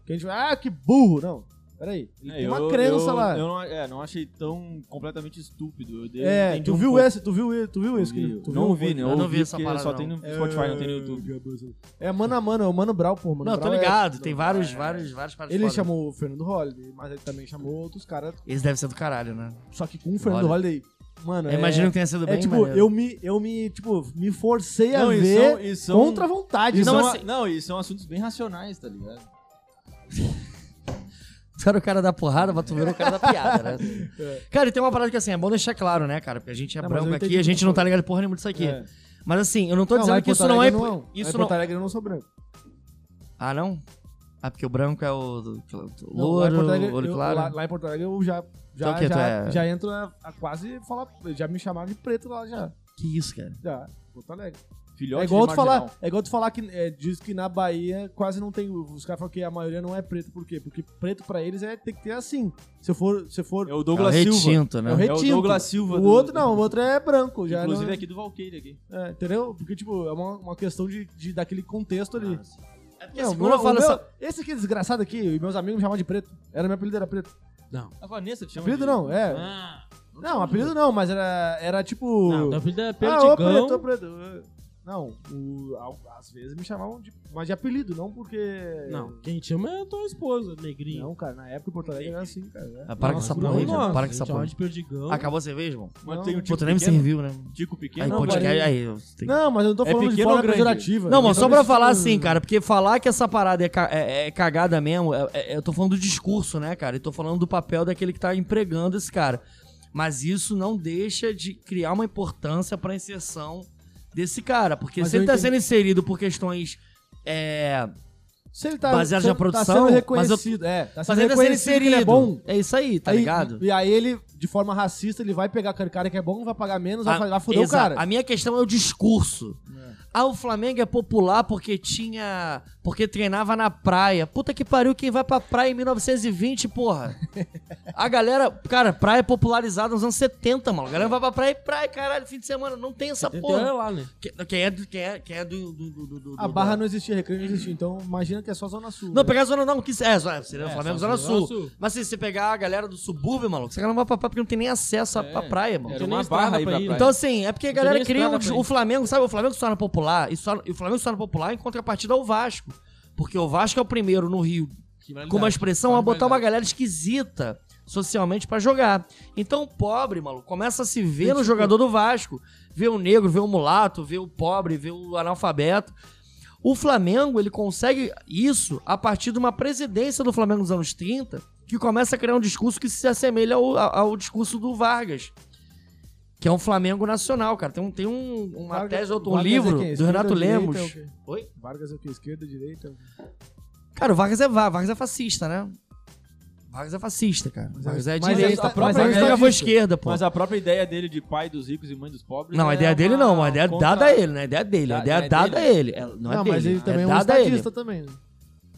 Speaker 1: Que a gente vai, ah, que burro! Não, peraí. Ele
Speaker 3: É,
Speaker 1: tem uma
Speaker 3: eu-
Speaker 1: crença
Speaker 3: eu-
Speaker 1: lá.
Speaker 3: Eu não, é, não achei tão completamente estúpido. Eu dei-
Speaker 1: é,
Speaker 3: entendi
Speaker 1: tu
Speaker 3: um
Speaker 1: viu,
Speaker 3: pouco.
Speaker 1: esse, tu viu isso? Tu viu isso?
Speaker 3: Vi.
Speaker 1: que- tu
Speaker 3: não
Speaker 1: viu?
Speaker 3: vi, né?
Speaker 6: Eu não vi
Speaker 3: ouvi
Speaker 6: essa
Speaker 3: porque
Speaker 6: parada,
Speaker 3: Só
Speaker 6: não.
Speaker 3: tem no Spotify, não tem no YouTube.
Speaker 1: É mano a mano, é o Mano Brau, pô. Mano
Speaker 6: Não, tô
Speaker 1: Brau é-
Speaker 6: ligado. Tem vários, vários, vários caras
Speaker 1: Ele
Speaker 6: Tá foda.
Speaker 1: chamou o Fernando Holliday, mas ele também chamou outros caras.
Speaker 6: Esse deve ser do caralho, né?
Speaker 1: Só que com o Fernando
Speaker 6: Olha.
Speaker 1: Holliday, mano,
Speaker 6: Eu
Speaker 1: é,
Speaker 6: imagino que tenha sido
Speaker 1: é
Speaker 6: bem
Speaker 1: tipo,
Speaker 6: maneiro.
Speaker 1: eu me, eu me, tipo, me forcei a
Speaker 3: Não, e são-
Speaker 1: ver
Speaker 3: e são-
Speaker 1: contra a vontade.
Speaker 3: E
Speaker 1: Não,
Speaker 3: são a-
Speaker 1: assim,
Speaker 3: Não, e são assuntos bem racionais, tá ligado?
Speaker 6: Tu era o cara da porrada, mas tu virou o cara da piada, né? Cara, e tem uma parada que assim, é bom deixar claro, né, cara? Porque a gente é
Speaker 1: Não, mas eu
Speaker 6: branco
Speaker 1: entendi
Speaker 6: aqui, a gente
Speaker 1: como
Speaker 6: não tá ligado porra nenhuma disso aqui.
Speaker 1: É.
Speaker 6: Mas assim, eu não tô
Speaker 1: Não, lá
Speaker 6: dizendo
Speaker 1: em
Speaker 6: que isso
Speaker 1: Porto
Speaker 6: não é.
Speaker 1: Alegre eu Lá em
Speaker 6: Isso
Speaker 1: Porto
Speaker 6: não...
Speaker 1: Alegre eu não sou branco.
Speaker 6: Ah, não? Ah, porque o branco é o. o
Speaker 1: Não, lá em
Speaker 6: Louro,
Speaker 1: Porto Alegre,
Speaker 6: olho
Speaker 1: eu-
Speaker 6: claro.
Speaker 1: Lá, lá em Porto Alegre eu já, já,
Speaker 6: Então o quê? Tu
Speaker 1: já,
Speaker 6: é-
Speaker 1: já entro a, a quase falar, já me chamaram de preto lá já.
Speaker 6: Que isso, cara?
Speaker 1: Já, Porto Alegre.
Speaker 3: Filhote
Speaker 1: é igual
Speaker 3: de
Speaker 1: tu
Speaker 3: marginal.
Speaker 1: falar, é igual tu falar que é, diz que na Bahia quase não tem, os caras falam que a maioria não é preto, por quê? Porque preto pra eles é tem que ter assim. Se eu for, se eu for
Speaker 3: É o
Speaker 6: É o
Speaker 3: Douglas Silva.
Speaker 6: retinto, né?
Speaker 1: É o
Speaker 3: É o
Speaker 1: retinto.
Speaker 3: Douglas Silva.
Speaker 1: O
Speaker 3: do-
Speaker 1: outro não, o outro é branco. Já
Speaker 3: Inclusive
Speaker 1: não-
Speaker 3: aqui do Valkyrie aqui.
Speaker 1: é, entendeu? Porque, tipo, é uma, uma questão de, de- daquele contexto ali.
Speaker 6: É porque
Speaker 1: Não,
Speaker 6: assim,
Speaker 1: o
Speaker 6: quando eu
Speaker 1: meu-
Speaker 6: falo
Speaker 1: o meu-
Speaker 6: essa-
Speaker 1: Esse aqui é desgraçado aqui, e meus amigos me chamavam de preto. Era meu apelido, era preto.
Speaker 3: A Vanessa te chama
Speaker 1: Apelido
Speaker 3: de-
Speaker 1: não, é.
Speaker 2: Ah,
Speaker 1: Não, apelido não, mas era, era tipo.
Speaker 2: não,
Speaker 3: tá
Speaker 2: teu apelido é
Speaker 1: ah, ô
Speaker 2: Perdigão.
Speaker 1: preto, ô preto. Não, o- al- às vezes me chamavam de. Mas de apelido, não porque.
Speaker 2: Não, quem te chama é a tua esposa, negrinho.
Speaker 1: Não, cara, na época o Porto Alegre era assim, cara. é.
Speaker 6: Ah, para com
Speaker 2: Nossa,
Speaker 6: essa
Speaker 2: não,
Speaker 6: porra aí,
Speaker 2: nossa,
Speaker 6: mano. Para com
Speaker 2: gente,
Speaker 6: essa porra.
Speaker 2: chama de Perdigão.
Speaker 6: Ah, Acabou a cerveja, irmão?
Speaker 3: Mas
Speaker 1: Não.
Speaker 3: tem o
Speaker 6: Pô,
Speaker 3: Tico
Speaker 6: tu nem me
Speaker 3: pequeno.
Speaker 6: serviu, né?
Speaker 3: Tico
Speaker 6: Aí,
Speaker 3: pequeno.
Speaker 1: tipo Não,
Speaker 6: pô,
Speaker 1: mas-
Speaker 6: aí, aí. eu tenho-
Speaker 1: Não, mas eu não tô
Speaker 3: É
Speaker 1: falando de
Speaker 3: pequeno
Speaker 1: forma
Speaker 3: ou grande?
Speaker 1: pejorativa.
Speaker 6: Não, mas
Speaker 1: Eu tô
Speaker 6: só pra
Speaker 1: falando-
Speaker 6: falar assim, cara, porque falar que essa parada é, ca- é- é cagada mesmo, é- é- eu tô falando do discurso, né, cara? Eu tô falando do papel daquele que tá empregando esse cara. Mas isso não deixa de criar uma importância pra inserção desse cara. Porque
Speaker 1: Mas
Speaker 6: se
Speaker 1: eu
Speaker 6: ele tá
Speaker 1: entendi.
Speaker 6: sendo inserido por questões é,
Speaker 1: Se ele tá,
Speaker 6: Baseado
Speaker 1: se
Speaker 6: na
Speaker 1: ele tá
Speaker 6: produção,
Speaker 1: sendo
Speaker 6: mas eu-
Speaker 1: reconhecido, é, tá sendo
Speaker 6: Fazendo a ser
Speaker 1: reconhecido que ele é
Speaker 6: inserido.
Speaker 1: bom,
Speaker 6: É isso aí, tá
Speaker 1: aí,
Speaker 6: ligado?
Speaker 1: E aí ele, de forma racista, ele vai pegar aquele cara que é bom, vai pagar menos, vai,
Speaker 6: A-
Speaker 1: fa- vai foder o
Speaker 6: exato.
Speaker 1: cara.
Speaker 6: A minha questão é o discurso. Ah, o Flamengo é popular porque tinha. porque treinava na praia. Puta que pariu, quem vai pra praia em 1920, porra? A galera. Cara, praia é popularizada nos anos 70, mano. A galera vai pra praia e praia, caralho, fim de semana. Não tem essa
Speaker 2: Porra.
Speaker 6: porra.
Speaker 2: lá, né?
Speaker 6: Que- Quem é, do- quem é, quem é do, do- do- do- do-
Speaker 1: A
Speaker 6: do-
Speaker 1: barra não existia, recreio não existia. Então imagina que é só Zona Sul.
Speaker 6: Não,
Speaker 1: né?
Speaker 6: pegar a Zona não, que é, zona- seria o Flamengo
Speaker 2: só
Speaker 6: Zona
Speaker 2: Zona
Speaker 6: Sul.
Speaker 2: Sul.
Speaker 6: Mas se você pegar a galera do subúrbio, maluco, você não vai pra praia porque não tem nem acesso à
Speaker 1: É.
Speaker 6: à praia, mano.
Speaker 5: Era
Speaker 2: tem
Speaker 5: uma
Speaker 2: nem estrada
Speaker 5: barra aí
Speaker 2: pra
Speaker 5: pra
Speaker 2: ir.
Speaker 5: praia.
Speaker 6: Então, assim, é porque a
Speaker 2: Não tem
Speaker 6: galera
Speaker 2: nem
Speaker 6: cria
Speaker 2: estrada
Speaker 6: um-
Speaker 2: pra
Speaker 6: o
Speaker 2: ir.
Speaker 6: Flamengo, sabe? O Flamengo se torna popular e, só- e o Flamengo se torna popular em contrapartida ao Vasco. Porque o Vasco é o primeiro no Rio, com uma expressão, a botar uma galera esquisita socialmente pra jogar. Então, o pobre, maluco, começa a se ver no jogador do Vasco. Vê o negro, vê o mulato, vê o pobre, vê o analfabeto. O Flamengo, ele consegue isso a partir de uma presidência do Flamengo dos anos 30, que começa a criar um discurso que se assemelha ao, ao- ao discurso do Vargas. Que é um Flamengo nacional, cara. Tem, um, tem um, uma
Speaker 1: Vargas-
Speaker 6: tese, outro um
Speaker 1: Vargas é
Speaker 6: livro
Speaker 1: quem?
Speaker 6: do
Speaker 1: Esquerda
Speaker 6: Renato
Speaker 1: ou direita
Speaker 6: Lemos.
Speaker 1: é o quê?
Speaker 6: Oi?
Speaker 1: Vargas é o quê? Esquerda, direita? é o quê?
Speaker 6: Cara, o Vargas é, va- Vargas é fascista, né? Vargas é fascista, cara.
Speaker 1: Mas
Speaker 6: Vargas é
Speaker 1: mas é-
Speaker 6: direita.
Speaker 1: mas é
Speaker 6: Mas Vargas jogava
Speaker 1: estadista.
Speaker 6: esquerda, pô.
Speaker 3: Mas a própria ideia dele de pai dos ricos e mãe dos pobres.
Speaker 6: Não, a
Speaker 3: é
Speaker 6: ideia dele não,
Speaker 3: uma
Speaker 6: a ideia
Speaker 3: contra-
Speaker 6: dada a ele, né? A ideia dele, a
Speaker 5: Da-
Speaker 6: ideia
Speaker 5: é
Speaker 6: dada a ele. É, Não é
Speaker 1: Não,
Speaker 6: dele,
Speaker 1: mas ele também
Speaker 6: é
Speaker 1: é um
Speaker 6: dada a ele.
Speaker 1: estadista também. né?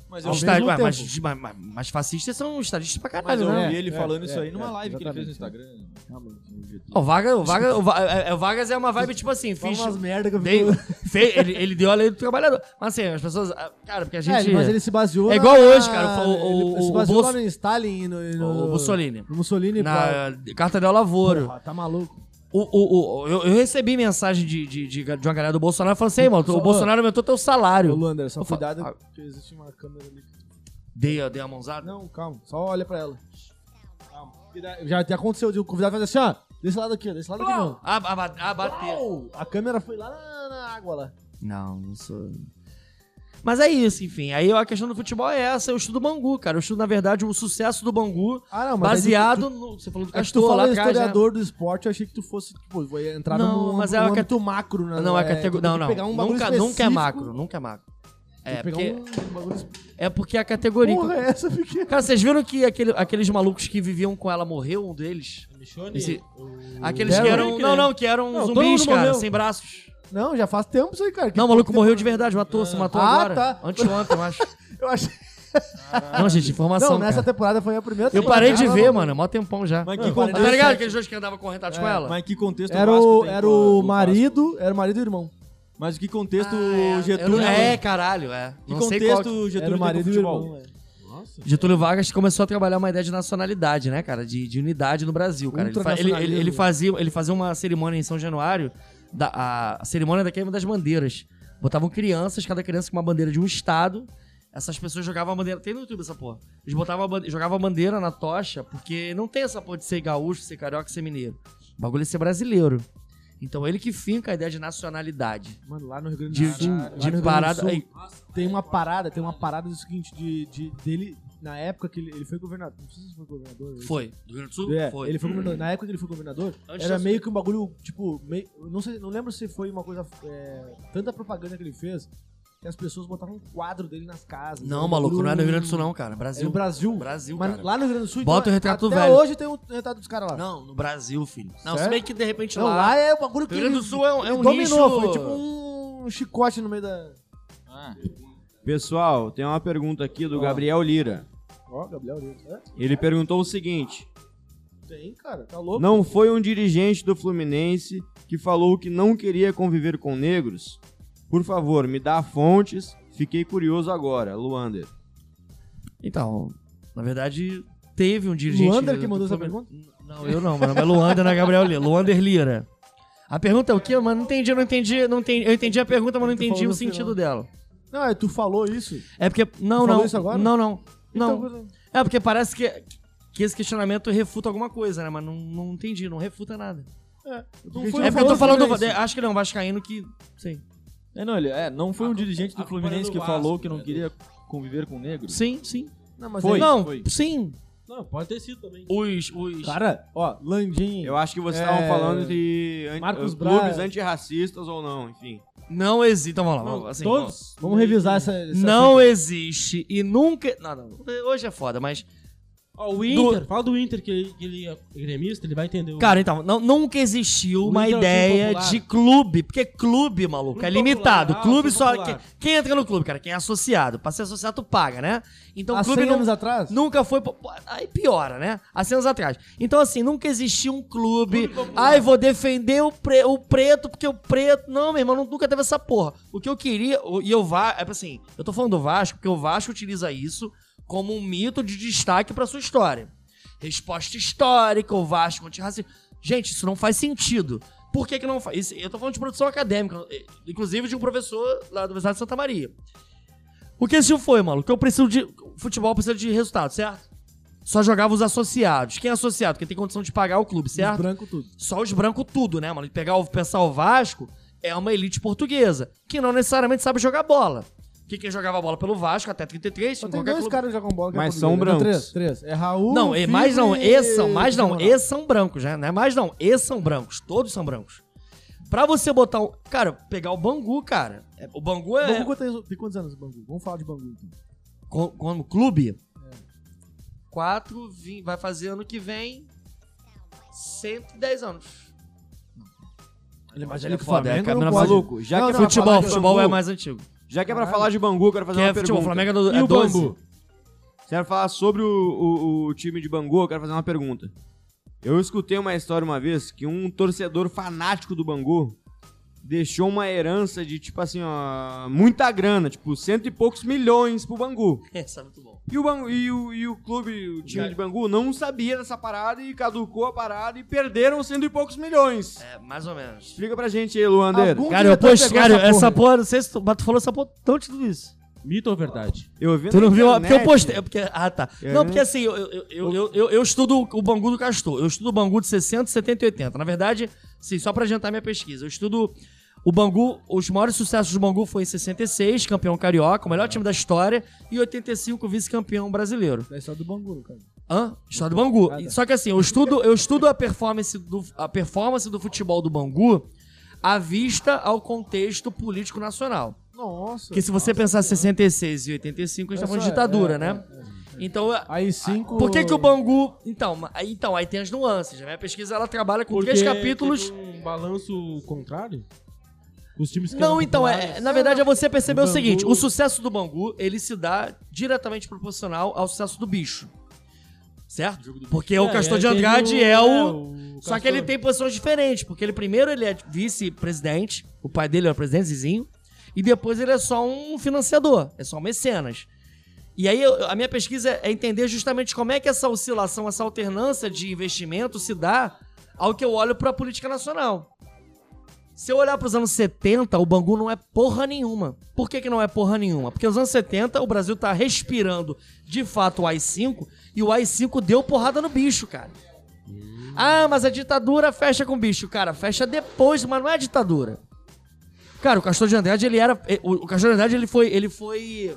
Speaker 3: Mas eu,
Speaker 1: Ao
Speaker 6: Está-
Speaker 1: mesmo
Speaker 6: ué, mas,
Speaker 1: tempo.
Speaker 6: mas- mas- mas fascistas são estadistas pra
Speaker 3: mas
Speaker 6: caralho,
Speaker 3: eu
Speaker 6: né?
Speaker 1: é,
Speaker 3: vi ele
Speaker 1: é,
Speaker 3: falando isso
Speaker 1: é,
Speaker 3: aí numa
Speaker 1: é,
Speaker 3: live que ele fez no
Speaker 1: exatamente.
Speaker 3: Instagram. Realmente, no Getúlio.
Speaker 6: Ó, o Vaga- o Vaga- o Va- é- é- o Vargas é uma vibe tipo assim, fiz,
Speaker 1: Fala umas merda que eu
Speaker 6: dei-
Speaker 1: fico-
Speaker 6: fe- ele, ele deu a lei do trabalhador. Mas assim, as pessoas. ah, Cara, porque a
Speaker 1: É,
Speaker 6: gente.
Speaker 1: mas ele se baseou. na-
Speaker 6: É igual hoje, cara, o- o-
Speaker 1: ele se
Speaker 6: o
Speaker 1: baseou
Speaker 6: Bolso-
Speaker 1: lá no Stalin e no, e no-
Speaker 6: o Mussolini.
Speaker 1: No Mussolini pra-
Speaker 6: Na carta del Lavoro.
Speaker 1: Porra, tá maluco.
Speaker 6: O, o- o- eu, eu recebi mensagem de, de, de, de uma galera do Bolsonaro falando assim, "Ei, mano,
Speaker 1: Só-
Speaker 6: o Bolsonaro aumentou teu
Speaker 1: Ô,
Speaker 6: salário.
Speaker 1: Luander, só
Speaker 6: Eu falo-
Speaker 1: cuidado
Speaker 6: ah.
Speaker 1: que existe uma câmera ali.
Speaker 6: Dei, a- dei a mãozada.
Speaker 1: Não, calma. Só olha pra ela. Calma. Porque da- Já até aconteceu de o convidado fazer assim, ó. Desse lado aqui, ó, desse lado aqui não.
Speaker 6: Ah, ba- ba- ah, bateu.
Speaker 1: A câmera foi lá na, na água lá.
Speaker 6: Não, não sou. Mas é isso, enfim. Aí a questão do futebol é essa. Eu estudo Bangu, cara. Eu estudo, na verdade, o sucesso do Bangu
Speaker 1: Ah, não, mas.
Speaker 6: baseado no. Você falou do
Speaker 1: É que tu
Speaker 6: Castor lá
Speaker 1: falou
Speaker 6: atrás. né?
Speaker 1: historiador do esporte, eu achei que tu fosse, tipo, vou entrar
Speaker 6: Não,
Speaker 1: num,
Speaker 6: mas
Speaker 1: num
Speaker 6: é uma
Speaker 1: âmbito macro, né?
Speaker 6: Não, é
Speaker 1: tu
Speaker 6: categoria.
Speaker 1: tem
Speaker 6: Não,
Speaker 1: que
Speaker 6: não.
Speaker 1: pegar um bagulho
Speaker 6: nunca, nunca é
Speaker 1: específico,
Speaker 6: macro, nunca é macro.
Speaker 1: tem que pegar
Speaker 6: É porque,
Speaker 1: um bagulho específico.
Speaker 6: é porque a categoria.
Speaker 1: Porra, é essa, porque...
Speaker 6: Cara, vocês viram que aquele- aqueles malucos que viviam com ela morreu, um deles?
Speaker 2: Michone?
Speaker 6: Esse-
Speaker 2: o-
Speaker 6: Aqueles que
Speaker 1: Derek,
Speaker 6: eram. Não, não, que eram
Speaker 2: Não, todo
Speaker 6: zumbis,
Speaker 2: mundo
Speaker 6: cara,
Speaker 2: morreu.
Speaker 6: sem braços.
Speaker 1: Não, já faz tempo isso aí, cara. que-
Speaker 6: Não, o maluco morreu de verdade, matou, se matou
Speaker 1: Ah,
Speaker 6: agora.
Speaker 1: tá.
Speaker 6: Anteontem, eu acho.
Speaker 1: Eu achei...
Speaker 6: Não, gente, informação.
Speaker 1: não, nessa
Speaker 6: cara.
Speaker 1: temporada foi a primeira
Speaker 6: Eu parei de
Speaker 1: temporada,
Speaker 6: ver, mano, mó tempão já.
Speaker 3: Mas que
Speaker 1: Não,
Speaker 6: Mas tá
Speaker 3: contexto-
Speaker 6: ligado aqueles dois que andavam tá correntados com ela?
Speaker 3: É, Mas que contexto
Speaker 1: Era
Speaker 3: Vasco
Speaker 1: o,
Speaker 3: tem
Speaker 1: era
Speaker 3: com a-
Speaker 1: o
Speaker 3: do Vasco?
Speaker 1: marido, era o marido e o irmão.
Speaker 3: Mas que contexto
Speaker 6: Ah, é.
Speaker 3: o Getúlio.
Speaker 6: Eu- É, caralho, é.
Speaker 3: Que
Speaker 6: Não sei qual...
Speaker 3: contexto o
Speaker 1: Era
Speaker 3: Getúlio
Speaker 1: o
Speaker 3: tem com o
Speaker 1: marido e o
Speaker 3: futebol?
Speaker 1: irmão. é.
Speaker 2: Nossa.
Speaker 6: Getúlio Vargas começou a trabalhar uma ideia de nacionalidade, né, cara? De, de unidade no Brasil, cara. Ele, fa- ele- ele- ele fazia, ele fazia uma cerimônia em São Januário, da- a, a cerimônia da queima das bandeiras. Botavam crianças, cada criança com uma bandeira de um estado. Essas pessoas jogavam a bandeira. Tem no YouTube essa porra. Eles botavam a bandeira, jogavam a bandeira na tocha, porque não tem essa porra de ser gaúcho, ser carioca, ser mineiro. O bagulho é ser brasileiro. Então ele que finca a ideia de nacionalidade.
Speaker 1: Mano, lá no Rio Grande
Speaker 6: De,
Speaker 1: do Sul, lá no
Speaker 6: de,
Speaker 1: Rio Grande
Speaker 6: de
Speaker 1: do
Speaker 6: parada.
Speaker 1: Sul,
Speaker 6: aí,
Speaker 1: Tem uma parada, tem uma parada do seguinte, de, de- dele, na época que ele, ele foi governador, não sei se foi governador.
Speaker 6: foi. Do Rio Grande do Sul?
Speaker 1: É,
Speaker 6: foi. Hum.
Speaker 1: Ele foi governador. Na época que ele foi governador,
Speaker 6: Antes
Speaker 1: era
Speaker 6: de-
Speaker 1: meio que um bagulho, tipo, meio, eu não, sei, não lembro se foi uma coisa, é, tanta propaganda que ele fez, que as pessoas botavam um quadro dele nas casas.
Speaker 6: Não,
Speaker 1: Um
Speaker 6: maluco,
Speaker 1: bagulho-
Speaker 6: não é no Rio Grande do Sul, não, cara.
Speaker 1: É no
Speaker 6: Brasil.
Speaker 1: Brasil.
Speaker 6: Brasil,
Speaker 1: Mas
Speaker 6: cara.
Speaker 1: lá no Rio Grande do Sul, então,
Speaker 6: Bota o retrato
Speaker 1: até
Speaker 6: velho.
Speaker 1: hoje tem o retrato dos caras lá.
Speaker 6: Não, no Brasil, filho. Não,
Speaker 1: Sério?
Speaker 6: se bem que de repente
Speaker 1: Não,
Speaker 6: lá.
Speaker 1: lá é o bagulho que
Speaker 6: Rio Grande do
Speaker 1: ele-
Speaker 6: Sul é um, é
Speaker 1: ele
Speaker 6: um
Speaker 1: dominou,
Speaker 6: nicho-
Speaker 1: foi tipo um chicote no meio da...
Speaker 7: Pessoal, tem uma pergunta aqui do Gabriel Lira.
Speaker 1: Ó, Gabriel Neves. É?
Speaker 7: Ele perguntou Então, o seguinte:
Speaker 1: Tem, cara, tá louco.
Speaker 7: Não foi um dirigente do Fluminense que falou que não queria conviver com negros? Por favor, me dá fontes. Fiquei curioso agora, Luander.
Speaker 6: Então, na verdade, teve um dirigente.
Speaker 1: Luander
Speaker 6: do-
Speaker 1: que
Speaker 6: do
Speaker 1: mandou essa
Speaker 6: Flamengo-
Speaker 1: pergunta?
Speaker 6: Não, eu não, meu nome é Luander, não é Gabriel Lira. Luander Lira. A pergunta é o quê? Mas não entendi, eu não entendi, não entendi. Eu entendi a pergunta, mas não
Speaker 1: Tu
Speaker 6: entendi
Speaker 1: falou
Speaker 6: o
Speaker 1: no
Speaker 6: sentido
Speaker 1: final.
Speaker 6: dela.
Speaker 1: Não, é, tu falou isso.
Speaker 6: É porque. Não,
Speaker 1: Tu né? falou
Speaker 6: não.
Speaker 1: isso agora?
Speaker 6: Não, não. Não.
Speaker 1: Então,
Speaker 6: É porque parece que, que esse questionamento refuta alguma coisa, né? Mas não, não entendi, não refuta nada.
Speaker 1: não foi
Speaker 6: é porque eu tô falando. do-
Speaker 1: Fluminense.
Speaker 6: Acho que não, Vascaíno que. Sim.
Speaker 3: É, não, ele, é, não foi um dirigente do
Speaker 2: a culpa
Speaker 3: Fluminense
Speaker 2: era do
Speaker 3: que falou
Speaker 2: Vasco,
Speaker 3: que não
Speaker 2: né?
Speaker 3: queria conviver com negros?
Speaker 6: Sim, sim.
Speaker 1: Não, mas é
Speaker 3: Foi.
Speaker 1: ele-
Speaker 6: não,
Speaker 3: foi.
Speaker 6: sim.
Speaker 2: Não, pode ter sido também.
Speaker 6: Os. os...
Speaker 1: Cara, ó, Landim.
Speaker 7: Eu acho que vocês
Speaker 1: É,
Speaker 7: estavam falando de anti-
Speaker 1: Marcos
Speaker 7: eh,
Speaker 1: Braz.
Speaker 7: clubes antirracistas ou não, enfim.
Speaker 6: Não existe. Então vamos lá. Vamos, assim, vamos lá.
Speaker 2: Todos.
Speaker 1: Vamos revisar essa. essa
Speaker 6: Não existe e nunca. Não, não. Hoje é foda, mas.
Speaker 2: Ó, o Inter, fala do Inter, que ele, que ele é gremista, ele vai entender. o-
Speaker 6: Cara, então, não- nunca existiu
Speaker 2: O
Speaker 6: uma
Speaker 2: Inter é o time
Speaker 6: ideia
Speaker 2: popular.
Speaker 6: de clube. Porque clube, maluco,
Speaker 2: Clube
Speaker 6: é limitado.
Speaker 2: popular, ah,
Speaker 6: clube
Speaker 2: clube
Speaker 6: só.
Speaker 2: popular.
Speaker 6: Quem, quem entra no clube, cara? Quem é associado. Pra ser associado, tu paga, né? Então
Speaker 1: Há
Speaker 6: o clube
Speaker 1: 100
Speaker 6: não,
Speaker 1: anos atrás?
Speaker 6: Nunca foi. po- po- Aí piora, né? Há 100 anos atrás. Então, assim, nunca existiu um clube. Ai, vou defender o, pre- o preto, porque o preto. Não, meu irmão, nu- nunca teve essa porra. O que eu queria. o- E eu vá. É assim, eu tô falando do Vasco, porque o Vasco utiliza isso como um mito de destaque pra sua história. Resposta histórica, o Vasco antirracista. Gente, isso não faz sentido. Por que, que não faz? Isso- Eu tô falando de produção acadêmica, eh, inclusive de um professor lá da Universidade de Santa Maria. O que esse time foi, maluco? Eu preciso de. o Futebol precisa de resultado, certo? Só jogava os associados. Quem é associado? Quem tem condição de pagar o clube,
Speaker 1: Os
Speaker 6: certo?
Speaker 1: brancos tudo.
Speaker 6: Só os brancos tudo, né, mano? E Pegar, o- pensar o Vasco é uma elite portuguesa, que não necessariamente sabe jogar bola. Que quem jogava bola pelo Vasco até 33,
Speaker 1: Só
Speaker 6: em
Speaker 1: tem
Speaker 6: qualquer
Speaker 1: dois
Speaker 6: clube...
Speaker 1: caras que jogam bola. Que
Speaker 7: Mas
Speaker 1: é
Speaker 7: são
Speaker 1: português. Não,
Speaker 7: brancos.
Speaker 1: Três, três. É Raul.
Speaker 6: Não, e mais não,
Speaker 1: Felipe
Speaker 6: esses são, mais não,
Speaker 1: Camarão.
Speaker 6: esses são brancos, né? Não é mais não, esses são brancos, todos são brancos. Pra você botar um. Cara, pegar o Bangu, cara. É, O Bangu é.
Speaker 1: Bangu, quantos- tem quantos anos o Bangu? Vamos falar de Bangu então.
Speaker 6: co- Como clube? 4, vai fazer ano que vem 110 anos.
Speaker 1: Ele é mais
Speaker 6: velho que o Flamengo,
Speaker 1: Flamengo, não
Speaker 6: não Então pode.
Speaker 1: pode.
Speaker 7: Maluco, já
Speaker 1: Não,
Speaker 7: que é
Speaker 1: não,
Speaker 7: pra falar
Speaker 6: Futebol,
Speaker 7: de
Speaker 6: futebol é
Speaker 7: Bangu,
Speaker 6: mais antigo.
Speaker 7: Já que é pra falar de Bangu, eu quero fazer
Speaker 6: Que
Speaker 7: uma
Speaker 6: é futebol, o
Speaker 7: pergunta.
Speaker 6: Flamengo é, do,
Speaker 2: E
Speaker 6: é
Speaker 2: o
Speaker 6: 12.
Speaker 2: Bambu?
Speaker 7: Quero falar sobre o, o- o time de Bangu, eu quero fazer uma pergunta. Eu escutei uma história uma vez que um torcedor fanático do Bangu deixou uma herança de, tipo assim, ó, muita grana, tipo, cento e poucos milhões pro Bangu.
Speaker 6: Essa é muito bom.
Speaker 7: E o, Bangu- e o, e o clube, o time de Bangu, não sabia dessa parada e caducou a parada e perderam cento e poucos milhões.
Speaker 6: É, mais ou menos.
Speaker 7: Explica pra gente aí, Luandeiro.
Speaker 1: Algum
Speaker 6: Cara, eu
Speaker 1: diretor
Speaker 6: posto,
Speaker 1: pegou
Speaker 6: cara, essa
Speaker 1: aí.
Speaker 6: porra, não sei se tu, mas tu falou essa porra tanto tudo isso.
Speaker 2: Mito ou verdade?
Speaker 7: Eu vi
Speaker 6: Tu
Speaker 7: na
Speaker 6: não viu? a- Porque
Speaker 7: internet.
Speaker 6: eu postei. é Porque, ah, tá.
Speaker 7: É.
Speaker 6: Não, porque assim, eu, eu, eu, eu, eu- eu estudo o Bangu do Castor. Eu estudo o Bangu de 60, 70 e 80. Na verdade, sim, só pra adiantar minha pesquisa. Eu estudo o Bangu. Os maiores sucessos do Bangu foi em 66, campeão carioca, o melhor time da história, e 85, vice-campeão brasileiro.
Speaker 1: É só do Bangu, cara.
Speaker 6: Hã? História do Bangu.
Speaker 1: Ah, tá.
Speaker 6: Só que assim, eu estudo, eu estudo a, performance do, a performance do futebol do Bangu à vista ao contexto político nacional.
Speaker 1: Nossa.
Speaker 6: Porque se você pensar 66 e 85, a gente tá falando de ditadura, né? Então,
Speaker 1: Aí cinco.
Speaker 6: por que, que o Bangu. Então, ma- aí, então, aí tem as nuances. A minha pesquisa ela trabalha com três capítulos.
Speaker 2: teve Um balanço contrário? Os times que
Speaker 6: Não,
Speaker 2: eram
Speaker 6: então, é,
Speaker 2: populares.
Speaker 6: na verdade é você perceber
Speaker 2: O
Speaker 6: o,
Speaker 2: Bangu-
Speaker 6: seguinte: o sucesso do Bangu ele se dá diretamente proporcional ao sucesso do bicho. Certo? Porque o
Speaker 2: É,
Speaker 6: Castor
Speaker 2: é,
Speaker 6: de
Speaker 2: teve
Speaker 6: Andrade é o. Só
Speaker 2: Castor.
Speaker 6: que ele tem posições diferentes, porque ele primeiro ele é vice-presidente, o pai dele era presidente, Zizinho, e depois ele é só um financiador, é só um mecenas. E aí eu- a minha pesquisa é entender justamente como é que essa oscilação, essa alternância de investimento se dá ao que eu olho para a política nacional. Se eu olhar para os anos 70, o Bangu não é porra nenhuma. Por que, que não é porra nenhuma? Porque nos anos 70 o Brasil tá respirando de fato o AI-5 e o AI-5 deu porrada no bicho, cara. Ah, mas a ditadura fecha com o bicho. Cara, fecha depois, mas não é ditadura. Cara, o Castor de Andrade, ele era. eh, O o Castor de Andrade, ele foi, ele foi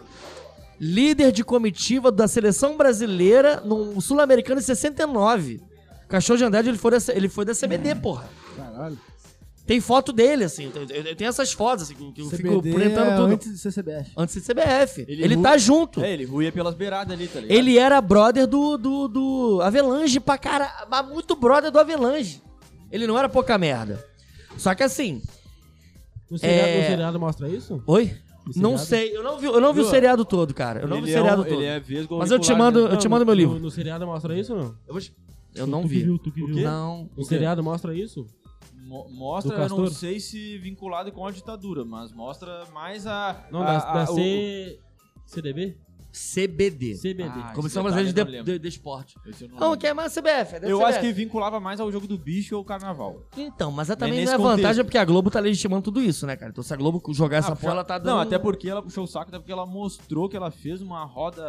Speaker 6: líder de comitiva da seleção brasileira no Sul-Americano em 69. O Castor de Andrade, ele foi, da, C- ele foi da CBD, porra.
Speaker 1: Caralho.
Speaker 6: Tem foto dele, assim. Eu, eu- eu tenho essas fotos, assim, que eu fico
Speaker 1: CBD
Speaker 6: printando
Speaker 1: é
Speaker 6: tudo. Antes,
Speaker 1: Antes de CCBF.
Speaker 6: de CBF. Ele,
Speaker 3: Ele
Speaker 6: tá junto.
Speaker 3: É, ele ruía pelas beiradas ali, tá ligado?
Speaker 6: Ele era brother do, do, do Avelange pra cara, mas muito brother do Avelange. Ele não era pouca merda. Só que assim,
Speaker 2: No seriado,
Speaker 6: É.
Speaker 2: no seriado mostra isso?
Speaker 6: oi?
Speaker 2: O seriado?
Speaker 6: Não sei, eu não vi, eu não vi o
Speaker 3: Viu?
Speaker 6: seriado todo, cara. Eu não vi
Speaker 3: ele
Speaker 6: o seriado
Speaker 3: é um,
Speaker 6: todo.
Speaker 3: Ele é vesgo
Speaker 6: Mas eu te
Speaker 3: auricular,
Speaker 6: mando-
Speaker 3: né?
Speaker 6: eu te mando meu
Speaker 2: no-
Speaker 6: livro.
Speaker 2: No, seriado mostra isso ou não?
Speaker 6: Eu, vou- eu
Speaker 2: Tu-
Speaker 6: não
Speaker 2: tu que
Speaker 6: vi.
Speaker 2: viu, tu que viu.
Speaker 6: Não.
Speaker 2: No seriado mostra isso?
Speaker 3: Mo-
Speaker 2: Do
Speaker 3: Mostra, eu
Speaker 2: Castor?
Speaker 3: não sei se vinculado com a ditadura, mas mostra mais a.
Speaker 2: Não,
Speaker 3: a,
Speaker 2: da,
Speaker 6: Ah,
Speaker 3: a-
Speaker 2: da
Speaker 3: o-
Speaker 2: C... CDB?
Speaker 6: CBD.
Speaker 2: CBD.
Speaker 3: Ah,
Speaker 6: Comissão
Speaker 3: esse
Speaker 6: Brasileira de,
Speaker 3: detalhe eu
Speaker 6: de,
Speaker 3: não
Speaker 6: de,
Speaker 3: lembro.
Speaker 6: de Esporte.
Speaker 3: Esse eu não
Speaker 6: Não,
Speaker 3: lembro.
Speaker 6: que é mais CBF. É da
Speaker 3: Eu
Speaker 6: CBF.
Speaker 3: acho que vinculava mais ao jogo do bicho ou carnaval.
Speaker 6: Então, mas ela também
Speaker 3: É
Speaker 6: não
Speaker 3: nesse
Speaker 6: é vantagem
Speaker 3: contexto.
Speaker 6: porque a Globo tá legitimando tudo isso, né, cara? Então se a Globo
Speaker 3: Ah,
Speaker 6: jogar essa porra, ela tá dando...
Speaker 3: Não, até porque ela puxou o saco, até porque ela mostrou que ela fez uma roda.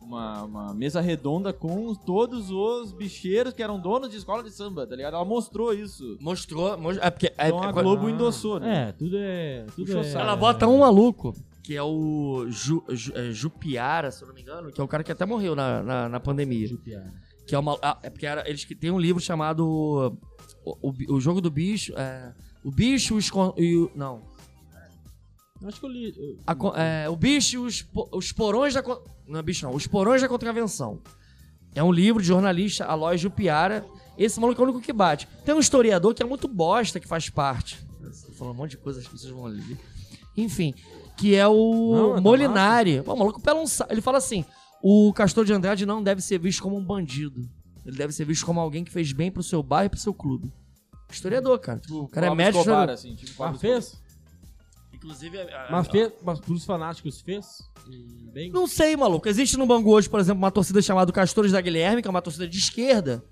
Speaker 3: uma, uma mesa redonda com todos os bicheiros que eram donos de escola de samba, tá ligado? Ela mostrou isso.
Speaker 6: Mostrou. mos- é porque, é-
Speaker 3: Então
Speaker 6: é-
Speaker 3: a Globo endossou, né?
Speaker 2: É, tudo é. Tudo
Speaker 3: Puxa o
Speaker 2: é...
Speaker 3: saco.
Speaker 6: ela bota um maluco, que é o Ju, Ju- é, Jupiara, se eu não me engano, que é o cara que até morreu na, na, na pandemia. Que é, uma, ah, é porque era- eles que tem um livro chamado O, o Bi- o Jogo do Bicho. é, o Bicho os con- e o. Não.
Speaker 2: Acho que eu li. eu-
Speaker 6: A co- é, o bicho e os, po- os porões da. con- Não é bicho, não. Os porões da contravenção. É um livro de jornalista Aloysio Piara. Esse maluco é o único que bate. Tem um historiador que é muito bosta que faz parte. Tô falando um monte de coisa, as pessoas vão ler. Enfim, que é
Speaker 2: Não,
Speaker 6: o
Speaker 2: é da
Speaker 6: Molinari. Pô, O maluco pela um sa- Ele fala assim: o Castor de Andrade não deve ser visto como um bandido. Ele deve ser visto como alguém que fez bem pro seu bairro e pro seu clube. Historiador, cara.
Speaker 3: Tipo,
Speaker 6: cara é
Speaker 3: Pablo
Speaker 6: médico,
Speaker 3: Escobar,
Speaker 6: né?
Speaker 3: assim, tipo, Pablo
Speaker 2: Mas fez?
Speaker 6: Inclusive, a-
Speaker 2: Mas fez? Mas pros fanáticos fez? Hum, Bem.
Speaker 6: um Não sei, maluco. Existe no Bangu hoje, por exemplo, uma torcida chamada Castores da Guilherme, que é uma torcida de esquerda,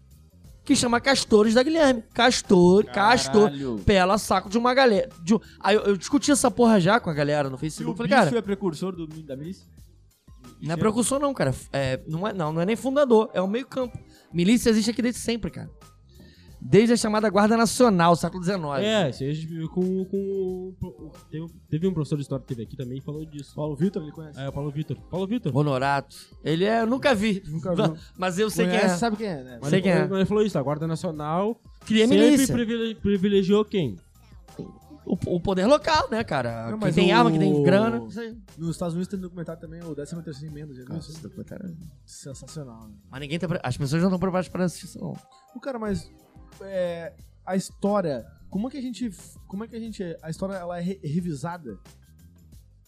Speaker 6: que chama Castores da Guilherme. Castor, Castor,
Speaker 3: Caralho.
Speaker 6: pela saco de uma galera. de um- Aí eu, eu discuti essa porra já com a galera
Speaker 3: E
Speaker 6: no
Speaker 3: o
Speaker 6: Facebook.
Speaker 3: bicho
Speaker 6: Falei, cara,
Speaker 3: é precursor do, da milícia?
Speaker 6: não é precursor não, cara. É, não, é, não, não é nem fundador, é o meio campo. Milícia existe aqui desde sempre, cara. Desde a chamada Guarda Nacional, século XIX.
Speaker 2: É, isso aí a gente viu com. com, com teve, teve um professor de história que teve aqui também e falou disso.
Speaker 1: Paulo Vitor, ele conhece.
Speaker 2: É, o Paulo Vitor. Paulo Vitor.
Speaker 6: Honorato. Ele é... Eu nunca vi.
Speaker 1: Nunca viu.
Speaker 6: Mas eu sei
Speaker 1: conhece,
Speaker 6: que é.
Speaker 1: sabe quem é, né?
Speaker 2: Mas
Speaker 6: Sei
Speaker 2: ele,
Speaker 6: quem é.
Speaker 2: mas ele falou isso, a Guarda Nacional
Speaker 6: Cria
Speaker 2: sempre
Speaker 6: milícia.
Speaker 2: privile- privilegiou quem?
Speaker 6: O, o poder local, né,
Speaker 1: Não,
Speaker 6: cara? quem
Speaker 1: mas
Speaker 6: tem
Speaker 1: o-
Speaker 6: arma, quem tem grana. Isso aí.
Speaker 1: Nos Estados Unidos tem um documentário também, o 13 terceira emenda, já viu?
Speaker 6: Nossa,
Speaker 1: isso?
Speaker 6: esse documentário
Speaker 1: Sensacional, né?
Speaker 6: Mas ninguém tá. pre- As pessoas não estão preparadas para assistir isso, não.
Speaker 1: O cara, mas é, a história, como é que a gente, como é que a gente, a história ela é re- revisada?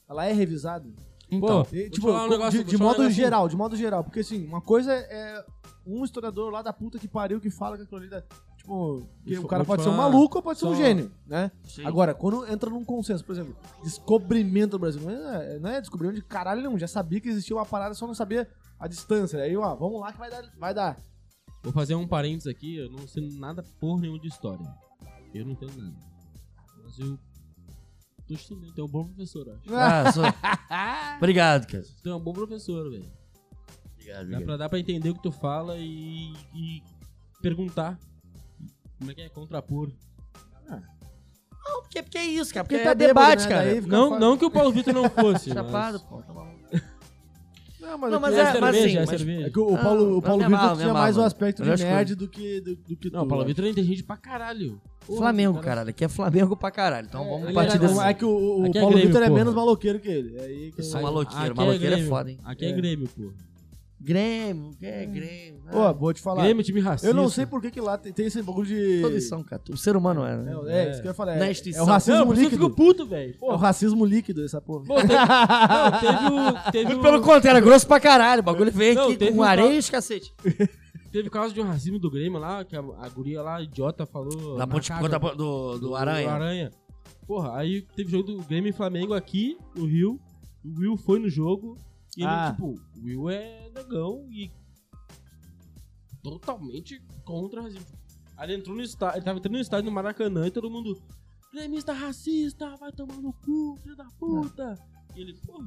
Speaker 1: Ela é revisada?
Speaker 6: Então,
Speaker 1: E,
Speaker 2: te
Speaker 1: tipo,
Speaker 2: falar um
Speaker 1: co-
Speaker 2: negócio,
Speaker 1: de,
Speaker 2: vou
Speaker 1: de
Speaker 2: te falar um
Speaker 1: modo
Speaker 2: negócio.
Speaker 1: geral, de modo geral, porque assim, uma coisa é um historiador lá da puta que pariu que fala que aquilo ali da, tipo, que
Speaker 2: Vou
Speaker 1: o cara
Speaker 2: te
Speaker 1: pode ser um
Speaker 2: falar,
Speaker 1: maluco ou pode ser um
Speaker 2: só-
Speaker 1: gênio, né?
Speaker 6: sim.
Speaker 1: Agora, quando entra num consenso, por exemplo, descobrimento do Brasil, não é, não é descobrimento de caralho nenhum, já sabia que existia uma parada, só não sabia a distância. Aí, ó, vamos lá que vai dar, vai dar.
Speaker 2: Vou fazer um parênteses aqui, eu não sei nada porra nenhuma de história. Eu não entendo nada. Mas eu. Tô estudando, tu é um bom professor, eu acho.
Speaker 6: Ah, sou... Obrigado, cara.
Speaker 2: Tu é um bom professor, velho.
Speaker 6: Obrigado,
Speaker 2: Dá pra, dá pra entender o que tu fala e, e perguntar. Como é que é? Contrapor.
Speaker 6: Não, porque, porque é isso, cara. Porque,
Speaker 1: Porque
Speaker 6: é
Speaker 1: tá bêbado,
Speaker 6: debate,
Speaker 1: né?
Speaker 6: cara.
Speaker 1: Daí fica
Speaker 2: Não,
Speaker 1: fácil.
Speaker 2: não que o Paulo Vitor não fosse.
Speaker 6: Chapado,
Speaker 2: mas...
Speaker 6: pô. Tá maluco.
Speaker 1: Não, mas,
Speaker 6: Não,
Speaker 1: é
Speaker 6: mas
Speaker 1: que-
Speaker 2: É,
Speaker 6: é-
Speaker 2: cerveja,
Speaker 6: sim,
Speaker 2: é
Speaker 6: mas-
Speaker 2: cerveja.
Speaker 1: é que o Paulo,
Speaker 6: Ah,
Speaker 1: o Paulo
Speaker 6: mas
Speaker 1: Vitor
Speaker 6: amava,
Speaker 1: tinha mais o
Speaker 6: amava.
Speaker 1: aspecto
Speaker 6: Eu
Speaker 1: de
Speaker 6: acho que-
Speaker 1: nerd do que, do, do que
Speaker 2: Não, o
Speaker 1: tu, né?
Speaker 2: Paulo
Speaker 1: eu
Speaker 2: Vitor é inteligente pra caralho. Porra,
Speaker 6: Flamengo,
Speaker 2: cara-
Speaker 6: caralho. Aqui é Flamengo pra caralho. Então
Speaker 1: É,
Speaker 6: vamos
Speaker 1: ele
Speaker 6: partir
Speaker 1: era-
Speaker 6: desse.
Speaker 1: É que o, o
Speaker 2: Aqui é
Speaker 1: Paulo
Speaker 2: Grêmio,
Speaker 1: Vitor é
Speaker 2: porra.
Speaker 1: menos maloqueiro que ele. Aí que-
Speaker 6: Eu sou
Speaker 2: Aí-
Speaker 6: maloqueiro.
Speaker 2: aqui
Speaker 6: Maloqueiro é
Speaker 2: Grêmio.
Speaker 6: foda, hein?
Speaker 2: Aqui é,
Speaker 1: É.
Speaker 2: Grêmio, pô.
Speaker 6: Grêmio, que é Grêmio. Ah,
Speaker 1: Pô, vou te falar.
Speaker 2: Grêmio, é time racista.
Speaker 1: eu não sei por que que lá tem, tem esse bagulho de...
Speaker 6: Todos são, cara. O ser humano é. né?
Speaker 1: É, é, isso que eu ia falar. É,
Speaker 6: Na
Speaker 1: é
Speaker 6: instituição.
Speaker 1: o
Speaker 2: Não,
Speaker 1: racismo
Speaker 2: por isso eu fico
Speaker 1: líquido.
Speaker 2: puto, velho.
Speaker 1: É o racismo líquido essa porra.
Speaker 2: Pô, teve, não, teve o. Teve
Speaker 6: Muito
Speaker 2: o-
Speaker 6: pelo contrário, é grosso pra caralho. O bagulho veio
Speaker 2: Não,
Speaker 6: aqui
Speaker 2: teve
Speaker 6: com
Speaker 2: um
Speaker 6: areia
Speaker 2: pa-
Speaker 6: e os cacete.
Speaker 2: Teve o caso de um racismo do Grêmio lá, que a, a guria lá, idiota, falou.
Speaker 6: Na ponte
Speaker 2: macaca
Speaker 6: conta do, do
Speaker 2: Do
Speaker 6: Aranha.
Speaker 2: Aranha. Porra, aí teve jogo do Grêmio e Flamengo aqui, no Rio. O Will foi no jogo. E ele,
Speaker 1: Ah.
Speaker 2: tipo, o Will é negão e. Totalmente contra o racismo. Aí ele entrou no estádio, ele tava entrando no estádio no Maracanã e todo mundo. Grêmista racista, vai tomar no cu, filho da puta. E ele, pô.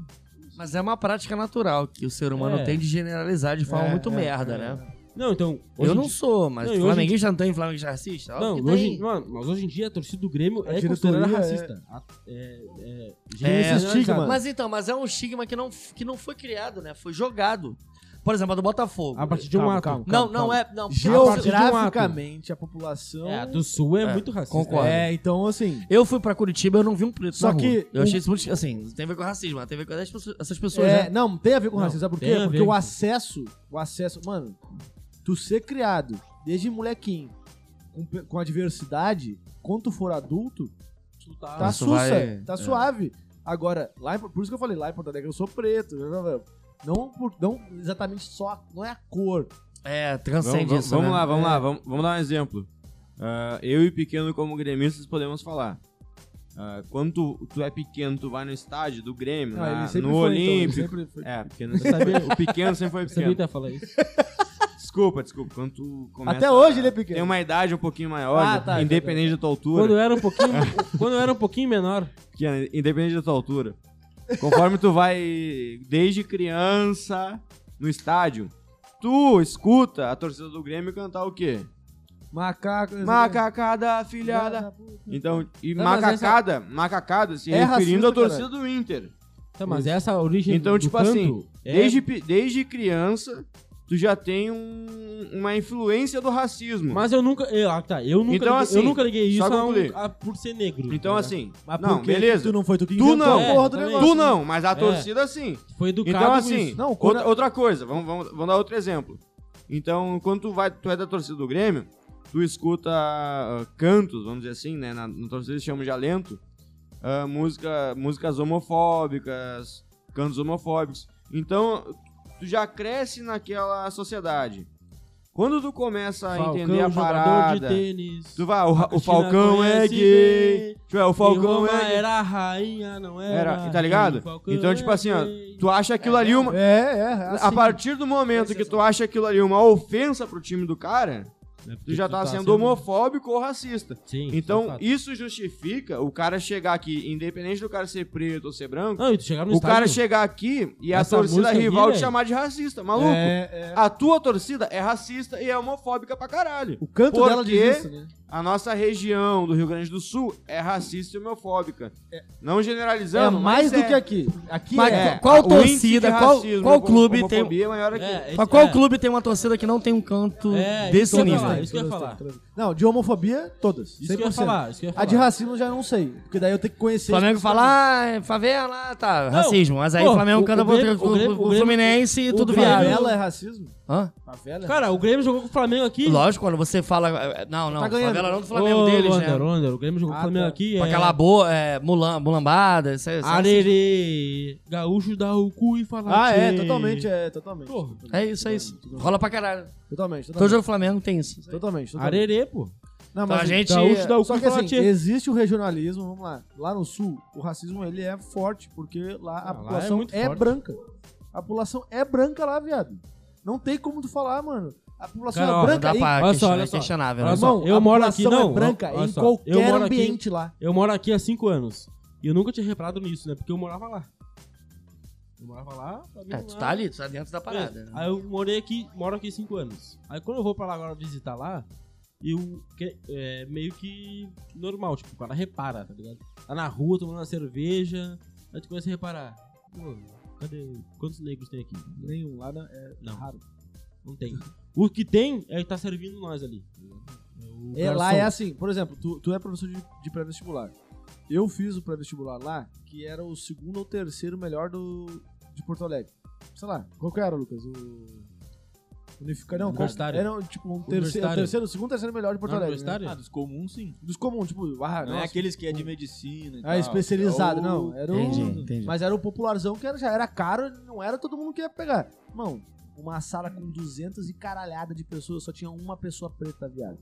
Speaker 6: Mas é uma prática natural que o ser humano
Speaker 2: É.
Speaker 6: tem de generalizar de forma
Speaker 1: É,
Speaker 6: muito
Speaker 1: é,
Speaker 6: merda,
Speaker 1: é.
Speaker 6: né?
Speaker 2: Não, então. hoje
Speaker 6: Eu
Speaker 2: em
Speaker 6: não
Speaker 2: dia-
Speaker 6: sou, mas
Speaker 2: Não, e hoje
Speaker 6: flamenguista não tem flamenguista racista? Óbvio
Speaker 2: Não,
Speaker 6: que
Speaker 2: hoje,
Speaker 6: tem.
Speaker 2: mano, mas hoje em dia a torcida do Grêmio
Speaker 1: A
Speaker 2: é
Speaker 1: diretoria
Speaker 2: considerada
Speaker 1: é-
Speaker 2: racista. A- É, é,
Speaker 1: Esse
Speaker 6: É,
Speaker 1: estigma.
Speaker 6: Mas então, mas é um estigma que não, que não foi criado, né? Foi jogado. Por exemplo, a do Botafogo.
Speaker 2: A partir de um
Speaker 1: Calma,
Speaker 2: ato.
Speaker 1: calma.
Speaker 6: não, não é. Não, porque eu-
Speaker 1: Geograficamente, a população...
Speaker 2: É, a do Sul é,
Speaker 6: É,
Speaker 2: muito racista.
Speaker 6: concordo.
Speaker 2: É,
Speaker 1: É, então assim...
Speaker 6: Eu fui pra Curitiba eu não vi um preto.
Speaker 1: Só
Speaker 6: na rua.
Speaker 1: que
Speaker 6: Eu
Speaker 1: o-
Speaker 6: achei isso muito. Assim, não tem a ver com racismo, mas tem a ver com essas pessoas, essas pessoas
Speaker 1: é,
Speaker 6: né?
Speaker 1: Não, tem a ver com
Speaker 2: Não,
Speaker 1: racismo, sabe por
Speaker 2: tem
Speaker 1: quê?
Speaker 2: a
Speaker 1: Porque
Speaker 2: ver
Speaker 1: o
Speaker 2: com-
Speaker 1: acesso, o acesso, mano, tu ser criado desde molequinho com, pe- com a diversidade, quando tu for adulto,
Speaker 2: tu tá-
Speaker 1: tá
Speaker 6: isso
Speaker 1: sussa,
Speaker 6: vai-
Speaker 1: tá
Speaker 6: é.
Speaker 1: suave. Agora, lá em, por isso que eu falei, lá em Porto Alegre eu sou preto, não, por- não exatamente só, não é a cor.
Speaker 6: É,
Speaker 7: Vamos,
Speaker 6: transcende
Speaker 7: vamos-
Speaker 6: isso.
Speaker 7: vamos
Speaker 6: né?
Speaker 7: lá, vamos lá,
Speaker 1: É.
Speaker 7: vamos, vamos dar um exemplo. Ah, eu e pequeno como gremistas podemos falar. Ah, quando tu, tu é pequeno, tu vai no estádio do Grêmio,
Speaker 1: Não,
Speaker 7: na-
Speaker 1: ele sempre
Speaker 7: Ah, no
Speaker 1: foi, então, ele
Speaker 7: Olímpico.
Speaker 1: sempre foi.
Speaker 7: É, pequeno sempre foi- o pequeno sempre foi
Speaker 2: Eu sabia
Speaker 7: pequeno.
Speaker 2: É, que ia falar isso.
Speaker 7: Desculpa, desculpa. Quando tu começa
Speaker 1: Até hoje ele é
Speaker 7: a-
Speaker 1: pequeno.
Speaker 7: Tem uma idade um pouquinho maior,
Speaker 1: Ah, tá,
Speaker 7: independente da tua altura. é
Speaker 2: quando eu era um pouquinho, quando eu era um pouquinho menor.
Speaker 7: pequena, independente da tua altura. Conforme tu vai desde criança, no estádio, tu escuta a torcida do Grêmio cantar o quê?
Speaker 1: Macaco.
Speaker 7: Macacada, filhada. Então, e
Speaker 2: Não, mas
Speaker 7: macacada, macacada se
Speaker 1: É
Speaker 7: referindo à
Speaker 1: racista,
Speaker 7: torcida do Inter.
Speaker 2: Tá, mas essa é a origem
Speaker 7: Então,
Speaker 2: do
Speaker 7: tipo
Speaker 2: canto
Speaker 7: assim,
Speaker 2: é-
Speaker 7: Desde, pe- desde criança, tu já tem um- uma influência do racismo.
Speaker 2: Mas eu nunca. Eu, ah, tá, eu nunca, liguei,
Speaker 7: Então,
Speaker 2: eu
Speaker 7: assim,
Speaker 2: nunca liguei isso
Speaker 7: só
Speaker 2: a um-
Speaker 7: concluir.
Speaker 2: a- por ser negro.
Speaker 7: então,
Speaker 2: tá
Speaker 7: assim,
Speaker 1: Mas por
Speaker 7: não,
Speaker 1: que
Speaker 7: beleza.
Speaker 1: Tu não foi tu que
Speaker 7: Tu
Speaker 1: inventou
Speaker 7: não.
Speaker 1: a porra do
Speaker 2: É,
Speaker 1: negócio. né?
Speaker 7: Tu não, mas a
Speaker 2: É.
Speaker 7: torcida sim.
Speaker 2: ligado? Foi educado
Speaker 7: Então,
Speaker 2: com
Speaker 7: assim,
Speaker 2: isso.
Speaker 1: Não, quando
Speaker 7: outra, outra coisa, vamos, vamos, vamos dar outro exemplo. Então, quando tu, vai, tu é da torcida do Grêmio, tu escuta ah, cantos, vamos dizer assim, né? Na, na torcida eles chamam de alento. ah, música, músicas homofóbicas, cantos homofóbicos. Então, tu já cresce naquela sociedade. Quando tu começa a
Speaker 2: Falcão,
Speaker 7: entender a
Speaker 2: jogador
Speaker 7: parada...
Speaker 2: de tênis.
Speaker 7: Tu vai, o, Ra- o
Speaker 2: Cristina
Speaker 7: Falcão é
Speaker 2: conhece
Speaker 7: gay.
Speaker 2: gay.
Speaker 7: Tipo, é, o Falcão
Speaker 2: Roma
Speaker 7: é gay.
Speaker 2: era a rainha, não era?
Speaker 7: Era, tá ligado?
Speaker 2: Falcão
Speaker 7: Então, tipo
Speaker 2: é
Speaker 7: assim, ó,
Speaker 2: gay.
Speaker 7: tu acha aquilo ali uma.
Speaker 1: É, é. assim.
Speaker 7: A partir do momento que tu acha aquilo ali uma ofensa pro time do cara,
Speaker 2: É porque
Speaker 7: tu já tá sendo homofóbico ou racista.
Speaker 2: Sim, isso é
Speaker 7: Então,
Speaker 2: fato.
Speaker 7: isso justifica o cara chegar aqui, independente do cara ser preto ou ser branco,
Speaker 2: Não, e tu chegar Ah, no
Speaker 7: o cara
Speaker 2: estádio-
Speaker 7: chegar aqui e a
Speaker 2: Essa
Speaker 7: torcida
Speaker 2: música aqui,
Speaker 7: rival te
Speaker 2: velho.
Speaker 7: chamar de racista. Maluco,
Speaker 1: É, é.
Speaker 7: a tua torcida é racista e é homofóbica pra caralho.
Speaker 1: O canto
Speaker 7: Por
Speaker 1: dela
Speaker 7: quê?
Speaker 1: diz isso, né?
Speaker 7: A nossa região do Rio Grande do Sul é racista e homofóbica. Não
Speaker 1: É
Speaker 7: generalizando,
Speaker 1: mais
Speaker 7: mas
Speaker 1: do
Speaker 7: é.
Speaker 1: que aqui. Aqui
Speaker 6: Mas
Speaker 1: é.
Speaker 7: É,
Speaker 6: qual
Speaker 7: o índice
Speaker 6: torcida,
Speaker 7: de
Speaker 6: qual-
Speaker 7: racismo,
Speaker 6: qual clube tem-
Speaker 7: homofobia é maior aqui.
Speaker 2: É,
Speaker 6: Mas
Speaker 2: esse-
Speaker 6: qual
Speaker 2: é.
Speaker 6: clube tem uma torcida que não tem um canto
Speaker 2: É, isso
Speaker 6: desse
Speaker 2: que eu ia
Speaker 6: nível?
Speaker 2: falar, isso que eu ia
Speaker 1: Todas,
Speaker 2: falar.
Speaker 1: todas. Não, de homofobia, todas.
Speaker 2: Isso que eu ia
Speaker 1: 100%.
Speaker 2: falar, isso que eu ia falar.
Speaker 1: A de racismo eu já não sei, porque daí eu tenho que
Speaker 6: O
Speaker 1: conhecer.
Speaker 6: Flamengo fala, ah, é favela, tá, racismo. Mas aí
Speaker 2: pô,
Speaker 6: o Flamengo
Speaker 2: o-
Speaker 6: canta
Speaker 2: o
Speaker 6: pro-
Speaker 2: Grêmio-
Speaker 6: pro-
Speaker 2: o Grêmio-
Speaker 6: pro
Speaker 2: o Grêmio-
Speaker 6: Fluminense e
Speaker 2: o
Speaker 6: tudo
Speaker 2: Grêmio-
Speaker 6: viado.
Speaker 1: Favela é racismo?
Speaker 6: Hã?
Speaker 1: Favela?
Speaker 2: "Ah, Cara, o Grêmio jogou com o Flamengo aqui.
Speaker 6: Lógico, quando você fala. é, Não, não,
Speaker 1: Tá ganhando.
Speaker 6: favela não do Flamengo
Speaker 2: Ô,
Speaker 6: deles,
Speaker 2: Wander,
Speaker 6: né?
Speaker 2: Wander, o Grêmio jogou com o
Speaker 1: Ah,
Speaker 2: Flamengo
Speaker 1: tá.
Speaker 2: aqui.
Speaker 6: Com
Speaker 2: é-
Speaker 6: aquela boa, é, mulam, mulambada, isso é- isso é-
Speaker 2: Arerê, gaúcho dá o cu e fala
Speaker 1: Ah, é,
Speaker 2: tchê.
Speaker 1: totalmente, é, totalmente.
Speaker 2: Porra.
Speaker 6: É isso, é isso. Rola pra caralho.
Speaker 1: Totalmente,
Speaker 6: Todo
Speaker 1: totalmente.
Speaker 6: jogo do Flamengo tem isso.
Speaker 1: Totalmente, totalmente.
Speaker 2: Arerê, pô.
Speaker 1: Não, assim,
Speaker 6: Então a gente.
Speaker 2: Gaúcho dá o
Speaker 1: Só
Speaker 2: cu e
Speaker 1: que
Speaker 2: fala
Speaker 1: assim,
Speaker 2: tchê.
Speaker 1: existe o regionalismo, vamos lá. Lá no sul, o racismo ele é forte, porque lá a
Speaker 2: Ah, lá é
Speaker 1: população
Speaker 2: muito
Speaker 1: é,
Speaker 2: forte.
Speaker 1: branca. A população é branca lá, viado. Não tem como tu falar, mano. A população
Speaker 2: Cara,
Speaker 1: é
Speaker 2: ó,
Speaker 6: Não
Speaker 1: branca
Speaker 6: dá
Speaker 1: em-
Speaker 6: pra
Speaker 2: olha só,
Speaker 6: questionar,
Speaker 2: olha
Speaker 6: é
Speaker 2: só.
Speaker 6: questionável.
Speaker 2: Olha
Speaker 6: né?
Speaker 2: só,
Speaker 1: Irmão,
Speaker 2: eu
Speaker 1: a
Speaker 2: moro aqui,
Speaker 1: população
Speaker 2: não,
Speaker 1: é branca
Speaker 2: olha
Speaker 1: em
Speaker 2: só, eu
Speaker 1: qualquer
Speaker 2: moro aqui-
Speaker 1: ambiente lá.
Speaker 2: Eu moro aqui há cinco anos. E eu nunca tinha reparado nisso, né? Porque eu morava lá. Eu morava lá. Flamengo
Speaker 6: É, tu
Speaker 2: lá.
Speaker 6: tá ali, tu tá dentro da parada.
Speaker 1: né?
Speaker 2: Aí eu morei aqui, moro aqui cinco anos. Aí quando eu vou pra lá agora visitar lá, eu que- é meio que normal, tipo, o cara repara, tá ligado? Tá na rua tomando uma cerveja, aí tu começa a reparar. Pô, cadê? Quantos negros tem aqui?
Speaker 1: Nenhum lá não- é
Speaker 2: Não.
Speaker 1: raro.
Speaker 2: Não tem. O que tem é o que tá servindo nós ali. tá ligado? O
Speaker 1: É, lá
Speaker 2: garçom.
Speaker 1: é assim, por exemplo, tu, tu é professor de, de pré-vestibular. Eu fiz o pré-vestibular lá, que era o segundo ou terceiro melhor do, de Porto Alegre. Sei lá, qual que era, Lucas? O. Unificar, não, qual-
Speaker 2: Universitário.
Speaker 1: Era tipo um terceiro,
Speaker 2: Universitário.
Speaker 1: o terceiro, o segundo ou terceiro melhor de Porto
Speaker 2: Não,
Speaker 1: Alegre. né?
Speaker 2: universitário?
Speaker 3: Ah, dos comuns, sim.
Speaker 1: Dos comuns, tipo, ah,
Speaker 3: Não é
Speaker 1: nossa,
Speaker 3: aqueles que é de medicina e
Speaker 1: ah,
Speaker 3: tal.
Speaker 1: especializado,
Speaker 3: É o-
Speaker 1: não. Era o-
Speaker 6: Entendi, entendi.
Speaker 1: Mas era o popularzão que era, já era caro, não era todo mundo que ia pegar. Mão, uma sala com 200 e caralhada de pessoas, só tinha uma pessoa preta, viado.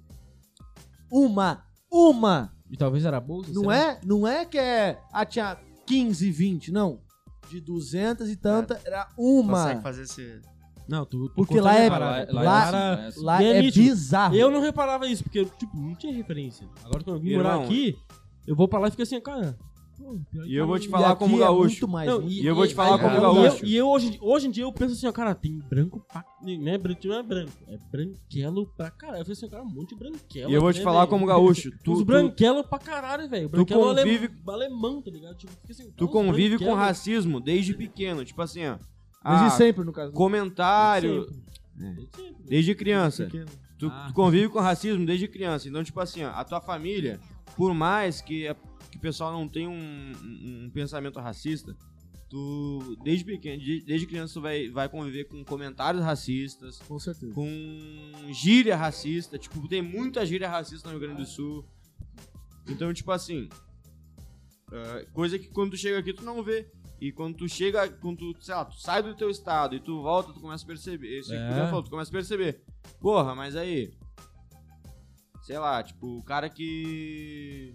Speaker 1: Uma! Uma!
Speaker 2: E talvez era bolsa?
Speaker 1: Não
Speaker 2: será?
Speaker 1: é, não é que é, ah, tinha 15, 20, não. De 200 e tanta, era
Speaker 6: Consegue
Speaker 1: uma.
Speaker 6: fazer esse.
Speaker 2: Não, tu, tu
Speaker 1: Porque
Speaker 2: consegue
Speaker 1: lá é-
Speaker 2: reparar.
Speaker 3: lá-
Speaker 2: era-
Speaker 3: é assim.
Speaker 1: Lá
Speaker 2: E é
Speaker 1: é
Speaker 2: nítido.
Speaker 1: bizarro.
Speaker 2: Eu não reparava isso, porque, tipo, não tinha referência. Agora quando eu vim morar
Speaker 7: Irmão,
Speaker 2: aqui, eu vou pra lá e fico assim, cara. pô, pior que
Speaker 7: E eu vou te
Speaker 1: E
Speaker 7: falar
Speaker 1: aqui
Speaker 7: como
Speaker 1: é
Speaker 7: gaúcho.
Speaker 1: muito mais,
Speaker 2: Não,
Speaker 1: muito-
Speaker 7: E eu vou te falar
Speaker 2: aí-
Speaker 7: como é
Speaker 2: e
Speaker 7: gaúcho.
Speaker 2: eu- E eu, hoje, hoje em dia eu penso assim, ó, cara, tem branco pra. Não é branco, não é branco. É branquelo pra caralho. Eu falei assim, cara, um monte de branquelo.
Speaker 7: E eu vou
Speaker 2: aqui,
Speaker 7: te
Speaker 2: né,
Speaker 7: falar
Speaker 2: velho?
Speaker 7: como gaúcho. Tu,
Speaker 2: Os
Speaker 7: tu-
Speaker 2: branquelo pra caralho, velho. Branquelo
Speaker 7: convive-
Speaker 2: alem- alemão, tá ligado? Tipo, fica assim,
Speaker 7: tu
Speaker 2: os
Speaker 7: convive com
Speaker 2: branquelo-
Speaker 7: racismo desde pequeno. Tipo assim, ó. Ah,
Speaker 1: Mas e sempre, no caso.
Speaker 7: comentário.
Speaker 2: Sempre, sempre.
Speaker 7: É. Desde criança.
Speaker 1: Pequeno.
Speaker 7: Tu,
Speaker 2: Ah.
Speaker 7: tu convive com racismo desde criança. Então, tipo assim, ó, a tua família, por mais que, a- que o pessoal não tenha um, um- um pensamento racista, tu, desde pequeno, de- desde criança, tu vai, vai conviver com comentários racistas,
Speaker 1: Com certeza.
Speaker 7: com gíria racista. Tipo, tem muita gíria racista no Rio Grande do Sul. Então, tipo assim, é, coisa que quando tu chega aqui tu não vê. E quando tu chega, quando tu, sei lá, tu sai do teu estado e tu volta, tu começa a perceber. Isso que
Speaker 2: É.
Speaker 7: tu já falou, tu começa a perceber. Porra, mas aí. Sei lá, tipo, o cara que.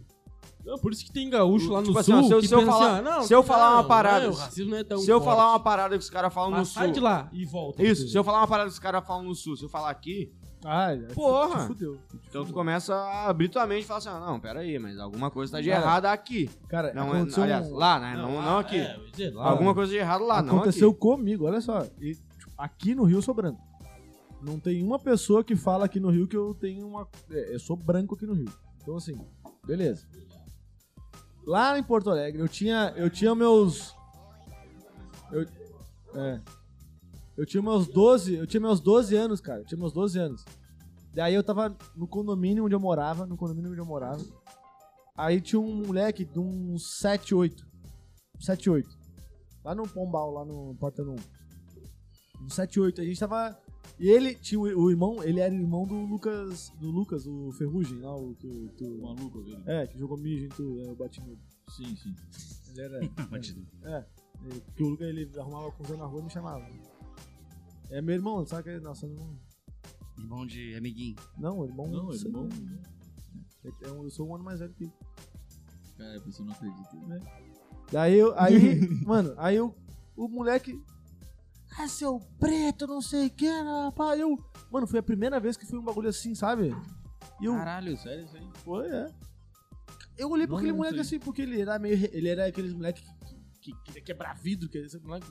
Speaker 2: Não, por isso que tem gaúcho lá no
Speaker 7: Tipo assim,
Speaker 2: sul.
Speaker 7: ó, se eu-
Speaker 2: que
Speaker 7: se eu
Speaker 2: pensa assim,
Speaker 7: falar-
Speaker 2: ah, não,
Speaker 7: se eu falar uma
Speaker 2: não,
Speaker 7: parada-
Speaker 2: não, o racismo não é tão
Speaker 7: se eu falar uma
Speaker 2: forte.
Speaker 7: parada que os caras falam no
Speaker 2: Mas sai
Speaker 7: sul.
Speaker 2: de lá e volta.
Speaker 7: Isso, se eu falar uma parada que os caras falam no sul, se eu falar aqui,
Speaker 1: Ah,
Speaker 7: Porra!
Speaker 1: te fudeu.
Speaker 7: Então tu começa a abrir tua mente e falar assim, ah, não, pera aí, mas alguma coisa tá de errada aqui.
Speaker 1: Cara,
Speaker 7: Não, é-
Speaker 1: aconteceu um-
Speaker 7: aliás, lá, né? Não, não,
Speaker 2: lá,
Speaker 7: aqui.
Speaker 2: é, eu ia dizer, lá,
Speaker 7: Alguma coisa de errado lá, não
Speaker 1: aconteceu comigo, olha só. E, tipo, Aqui no Rio eu sou branco. Não tem uma pessoa que fala aqui no Rio que eu tenho uma. é, Eu sou branco aqui no Rio. Então, assim, beleza. Lá em Porto Alegre, eu tinha, eu tinha meus. Eu, é. Eu tinha meus 12. Eu tinha meus 12 anos, cara. Eu tinha meus 12 anos. Daí eu tava no condomínio onde eu morava, no condomínio onde eu morava. Aí tinha um moleque de uns 7, 8. 7, 8. Lá no Pombal, lá no Partenon. Um 7, 8. A gente tava. E ele tinha o, o irmão, ele era irmão do Lucas. Do Lucas, o Ferrugem, lá, o que. que-
Speaker 3: O maluco, aquele.
Speaker 1: é, que jogou mijo em tu, é, o Batinudo.
Speaker 3: Sim, sim.
Speaker 1: Ele era. É. ele- Porque o Lucas ele arrumava confusão na rua e me chamava. É meu irmão, sabe que é. Nossa, não.
Speaker 6: Irmão de amiguinho.
Speaker 1: Não, irmão.
Speaker 3: Não,
Speaker 1: sei.
Speaker 3: irmão.
Speaker 1: É, é um- eu sou um ano mais velho que ele.
Speaker 3: Cara, a pessoa não acredita. né?
Speaker 1: Daí, eu- aí, mano, aí eu, o moleque. Ah, seu preto, não sei o que, rapaz. Eu, mano, foi a primeira vez que foi um bagulho assim, sabe? E eu,
Speaker 3: Caralho, sério isso aí?
Speaker 1: Foi, é. Eu olhei pra
Speaker 3: Não
Speaker 1: aquele
Speaker 3: lembro
Speaker 1: moleque
Speaker 3: disso
Speaker 1: assim, porque ele era meio. Ele era aqueles moleque que que queria quebrar vidro, que esse moleque.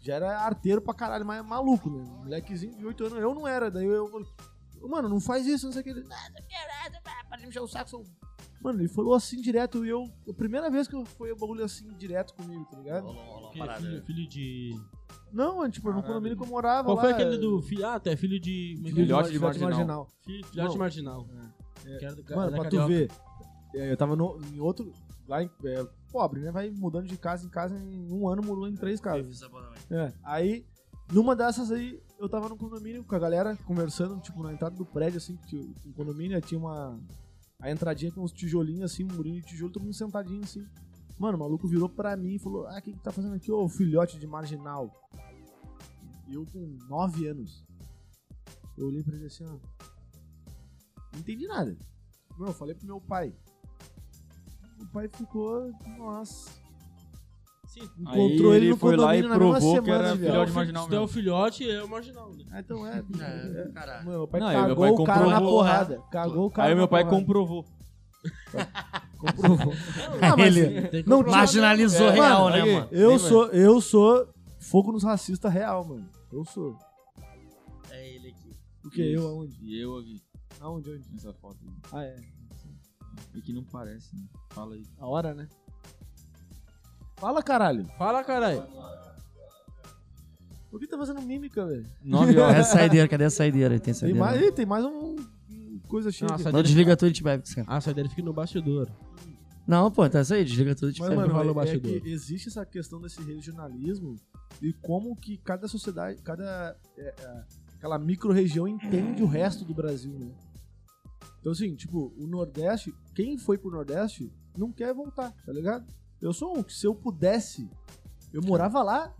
Speaker 1: Já era arteiro pra caralho, mas é maluco, né? Molequezinho de 8 anos. Eu não era, daí eu. falei, Mano, não faz isso, não sei o que. Ele, "Ah, não quero nada, pá, para de me encher o saco, seu-" Mano, ele falou assim direto e eu. A primeira vez que eu- foi o bagulho assim direto comigo, tá ligado?
Speaker 2: Aquele filho, filho de.
Speaker 1: Não, é, tipo, no condomínio que eu morava.
Speaker 2: Qual foi
Speaker 1: lá,
Speaker 2: aquele do. Fi... Ah, tu é filho de. como é que é?
Speaker 3: Filhote de marginal.
Speaker 2: Filho- Filhote
Speaker 1: Não.
Speaker 2: marginal.
Speaker 1: É.
Speaker 2: Que era do cara-
Speaker 1: Mano,
Speaker 2: era
Speaker 1: pra tu
Speaker 2: carioca.
Speaker 1: ver, é, eu tava no- em outro. Lá em. é, pobre, né? Vai mudando de casa em casa, em um ano mudou em três casas. É, aí, numa dessas aí, eu tava no condomínio com a galera conversando, tipo, na entrada do prédio, assim, que tinha- o condomínio aí tinha uma. A entradinha com uns tijolinhos, assim, um murinho de tijolo, todo mundo sentadinho, assim. Mano, o maluco virou pra mim e falou: Ah, o que que tá fazendo aqui, ô filhote de marginal? E eu com 9 anos. Eu olhei pra ele assim, ó. Não entendi nada. Não, eu falei pro meu pai. O pai ficou, nossa.
Speaker 2: Sim.
Speaker 1: Encontrou
Speaker 3: Aí
Speaker 1: ele,
Speaker 3: ele
Speaker 1: no
Speaker 3: foi lá e
Speaker 1: condomínio na mesma
Speaker 3: provou que
Speaker 1: semana,
Speaker 3: era
Speaker 1: viado.
Speaker 2: Se tu é o
Speaker 3: Filhote
Speaker 2: fi-
Speaker 3: marginal
Speaker 2: Se tu é o filhote, é o marginal, né?
Speaker 1: Ah, então é. é.
Speaker 6: Caralho.
Speaker 1: Meu pai
Speaker 3: Não, aí meu
Speaker 1: cagou
Speaker 3: pai
Speaker 1: o cara na
Speaker 3: comprovou,
Speaker 1: porrada. Cagou o cara
Speaker 3: aí
Speaker 1: na
Speaker 3: meu pai
Speaker 1: porrada.
Speaker 3: comprovou.
Speaker 1: comprovou. ah, mas
Speaker 6: Ele-
Speaker 2: Tem que
Speaker 1: Não,
Speaker 2: comprovar,
Speaker 6: Marginalizou
Speaker 3: É,
Speaker 6: real,
Speaker 3: mano,
Speaker 6: né,
Speaker 3: aqui.
Speaker 6: mano?
Speaker 1: eu
Speaker 3: Tem,
Speaker 1: sou, eu sou fogo nos racistas real, mano. Eu sou.
Speaker 6: É ele aqui.
Speaker 1: O que? Eu aonde?
Speaker 3: E eu aqui,
Speaker 1: Aonde, onde?
Speaker 3: nessa foto. aí.
Speaker 1: Ah, é.
Speaker 3: E que não parece, né? Fala aí.
Speaker 1: A hora, né? Fala, caralho.
Speaker 2: né? Fala, caralho.
Speaker 1: Por que tá fazendo mímica, velho?
Speaker 3: 9
Speaker 6: Cadê É a
Speaker 3: horas.
Speaker 6: saideira? Cadê a saideira? Tem
Speaker 1: Tem
Speaker 6: saideira.
Speaker 1: mais, Ih, tem mais um... um Coisa cheia.
Speaker 2: Nossa,
Speaker 1: aqui.
Speaker 6: Não desliga tudo e te bebe. cara.
Speaker 2: Ah, a dele fica no bastidor.
Speaker 6: Não, pô, então é isso aí. Desliga tudo e te
Speaker 1: Mas,
Speaker 6: bebe.
Speaker 2: Sempre fala o
Speaker 1: mano, é, é
Speaker 2: bastidor.
Speaker 1: que existe essa questão desse regionalismo e como que cada sociedade, cada é, é, aquela micro-região entende o resto do Brasil, né? Então, assim, tipo, o Nordeste, quem foi pro Nordeste não quer voltar, tá ligado? Eu sou um que se eu pudesse, eu morava lá,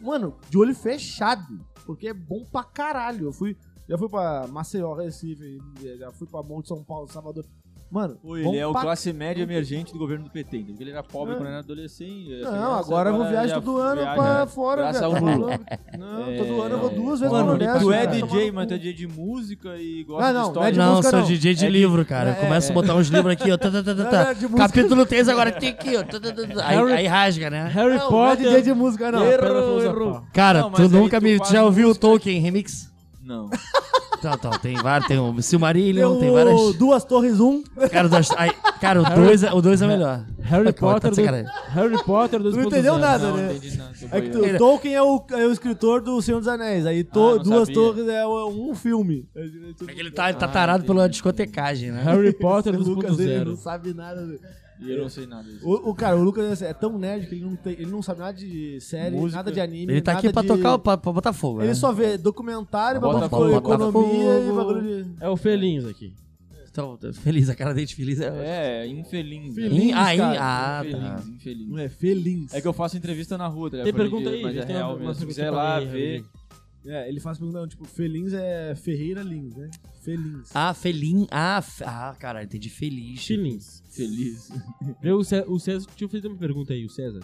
Speaker 1: mano, de olho fechado, porque é bom pra caralho. Eu fui, já fui pra Maceió, Recife, já fui pra Monte São Paulo, Salvador. Mano,
Speaker 3: Pô, ele
Speaker 1: bom
Speaker 3: é o
Speaker 1: pra
Speaker 3: classe média emergente do governo do PT, entendeu? Porque ele era pobre
Speaker 1: É.
Speaker 3: quando era adolescente. assim,
Speaker 1: Não,
Speaker 3: era criança,
Speaker 1: agora eu vou viajar
Speaker 3: já
Speaker 1: todo ano
Speaker 3: viaja.
Speaker 1: pra fora,
Speaker 3: é né? Graças
Speaker 1: velho.
Speaker 3: ao
Speaker 1: Tá
Speaker 3: Lula.
Speaker 1: louco? Não, todo
Speaker 3: É.
Speaker 1: ano eu vou duas vezes
Speaker 2: Mano,
Speaker 1: pro
Speaker 2: tu
Speaker 1: Nordeste.
Speaker 3: Tu é
Speaker 1: cara.
Speaker 3: DJ, mas tu é DJ de música e
Speaker 1: Não,
Speaker 3: gosta de
Speaker 1: Ah, não,
Speaker 3: história.
Speaker 1: de
Speaker 6: Não,
Speaker 1: música,
Speaker 6: sou
Speaker 1: não.
Speaker 6: DJ de
Speaker 3: É de-
Speaker 6: livro, cara.
Speaker 3: é,
Speaker 6: Eu começo a botar uns livros aqui, ó. Tá, tá, tá, tá, tá.
Speaker 1: Não, não, de música-
Speaker 6: Capítulo 3 agora tem aqui, ó. Tá, tá, tá, tá. Aí,
Speaker 2: Harry-
Speaker 6: aí rasga, né?
Speaker 2: Harry
Speaker 1: Não, não é
Speaker 2: Potter.
Speaker 1: DJ de música, não.
Speaker 2: Pedra, Pousa, Pau.
Speaker 6: Cara,
Speaker 3: Não, mas
Speaker 6: tu
Speaker 3: aí
Speaker 6: nunca
Speaker 3: tu
Speaker 6: me.
Speaker 3: faz
Speaker 6: Tu já ouviu o Tolkien Remix?
Speaker 3: Não.
Speaker 6: Tá, tá. Tem vários. Tem o Silmarillion,
Speaker 1: Deu
Speaker 6: tem várias.
Speaker 1: Duas torres, um.
Speaker 6: Cara, das- aí- cara, o 2 é, o dois é melhor.
Speaker 2: Harry
Speaker 6: Pô, tá
Speaker 2: Potter.
Speaker 6: de
Speaker 2: do-
Speaker 6: sacanagem.
Speaker 2: Harry Potter 2.0.
Speaker 1: Tu não entendeu nada,
Speaker 3: não,
Speaker 1: né?
Speaker 3: entendi nada. Tô
Speaker 1: É que tu-
Speaker 3: boiando.
Speaker 6: Ele-
Speaker 1: Tolkien é o, é o escritor do Senhor dos Anéis. Aí to-
Speaker 3: Ah, não
Speaker 1: duas
Speaker 3: sabia.
Speaker 1: torres é o- um filme.
Speaker 6: É que ele tá, ele tá tarado pela discotecagem, né?
Speaker 2: Harry Potter
Speaker 1: O Lucas, ele não
Speaker 2: 2.0.
Speaker 1: sabe nada. velho.
Speaker 3: E eu não sei nada disso.
Speaker 1: O, o cara, o Lucas é tão nerd que ele não, tem- ele não sabe nada de série, nada de anime.
Speaker 6: Ele tá aqui
Speaker 1: nada
Speaker 6: pra
Speaker 1: de-
Speaker 6: tocar, o- pra, pra botar fogo.
Speaker 1: Ele
Speaker 6: né?
Speaker 1: só vê documentário, bagulho
Speaker 6: Botafogo,
Speaker 1: de economia e
Speaker 6: Botafogo.
Speaker 1: bagulho de.
Speaker 2: É o Felins aqui.
Speaker 6: Então, tô feliz, a cara dele de feliz é.
Speaker 3: É, infeliz. né?
Speaker 1: Feliz,
Speaker 6: Ih, ah, ih,
Speaker 1: cara.
Speaker 6: ah, tá.
Speaker 3: Infeliz, infeliz.
Speaker 1: Não é feliz.
Speaker 3: É que eu faço entrevista na rua, tá ligado?
Speaker 2: Tem pergunta
Speaker 3: Mas
Speaker 2: aí?
Speaker 3: é
Speaker 2: gente, tem
Speaker 3: real
Speaker 2: uma-
Speaker 3: mesmo.
Speaker 2: uma
Speaker 3: Se
Speaker 2: pergunta
Speaker 3: quiser
Speaker 2: pra
Speaker 3: lá
Speaker 2: mim,
Speaker 3: ver.
Speaker 2: Rodrigo.
Speaker 1: É, ele faz pergunta, não, tipo, Felins é Ferreira Lins, né? Felins.
Speaker 6: Ah, Felin. Ah, fe- ah, cara, entendi. Feliz.
Speaker 2: Felins.
Speaker 3: Feliz.
Speaker 2: Vê o César. O César deixa eu fazer uma pergunta aí, o César.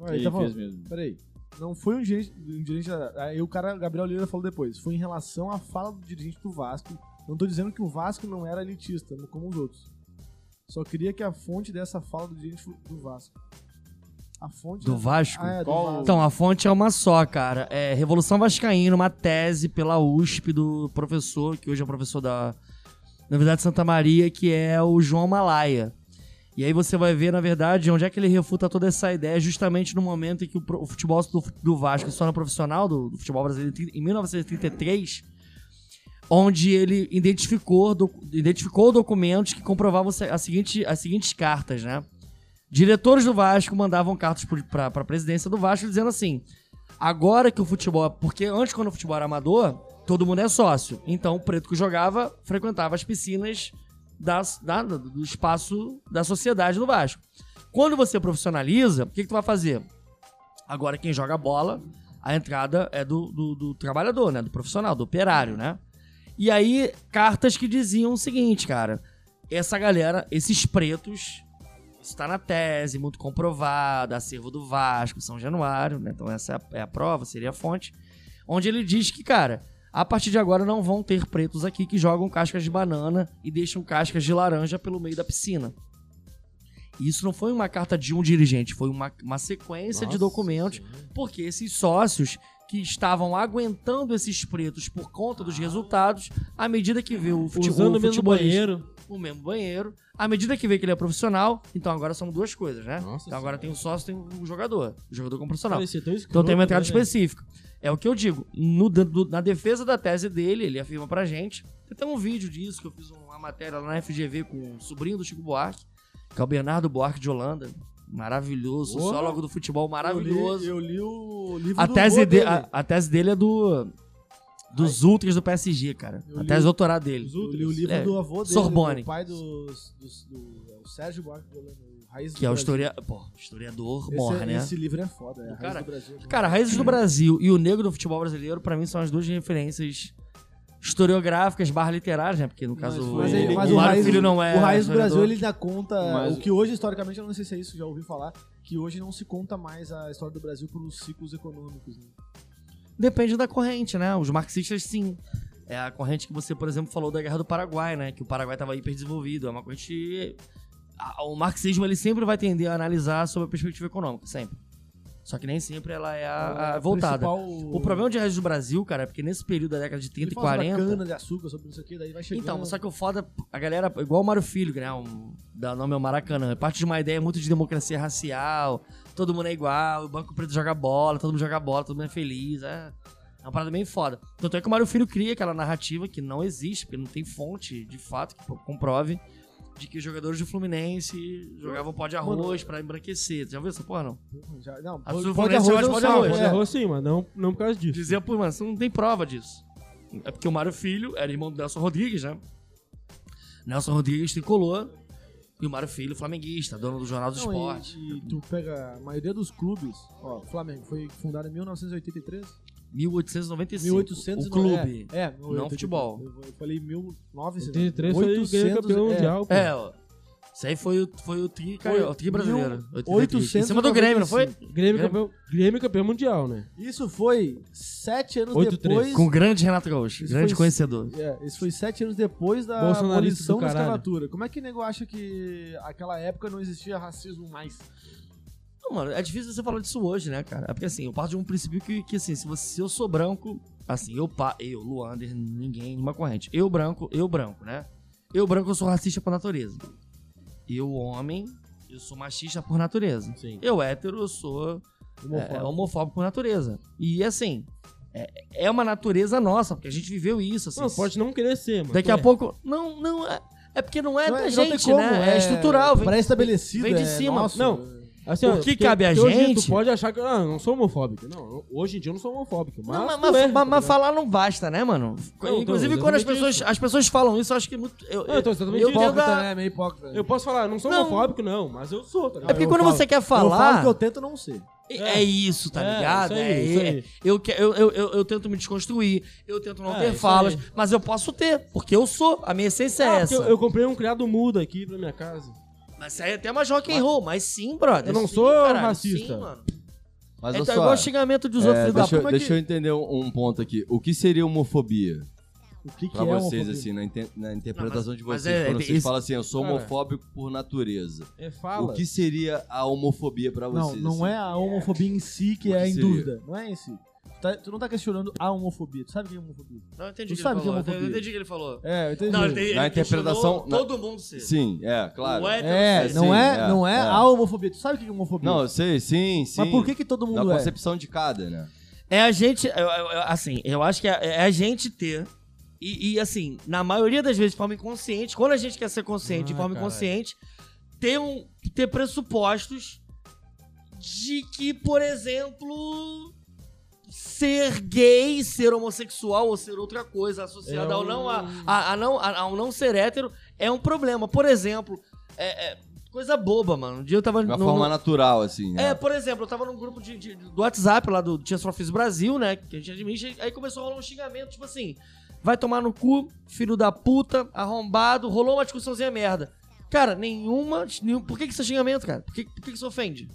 Speaker 1: Ué,
Speaker 3: Ele
Speaker 1: ele tá
Speaker 3: fez
Speaker 1: falando,
Speaker 3: mesmo.
Speaker 1: peraí. Não foi um dirigente, um dirigente. Aí o cara, Gabriel Lira, falou depois. Foi em relação à fala do dirigente do Vasco. Não tô dizendo que o Vasco não era elitista, como os outros. Só queria que a fonte dessa fala do dirigente do Vasco. A fonte.
Speaker 6: Do Vasco?
Speaker 1: Ah, é, do Vasco.
Speaker 6: Então, a fonte é uma só, cara. É Revolução Vascaína, uma tese pela USP do professor, que hoje é professor da Universidade de Santa Maria, que é o João Malaia. E aí você vai ver, na verdade, onde é que ele refuta toda essa ideia, justamente no momento em que o pro- o futebol do, do Vasco se torna profissional, do, do futebol brasileiro, em 1933, onde ele identificou, do- identificou documentos que comprovavam se- a seguinte, as seguintes cartas, né? Diretores do Vasco mandavam cartas para a presidência do Vasco dizendo assim: agora que o futebol. é-" Porque antes, quando o futebol era amador, todo mundo é sócio. Então, o preto que jogava frequentava as piscinas das- da- do espaço da sociedade do Vasco. Quando você profissionaliza, o que, que tu vai fazer? Agora, quem joga bola, a entrada é do, do- do trabalhador, né? Do profissional, do operário, né? E aí, cartas que diziam o seguinte, cara. Essa galera, esses pretos, isso tá na tese, muito comprovado, acervo do Vasco, São Januário, né? Então essa é a, é a prova, seria a fonte. Onde ele diz que, cara, a partir de agora não vão ter pretos aqui que jogam cascas de banana e deixam cascas de laranja pelo meio da piscina. E Isso não foi uma carta de um dirigente, foi uma, uma sequência é de documentos, porque esses sócios que estavam aguentando esses pretos por conta dos resultados, à medida que vê o, fute-
Speaker 2: Usando
Speaker 6: o
Speaker 2: o mesmo
Speaker 6: futebolista
Speaker 2: banheiro.
Speaker 6: o mesmo banheiro. À medida que vê que ele é profissional, então agora são duas coisas, né?
Speaker 2: Nossa
Speaker 6: então agora tem o sócio tem o jogador. O jogador como profissional.
Speaker 2: Cara, esse é tão
Speaker 6: Então
Speaker 2: escroto,
Speaker 6: tem uma entrada
Speaker 2: né, velho?
Speaker 6: específica. É o que eu digo. No- do- na defesa da tese dele, ele afirma pra gente. Tem até um vídeo disso que eu fiz uma matéria lá na FGV com o sobrinho do Chico Buarque, que é o Bernardo Buarque de Holanda. Maravilhoso,
Speaker 1: Porra!
Speaker 6: sociólogo do futebol maravilhoso.
Speaker 1: Eu li, eu li o livro
Speaker 6: A
Speaker 1: do
Speaker 6: tese,
Speaker 1: vô
Speaker 6: de-
Speaker 1: dele.
Speaker 6: a, a tese dele é do. Dos ultras do PSG, cara.
Speaker 1: Eu
Speaker 6: a
Speaker 1: li-
Speaker 6: tese de doutorado dele.
Speaker 1: Eu li o livro
Speaker 6: É,
Speaker 1: do avô dele,
Speaker 6: Sorbonne.
Speaker 1: do pai dos, dos- do, é o Sérgio Buarque de Holanda, o Raiz
Speaker 6: Que é o
Speaker 1: historiador.
Speaker 6: historia... pô, historiador,
Speaker 1: Esse,
Speaker 6: morra, né?
Speaker 1: Esse livro é foda, é a Raiz
Speaker 6: Do cara-
Speaker 1: do Brasil.
Speaker 6: Cara, Raízes do Brasil e o Negro do Futebol Brasileiro, pra mim, são as duas referências historiográficas barra literárias, né? Porque, no caso,
Speaker 1: Mas,
Speaker 6: o,
Speaker 1: ele, mas
Speaker 6: o
Speaker 1: o,
Speaker 6: Mário
Speaker 1: Raiz,
Speaker 6: Filho não é
Speaker 1: o Raiz do
Speaker 6: historiador.
Speaker 1: Brasil ele dá conta. o
Speaker 3: Mas-
Speaker 1: que hoje, historicamente, eu não sei se é isso, já ouvi falar, que hoje não se conta mais a história do Brasil pelos ciclos econômicos. Né?
Speaker 6: Depende da corrente, né? Os marxistas, sim. É a corrente que você, por exemplo, falou da Guerra do Paraguai, né? Que o Paraguai estava hiperdesenvolvido. É uma corrente... a- O marxismo, ele sempre vai tender a analisar sob a perspectiva econômica, sempre. Só que nem sempre ela é a, a voltada.
Speaker 1: principal-
Speaker 6: O problema de Raízes do Brasil, cara, é porque nesse período da década de 30
Speaker 1: Ele
Speaker 6: e
Speaker 1: fala sobre a
Speaker 6: 40...
Speaker 1: cana de açúcar, sobre não sei o que, daí vai chegando.
Speaker 6: Então, só que o foda, a galera, igual o Mário Filho, né? Um, dá nome ao Maracanã. Parte de uma ideia muito de democracia racial, todo mundo é igual, o Banco Preto joga bola, todo mundo joga bola, todo mundo é feliz. É, é uma parada bem foda. Tanto é que o Mário Filho cria aquela narrativa que não existe, porque não tem fonte de fato que comprove de que os jogadores do Fluminense jogavam pó de arroz pra embranquecer. Já viu essa porra, não?
Speaker 1: Já, não,
Speaker 6: Absurdo,
Speaker 1: pode,
Speaker 6: Fluminense
Speaker 1: arroz,
Speaker 6: hoje
Speaker 1: eu
Speaker 6: pode
Speaker 1: salvo,
Speaker 6: arroz,
Speaker 1: é.
Speaker 2: Errou sim, mas não, não por causa disso.
Speaker 6: Dizia, pô, mano, você não tem prova disso. É porque o Mário Filho era irmão do Nelson Rodrigues, né? Nelson Rodrigues tricolor e o Mário Filho flamenguista, dono do Jornal do
Speaker 1: Não,
Speaker 6: Esporte.
Speaker 1: E, e tu pega a maioria dos clubes, ó, Flamengo foi fundado em 1983,
Speaker 6: 1895.
Speaker 1: 1800
Speaker 6: o clube.
Speaker 1: É, é no
Speaker 6: não futebol.
Speaker 1: Eu, eu falei 1900.
Speaker 2: 83 foi o
Speaker 1: 800,
Speaker 2: ganho campeão
Speaker 1: é.
Speaker 2: mundial. pô.
Speaker 6: É, ó. Isso aí foi o, foi o tri, cara, o tri brasileiro.
Speaker 1: 1895.
Speaker 6: Em cima do Grêmio, não foi?
Speaker 2: Grêmio, campeão, Grêmio campeão mundial, né?
Speaker 1: Isso foi sete anos
Speaker 2: 8-3.
Speaker 1: depois.
Speaker 6: Com o grande Renato Gaúcho,
Speaker 1: Isso
Speaker 6: grande
Speaker 1: foi-
Speaker 6: conhecedor.
Speaker 1: É, isso foi sete anos depois da
Speaker 2: Bolsonarista
Speaker 1: abolição
Speaker 2: do
Speaker 1: da
Speaker 2: caralho.
Speaker 1: escravatura. Como é que o nego acha que aquela época não existia racismo mais?
Speaker 6: Não, mano, é difícil você falar disso hoje, né, cara? É porque assim, eu parto de um princípio que, que assim, se, você, se eu sou branco, assim, eu, pa, eu, Luander, ninguém, numa corrente. Eu branco, eu branco, né? Eu branco, eu sou racista por natureza. Eu homem, eu sou machista por natureza.
Speaker 2: Sim.
Speaker 6: Eu hétero, eu sou homofóbico, é, homofóbico por natureza. E assim, é, é uma natureza nossa, porque a gente viveu isso, assim.
Speaker 2: Não, pode não crescer, mano.
Speaker 6: Daqui a
Speaker 2: É.
Speaker 6: pouco... Não, não, é, é porque não é
Speaker 1: Não
Speaker 6: da
Speaker 1: não tem
Speaker 6: gente, né? É, estrutural. vem-
Speaker 1: Pré-estabelecido.
Speaker 6: vem de
Speaker 1: é
Speaker 6: cima.
Speaker 1: nosso.
Speaker 2: Não, Assim,
Speaker 6: O
Speaker 2: ó,
Speaker 6: que
Speaker 2: porque-
Speaker 6: cabe a
Speaker 2: porque hoje
Speaker 6: gente-
Speaker 2: Tu pode achar que. Ah, eu não sou homofóbico. Não, eu- hoje em dia eu não sou homofóbico. Mas.
Speaker 6: Não, mas,
Speaker 2: tu
Speaker 6: mas-
Speaker 2: é,
Speaker 6: mas-
Speaker 2: tá
Speaker 6: mas
Speaker 2: ligado?
Speaker 6: falar não basta, né, mano?
Speaker 2: Não,
Speaker 6: Inclusive,
Speaker 2: então,
Speaker 6: quando as
Speaker 2: exatamente
Speaker 6: pessoas, as pessoas falam isso, eu acho que é muito. Eu,
Speaker 2: Não, então, exatamente
Speaker 6: eu
Speaker 2: isso.
Speaker 6: tento
Speaker 1: Hipócrita,
Speaker 6: a-
Speaker 1: né? Meio hipócrita.
Speaker 2: Eu posso falar, não sou
Speaker 6: Não.
Speaker 2: homofóbico, não, mas eu sou, tá
Speaker 6: É
Speaker 2: ligado?
Speaker 6: porque
Speaker 1: eu
Speaker 6: quando
Speaker 1: falo-
Speaker 6: você quer
Speaker 1: Eu falo
Speaker 6: falar.
Speaker 1: que eu tento não ser.
Speaker 6: é, é isso, tá
Speaker 2: É,
Speaker 6: ligado?
Speaker 2: isso aí,
Speaker 6: É-
Speaker 2: isso aí.
Speaker 6: é- eu, que- eu, eu, eu, eu tento me desconstruir, eu tento não
Speaker 2: É,
Speaker 6: ter
Speaker 2: isso
Speaker 6: falas,
Speaker 2: aí.
Speaker 6: mas eu posso ter, porque eu sou, a minha essência
Speaker 2: Ah,
Speaker 6: é
Speaker 2: porque
Speaker 6: essa.
Speaker 2: Eu, eu comprei um criado mudo aqui pra minha casa.
Speaker 6: Mas isso aí é até mais rock and roll, mas sim, brother.
Speaker 2: Eu não
Speaker 6: sim,
Speaker 2: sou
Speaker 6: caralho,
Speaker 2: racista.
Speaker 6: Sim, mano.
Speaker 5: Mas
Speaker 6: é
Speaker 5: olha
Speaker 6: tá
Speaker 5: só,
Speaker 6: igual xingamento dos outros
Speaker 5: é,
Speaker 6: filhos da
Speaker 5: deixa,
Speaker 6: puta.
Speaker 5: eu- deixa eu entender um, um ponto aqui. O que seria homofobia?
Speaker 1: O que, que
Speaker 5: Pra
Speaker 1: é
Speaker 5: vocês,
Speaker 1: homofobia?
Speaker 5: assim, na, inte- na interpretação de
Speaker 6: mas
Speaker 5: vocês.
Speaker 6: é-
Speaker 5: quando
Speaker 6: é-
Speaker 5: vocês
Speaker 6: isso-
Speaker 5: falam assim, eu sou
Speaker 2: Cara.
Speaker 5: homofóbico por natureza.
Speaker 2: É, fala.
Speaker 5: O que seria a homofobia pra
Speaker 1: Não,
Speaker 5: vocês?
Speaker 1: não
Speaker 5: assim?
Speaker 1: é a homofobia em si que
Speaker 5: O que
Speaker 1: é em
Speaker 5: seria?
Speaker 1: dúvida. Não é em si. Tu, tá- tu não tá questionando a homofobia. Tu sabe o que é homofobia?
Speaker 6: Não entendi
Speaker 1: Tu
Speaker 6: o que ele
Speaker 1: sabe que é
Speaker 6: falou. Eu
Speaker 1: homofobia.
Speaker 6: não entendi o que ele falou.
Speaker 1: É, eu entendi.
Speaker 6: Não, ele, ele
Speaker 5: Na
Speaker 6: questionou
Speaker 5: interpretação- na-
Speaker 6: Todo mundo ser.
Speaker 5: Sim, é, claro.
Speaker 6: O hétero
Speaker 1: É,
Speaker 6: ser.
Speaker 1: não
Speaker 5: Sim,
Speaker 1: é,
Speaker 5: é,
Speaker 1: não é,
Speaker 5: é.
Speaker 1: a homofobia. Tu sabe o que é homofobia?
Speaker 5: Não, eu sei, sim, sim.
Speaker 1: Mas por que que todo
Speaker 5: Na
Speaker 1: mundo é?
Speaker 5: concepção de cada, né?
Speaker 6: É a gente, eu- eu- eu- assim, eu acho que é, é a gente ter. E, e, assim, na maioria das vezes, de forma inconsciente, quando a gente quer ser consciente, de
Speaker 2: Ah,
Speaker 6: forma
Speaker 2: caralho.
Speaker 6: inconsciente, ter, um, ter pressupostos de que, por exemplo, ser gay, ser homossexual ou ser outra coisa associada
Speaker 2: É
Speaker 6: ao, não, a,
Speaker 2: um-
Speaker 6: a- a não, a- ao não ser hétero é um problema. Por exemplo, é- é coisa boba, mano. Um dia eu tava
Speaker 5: De uma
Speaker 6: num-
Speaker 5: forma natural, assim, né?
Speaker 6: é, por exemplo, eu tava num grupo de, de- do WhatsApp lá do Tia Sofis Brasil, né? Que a gente administra, aí começou a rolar um xingamento, tipo assim, vai tomar no cu, filho da puta, arrombado, rolou uma discussãozinha merda. Cara, nenhuma. Nenhum, por que, que isso é xingamento, cara? Por que, por que, que isso ofende?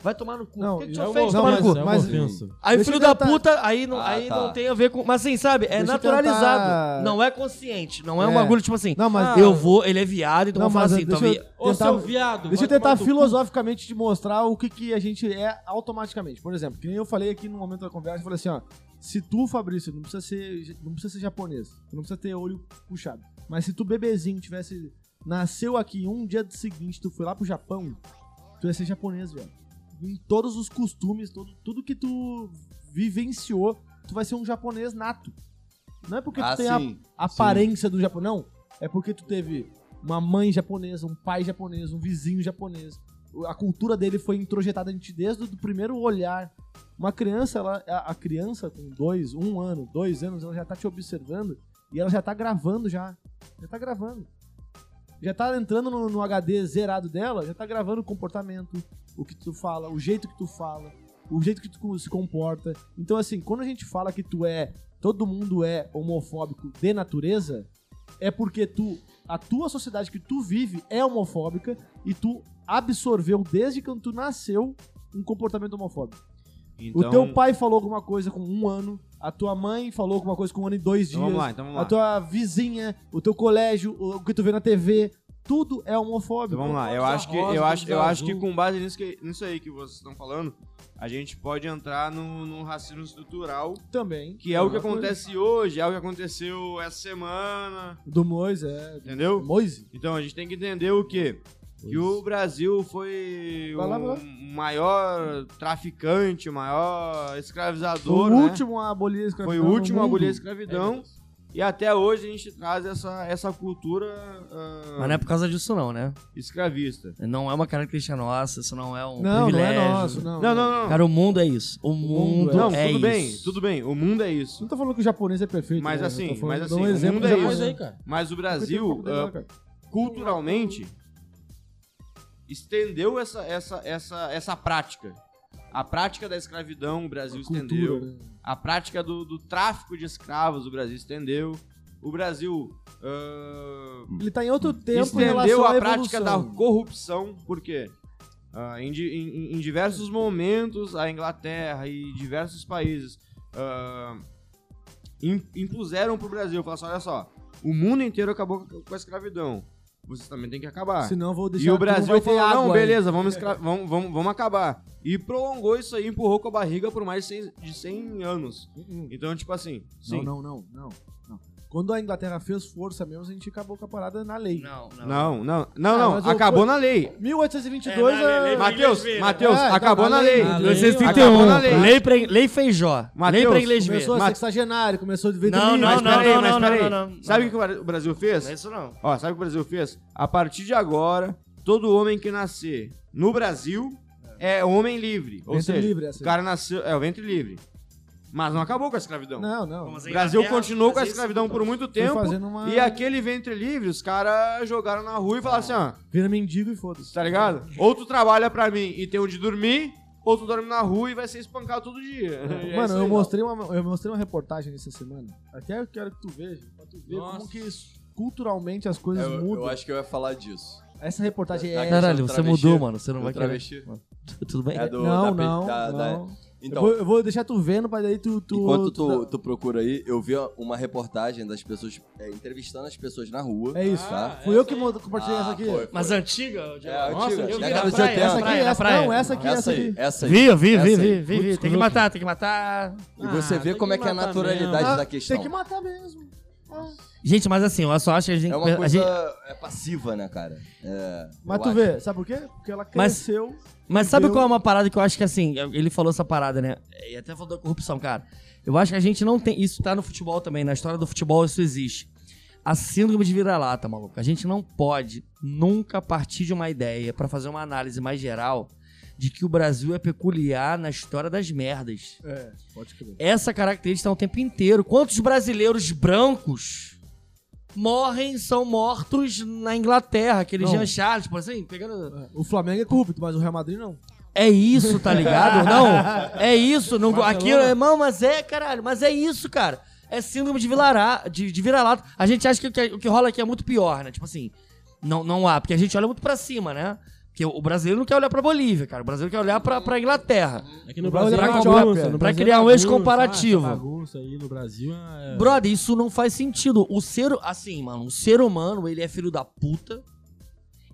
Speaker 6: Vai tomar no cu.
Speaker 1: Não,
Speaker 6: por que, que te
Speaker 1: é uma-
Speaker 6: ofende
Speaker 1: não,
Speaker 6: tomar no cu?
Speaker 1: é uma
Speaker 2: mas,
Speaker 1: ofensa.
Speaker 6: Aí o
Speaker 1: Deixa
Speaker 6: filho
Speaker 1: eu
Speaker 6: da
Speaker 1: tentar-
Speaker 6: puta, aí, não,
Speaker 5: Ah,
Speaker 6: aí
Speaker 5: tá.
Speaker 6: não tem a ver com. Mas assim, sabe? É
Speaker 1: Deixa eu
Speaker 6: naturalizado.
Speaker 1: tentar-
Speaker 6: Não é consciente. Não é um
Speaker 1: É.
Speaker 6: bagulho, tipo assim.
Speaker 1: Não, mas-
Speaker 6: eu vou, ele é viado, então
Speaker 1: Não,
Speaker 6: eu vou falar
Speaker 1: mas
Speaker 6: assim, então.
Speaker 1: deixa eu-
Speaker 2: Ô, seu
Speaker 1: Tentar-
Speaker 2: viado.
Speaker 1: Deixa eu
Speaker 2: vai
Speaker 1: tentar
Speaker 2: tomar no cu.
Speaker 1: filosoficamente te mostrar o que, que a gente é automaticamente. Por exemplo, que nem eu falei aqui no momento da conversa, eu falei assim, ó. Se tu, Fabrício, não precisa ser, não precisa ser japonês, tu não precisa ter olho puxado. Mas se tu, bebezinho, tivesse. Nasceu aqui e um dia do seguinte, tu foi lá pro Japão, tu ia ser japonês, velho. Em todos os costumes, todo, tudo que tu vivenciou, tu vai ser um japonês nato. Não é porque
Speaker 5: Ah,
Speaker 1: tu tem a
Speaker 5: sim.
Speaker 1: aparência do Japão. Não, é porque tu teve uma mãe japonesa, um pai japonês, um vizinho japonês. O- A cultura dele foi introjetada em ti desde o primeiro olhar. Uma criança, ela, a a criança com dois, um ano, dois anos, ela já tá te observando e ela já tá gravando já. Já tá gravando. Já tá entrando no, no HD zerado dela, já tá gravando o comportamento, o que tu fala, o jeito que tu fala, o jeito que tu se comporta. Então, assim, quando a gente fala que tu é todo mundo é homofóbico de natureza, é porque tu a tua sociedade que tu vive é homofóbica e tu absorveu desde quando tu nasceu um comportamento homofóbico.
Speaker 7: Então,
Speaker 1: o teu pai falou alguma coisa com um ano, a tua mãe falou alguma coisa com um ano e dois
Speaker 7: então
Speaker 1: dias,
Speaker 7: vamos lá, então vamos lá.
Speaker 1: a tua vizinha, o teu colégio, o que tu vê na TV, tudo é homofóbico.
Speaker 7: Então vamos lá, eu
Speaker 2: Todos
Speaker 7: acho que
Speaker 2: arrosos,
Speaker 7: eu acho, eu
Speaker 2: todos
Speaker 7: acho que
Speaker 2: azul.
Speaker 7: com base nisso, que- nisso aí que vocês estão falando, a gente pode entrar no, num racismo estrutural,
Speaker 1: Também.
Speaker 7: que é o que
Speaker 1: Uma coisa.
Speaker 7: acontece hoje, é o que aconteceu essa semana,
Speaker 1: Do Mois, é.
Speaker 7: entendeu?
Speaker 1: Moise?
Speaker 7: Então a gente tem que entender o quê? Que o Brasil foi
Speaker 1: Vai lá, vai lá.
Speaker 7: o maior traficante, o maior escravizador,
Speaker 1: Foi o
Speaker 7: né?
Speaker 1: último a abolir a escravidão.
Speaker 7: Foi o
Speaker 1: no
Speaker 7: último a
Speaker 1: mundo.
Speaker 7: abolir a escravidão. e até hoje a gente traz essa, essa cultura ah,
Speaker 6: Mas não é por causa disso, não, né?
Speaker 7: escravista.
Speaker 6: Não é uma característica nossa, isso não é um
Speaker 1: Não, não
Speaker 6: privilégio.
Speaker 1: é nosso, não.
Speaker 7: Não, não, não.
Speaker 6: Cara, o mundo é isso. O
Speaker 1: mundo
Speaker 6: mundo,
Speaker 1: é-
Speaker 7: Não,
Speaker 6: é
Speaker 7: tudo bem,
Speaker 6: isso.
Speaker 7: tudo bem. O mundo é
Speaker 1: Tu
Speaker 7: isso.
Speaker 1: não tá falando que o japonês é perfeito.
Speaker 7: Mas
Speaker 1: né? Eu
Speaker 7: assim,
Speaker 1: tô falando-
Speaker 7: mas
Speaker 1: dou
Speaker 7: assim, o mundo é
Speaker 1: do
Speaker 7: isso.
Speaker 1: japonês.
Speaker 2: Mas
Speaker 1: tá
Speaker 2: aí, cara.
Speaker 7: Mas o
Speaker 1: Eu tenho um
Speaker 7: Brasil,
Speaker 1: pouco dela,
Speaker 7: ah,
Speaker 1: cara.
Speaker 7: culturalmente, estendeu essa, essa, essa, essa prática. A prática da escravidão o Brasil estendeu.
Speaker 1: Cultura, né?
Speaker 7: A prática do, do tráfico de escravos o Brasil estendeu. O Brasil ah,
Speaker 1: Ele tá em outro tempo em
Speaker 7: estendeu
Speaker 1: relação à
Speaker 7: a
Speaker 1: evolução.
Speaker 7: prática da corrupção, porque em, di- em- em diversos momentos a Inglaterra e diversos países ah, im- impuseram pro Brasil, falaram assim, olha só, o mundo inteiro acabou com com a escravidão, vocês também tem que acabar.
Speaker 1: Senão eu vou deixar
Speaker 7: E o
Speaker 1: aqui, não
Speaker 7: Brasil
Speaker 1: vai ter
Speaker 7: falou, não,
Speaker 1: água aí."
Speaker 7: beleza, vamos, escra- vamos, vamos, vamos acabar. E prolongou isso aí, empurrou com a barriga por mais de 100 de 100 anos.
Speaker 1: Uhum.
Speaker 7: Então, tipo assim, sim.
Speaker 1: Não, não, não, não, não. Quando a Inglaterra fez força mesmo, a gente acabou com a parada na lei.
Speaker 6: Não, não.
Speaker 7: Não, não, não,
Speaker 1: Ah,
Speaker 7: não,
Speaker 1: mas eu-
Speaker 7: acabou na lei.
Speaker 1: 1822
Speaker 6: É, na lei,
Speaker 1: a-
Speaker 6: lei,
Speaker 7: Matheus,
Speaker 6: Inglês,
Speaker 7: Matheus,
Speaker 1: né? É, então,
Speaker 7: acabou
Speaker 1: na
Speaker 7: na
Speaker 1: lei.
Speaker 7: lei.
Speaker 2: Na lei.
Speaker 6: 1931.
Speaker 7: na
Speaker 6: Lei,
Speaker 7: lei.
Speaker 6: pra, lei feijó. lei
Speaker 7: Mateus,
Speaker 6: pra inglês ver.
Speaker 1: começou a ser
Speaker 7: Mas-
Speaker 1: sexagenário, começou a ver
Speaker 6: Não, não,
Speaker 7: mas
Speaker 6: não,
Speaker 7: peraí,
Speaker 6: não,
Speaker 7: um, mas
Speaker 6: não,
Speaker 7: peraí.
Speaker 6: não, não, não.
Speaker 7: Sabe o que o Brasil
Speaker 6: Não é
Speaker 7: fez?
Speaker 6: isso não.
Speaker 7: Ó, sabe o que o Brasil fez? A partir de agora, todo homem que nascer no Brasil é homem livre. Ou
Speaker 1: Ventre
Speaker 7: seja,
Speaker 1: livre, assim. essa.
Speaker 7: o cara nasceu. É o ventre livre. Mas não acabou com a escravidão.
Speaker 1: Não, não.
Speaker 6: Como assim?
Speaker 7: O Brasil
Speaker 6: Inglaterra
Speaker 7: continuou com é a
Speaker 6: fazia isso
Speaker 7: escravidão por muito
Speaker 1: Fui
Speaker 7: tempo.
Speaker 1: fazendo uma-
Speaker 7: E aquele ventre livre, os caras jogaram na rua e falaram assim, ó,
Speaker 1: Vira mendigo e foda-se.
Speaker 7: tá ligado? Ou tu trabalha pra mim e tem onde dormir, ou tu dorme na rua e vai ser espancado todo dia. E é isso
Speaker 1: Mano, eu
Speaker 7: aí.
Speaker 1: mostrei, uma, eu mostrei uma reportagem essa semana. Até eu quero que tu veja, pra tu ver como que isso- culturalmente as coisas
Speaker 5: É, Eu,
Speaker 1: mudam.
Speaker 5: eu acho que eu ia falar disso.
Speaker 1: Essa reportagem
Speaker 5: Da
Speaker 1: é.
Speaker 5: questão
Speaker 6: Caralho,
Speaker 5: do
Speaker 6: você
Speaker 5: travesti.
Speaker 6: mudou, mano. Você não
Speaker 5: Do
Speaker 6: vai querer.
Speaker 5: travesti.
Speaker 6: Tudo bem?
Speaker 5: É do,
Speaker 1: não,
Speaker 5: da, pe-
Speaker 1: não,
Speaker 5: da- da-
Speaker 1: não. Eu,
Speaker 5: Então,
Speaker 1: vou, eu vou deixar tu vendo, pra daí tu. tu
Speaker 5: enquanto
Speaker 1: tu-
Speaker 5: tu, tu procura aí, eu vi uma reportagem das pessoas é, entrevistando as pessoas na rua.
Speaker 1: É isso.
Speaker 5: Tá?
Speaker 1: Fui eu que mo- compartilhei
Speaker 5: Ah,
Speaker 1: essa aqui.
Speaker 5: foi, foi.
Speaker 6: Mas antiga,
Speaker 5: É, a
Speaker 2: Nossa,
Speaker 5: antiga,
Speaker 2: eu vi
Speaker 5: década
Speaker 6: na
Speaker 5: de
Speaker 6: praia,
Speaker 5: 80.
Speaker 1: Essa aqui,
Speaker 6: praia, na
Speaker 1: essa,
Speaker 6: praia.
Speaker 1: não, essa aqui, essa,
Speaker 5: Essa aí,
Speaker 1: aqui.
Speaker 5: essa aí.
Speaker 6: Vi, vi, vi,
Speaker 5: Essa aí.
Speaker 6: vi, vi, vi. Tem que matar, tem que matar.
Speaker 5: E você
Speaker 2: Ah,
Speaker 5: vê
Speaker 2: tem
Speaker 5: como é que é a
Speaker 2: matar
Speaker 5: naturalidade
Speaker 1: mesmo.
Speaker 5: da
Speaker 1: Tem
Speaker 5: questão.
Speaker 1: que matar mesmo.
Speaker 6: Gente, mas assim, eu só acho que a gente.
Speaker 5: É uma
Speaker 6: a gente-
Speaker 5: coisa é passiva, né, cara? É,
Speaker 1: Mas
Speaker 5: eu
Speaker 1: tu
Speaker 5: acho.
Speaker 1: vê, sabe por quê? Porque ela
Speaker 6: Mas-
Speaker 1: cresceu.
Speaker 6: Mas sabe
Speaker 1: Deu-
Speaker 6: qual é uma parada que eu acho que assim, ele falou essa parada, né? E até falou da corrupção, cara. Eu acho que a gente não tem. Isso tá no futebol também, na história do futebol isso existe. A síndrome de vira-lata, maluco. A gente não pode nunca partir de uma ideia pra fazer uma análise mais geral de que o Brasil é peculiar na história das merdas.
Speaker 1: É, pode crer.
Speaker 6: Essa característica tá o tempo inteiro. Quantos brasileiros brancos morrem, são mortos na Inglaterra? Aquele
Speaker 1: Não.
Speaker 6: Jean Charles, por assim, pegando.
Speaker 1: O Flamengo é corrupto, mas o Real Madrid não.
Speaker 6: É isso, tá ligado? Não, é isso. Não,
Speaker 2: Barcelona.
Speaker 6: aquilo é, mano, mas é, caralho, mas é isso, cara. É síndrome de, vilará, de, de vira-lata. A gente acha que o, que o que rola aqui é muito pior, né? Tipo assim, não, não há, porque a gente olha muito pra cima, né? Porque o brasileiro não quer olhar pra Bolívia, cara. O brasileiro quer olhar pra, pra Inglaterra.
Speaker 2: Aqui no
Speaker 1: Pra
Speaker 2: Brasil
Speaker 1: olhar pra
Speaker 2: é bagunça,
Speaker 1: Europa,
Speaker 2: no
Speaker 1: pra
Speaker 2: Brasil é
Speaker 6: criar um
Speaker 2: bagunça,
Speaker 6: ex-comparativo.
Speaker 2: ah, essa bagunça aí no Brasil é...
Speaker 6: Brother, isso não faz sentido. O ser, assim, mano, o ser humano, ele é filho da puta.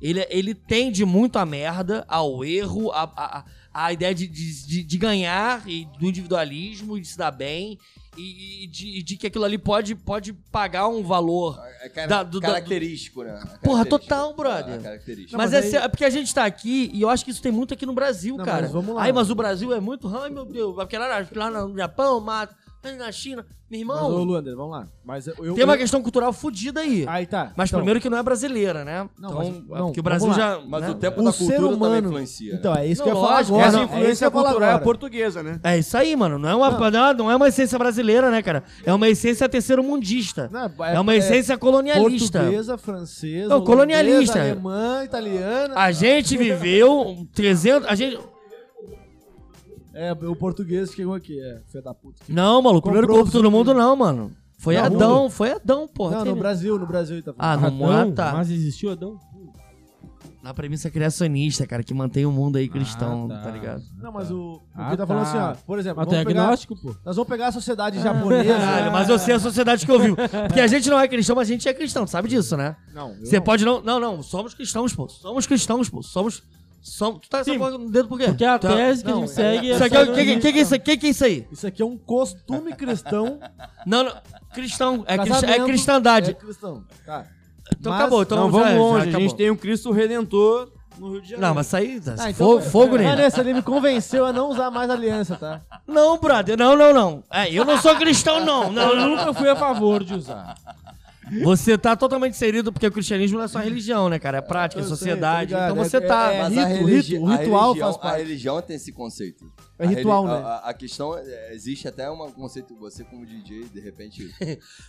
Speaker 6: Ele, ele tende muito à merda, ao erro, à, à, à ideia de, de, de- de ganhar e do individualismo, e de se dar bem, e, e de, e de que aquilo ali pode, pode pagar um valor.
Speaker 5: É cara-
Speaker 6: Da- do- da-
Speaker 5: característico, né? É
Speaker 6: Porra,
Speaker 5: característico.
Speaker 6: total,
Speaker 5: É
Speaker 6: brother.
Speaker 5: característico.
Speaker 6: mas
Speaker 1: mas
Speaker 6: é,
Speaker 1: aí-
Speaker 6: sé- é porque a gente tá aqui e eu acho que isso tem muito aqui no Brasil,
Speaker 1: Não,
Speaker 6: cara.
Speaker 1: mas vamos lá.
Speaker 6: Ai, mas o Brasil é muito. Ai, meu Deus. Porque lá, na- lá no Japão, mata. Na China. Meu
Speaker 1: Mas, ô,
Speaker 6: irmão,
Speaker 1: Luander, vamos lá. Mas eu, eu-
Speaker 6: tem uma
Speaker 1: eu-
Speaker 6: questão cultural fodida aí.
Speaker 1: Aí tá.
Speaker 6: Mas
Speaker 1: então,
Speaker 6: primeiro que não é brasileira, né?
Speaker 1: Não,
Speaker 6: então,
Speaker 1: mas-
Speaker 6: é
Speaker 1: não,
Speaker 6: porque
Speaker 1: vamos
Speaker 6: o Brasil
Speaker 1: lá.
Speaker 6: já.
Speaker 5: Mas
Speaker 6: né?
Speaker 5: o tempo
Speaker 1: O
Speaker 5: da
Speaker 1: Um ser
Speaker 5: cultura também
Speaker 1: humano-
Speaker 5: influencia. né?
Speaker 1: Então, é isso
Speaker 6: Não,
Speaker 1: que eu ia falar
Speaker 6: lógico,
Speaker 1: agora.
Speaker 6: essa
Speaker 1: é isso que eu ia
Speaker 7: influência
Speaker 1: falar
Speaker 7: cultural é
Speaker 1: agora.
Speaker 7: portuguesa, né?
Speaker 6: É isso aí, mano. Não é, uma, não. não é uma essência brasileira, né, cara? É uma essência terceiro-mundista.
Speaker 1: Não,
Speaker 6: É, uma essência colonialista.
Speaker 1: Portuguesa, francesa,
Speaker 6: Não, colonialista. Ah.
Speaker 1: holandesa, alemã, italiana.
Speaker 6: A gente viveu 300. A gente.
Speaker 1: É, o português que chegou aqui, é, filho da puta.
Speaker 6: Não, maluco. O primeiro
Speaker 1: Comprou
Speaker 6: corrupto
Speaker 1: os-
Speaker 6: do mundo, não, mano. Foi
Speaker 1: Não,
Speaker 6: Adão, foi Adão, porra.
Speaker 1: não,
Speaker 6: Tem-
Speaker 1: no Brasil, no Brasil ele tá
Speaker 6: Ah,
Speaker 1: falando.
Speaker 6: não, ah, tá.
Speaker 2: Mas existiu Adão?
Speaker 6: Na premissa criacionista, cara, que mantém o mundo aí cristão,
Speaker 2: Ah, tá.
Speaker 6: tá. ligado?
Speaker 1: não, mas o, o
Speaker 2: Ah,
Speaker 1: que ele tá falando
Speaker 2: tá.
Speaker 1: assim, ó, por exemplo,
Speaker 2: Mas tu é
Speaker 1: vamos pegar,
Speaker 2: agnóstico, pô?
Speaker 1: nós vamos pegar a sociedade japonesa.
Speaker 6: Ah. Caralho, mas eu sei a sociedade que eu vivo. Porque a gente não é cristão, mas a gente é cristão, tu sabe disso, né?
Speaker 1: Não, eu
Speaker 6: Você
Speaker 1: não.
Speaker 6: pode não. Não, não. Somos cristãos, pô. Somos cristãos, pô. Somos. som- tu tá essa
Speaker 2: Sim.
Speaker 6: porra no dedo por quê?
Speaker 2: Porque a
Speaker 6: Tu é-
Speaker 2: tese que a
Speaker 1: não,
Speaker 2: gente
Speaker 1: é-
Speaker 2: segue é...
Speaker 6: Isso aqui é o que, que, que, que é isso, que, que é isso aí?
Speaker 1: Isso aqui é um costume cristão.
Speaker 6: Não, não. Cristão. É, crist- é
Speaker 1: casamento,
Speaker 6: cristandade.
Speaker 1: É cristão. Tá.
Speaker 6: Então
Speaker 1: Mas-
Speaker 6: acabou. Então
Speaker 7: não,
Speaker 6: já-
Speaker 7: vamos
Speaker 6: já
Speaker 7: longe. A
Speaker 6: acabou.
Speaker 7: gente tem um Cristo Redentor no Rio de Janeiro.
Speaker 6: Não, mas isso aí. tá-
Speaker 1: Ah,
Speaker 6: fo- fogo nele.
Speaker 1: Vanessa, ele me convenceu a não usar mais aliança, tá?
Speaker 6: Não, brother. Não, não, não. É, eu não sou cristão, não. não,
Speaker 2: Eu
Speaker 6: não.
Speaker 2: nunca fui a favor de usar.
Speaker 6: Você tá totalmente inserido, porque o cristianismo não é só religião, né, cara? É prática, é
Speaker 1: Eu sei, tô
Speaker 6: sociedade.
Speaker 1: ligado.
Speaker 6: então
Speaker 1: É-
Speaker 6: você
Speaker 1: é-
Speaker 6: tá.
Speaker 1: é-
Speaker 5: Mas
Speaker 1: rito,
Speaker 5: a religi-
Speaker 1: rito, o
Speaker 5: a
Speaker 1: ritual
Speaker 5: religião,
Speaker 1: faz parte.
Speaker 5: A religião tem esse conceito.
Speaker 1: É ritual,
Speaker 5: a, reli-
Speaker 6: Ah,
Speaker 1: né?
Speaker 5: A, a questão, é- existe até um conceito, você como DJ, de repente...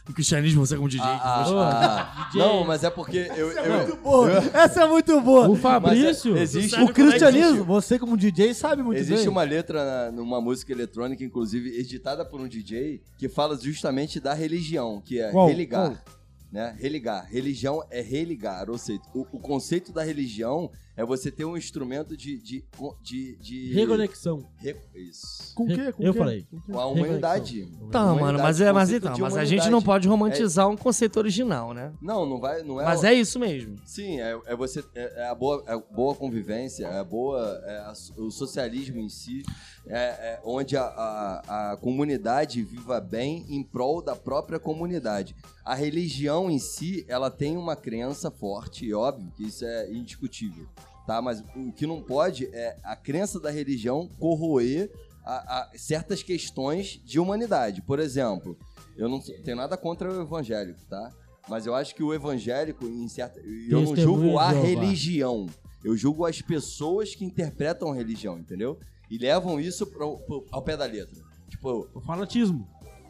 Speaker 6: O cristianismo, você como DJ.
Speaker 5: a- a-
Speaker 6: ah,
Speaker 2: você-
Speaker 5: a-
Speaker 2: DJ.
Speaker 5: não, mas é porque eu... eu-
Speaker 1: Boa. Essa é muito boa.
Speaker 2: O
Speaker 5: mas é-
Speaker 2: Fabrício...
Speaker 5: existe,
Speaker 1: O cristianismo, você como DJ sabe muito
Speaker 5: Existe
Speaker 1: bem.
Speaker 5: uma letra na- numa música eletrônica, inclusive, editada por um DJ, que fala justamente da religião, que é
Speaker 1: Qual?
Speaker 5: religar. Né? Religar. Religião é religar. Ou seja, o, o conceito da religião é você ter um instrumento de. de, de, de-
Speaker 2: Reconexão.
Speaker 5: re- isso.
Speaker 1: Com o quê? Com
Speaker 2: eu
Speaker 1: quê?
Speaker 2: falei.
Speaker 5: Com a humanidade.
Speaker 6: Tá, mano,
Speaker 5: Humanidade,
Speaker 6: mas é, mas
Speaker 5: conceito
Speaker 6: então,
Speaker 5: de
Speaker 6: mas a gente
Speaker 5: humanidade.
Speaker 6: não pode romantizar um conceito original, né?
Speaker 5: Não, não vai. Não é
Speaker 6: Mas é isso mesmo.
Speaker 5: Sim, é, é você. É, é a boa, é a boa convivência, é a boa. é a so- o socialismo em si, é, é onde a, a, a comunidade viva bem em prol da própria comunidade. A religião em si, ela tem uma crença forte, e óbvio que isso é indiscutível. Tá? Mas o que não pode é a crença da religião corroer a, a certas questões de humanidade. Por exemplo, eu não sou- tenho nada contra o evangélico, tá? Mas eu acho que o evangélico, em certa. Eu não
Speaker 2: Testemunho de
Speaker 5: julgo a
Speaker 2: Jeová.
Speaker 5: religião. Eu julgo as pessoas que interpretam a religião, entendeu? E levam isso pro, pro- ao pé da letra. Tipo,
Speaker 2: O fanatismo.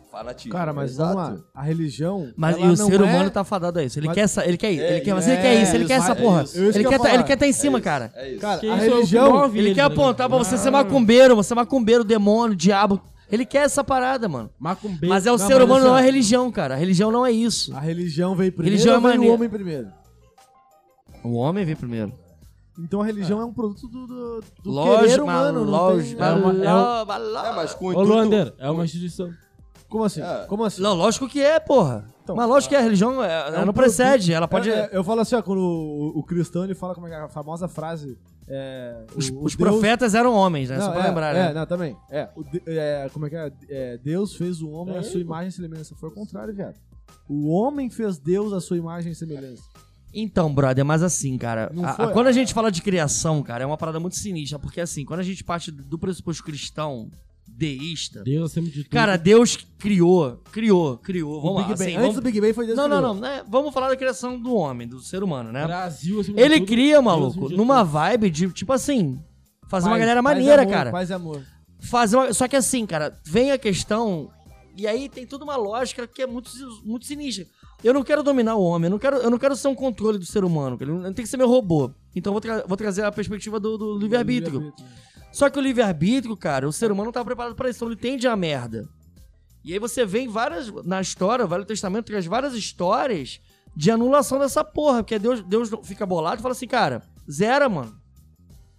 Speaker 5: fanatismo.
Speaker 1: Cara, mas vamos lá. A religião.
Speaker 6: Mas
Speaker 1: ela
Speaker 6: e o
Speaker 1: não
Speaker 6: ser
Speaker 1: é-
Speaker 6: humano tá fadado a isso. Ele
Speaker 1: Mas-
Speaker 6: quer essa, ele quer,
Speaker 5: É,
Speaker 6: ele quer, mas
Speaker 1: é,
Speaker 6: ele quer isso, ele quer
Speaker 5: isso,
Speaker 6: essa
Speaker 5: é
Speaker 6: porra.
Speaker 5: isso.
Speaker 1: Eu isso
Speaker 6: Ele
Speaker 1: que
Speaker 6: quer,
Speaker 1: eu ia
Speaker 6: tá, ele
Speaker 1: falar.
Speaker 6: quer tá em
Speaker 5: É
Speaker 6: cima,
Speaker 5: isso,
Speaker 6: cara.
Speaker 5: É isso.
Speaker 1: Cara,
Speaker 2: Que
Speaker 1: a
Speaker 2: isso é o que
Speaker 1: religião.
Speaker 2: move
Speaker 6: Ele quer
Speaker 2: né?
Speaker 6: apontar pra você ser macumbeiro, você é macumbeiro, demônio, diabo. Ele quer essa parada, mano.
Speaker 2: Macumbeiro.
Speaker 6: Mas é
Speaker 1: Não,
Speaker 6: o ser
Speaker 1: mas
Speaker 6: humano,
Speaker 1: assim,
Speaker 6: não é
Speaker 1: ó.
Speaker 6: religião, cara. A religião não é isso.
Speaker 1: A religião veio primeiro.
Speaker 6: Religião é
Speaker 1: ou veio
Speaker 6: mania.
Speaker 1: o homem primeiro.
Speaker 6: O homem vem primeiro.
Speaker 1: Então a religião é, um produto do, do, do querer
Speaker 6: Lógico, mas
Speaker 1: humano, não tem-
Speaker 6: lógico.
Speaker 2: É uma- é um-
Speaker 5: É, mas com o
Speaker 2: Ô,
Speaker 5: intuito-
Speaker 2: Luander, é uma instituição.
Speaker 1: Como assim?
Speaker 5: É.
Speaker 1: Como assim?
Speaker 6: Não, lógico que é, porra.
Speaker 1: Então,
Speaker 6: mas lógico que a religião, é, ela
Speaker 1: um produto-
Speaker 6: não precede, ela pode...
Speaker 1: É, é, Eu, falo assim, ó, quando o, o cristão ele fala como é que é a famosa frase. é,
Speaker 6: os
Speaker 1: o- o Deus-
Speaker 6: os profetas eram homens, né? Só
Speaker 1: Não,
Speaker 6: pra
Speaker 1: é,
Speaker 6: lembrar,
Speaker 1: é,
Speaker 6: né?
Speaker 1: não, também. É, o de- é, como é que é? É, Deus fez o homem à sua
Speaker 6: É.
Speaker 1: imagem e semelhança. Foi o contrário, viado. O homem fez Deus à sua imagem e semelhança.
Speaker 6: Então, brother, mas assim, cara,
Speaker 1: Não
Speaker 6: a- a-
Speaker 1: foi?
Speaker 6: quando a gente fala de criação, cara, é uma parada muito sinistra, porque assim, quando a gente parte do pressuposto cristão, deísta,
Speaker 2: Deus acima de tudo.
Speaker 6: cara, Deus criou, criou, criou, vamos
Speaker 1: O Big
Speaker 6: lá,
Speaker 1: Bang.
Speaker 6: assim,
Speaker 1: Antes
Speaker 6: vamos...
Speaker 1: do Big Bang foi Deus
Speaker 6: Não,
Speaker 1: que
Speaker 6: não,
Speaker 1: criou.
Speaker 6: não, né? vamos falar da criação do homem, do ser humano, né?
Speaker 2: Brasil acima de
Speaker 6: Ele
Speaker 2: um tudo.
Speaker 6: cria,
Speaker 2: acima
Speaker 6: maluco,
Speaker 2: de
Speaker 6: numa
Speaker 2: tudo.
Speaker 6: vibe de, tipo assim, fazer uma
Speaker 1: Paz-
Speaker 6: galera
Speaker 1: paz e
Speaker 6: maneira,
Speaker 1: amor,
Speaker 6: cara.
Speaker 1: Paz e amor.
Speaker 6: fazer uma... Só que assim, cara, vem a questão. E aí tem toda uma lógica que é muito, si- muito sinistra. Eu não quero dominar o homem, eu não quero, eu não quero ser um controle do ser humano, cara. ele não tem que ser meu robô. Então eu vou, tra- vou trazer a perspectiva do, do livre-arbítrio. Só que o livre-arbítrio, cara, o ser humano não tá preparado pra isso, então ele tende a merda. E aí você vê em várias. Na história, o Velho Testamento traz várias histórias de anulação dessa porra. Porque Deus, Deus fica bolado e fala assim, cara, zera, mano.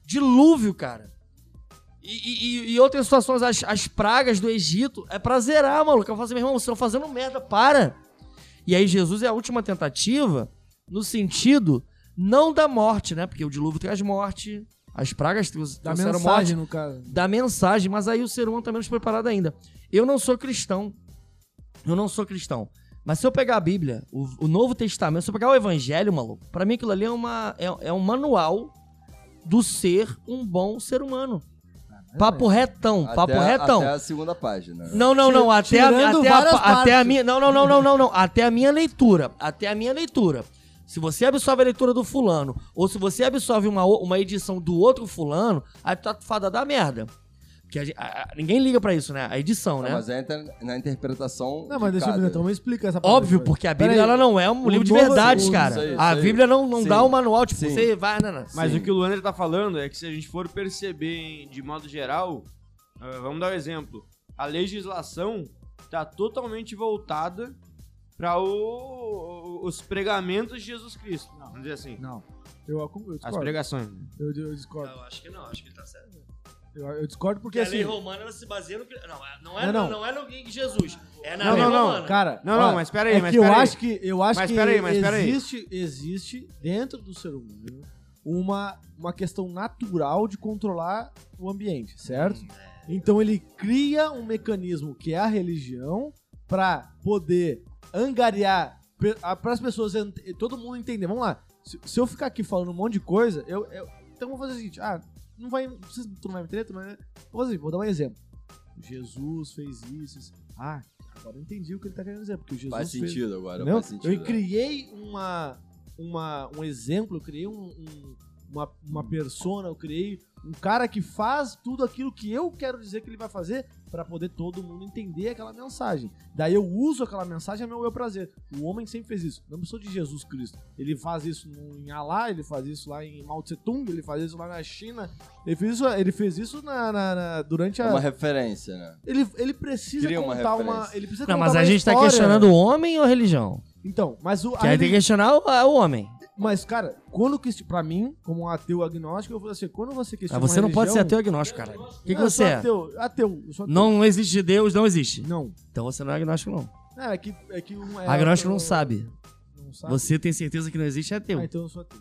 Speaker 6: Dilúvio, cara. E, e- e outras situações, as, as pragas do Egito, é pra zerar, maluco. Eu falo assim, meu irmão, vocês estão fazendo merda, para. E aí Jesus é a última tentativa, no sentido, não da morte, né? Porque o dilúvio traz morte, as pragas trou-
Speaker 1: Da
Speaker 6: trouxeram morte
Speaker 1: mensagem, no caso.
Speaker 6: da mensagem, mas aí o ser humano tá menos preparado ainda. Eu não sou cristão. Eu não sou cristão. Mas se eu pegar a Bíblia, o, o Novo Testamento, se eu pegar o Evangelho, maluco, pra mim aquilo ali é, uma, é, é um manual do ser um bom ser humano. Papo retão, papo
Speaker 5: Ah, é. até,
Speaker 6: retão.
Speaker 5: até a segunda página.
Speaker 6: Não, não, não. Até a,
Speaker 1: tirando
Speaker 6: até, a,
Speaker 1: várias
Speaker 6: pa- até a
Speaker 1: partes.
Speaker 6: minha. Não, não, não, não, não, não. Até a minha leitura. Até a minha leitura. Se você absorve a leitura do fulano, ou se você absorve uma, o- uma edição do outro fulano, aí tu tá fada da merda. Porque a gen- a- a- ninguém liga pra isso, né? A edição,
Speaker 5: Não,
Speaker 6: né?
Speaker 5: Mas é inter- na interpretação.
Speaker 1: Não, mas
Speaker 5: de
Speaker 1: deixa eu ver,
Speaker 5: cada.
Speaker 1: então me explica essa parada
Speaker 6: Óbvio,
Speaker 1: aí.
Speaker 6: porque a Bíblia
Speaker 1: Peraí.
Speaker 6: ela não é um
Speaker 1: O
Speaker 6: livro de
Speaker 1: Novo-
Speaker 6: verdades,
Speaker 1: o-
Speaker 6: cara.
Speaker 5: isso aí,
Speaker 6: a
Speaker 5: isso aí.
Speaker 6: Bíblia não, não
Speaker 5: Sim.
Speaker 6: dá um manual, tipo,
Speaker 5: Sim.
Speaker 6: você vai, não, não.
Speaker 7: Mas
Speaker 5: Sim.
Speaker 7: o que o Luander tá falando é que se a gente for perceber em- de modo geral, ah, vamos dar um exemplo. A legislação tá totalmente voltada para os pregamentos de Jesus Cristo. Vamos dizer assim.
Speaker 1: Não. Eu, eu
Speaker 7: As
Speaker 1: discordo.
Speaker 7: pregações.
Speaker 1: Eu, eu discordo.
Speaker 6: acho que não, acho que ele tá certo.
Speaker 1: Eu, eu discordo porque assim.
Speaker 6: romana ela se baseia no. Não,
Speaker 1: é- Não, não.
Speaker 6: é no Jesus. É
Speaker 7: na Não, lei não, não. romana.
Speaker 1: Cara,
Speaker 7: Não, não,
Speaker 1: olha,
Speaker 7: mas pera aí,
Speaker 1: É
Speaker 7: mas
Speaker 1: que eu
Speaker 7: pera aí.
Speaker 1: acho que eu acho
Speaker 7: Mas
Speaker 1: que
Speaker 7: pera aí, mas pera aí.
Speaker 1: existe existe dentro do ser humano uma uma questão natural de controlar o ambiente, certo?
Speaker 7: Hum, é.
Speaker 1: Então ele cria um mecanismo que é a religião pra poder angariar para as pessoas ent- todo mundo entender. Vamos lá. Se, se eu ficar aqui falando um monte de coisa, eu, eu- então vou fazer o seguinte, ah, não vai, vocês- tu não vai me entender, tu não vai, vou, fazer, vou dar um exemplo. Jesus fez isso, isso. Ah, agora eu entendi o que ele tá querendo dizer, porque Jesus
Speaker 5: Faz
Speaker 1: fez
Speaker 5: sentido agora.
Speaker 1: Entendeu?
Speaker 5: Faz sentido. né?
Speaker 1: Eu criei uma, uma, um exemplo, eu criei um- um- uma,
Speaker 5: Hum.
Speaker 1: uma persona, eu criei um cara que faz tudo aquilo que eu quero dizer que ele vai fazer pra poder todo mundo entender aquela mensagem. Daí eu uso aquela mensagem a meu, meu prazer. O homem sempre fez isso. Não precisou de Jesus Cristo. Ele faz isso no- em Alá, ele faz isso lá em Mao Tse Tung, ele faz isso lá na China. Ele fez isso, ele fez isso na, na- na- durante
Speaker 5: É
Speaker 1: a.
Speaker 5: uma referência, né?
Speaker 1: Ele, ele precisa
Speaker 5: Cria uma
Speaker 1: contar uma.
Speaker 5: referência.
Speaker 1: Ele precisa
Speaker 6: Não,
Speaker 1: contar
Speaker 6: mas
Speaker 1: uma
Speaker 6: a gente tá
Speaker 1: história.
Speaker 6: questionando o homem ou a religião?
Speaker 1: Então, mas o. a
Speaker 6: Que aí tem que questionar o, a- o homem.
Speaker 1: Mas, cara, quando que. Pra mim, como um ateu agnóstico, eu vou assim, quando você
Speaker 6: Mas
Speaker 1: questiona.
Speaker 6: Ah, você
Speaker 1: uma
Speaker 6: não pode ser
Speaker 1: religião-
Speaker 6: ateu agnóstico, cara. O que, que
Speaker 1: Não, eu
Speaker 6: você
Speaker 1: sou
Speaker 6: é?
Speaker 1: Ateu, ateu, eu sou ateu.
Speaker 6: Não existe Deus, não existe.
Speaker 1: Não.
Speaker 6: Então você não é agnóstico, não.
Speaker 1: Não, é que. É que um é
Speaker 6: agnóstico não
Speaker 1: ateu-
Speaker 6: sabe.
Speaker 1: Não sabe.
Speaker 6: Você tem certeza que não existe, é ateu.
Speaker 1: Ah, então eu sou ateu.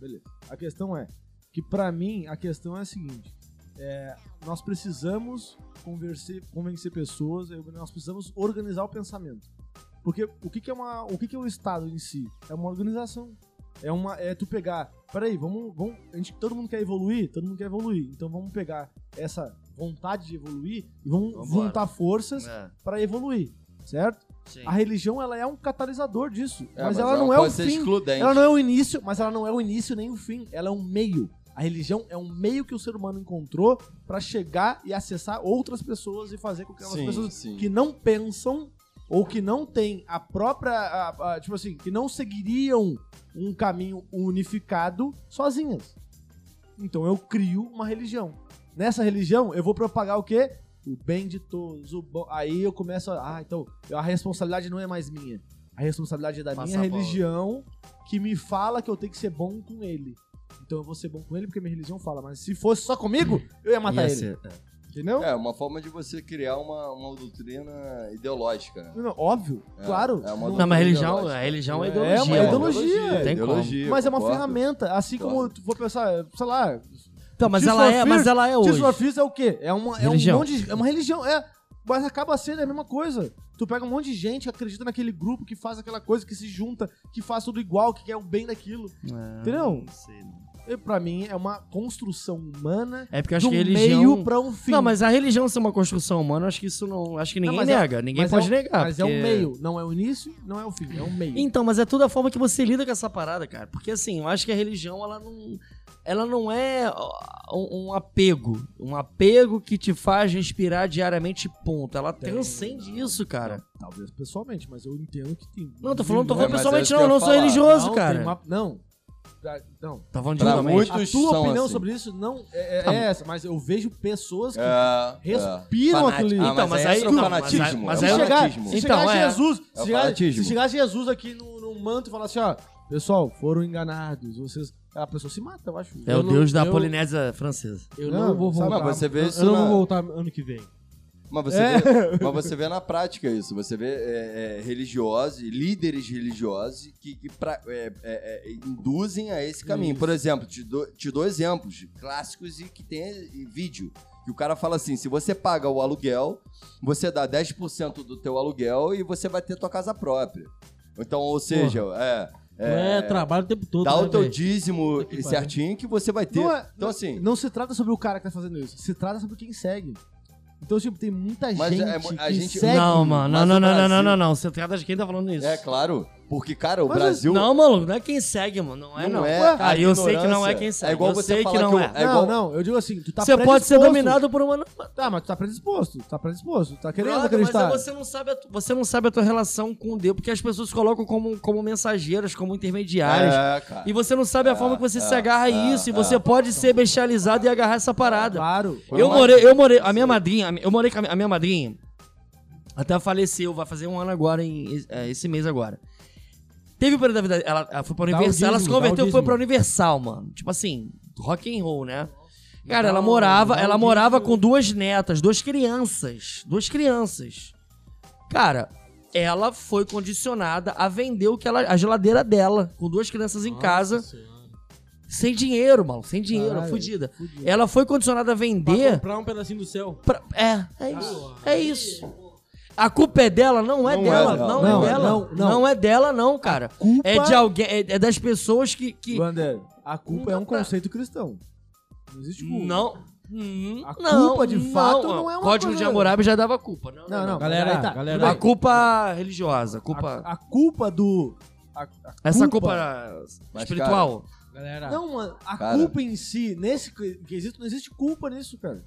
Speaker 1: Beleza. A questão é que, pra mim, a questão é a seguinte: é, nós precisamos converse- convencer pessoas, é, nós precisamos organizar o pensamento. Porque o que, que é uma, o que, que é o Estado em si? É uma organização. É uma, é tu pegar. Peraí, vamos, vamos, a gente, todo mundo quer evoluir, todo mundo quer evoluir. Então vamos pegar essa vontade de evoluir e vamos
Speaker 6: Vambora.
Speaker 1: juntar forças
Speaker 6: É,
Speaker 1: pra evoluir, certo?
Speaker 6: sim.
Speaker 1: A religião ela é um catalisador disso,
Speaker 5: É,
Speaker 1: mas, ela não é
Speaker 5: pode
Speaker 1: o
Speaker 5: ser
Speaker 1: fim.
Speaker 5: excludente.
Speaker 1: Ela não é o início, mas ela não é o início nem o fim. Ela é um meio. A religião é um meio que o ser humano encontrou pra chegar e acessar outras pessoas e fazer com que aquelas
Speaker 5: Sim,
Speaker 1: pessoas
Speaker 5: sim.
Speaker 1: que não pensam ou que não têm a própria. a- a- tipo assim, que não seguiriam um caminho unificado sozinhas. Então eu crio uma religião. Nessa religião, eu vou propagar o quê? O bem de todos. o bom- Aí eu começo a. Ah, então a responsabilidade não é mais minha. A responsabilidade é da
Speaker 6: Passa
Speaker 1: minha
Speaker 6: a bola.
Speaker 1: religião que me fala que eu tenho que ser bom com ele. então eu vou ser bom com ele porque minha religião fala. Mas se fosse só comigo, eu ia matar
Speaker 8: Ia
Speaker 1: ele.
Speaker 8: ser-
Speaker 1: Entendeu?
Speaker 5: É, uma forma de você criar uma, uma doutrina ideológica, né?
Speaker 1: Não, óbvio,
Speaker 5: É,
Speaker 1: claro.
Speaker 5: é uma
Speaker 1: não-
Speaker 6: Não, mas a religião,
Speaker 5: ideológica.
Speaker 6: a religião é
Speaker 1: É,
Speaker 6: ideologia.
Speaker 1: uma
Speaker 6: mano.
Speaker 1: ideologia.
Speaker 6: Não tem como.
Speaker 1: mas é uma
Speaker 5: concordo.
Speaker 1: ferramenta. Assim como tu for pensar, sei lá,
Speaker 8: Então, mas
Speaker 1: Tears
Speaker 8: ela
Speaker 1: for
Speaker 8: é,
Speaker 1: Fear-
Speaker 8: mas ela é hoje.
Speaker 1: Tears for Fears é o quê? É, uma, é um
Speaker 8: Religião.
Speaker 1: monte de, É uma religião, é. Mas acaba sendo a mesma coisa. Tu pega um monte de gente que acredita naquele grupo, que faz aquela coisa, que se junta, que faz tudo igual, que quer o bem daquilo.
Speaker 6: É.
Speaker 1: Entendeu?
Speaker 6: Não sei, não.
Speaker 1: E pra mim é uma construção humana
Speaker 6: É porque eu
Speaker 1: de
Speaker 6: acho
Speaker 1: um
Speaker 6: que a religião.
Speaker 1: meio pra um fim.
Speaker 6: Não, mas a religião ser uma construção humana, eu acho que isso não. Acho que
Speaker 1: Não,
Speaker 6: ninguém
Speaker 1: mas é-
Speaker 6: nega. ninguém
Speaker 1: mas
Speaker 6: pode
Speaker 1: é um-
Speaker 6: negar.
Speaker 1: Mas é
Speaker 6: porque-
Speaker 1: um meio, não é o início, não é o fim, é um meio.
Speaker 6: Então, mas é toda a forma que você lida com essa parada, cara. Porque assim, eu acho que a religião, ela não. Ela não é ó, um, um apego. Um apego que te faz respirar diariamente, ponto. Ela transcende isso, cara.
Speaker 1: Talvez pessoalmente, mas eu entendo que tem. um
Speaker 6: Não, tô falando, tô
Speaker 5: É,
Speaker 6: falando
Speaker 5: mas
Speaker 6: pessoalmente,
Speaker 5: é isso
Speaker 6: não.
Speaker 5: que
Speaker 6: Eu
Speaker 5: eu
Speaker 6: não
Speaker 5: ia
Speaker 6: sou
Speaker 5: falar.
Speaker 6: religioso,
Speaker 1: não,
Speaker 6: cara.
Speaker 1: tem uma- Não. Ah, Não.
Speaker 6: Tá falando de
Speaker 5: Pra
Speaker 6: julgamento.
Speaker 5: muitos
Speaker 1: A tua
Speaker 5: são
Speaker 1: opinião
Speaker 5: assim.
Speaker 1: sobre isso não é, é-
Speaker 6: Tá.
Speaker 1: é essa, mas eu vejo pessoas que
Speaker 5: É, é.
Speaker 1: respiram
Speaker 6: Fanático.
Speaker 1: aquilo ali.
Speaker 6: Então, mas aí-
Speaker 5: entra
Speaker 6: não,
Speaker 5: o
Speaker 6: mas aí-
Speaker 5: fanatismo.
Speaker 6: mas
Speaker 5: é
Speaker 6: aí
Speaker 1: se
Speaker 5: o
Speaker 6: eu-
Speaker 1: chegar,
Speaker 5: fanatismo.
Speaker 1: se
Speaker 6: Então,
Speaker 1: chegar
Speaker 6: é.
Speaker 1: Jesus,
Speaker 5: É
Speaker 1: se
Speaker 5: o
Speaker 1: chegar,
Speaker 5: fanatismo.
Speaker 1: se chegar Jesus aqui no, no manto e falar assim, ó, pessoal, foram enganados, vocês. A pessoa se mata, eu acho.
Speaker 6: É o
Speaker 2: Eu não-
Speaker 6: Deus da
Speaker 2: eu-
Speaker 6: Polinésia Francesa.
Speaker 2: Eu
Speaker 1: Não,
Speaker 2: não, vou
Speaker 1: sabe,
Speaker 2: voltar.
Speaker 1: mas
Speaker 5: você vê
Speaker 2: Eu-
Speaker 5: isso
Speaker 2: eu não
Speaker 5: na-
Speaker 2: vou voltar ano que vem.
Speaker 5: Mas você,
Speaker 1: É.
Speaker 5: vê, mas você vê na prática isso. Você vê é, é, religiosos, líderes religiosos que, que pra- é, é, é, induzem a esse caminho. Por exemplo, te dou, te dou exemplos clássicos e que tem e vídeo. Que o cara fala assim, se você paga o aluguel, você dá 10% do teu aluguel e você vai ter tua casa própria. Então, ou seja, é...
Speaker 2: É,
Speaker 5: é,
Speaker 2: trabalho o tempo todo.
Speaker 5: Dá
Speaker 2: né,
Speaker 5: o teu
Speaker 2: velho?
Speaker 5: dízimo
Speaker 2: que pariu.
Speaker 5: certinho que você vai ter.
Speaker 1: Não é-
Speaker 5: então, assim...
Speaker 1: Não se trata sobre o cara que tá fazendo isso, se trata sobre quem segue. Então, tipo, tem muita
Speaker 5: Mas
Speaker 1: gente
Speaker 5: é mu- a
Speaker 1: que
Speaker 5: gente-
Speaker 1: segue.
Speaker 6: Não, mano. Não,
Speaker 5: mas
Speaker 6: não,
Speaker 5: o
Speaker 6: não, não, não,
Speaker 5: Brasil-
Speaker 6: não, não. Você trata de quem tá falando isso.
Speaker 5: É claro, porque, cara, o
Speaker 1: Mas
Speaker 5: Brasil.
Speaker 6: Não, maluco, não é quem segue, mano. Não é, não.
Speaker 5: é
Speaker 6: Cara,
Speaker 5: a
Speaker 6: eu sei que não é
Speaker 5: ignorância.
Speaker 6: quem segue.
Speaker 5: É igual
Speaker 6: eu
Speaker 5: você
Speaker 6: sei que
Speaker 5: falar
Speaker 6: não
Speaker 5: que o-
Speaker 6: é.
Speaker 5: é igual-
Speaker 1: não, não, eu digo assim, tu tá
Speaker 6: você pode ser
Speaker 1: predisposto.
Speaker 6: dominado por uma.
Speaker 1: Tá, mas tu tá predisposto, tu tá predisposto, tu tá querendo
Speaker 6: Brother, mas
Speaker 1: acreditar.
Speaker 6: é você não, sabe a tu- você não sabe a tua relação com Deus, porque as pessoas se colocam como, como mensageiras, como intermediárias.
Speaker 5: É, cara.
Speaker 6: E você não sabe a forma que você
Speaker 5: é,
Speaker 6: se agarra a
Speaker 5: é,
Speaker 6: isso, e
Speaker 5: é.
Speaker 6: você pode ser bestializado e agarrar essa parada.
Speaker 1: Claro.
Speaker 5: Foi
Speaker 6: Eu
Speaker 5: uma-
Speaker 6: morei, eu morei, a minha madrinha, a mi- eu morei com a mi- a minha madrinha, até ela faleceu, vai fazer um ano agora, em, é, esse mês agora. Teve um período da vida, ela, ela foi pra
Speaker 2: Dá o
Speaker 6: Universal, ela se
Speaker 2: dízimo, dá
Speaker 6: converteu
Speaker 2: o
Speaker 6: e foi
Speaker 2: dízimo.
Speaker 6: pra Universal, mano. Tipo assim, rock and roll, né? Cara,
Speaker 2: Dá
Speaker 6: ela
Speaker 2: o-
Speaker 6: morava,
Speaker 2: dá o
Speaker 6: ela
Speaker 2: dízimo.
Speaker 6: morava com duas netas, duas crianças, duas crianças. Cara, ela foi condicionada a vender o que ela, a geladeira dela, com duas crianças em
Speaker 2: Nossa
Speaker 6: casa,
Speaker 2: Senhora.
Speaker 6: sem dinheiro, mano, sem dinheiro,
Speaker 1: Caralho.
Speaker 6: fudida.
Speaker 1: Fudido.
Speaker 6: Ela foi condicionada a vender
Speaker 2: Pra comprar um pedacinho do céu.
Speaker 6: Pra- É, é isso. É isso. A culpa é dela, não é
Speaker 7: Não é
Speaker 6: dela,
Speaker 7: dela.
Speaker 6: não,
Speaker 1: Não,
Speaker 6: é dela.
Speaker 1: não,
Speaker 6: Não,
Speaker 1: não.
Speaker 6: é dela, não, cara.
Speaker 1: Culpa-
Speaker 6: É de alguém, é, é das pessoas que. que
Speaker 1: Wander, a culpa
Speaker 6: Não
Speaker 1: é
Speaker 6: dá
Speaker 1: um
Speaker 6: pra-
Speaker 1: conceito cristão. Não existe culpa.
Speaker 6: não. Hum,
Speaker 1: A
Speaker 6: não,
Speaker 1: culpa, de fato, não é uma
Speaker 6: Código
Speaker 1: coisa-
Speaker 6: de Hammurabi já dava culpa. Não,
Speaker 1: Não, não,
Speaker 2: Galera,
Speaker 1: mas aí tá,
Speaker 2: galera.
Speaker 1: tudo bem.
Speaker 6: A culpa religiosa, a culpa.
Speaker 1: A, a culpa do. a- a
Speaker 6: essa culpa,
Speaker 5: Mas,
Speaker 6: espiritual.
Speaker 2: Galera,
Speaker 1: Não, mano, a
Speaker 5: Cara.
Speaker 1: culpa em si, nesse que- quesito, não existe culpa nisso, cara.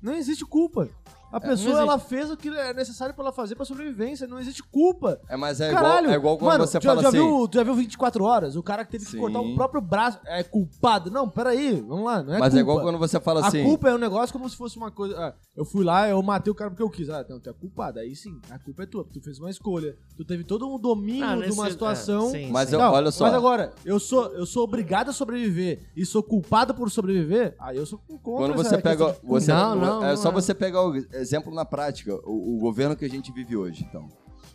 Speaker 1: Não existe culpa.
Speaker 5: É,
Speaker 1: A pessoa,
Speaker 6: existe.
Speaker 1: ela fez o que é necessário pra ela fazer pra sobrevivência. Não existe culpa.
Speaker 5: É, mas é
Speaker 1: Caralho.
Speaker 5: igual, é igual quando
Speaker 1: mano,
Speaker 5: você
Speaker 1: já,
Speaker 5: fala
Speaker 1: já
Speaker 5: assim.
Speaker 1: viu, já viu 24 horas? O cara que teve que
Speaker 5: Sim.
Speaker 1: cortar o próprio braço é culpado. Não, peraí, vamos lá, não é
Speaker 5: mas
Speaker 1: culpa.
Speaker 5: é igual quando você fala assim.
Speaker 1: A culpa é um negócio como se fosse uma coisa. ah, eu fui lá, eu matei o cara porque eu quis. Ah, então tu é culpado. Aí sim, a culpa é tua. Tu fez uma escolha. Tu teve todo um domínio
Speaker 6: Ah,
Speaker 1: de uma
Speaker 6: nesse-
Speaker 1: situação.
Speaker 6: é, sim,
Speaker 5: Mas
Speaker 6: sim.
Speaker 5: eu-
Speaker 1: Não,
Speaker 5: olha só.
Speaker 1: Mas agora, eu sou, eu sou obrigado a sobreviver e sou culpado por sobreviver, aí eu sou é contra
Speaker 5: Quando
Speaker 1: essa
Speaker 5: você
Speaker 1: questão
Speaker 5: pega.
Speaker 1: de-
Speaker 5: Você,
Speaker 6: Não, não,
Speaker 5: é
Speaker 6: não
Speaker 5: só
Speaker 6: é.
Speaker 5: você pegar o exemplo na prática, o, o governo que a gente vive hoje, então.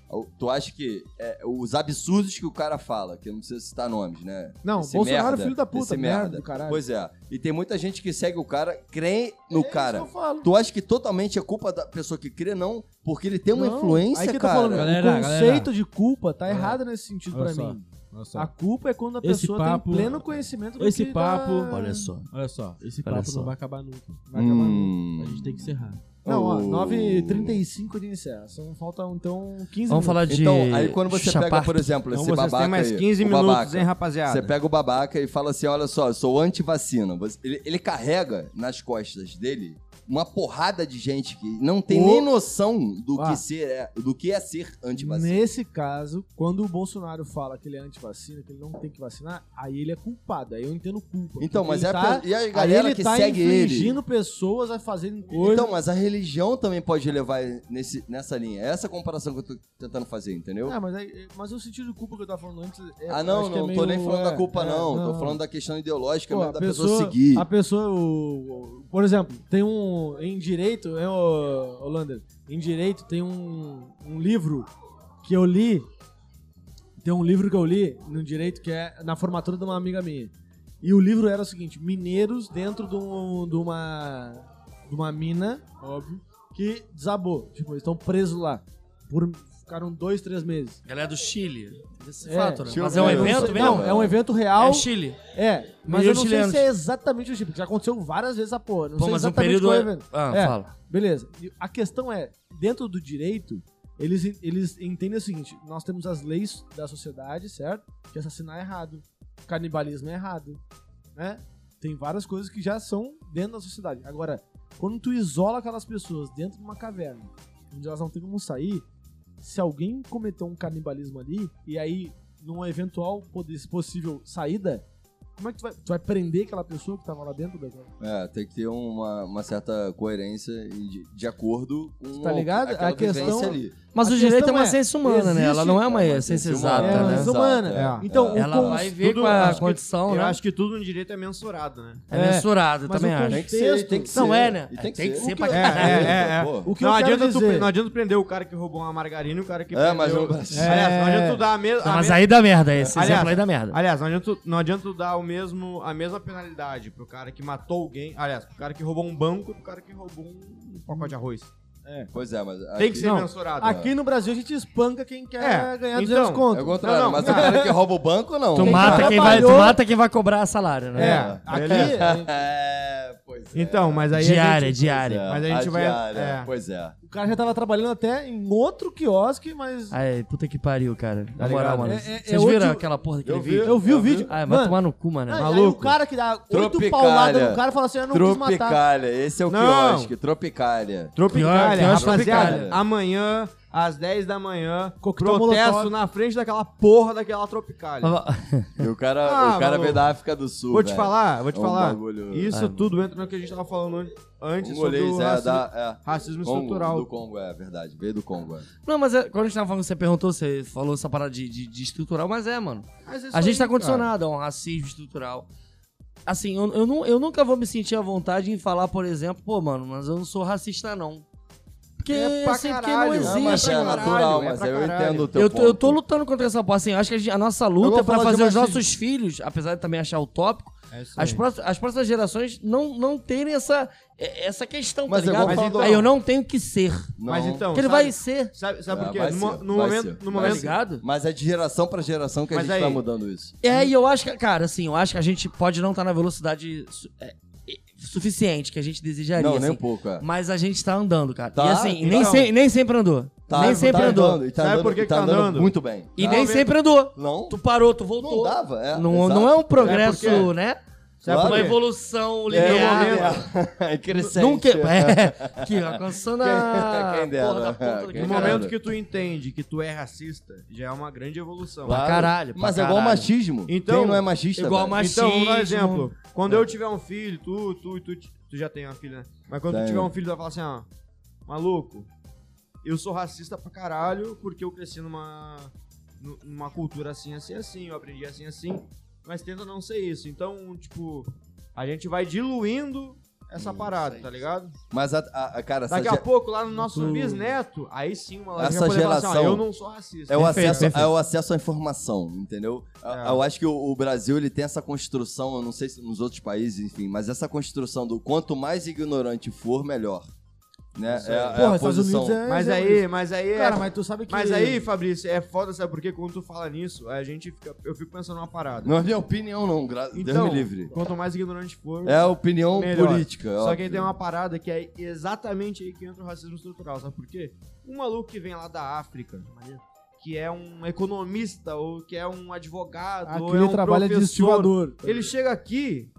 Speaker 5: O- Tu acha que é, os absurdos que o cara fala, que eu não precisa citar nomes, né?
Speaker 1: Não,
Speaker 5: Esse
Speaker 1: Bolsonaro é
Speaker 5: merda,
Speaker 1: filho da puta,
Speaker 5: esse
Speaker 1: merda,
Speaker 5: merda.
Speaker 1: do caralho.
Speaker 5: Pois é. E tem muita gente que segue o cara, crê no
Speaker 1: É isso
Speaker 5: cara.
Speaker 1: que eu falo.
Speaker 5: Tu acha que totalmente é culpa da pessoa que crê, não? Porque ele tem uma
Speaker 1: Não,
Speaker 5: influência,
Speaker 1: aí que eu tô
Speaker 5: cara.
Speaker 1: falando,
Speaker 2: Galera,
Speaker 1: o conceito
Speaker 2: galera.
Speaker 1: de culpa tá
Speaker 2: Galera.
Speaker 1: errado nesse sentido
Speaker 2: Olha
Speaker 1: pra
Speaker 2: só,
Speaker 1: mim.
Speaker 2: olha
Speaker 1: A
Speaker 2: só.
Speaker 1: culpa é quando a
Speaker 2: Esse
Speaker 1: pessoa
Speaker 2: papo-
Speaker 1: tem pleno conhecimento do
Speaker 2: esse
Speaker 1: que
Speaker 2: papo-
Speaker 1: tá-
Speaker 6: Olha só.
Speaker 2: Olha só, esse
Speaker 6: Olha
Speaker 2: papo
Speaker 6: só.
Speaker 2: não vai acabar nunca.
Speaker 1: Vai acabar nunca.
Speaker 5: Hum.
Speaker 2: A gente tem que encerrar.
Speaker 1: Não, ó,
Speaker 5: Oh.
Speaker 1: 9h35 de encerra. São, faltam, então, 15
Speaker 6: Vamos falar de.
Speaker 5: Então, aí quando você pega,
Speaker 6: chapar-
Speaker 5: por exemplo,
Speaker 7: Então
Speaker 5: esse
Speaker 7: vocês
Speaker 5: babaca
Speaker 7: têm mais
Speaker 5: aí,
Speaker 7: 15
Speaker 5: o
Speaker 7: minutos,
Speaker 5: babaca,
Speaker 7: hein, rapaziada?
Speaker 5: Você pega o babaca e fala assim, olha só, eu sou anti-vacina. Você- Ele, ele carrega nas costas dele uma porrada de gente que não tem
Speaker 1: O-
Speaker 5: nem noção do,
Speaker 1: Ah.
Speaker 5: que ser, é- do que é ser anti-vacina.
Speaker 1: Nesse caso, quando o Bolsonaro fala que ele é antivacina, que ele não tem que vacinar, aí ele é culpado. Aí eu entendo culpa.
Speaker 5: Então,
Speaker 1: Porque
Speaker 5: mas
Speaker 1: ele
Speaker 5: é
Speaker 1: tá,
Speaker 5: a, pe- e a
Speaker 1: aí
Speaker 5: galera
Speaker 1: ele
Speaker 5: que
Speaker 1: tá
Speaker 5: segue ele.
Speaker 1: infligindo pessoas a fazerem coisas.
Speaker 5: Então, mas a religião também pode levar nesse, nessa linha. É essa comparação que eu tô tentando fazer, entendeu?
Speaker 1: Ah, mas, aí- mas o sentido de culpa que eu tava falando antes. é-
Speaker 5: ah,
Speaker 1: eu
Speaker 5: não,
Speaker 1: acho que é
Speaker 5: não
Speaker 1: meio-
Speaker 5: tô nem falando
Speaker 1: é,
Speaker 5: da culpa,
Speaker 1: é,
Speaker 5: não. Tô falando da questão ideológica
Speaker 1: Pô,
Speaker 5: mesmo, da pessoa, seguir.
Speaker 1: A pessoa, o- o- por exemplo, tem um. Em direito, é o Lander? Em direito tem um, um livro que eu li. Tem um livro que eu li no direito que é na formatura de uma amiga minha. E o livro era o seguinte: Mineiros dentro de, um- de uma. de uma mina, óbvio, que desabou. Tipo, eles estão presos lá. Por, ficaram dois, três meses.
Speaker 6: Galera é do Chile. Esse
Speaker 1: É,
Speaker 6: fato, né?
Speaker 5: Chile
Speaker 6: Mas é um
Speaker 5: é-
Speaker 6: evento
Speaker 1: Não,
Speaker 6: mesmo?
Speaker 1: é um evento
Speaker 6: É
Speaker 1: real.
Speaker 6: o Chile.
Speaker 1: É, mas
Speaker 6: Milhões
Speaker 1: eu não
Speaker 6: de
Speaker 1: sei
Speaker 6: chilenos.
Speaker 1: se é exatamente o tipo, que já aconteceu várias vezes a porra. Não
Speaker 6: Pô,
Speaker 1: sei
Speaker 6: mas um
Speaker 1: exatamente
Speaker 6: período.
Speaker 1: qual é o
Speaker 6: é-
Speaker 1: evento.
Speaker 6: Ah,
Speaker 1: É.
Speaker 6: fala.
Speaker 1: Beleza. E a questão é, dentro do direito, eles, eles entendem o seguinte: nós temos as leis da sociedade, certo? Que assassinar é errado, canibalismo é errado, né? Tem várias coisas que já são dentro da sociedade. Agora, quando tu isola aquelas pessoas dentro de uma caverna, onde elas não têm como sair, se alguém cometeu um canibalismo ali, e aí, numa eventual poder- possível saída, como é que tu vai, tu vai prender aquela pessoa que tava lá dentro da
Speaker 5: É, tem que ter uma, uma certa coerência e de, de acordo com
Speaker 1: Tá ligado?
Speaker 5: aquela
Speaker 1: A questão-
Speaker 5: vivência ali.
Speaker 6: Mas
Speaker 1: A
Speaker 6: o direito é
Speaker 1: questão
Speaker 6: uma
Speaker 1: é,
Speaker 6: ciência humana, né? Ela não é uma,
Speaker 5: existe-
Speaker 6: ciência
Speaker 5: é uma
Speaker 6: exata,
Speaker 5: ciência
Speaker 1: É,
Speaker 6: né?
Speaker 5: humana.
Speaker 1: humana.
Speaker 5: Exato, é.
Speaker 1: Então, o
Speaker 6: Ela
Speaker 1: cons-
Speaker 6: vai ver
Speaker 7: tudo-
Speaker 6: com a
Speaker 7: acho que-
Speaker 6: condição,
Speaker 7: Eu
Speaker 6: né?
Speaker 7: acho que tudo no direito é mensurado, né?
Speaker 6: É
Speaker 1: É.
Speaker 6: mensurado, eu
Speaker 1: Mas
Speaker 6: também
Speaker 1: o
Speaker 6: acho.
Speaker 5: Tem que ser,
Speaker 1: Texto.
Speaker 5: tem que ser.
Speaker 6: Não é, né?
Speaker 5: E
Speaker 6: É,
Speaker 5: tem que
Speaker 6: tem que
Speaker 5: ser
Speaker 6: ser
Speaker 5: O
Speaker 6: pra
Speaker 5: que-
Speaker 7: caralho. É, é, é.
Speaker 5: Pô.
Speaker 1: O que
Speaker 7: não,
Speaker 1: eu quero
Speaker 7: adianta tu,
Speaker 1: dizer...
Speaker 7: pre- não adianta tu prender o cara que roubou uma margarina e o cara que
Speaker 5: É,
Speaker 7: prendeu...
Speaker 5: mas eu-
Speaker 7: Aliás, não
Speaker 1: É.
Speaker 7: adianta tu dar a mesma...
Speaker 6: Não, mas aí dá merda, esse
Speaker 7: Ah, Aliás-
Speaker 6: exemplo aí dá merda.
Speaker 7: Aliás, não adianta, tu- não adianta tu dar o mesmo, a mesma penalidade pro cara que matou alguém. Aliás, pro cara que roubou um banco e pro cara que roubou um pacote de arroz.
Speaker 5: Pois é, mas.
Speaker 7: Tem
Speaker 5: aqui-
Speaker 7: que ser
Speaker 1: Não.
Speaker 7: mensurado.
Speaker 1: Aqui no Brasil a gente espanca quem quer
Speaker 7: É,
Speaker 1: ganhar 200
Speaker 7: então,
Speaker 5: É o
Speaker 1: conto.
Speaker 5: contrário,
Speaker 7: Não, não.
Speaker 5: mas o cara que é rouba o banco, não.
Speaker 6: Tu
Speaker 1: Quem
Speaker 6: mata, quem vai, tu
Speaker 1: trabalhou-
Speaker 6: mata quem vai cobrar salário,
Speaker 7: É,
Speaker 6: né?
Speaker 7: beleza.
Speaker 1: Aqui,
Speaker 5: É, pois é.
Speaker 7: Então, mas aí. a
Speaker 6: diária,
Speaker 7: gente-
Speaker 6: diária.
Speaker 7: Mas a gente vai-
Speaker 5: diária,
Speaker 7: é.
Speaker 5: Pois é.
Speaker 1: o cara já tava trabalhando até em outro quiosque, mas.
Speaker 6: Ai, puta que pariu, cara. Na
Speaker 7: Tá
Speaker 6: moral,
Speaker 7: ligado?
Speaker 6: mano.
Speaker 1: É- é- é
Speaker 6: Vocês
Speaker 1: outro-
Speaker 6: viram aquela porra daquele
Speaker 5: Eu vi.
Speaker 6: vídeo?
Speaker 1: Eu
Speaker 7: É,
Speaker 1: vi o
Speaker 5: Eu vi.
Speaker 1: vídeo.
Speaker 7: Ah,
Speaker 6: Ai, vai
Speaker 1: mano, Ah,
Speaker 6: tomar no cu, mano.
Speaker 1: aí- aí
Speaker 7: Maluco.
Speaker 1: o cara que dá oito
Speaker 5: Tropicália.
Speaker 1: pauladas no cara fala assim: eu não quis matar.
Speaker 5: Tropicália, esse é o
Speaker 7: Não.
Speaker 5: quiosque, Tropicália.
Speaker 6: Pior-
Speaker 7: Tropicália,
Speaker 6: pior
Speaker 7: rapaziada.
Speaker 5: Tropicália.
Speaker 7: Amanhã, às 10 da manhã,
Speaker 1: Coquetel
Speaker 7: protesto
Speaker 1: Molotov.
Speaker 7: na frente daquela porra daquela Tropicália.
Speaker 5: E o cara,
Speaker 7: Ah,
Speaker 5: o cara
Speaker 7: maluco.
Speaker 5: veio da África do Sul.
Speaker 7: Vou te
Speaker 5: velho.
Speaker 7: falar, vou te
Speaker 5: É um
Speaker 7: falar.
Speaker 5: bagulho-
Speaker 7: Isso
Speaker 6: Ai,
Speaker 7: tudo entra no que a gente tava falando an- antes sobre
Speaker 5: Congolês,
Speaker 7: o
Speaker 5: é,
Speaker 7: raci-
Speaker 5: da. É.
Speaker 7: racismo
Speaker 5: Congo,
Speaker 7: estrutural.
Speaker 5: Do Congo, é verdade. Veio do Congo. é.
Speaker 6: Não, mas é- quando a gente tava falando, você perguntou, você falou essa parada de, de, de estrutural, mas é, mano.
Speaker 7: Mas isso
Speaker 6: A gente
Speaker 7: aí,
Speaker 6: tá
Speaker 7: cara.
Speaker 6: condicionado a um racismo estrutural. Assim, eu, eu, nu- eu nunca vou me sentir à vontade em falar, por exemplo, pô, mano, mas eu não sou racista, não. Porque,
Speaker 7: É pra
Speaker 6: assim, porque
Speaker 7: caralho.
Speaker 6: não
Speaker 7: Não,
Speaker 5: Ah, mas
Speaker 6: existe,
Speaker 5: é
Speaker 7: pra
Speaker 6: mano.
Speaker 7: caralho,
Speaker 5: natural,
Speaker 7: é
Speaker 5: mas
Speaker 7: pra
Speaker 5: eu
Speaker 7: caralho.
Speaker 5: entendo o teu
Speaker 6: Eu tô, eu
Speaker 5: ponto.
Speaker 6: tô lutando contra essa porra, assim, eu acho que a, gente- a nossa
Speaker 1: Eu
Speaker 6: luta
Speaker 1: vou
Speaker 6: é pra
Speaker 1: falar de
Speaker 6: fazer os
Speaker 1: machismo.
Speaker 6: nossos filhos, apesar de também achar utópico,
Speaker 7: É isso
Speaker 6: as,
Speaker 7: aí.
Speaker 6: próxi- as próximas gerações não, não terem essa, é- essa questão,
Speaker 5: Mas
Speaker 6: tá
Speaker 5: eu
Speaker 6: ligado?
Speaker 5: vou falar
Speaker 7: Mas
Speaker 5: do-
Speaker 6: Aí eu não tenho que ser,
Speaker 5: Não.
Speaker 7: Mas então.
Speaker 6: porque ele
Speaker 7: sabe-
Speaker 6: vai ser,
Speaker 7: Sabe, sabe
Speaker 5: Ah,
Speaker 7: por quê?
Speaker 5: vai
Speaker 7: No,
Speaker 5: ser,
Speaker 7: mo- no
Speaker 5: vai
Speaker 7: momento,
Speaker 5: ser,
Speaker 7: no
Speaker 5: vai
Speaker 6: tá
Speaker 7: momento,
Speaker 5: ser.
Speaker 6: ligado?
Speaker 5: Mas é de geração pra geração que a
Speaker 7: Mas
Speaker 5: gente
Speaker 7: aí-
Speaker 5: tá mudando isso.
Speaker 6: É, e eu acho que, cara, assim, eu acho que a gente pode não estar na velocidade su- é, é, suficiente que a gente desejaria,
Speaker 5: Não,
Speaker 6: assim.
Speaker 5: nem um pouco, é.
Speaker 6: Mas a gente tá andando, cara.
Speaker 5: Tá,
Speaker 6: e assim,
Speaker 5: então.
Speaker 6: nem, se- nem sempre andou.
Speaker 5: Tá,
Speaker 6: nem sempre
Speaker 5: tá
Speaker 6: andou.
Speaker 5: andando, e tá
Speaker 7: Sabe
Speaker 5: andando,
Speaker 7: por que
Speaker 5: e
Speaker 7: que
Speaker 5: tá
Speaker 7: tá
Speaker 5: andando,
Speaker 7: andando?
Speaker 5: muito bem.
Speaker 6: E
Speaker 5: Tá?
Speaker 6: nem
Speaker 7: Momento.
Speaker 6: sempre andou.
Speaker 5: Não,
Speaker 6: Tu parou, tu
Speaker 5: não
Speaker 6: voltou.
Speaker 5: dava. É,
Speaker 6: não,
Speaker 5: exato.
Speaker 6: não é um progresso,
Speaker 7: É porque-
Speaker 6: né?
Speaker 7: Sabe por
Speaker 5: Claro.
Speaker 6: Uma
Speaker 7: quê?
Speaker 6: evolução
Speaker 5: É,
Speaker 6: linear.
Speaker 5: é, é crescente.
Speaker 6: Nunca. É, que alcançando a.
Speaker 5: Quem- quem dera.
Speaker 6: porra da ponta do
Speaker 5: Quem
Speaker 7: No
Speaker 5: dera.
Speaker 6: caralho.
Speaker 7: momento que tu entende que tu é racista, já é uma grande evolução.
Speaker 6: Pra caralho. pra
Speaker 5: Mas é igual
Speaker 6: caralho.
Speaker 5: machismo.
Speaker 7: Então,
Speaker 5: Quem não é machista,
Speaker 6: Igual
Speaker 5: velho?
Speaker 6: machismo.
Speaker 7: Então, por exemplo, quando
Speaker 5: É.
Speaker 7: eu tiver um filho, tu, tu, tu, tu já tem uma filha, né? Mas quando
Speaker 5: Tenho.
Speaker 7: tu tiver um filho, tu vai falar assim, ó, maluco, eu sou racista pra caralho porque eu cresci numa, nu- numa cultura assim, assim, assim, eu aprendi assim, assim, mas tenta não ser isso. Então, tipo, a gente vai diluindo essa parada, tá ligado?
Speaker 5: Mas, a, a- a- cara, essa
Speaker 7: Daqui a
Speaker 5: ge-
Speaker 7: pouco, lá no nosso
Speaker 1: Tu-
Speaker 7: bisneto, aí sim uma
Speaker 5: Essa
Speaker 7: vai poder falar assim, ó,
Speaker 5: geração-
Speaker 7: eu não sou racista.
Speaker 5: é o,
Speaker 6: Perfeito,
Speaker 5: acesso,
Speaker 6: perfeito.
Speaker 5: é o acesso à informação, entendeu? Eu-
Speaker 7: É.
Speaker 5: Eu acho que o, o Brasil ele tem essa construção, eu não sei se nos outros países, enfim, mas essa construção do quanto mais ignorante for, melhor. Né?
Speaker 7: Isso
Speaker 5: É,
Speaker 7: aí.
Speaker 5: é
Speaker 1: Porra,
Speaker 5: a
Speaker 1: Estados
Speaker 5: posição.
Speaker 1: Unidos é.
Speaker 7: Mas
Speaker 1: exemplo
Speaker 7: aí, mas aí
Speaker 1: disso.
Speaker 7: é
Speaker 1: Cara, mas tu sabe que.
Speaker 7: Mas aí, Fabrício, é foda, sabe por quê? Quando tu fala nisso, a gente fica, eu fico pensando numa parada.
Speaker 5: Não é minha opinião, não, gra... Deus
Speaker 7: Então,
Speaker 5: me livre.
Speaker 7: quanto mais ignorante for,
Speaker 5: É a opinião
Speaker 7: Melhor.
Speaker 5: política. é
Speaker 7: só que aí
Speaker 5: óbvio.
Speaker 7: tem uma parada que é exatamente aí que entra o racismo estrutural, sabe por quê? Um maluco que vem lá da África, que é um economista, ou que é um advogado,
Speaker 5: Ah,
Speaker 7: ou
Speaker 1: Aquele
Speaker 7: é um
Speaker 1: trabalho de
Speaker 7: professor,
Speaker 1: estivador.
Speaker 7: ele chega aqui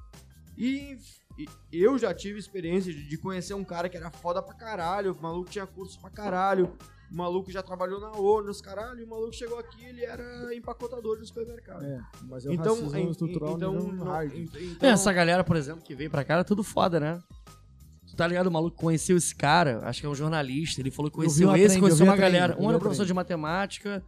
Speaker 7: e, e eu já tive experiência de, de conhecer um cara que era foda pra caralho, o maluco tinha curso pra caralho, o maluco já trabalhou na ONU, os caralho, e o maluco chegou aqui ele era empacotador de supermercado.
Speaker 1: É, mas é o
Speaker 7: Então,
Speaker 1: racismo
Speaker 7: en- en-
Speaker 1: estrutural
Speaker 7: então,
Speaker 1: nível
Speaker 7: não-
Speaker 1: hard.
Speaker 7: en- então-
Speaker 6: É, Essa galera, por exemplo, que veio pra cá, era tudo foda, é né? tá ligado? O maluco conheceu esse cara, acho que é um jornalista. Ele falou que
Speaker 1: Eu vi
Speaker 6: conheceu
Speaker 1: uma
Speaker 6: esse,
Speaker 1: trend, eu vi
Speaker 6: conheceu
Speaker 1: uma
Speaker 6: uma
Speaker 1: trend,
Speaker 6: galera.
Speaker 1: eu vi
Speaker 6: Um era
Speaker 1: uma
Speaker 6: professor
Speaker 1: trend.
Speaker 6: de matemática,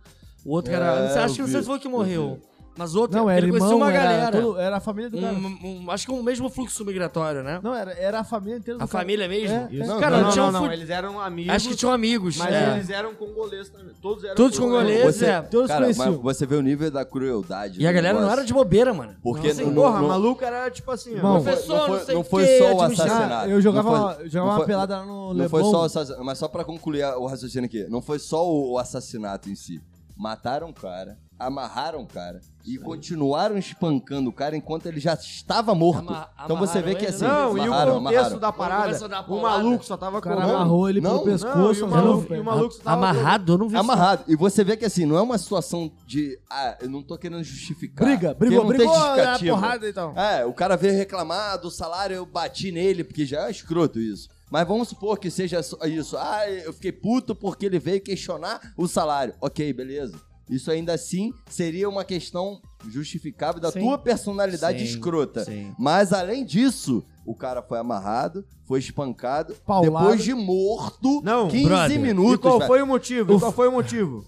Speaker 6: o outro
Speaker 5: É,
Speaker 6: era. Acho
Speaker 5: eu
Speaker 6: que
Speaker 5: vi,
Speaker 6: você falou que
Speaker 5: eu
Speaker 6: morreu. Mas outro.
Speaker 1: Não, era
Speaker 6: ele conheceu
Speaker 1: irmão,
Speaker 6: uma
Speaker 1: era,
Speaker 6: galera.
Speaker 1: todo- era a família do cara.
Speaker 7: Hum.
Speaker 6: Um- um- acho que o mesmo fluxo migratório, né?
Speaker 1: Não, era, era a família inteira do
Speaker 6: A
Speaker 1: cara.
Speaker 6: família mesmo?
Speaker 1: É, Isso.
Speaker 6: Cara,
Speaker 7: não, não,
Speaker 6: tinha um
Speaker 7: não, não,
Speaker 6: fud-
Speaker 7: eles eram amigos.
Speaker 6: Acho que tinham amigos.
Speaker 7: Mas
Speaker 6: é.
Speaker 7: eles eram congoleses também. Todos eram
Speaker 6: Todos congoleses,
Speaker 5: Você-
Speaker 6: é.
Speaker 1: Todos
Speaker 5: Cara, mas
Speaker 1: conheciam.
Speaker 5: você vê o nível da crueldade.
Speaker 6: E a
Speaker 5: do
Speaker 6: galera não
Speaker 5: negócio.
Speaker 6: era de bobeira, mano.
Speaker 5: Porque
Speaker 6: Não, assim,
Speaker 5: não-
Speaker 7: Porra,
Speaker 5: não-
Speaker 7: maluco era tipo assim,
Speaker 1: Irmão,
Speaker 5: Não foi,
Speaker 6: Professor,
Speaker 5: não foi-
Speaker 6: não sei
Speaker 5: não
Speaker 6: o
Speaker 5: foi
Speaker 6: quê,
Speaker 5: só o
Speaker 6: administrar.
Speaker 5: assassinato.
Speaker 1: Ah, eu jogava,
Speaker 5: Não foi-
Speaker 1: uma- eu jogava
Speaker 5: não
Speaker 1: uma
Speaker 5: foi-
Speaker 1: pelada lá no
Speaker 5: Não foi
Speaker 1: Leblon.
Speaker 5: só o assassinato, mas só pra concluir a- o raciocínio aqui. Não foi só o, o assassinato em si. Mataram o cara, amarraram o cara e continuaram espancando o cara enquanto ele já estava morto.
Speaker 6: Ama-
Speaker 5: então você vê
Speaker 6: amarraram
Speaker 5: que
Speaker 6: ele,
Speaker 5: assim,
Speaker 6: né?
Speaker 7: Não, e o
Speaker 5: amarraram,
Speaker 7: contexto
Speaker 5: amarraram.
Speaker 7: da
Speaker 6: começou a dar
Speaker 7: parada. O
Speaker 6: paulada.
Speaker 7: maluco só tava
Speaker 1: O cara
Speaker 7: correndo.
Speaker 1: amarrou ele
Speaker 5: Não,
Speaker 1: pelo
Speaker 5: não,
Speaker 1: pescoço.
Speaker 7: e o
Speaker 1: arrancou
Speaker 7: maluco-
Speaker 1: o pé.
Speaker 7: e o maluco tava-
Speaker 6: Amarrado, eu não vi isso.
Speaker 5: Amarrado. E você vê que assim, não é uma situação de. Ah, eu não tô querendo justificar.
Speaker 1: Briga,
Speaker 5: Porque
Speaker 1: brigou,
Speaker 5: não tem
Speaker 1: brigou, dá
Speaker 5: justificativa.
Speaker 1: porrada então. e tal.
Speaker 5: É, o cara veio reclamar do salário, eu bati nele, porque já é escroto isso. Mas vamos supor que seja só isso. Ah, eu fiquei puto porque ele veio questionar o salário. Ok, beleza. Isso ainda assim seria uma questão justificável da
Speaker 6: Sim.
Speaker 5: tua personalidade
Speaker 6: Sim,
Speaker 5: escrota.
Speaker 6: sim.
Speaker 5: Mas além disso, o cara foi amarrado, foi espancado,
Speaker 1: Paulado.
Speaker 5: depois de morto,
Speaker 7: Não,
Speaker 5: 15
Speaker 6: brother.
Speaker 5: minutos.
Speaker 7: E qual
Speaker 5: velho.
Speaker 7: foi o motivo? E Qual foi o motivo?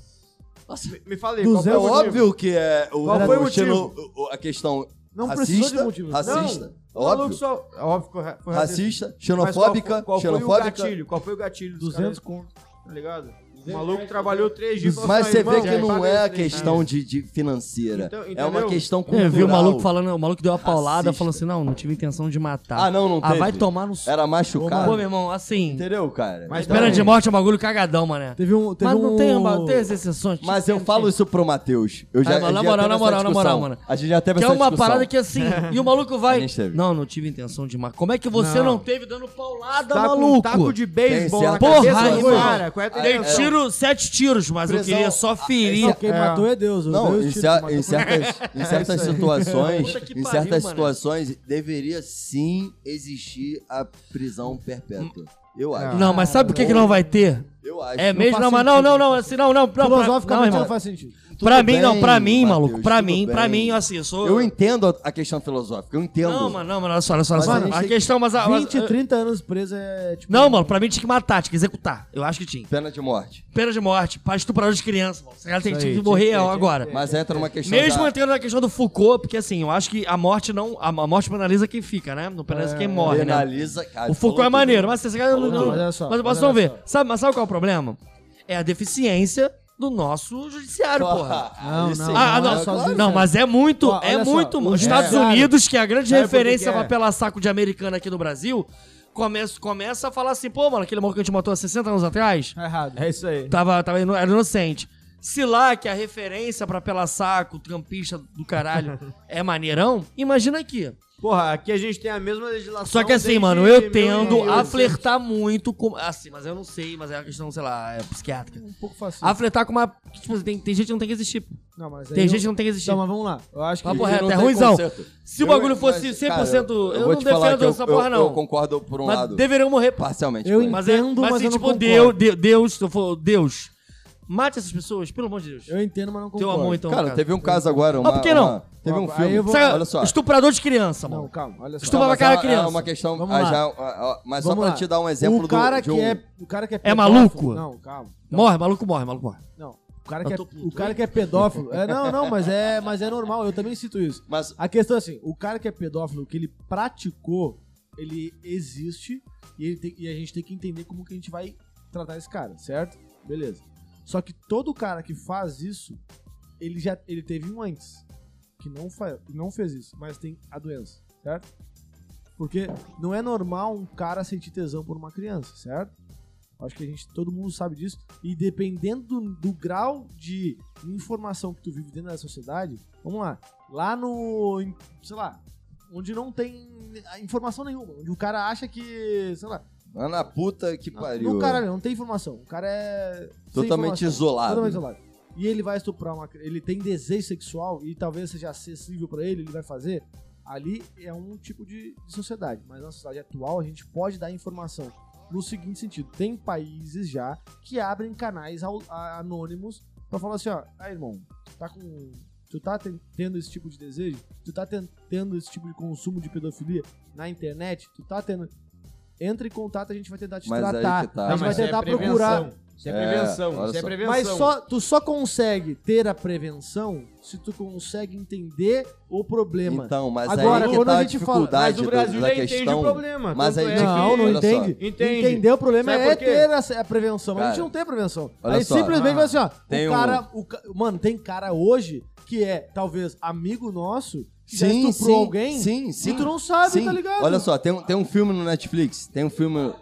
Speaker 7: Me, me falei, qual foi
Speaker 5: É
Speaker 7: o motivo?
Speaker 5: óbvio que é o,
Speaker 7: Qual foi o
Speaker 5: xeno- o- a questão
Speaker 1: Não precisou de
Speaker 5: racista,
Speaker 1: motivo.
Speaker 5: racista,
Speaker 7: O maluco
Speaker 5: óbvio,
Speaker 7: só... é Óbvio que foi ra- foi racista.
Speaker 5: racista,
Speaker 7: Mas qual foi-
Speaker 5: xenofóbica,
Speaker 7: qual foi o
Speaker 5: xenofóbica.
Speaker 7: gatilho? Qual foi o gatilho dos
Speaker 1: 200
Speaker 7: caras?
Speaker 1: conto.
Speaker 7: Tá ligado? O maluco trabalhou três dias. e falou
Speaker 5: Mas
Speaker 7: assim,
Speaker 5: você vê
Speaker 7: "Irmão,
Speaker 5: que não
Speaker 7: paga
Speaker 5: é a
Speaker 7: três dias".
Speaker 5: questão de, de financeira.
Speaker 7: Então,
Speaker 5: é uma
Speaker 7: entendeu?
Speaker 5: questão
Speaker 6: É,
Speaker 5: cultural.
Speaker 6: eu vi o maluco falando, o maluco deu uma paulada,
Speaker 5: Racista.
Speaker 6: falou assim: não, não tive intenção de matar.
Speaker 5: Ah, não, não
Speaker 6: Ah,
Speaker 5: teve.
Speaker 6: vai tomar
Speaker 1: É,
Speaker 6: no suco.
Speaker 5: Era
Speaker 6: Pô,
Speaker 5: machucado.
Speaker 6: meu irmão, assim.
Speaker 5: Entendeu, cara? Então,
Speaker 7: Mas
Speaker 6: Pena de morte é um bagulho cagadão, mané.
Speaker 1: Teve um. Teve
Speaker 6: Mas não
Speaker 1: um...
Speaker 6: tem, uma- tem as exceções.
Speaker 5: Mas eu falo isso pro Matheus. Eu já,
Speaker 6: Ah, mas
Speaker 5: a gente
Speaker 6: na moral,
Speaker 5: já teve
Speaker 6: na
Speaker 5: essa
Speaker 6: moral, na
Speaker 5: discussão.
Speaker 6: moral, mano.
Speaker 5: A gente já teve
Speaker 6: Que é
Speaker 5: essa
Speaker 6: uma
Speaker 5: discussão.
Speaker 6: parada que assim, e o maluco
Speaker 5: A
Speaker 6: vai.
Speaker 5: gente teve.
Speaker 6: Não, não tive intenção de matar. Como é que você não, teve dando paulada,
Speaker 7: Tá com um
Speaker 6: maluco?
Speaker 7: taco de beisebol
Speaker 5: Tem
Speaker 7: na
Speaker 5: certa
Speaker 7: cabeça,
Speaker 6: coisa.
Speaker 7: do cara. Qual é a
Speaker 6: Dei
Speaker 7: tendência?
Speaker 6: tiro, sete tiros, mas eu
Speaker 5: Prisão- Ah,
Speaker 6: queria só ferir.
Speaker 1: Não, quem matou é Deus.
Speaker 5: Não,
Speaker 1: Deus
Speaker 5: em,
Speaker 1: tira
Speaker 5: cer-
Speaker 1: quem matou.
Speaker 5: em certas, em certas situações,
Speaker 6: É Puta que
Speaker 5: em
Speaker 6: pariu,
Speaker 5: certas
Speaker 6: mano.
Speaker 5: situações, deveria sim existir a prisão perpétua. Eu acho.
Speaker 6: Não, mas sabe por que, que não vai ter?
Speaker 5: Eu acho.
Speaker 6: É mesmo,
Speaker 1: faz
Speaker 6: não, mas não,
Speaker 1: sentido.
Speaker 6: não, não, assim, não, não, não. pra- não,
Speaker 1: Filosoficamente não,
Speaker 6: irmão.
Speaker 1: faz sentido.
Speaker 5: Tudo
Speaker 6: Pra mim, não,
Speaker 5: bem,
Speaker 6: pra mim,
Speaker 5: Mateus,
Speaker 6: maluco, pra
Speaker 5: tudo
Speaker 6: mim, pra
Speaker 5: bem.
Speaker 6: mim, assim, eu sou...
Speaker 5: Eu entendo a questão filosófica, eu entendo.
Speaker 6: Não, mano, não, mano, olha só, olha só, olha
Speaker 5: Mas
Speaker 6: só.
Speaker 5: a
Speaker 6: A,
Speaker 5: gente tem que-
Speaker 6: questão, mas... a- mas-
Speaker 1: 20, 30 anos preso é tipo.
Speaker 6: Não, mano, pra mim tinha que matar, tinha que executar. Eu acho que tinha.
Speaker 5: Pena de morte.
Speaker 6: Pena de morte, pra estuprador de criança, mano. Esse cara tem
Speaker 7: Isso
Speaker 6: tinha
Speaker 7: aí,
Speaker 6: que
Speaker 7: tinha
Speaker 6: morrer
Speaker 7: que ter, tinha
Speaker 6: agora.
Speaker 5: Mas entra numa questão.
Speaker 6: Mesmo
Speaker 5: da...
Speaker 6: entrando na questão do Foucault, porque assim, eu acho que a morte não. A, a morte penaliza quem fica, né? Não penaliza quem morre, né?
Speaker 5: Penaliza, cara,
Speaker 6: O Foucault
Speaker 5: falou
Speaker 6: é maneiro,
Speaker 5: tudo.
Speaker 6: mas esse cara não.
Speaker 1: Não,
Speaker 6: não-
Speaker 1: mas olha só,
Speaker 6: mas
Speaker 1: mas
Speaker 6: eu posso não
Speaker 1: olha
Speaker 6: ver. Sabe, mas sabe qual é o problema? É a deficiência do nosso judiciário, porra.
Speaker 1: Não,
Speaker 5: Isso
Speaker 1: não,
Speaker 5: aí.
Speaker 6: Ah,
Speaker 1: é
Speaker 6: não,
Speaker 1: só
Speaker 6: não,
Speaker 1: judiciário.
Speaker 6: mas é muito,
Speaker 1: Ó,
Speaker 6: é
Speaker 1: olha só,
Speaker 6: muito.
Speaker 1: o
Speaker 6: Os Estados
Speaker 1: judiciário-
Speaker 6: Unidos, que é a grande
Speaker 7: Sabe por que
Speaker 6: referência
Speaker 7: que é?
Speaker 6: pra pelar saco de americana aqui no Brasil, começa, começa a falar assim, pô, mano, aquele maluco que a gente matou há 60 anos atrás,
Speaker 1: Tá errado.
Speaker 7: É isso aí.
Speaker 6: tava, tava ino- era inocente. Se lá que é a referência pra pelar saco, trampista do caralho, é maneirão, imagina aqui.
Speaker 7: Porra, aqui a gente tem a mesma legislação.
Speaker 6: Só que assim,
Speaker 7: desde
Speaker 6: mano, eu
Speaker 7: 1800.
Speaker 6: tendo a flertar muito com. Assim, mas eu não sei, mas é uma questão, sei lá, é psiquiátrica.
Speaker 1: Um pouco fácil.
Speaker 6: A flertar com uma. Tipo, tem, tem gente que não tem que existir.
Speaker 1: Não, mas aí
Speaker 6: Tem
Speaker 1: eu-
Speaker 6: gente que não tem que existir.
Speaker 1: Não, mas vamos lá. Eu acho que.
Speaker 6: Papo
Speaker 5: Porque
Speaker 6: reto,
Speaker 5: não
Speaker 6: é
Speaker 5: tem
Speaker 6: ruizão.
Speaker 5: conserto.
Speaker 6: Se o bagulho
Speaker 5: Eu-
Speaker 6: fosse
Speaker 5: mas,
Speaker 6: 100%. eu,
Speaker 5: vou
Speaker 6: não
Speaker 5: te falar
Speaker 6: defendo
Speaker 5: que eu-
Speaker 6: essa porra,
Speaker 5: eu-
Speaker 6: não.
Speaker 5: Eu concordo por um
Speaker 6: mas
Speaker 5: lado.
Speaker 6: deveriam morrer.
Speaker 5: Parcialmente.
Speaker 1: Eu
Speaker 5: por um lado.
Speaker 6: Mas, é,
Speaker 1: Entendo,
Speaker 6: mas,
Speaker 1: mas
Speaker 6: se,
Speaker 1: eu não
Speaker 6: tipo,
Speaker 1: concordo.
Speaker 6: Deus, Deus, Deus, se eu for- Deus, mate essas pessoas, pelo amor de Deus.
Speaker 1: Eu entendo, mas não
Speaker 6: Teu
Speaker 1: concordo.
Speaker 6: amor, então.
Speaker 5: Cara, teve um caso agora. Uma,
Speaker 6: por que não?
Speaker 5: uma- teve um
Speaker 1: Aí
Speaker 5: filme.
Speaker 1: eu vou-
Speaker 6: Sabe,
Speaker 5: Olha só.
Speaker 6: Estuprador de criança,
Speaker 1: Não,
Speaker 6: mano.
Speaker 1: calma, olha só.
Speaker 6: Estupra- pra
Speaker 5: mas é
Speaker 6: cara
Speaker 5: uma-
Speaker 6: criança.
Speaker 5: É uma questão.
Speaker 1: Vamos
Speaker 5: ah,
Speaker 1: lá.
Speaker 5: já- ah, ah, mas só
Speaker 1: Vamos
Speaker 5: pra
Speaker 1: lá.
Speaker 5: te dar um exemplo
Speaker 1: o cara
Speaker 5: do, de
Speaker 1: que
Speaker 5: um-
Speaker 1: é O cara que é
Speaker 6: maluco?
Speaker 1: Não, calma.
Speaker 6: Morre, maluco morre, maluco morre.
Speaker 1: Não. O cara,
Speaker 6: Eu
Speaker 1: que é,
Speaker 6: tô puto,
Speaker 1: o cara que é pedófilo. É, não, não, mas é, mas é normal. Eu também cito isso.
Speaker 5: Mas
Speaker 1: A questão é assim: o cara que é pedófilo, que ele praticou, ele existe e, ele tem- e a gente tem que entender como que a gente vai tratar esse cara, certo? Beleza. Só que todo cara que faz isso, ele já ele teve um antes que não, fa, não fez isso, mas tem a doença, certo? Porque não é normal um cara sentir tesão por uma criança, certo? Acho que a gente, todo mundo sabe disso. E dependendo do, do grau de informação que tu vive dentro da sociedade, vamos lá, lá no, em- sei lá, onde não tem informação nenhuma, onde o cara acha que, sei lá,
Speaker 5: lá na puta que pariu. é.
Speaker 1: não, caralho, não tem informação. O cara é sem
Speaker 5: Totalmente
Speaker 1: informação.
Speaker 5: isolado. né?
Speaker 1: Totalmente isolado. E ele vai estuprar uma. cri- Ele tem desejo sexual e talvez seja acessível pra ele, ele vai fazer. Ali é um tipo de, de sociedade. Mas na sociedade atual a gente pode dar informação no seguinte sentido: tem países já que abrem canais ao- a- anônimos pra falar assim, ó, ah, irmão, tá com. Tu tá ten- tendo esse tipo de desejo? Tu tá ten- tendo esse tipo de consumo de pedofilia na internet? Tu tá tendo. entra em contato, a gente vai tentar te
Speaker 5: Mas aí
Speaker 1: tratar.
Speaker 5: que tá.
Speaker 1: A
Speaker 5: Não,
Speaker 1: gente vai
Speaker 5: mas
Speaker 1: tentar procurar.
Speaker 7: Isso é
Speaker 5: É,
Speaker 7: prevenção.
Speaker 5: olha
Speaker 7: Isso é
Speaker 5: só.
Speaker 7: prevenção.
Speaker 1: Mas só, tu só consegue ter a prevenção se tu consegue entender o problema.
Speaker 5: Então, mas
Speaker 1: Agora,
Speaker 5: aí que
Speaker 1: quando
Speaker 5: tá
Speaker 1: a
Speaker 5: a
Speaker 1: gente fala-
Speaker 7: Mas
Speaker 5: dificuldade do-
Speaker 7: o Brasil
Speaker 5: da
Speaker 7: já
Speaker 5: questão.
Speaker 7: entende o problema.
Speaker 5: mas
Speaker 7: tanto
Speaker 5: aí
Speaker 7: é
Speaker 5: tem
Speaker 1: não,
Speaker 5: que-
Speaker 1: não
Speaker 5: olha só.
Speaker 1: entende.
Speaker 7: Entende.
Speaker 1: Entender o problema
Speaker 7: Sabe
Speaker 1: é
Speaker 7: por quê?
Speaker 1: ter essa- a, prevenção. mas a gente
Speaker 5: Cara,
Speaker 1: não tem prevenção.
Speaker 5: olha
Speaker 1: Aí
Speaker 5: só.
Speaker 1: simplesmente vai assim, ó.
Speaker 5: tem
Speaker 1: o
Speaker 5: um-
Speaker 1: cara. o ca- mano, tem cara hoje que é talvez amigo nosso que já
Speaker 5: Sim,
Speaker 1: estuprou
Speaker 5: sim,
Speaker 1: alguém
Speaker 5: sim, sim.
Speaker 1: e tu não sabe,
Speaker 5: Sim.
Speaker 1: tá ligado?
Speaker 5: Olha só, tem, um- tem um filme no Netflix. Tem um filme.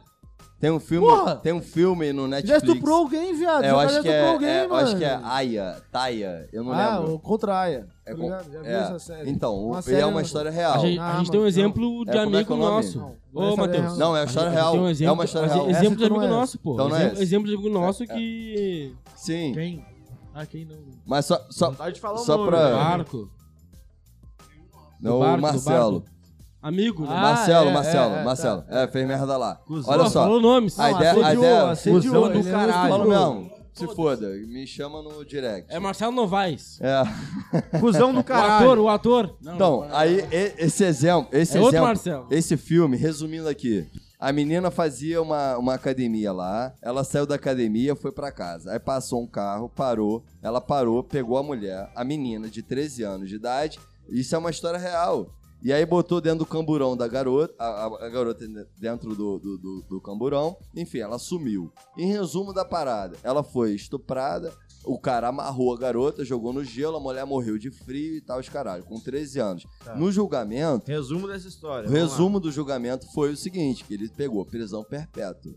Speaker 5: Tem um filme.
Speaker 1: Porra!
Speaker 5: Tem um filme no
Speaker 1: Já
Speaker 5: Netflix.
Speaker 1: estuprou alguém, viado.
Speaker 5: É,
Speaker 1: Seu
Speaker 5: eu
Speaker 1: cara já
Speaker 5: acho que
Speaker 1: estuprou
Speaker 5: é,
Speaker 1: alguém,
Speaker 5: é, eu
Speaker 1: mano.
Speaker 5: acho que é Aya, Taia, eu não
Speaker 1: Ah,
Speaker 5: lembro.
Speaker 1: o Contraia.
Speaker 5: É
Speaker 1: tá
Speaker 5: com-
Speaker 1: ligado? Já vi
Speaker 5: é.
Speaker 1: essa série.
Speaker 5: Então, o-
Speaker 1: uma
Speaker 5: ele
Speaker 1: série,
Speaker 5: é
Speaker 1: né?
Speaker 5: uma história
Speaker 2: A
Speaker 5: real.
Speaker 2: gente, a
Speaker 1: Ah,
Speaker 2: gente tem um
Speaker 1: mano,
Speaker 2: exemplo de
Speaker 5: É, como é que
Speaker 2: amigo
Speaker 5: é o nome?
Speaker 2: nosso.
Speaker 1: Não, não é
Speaker 2: Ô,
Speaker 1: essa
Speaker 2: Matheus.
Speaker 1: real,
Speaker 5: Não, é uma história
Speaker 2: A gente
Speaker 5: real.
Speaker 2: tem um
Speaker 5: é
Speaker 2: exemplo-
Speaker 5: uma história
Speaker 2: a gente-
Speaker 5: real.
Speaker 1: Essa
Speaker 2: Exemplo de
Speaker 1: então não
Speaker 2: amigo
Speaker 1: é
Speaker 2: nosso, pô.
Speaker 5: Então não é
Speaker 2: exemplo,
Speaker 5: essa.
Speaker 2: exemplo de amigo nosso que.
Speaker 5: Sim,
Speaker 2: Quem? Ah, quem não?
Speaker 5: mas só, só
Speaker 7: Vontade de falar
Speaker 5: Só
Speaker 7: o nome,
Speaker 5: pra-
Speaker 7: né?
Speaker 2: Barco.
Speaker 5: não,
Speaker 2: barco,
Speaker 5: o
Speaker 2: do
Speaker 5: Marcelo.
Speaker 2: Amigo, né?
Speaker 1: Ah,
Speaker 5: Marcelo,
Speaker 1: é,
Speaker 5: Marcelo,
Speaker 1: é, é,
Speaker 5: Marcelo. É, fez merda lá.
Speaker 7: Cusão.
Speaker 5: Olha
Speaker 2: Pô,
Speaker 5: só,
Speaker 2: tá. Falou nomes.
Speaker 5: A ideia-
Speaker 1: assediou,
Speaker 5: a ideia-
Speaker 1: assediou,
Speaker 7: Cusão do
Speaker 1: ele não
Speaker 7: caralho.
Speaker 1: estuprou.
Speaker 5: fala mesmo. Se foda, me chama no direct.
Speaker 2: É Marcelo Novaes.
Speaker 5: É.
Speaker 7: Cusão do
Speaker 2: O ator,
Speaker 7: caralho.
Speaker 2: o ator. Não,
Speaker 5: Então, aí e- esse exemplo, esse
Speaker 2: É outro
Speaker 5: exemplo,
Speaker 2: Marcelo.
Speaker 5: esse filme, resumindo aqui, a menina fazia uma, uma academia lá, ela saiu da academia, foi pra casa. Aí passou um carro, parou, ela parou, pegou a mulher, a menina de 13 anos de idade, isso é uma história real. E aí botou dentro do camburão da garota, a, a- a garota dentro do, do, do- do camburão, enfim, ela sumiu. Em resumo da parada, ela foi estuprada, o cara amarrou a garota, jogou no gelo, a mulher morreu de frio e tal, os caralho, com 13 anos. No julgamento,
Speaker 7: Resumo dessa história.
Speaker 5: o resumo do julgamento foi o seguinte, que ele pegou prisão perpétua,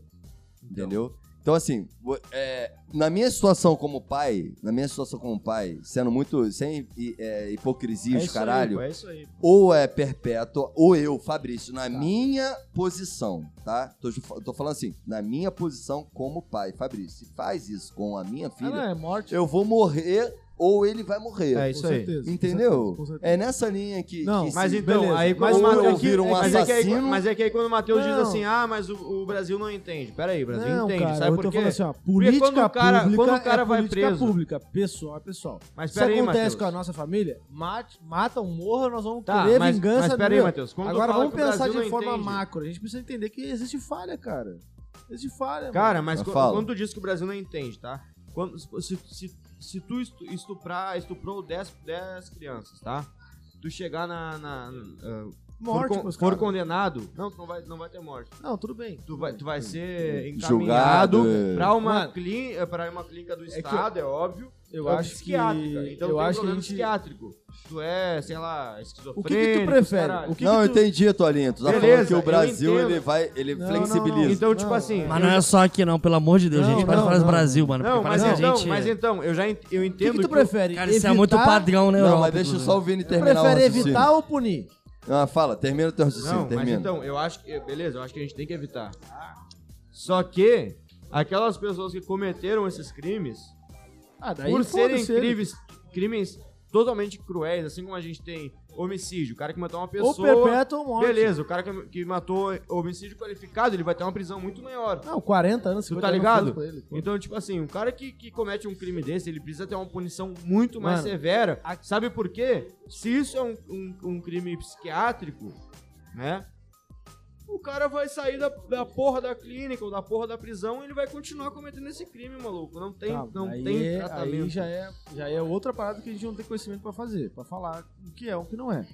Speaker 5: entendeu? Então, assim, vo- é, na minha situação como pai, na minha situação como pai, sendo muito, sem hi- é, hipocrisia, os caralho,
Speaker 7: É isso aí. Tá.
Speaker 5: ou é perpétua, ou eu, Fabrício, na minha posição, tá? Tô, ju- tô falando assim, na minha posição como pai, Fabrício, se faz isso com a minha
Speaker 1: Ah, não,
Speaker 5: filha,
Speaker 1: é morte.
Speaker 5: eu vou morrer ou ele vai morrer.
Speaker 7: É isso
Speaker 1: com
Speaker 7: aí.
Speaker 1: certeza, com
Speaker 5: Entendeu?
Speaker 1: certeza, com certeza.
Speaker 5: É nessa linha que.
Speaker 1: Não,
Speaker 5: que
Speaker 7: Mas
Speaker 5: se-
Speaker 7: então,
Speaker 1: beleza.
Speaker 7: aí
Speaker 1: Mas
Speaker 7: quando
Speaker 1: o-
Speaker 7: o
Speaker 1: é
Speaker 7: Matheus
Speaker 1: que-
Speaker 7: vira um
Speaker 5: é que-
Speaker 7: assassino... Mas é, que aí,
Speaker 5: assassino-
Speaker 7: mas é que aí quando o Matheus diz
Speaker 1: Não.
Speaker 7: assim, ah, mas o, o Brasil não entende. Pera aí, o Brasil
Speaker 1: não,
Speaker 7: entende.
Speaker 1: cara,
Speaker 7: sabe
Speaker 1: eu
Speaker 7: por
Speaker 1: tô
Speaker 7: quê?
Speaker 1: falando assim, ó,
Speaker 7: quando
Speaker 1: política
Speaker 7: o cara-
Speaker 1: pública
Speaker 7: quando o cara
Speaker 1: é
Speaker 7: vai
Speaker 1: política
Speaker 7: preso.
Speaker 1: pública, pessoal é pessoal.
Speaker 7: Mas
Speaker 1: Se
Speaker 7: pera aí,
Speaker 1: acontece
Speaker 7: Matheus.
Speaker 1: com a nossa família, mate, matam, morram, nós vamos
Speaker 7: Tá,
Speaker 1: querer
Speaker 7: mas-
Speaker 1: vingança.
Speaker 7: mas pera aí,
Speaker 1: entendeu?
Speaker 7: Matheus, quando tu
Speaker 1: Agora
Speaker 7: fala
Speaker 1: vamos
Speaker 7: que o
Speaker 1: pensar
Speaker 7: Brasil
Speaker 1: de
Speaker 7: não
Speaker 1: forma
Speaker 7: entende.
Speaker 1: macro. A gente precisa entender que existe falha, cara. Existe falha,
Speaker 7: Cara, mas
Speaker 5: Mas
Speaker 7: qu-
Speaker 5: fala.
Speaker 7: quando tu diz que o Brasil não entende, tá? Quando, se, se, se tu estu- estuprar, estuprou 10, 10 crianças, tá? Tu chegar na... na- na-
Speaker 1: mano.
Speaker 7: for,
Speaker 1: Morte,
Speaker 7: con-
Speaker 1: meus
Speaker 7: for
Speaker 1: caras.
Speaker 7: condenado... Não, tu não vai, não vai ter morte.
Speaker 1: Não, tudo bem.
Speaker 7: Tu vai, tu vai ser encaminhado
Speaker 5: Julgado, é.
Speaker 7: então, pra uma,
Speaker 1: Mano.
Speaker 7: clín- pra uma clínica do
Speaker 1: que eu-
Speaker 7: Estado, é óbvio.
Speaker 1: Eu
Speaker 7: É
Speaker 1: acho que.
Speaker 7: psiquiátrica. Então
Speaker 1: eu
Speaker 7: tem
Speaker 1: acho que a
Speaker 7: problema
Speaker 1: gente.
Speaker 7: psiquiátrico. Tu é, sei lá,
Speaker 1: O
Speaker 7: esquizofrênico.
Speaker 1: que, que tu prefere?
Speaker 7: caralho.
Speaker 1: O que
Speaker 5: é. não, eu
Speaker 1: que tu...
Speaker 5: entendi a tua linha. Tu tá falando
Speaker 7: Beleza,
Speaker 5: que o
Speaker 7: eu
Speaker 5: Brasil
Speaker 7: entendo.
Speaker 5: ele vai. Ele
Speaker 1: Não,
Speaker 5: flexibiliza.
Speaker 1: não, não.
Speaker 7: Então, tipo assim.
Speaker 6: Mas não é só aqui, não, pelo amor de Deus,
Speaker 1: Não,
Speaker 6: gente. Para de
Speaker 1: não,
Speaker 6: falar do
Speaker 1: não.
Speaker 6: Brasil, mano.
Speaker 7: Não,
Speaker 6: porque
Speaker 7: mas
Speaker 6: parece que a
Speaker 7: então,
Speaker 6: gente-
Speaker 7: mas
Speaker 5: é-
Speaker 7: então, eu já ent- eu
Speaker 1: O que,
Speaker 7: entendo
Speaker 1: que tu
Speaker 7: o-
Speaker 1: prefere?
Speaker 6: Cara, isso é muito é
Speaker 1: Evitar-
Speaker 6: padrão, né?
Speaker 5: Não,
Speaker 6: Europa,
Speaker 5: mas deixa
Speaker 6: inclusive.
Speaker 5: só o Vini
Speaker 1: Tu
Speaker 5: terminar
Speaker 1: prefere
Speaker 5: o raciocínio.
Speaker 1: evitar ou punir?
Speaker 5: Ah, fala, termina o teu raciocínio,
Speaker 7: Não, mas
Speaker 5: termina.
Speaker 7: então, eu acho que. Beleza, eu acho que a gente tem que evitar. Só que aquelas pessoas que cometeram esses crimes,
Speaker 1: Ah, daí
Speaker 7: por serem
Speaker 1: foda-se ele.
Speaker 7: crimes, crimes totalmente cruéis, assim como a gente tem homicídio, o cara que matou uma
Speaker 1: Ou
Speaker 7: pessoa.
Speaker 1: perpétua ou morte.
Speaker 7: Beleza, o cara que, que matou homicídio qualificado, ele vai ter uma prisão muito maior.
Speaker 1: Não, 40 anos,
Speaker 7: Tu
Speaker 1: 50
Speaker 7: tá
Speaker 1: anos
Speaker 7: ligado?
Speaker 1: pra ele, pô.
Speaker 7: Então, tipo assim, um cara que, que comete um crime desse, ele precisa ter uma punição muito mais
Speaker 1: Mano,
Speaker 7: severa. Sabe por quê? Se isso é um, um, um crime psiquiátrico, né? O cara vai sair da, da porra da clínica ou da porra da prisão e ele vai continuar cometendo esse crime, maluco. Não tem,
Speaker 1: Tá,
Speaker 7: não
Speaker 1: aí
Speaker 7: tem
Speaker 1: é-
Speaker 7: tratamento.
Speaker 1: Aí já é, já é outra parada que a gente não tem conhecimento pra fazer, pra falar o que é, o que não é.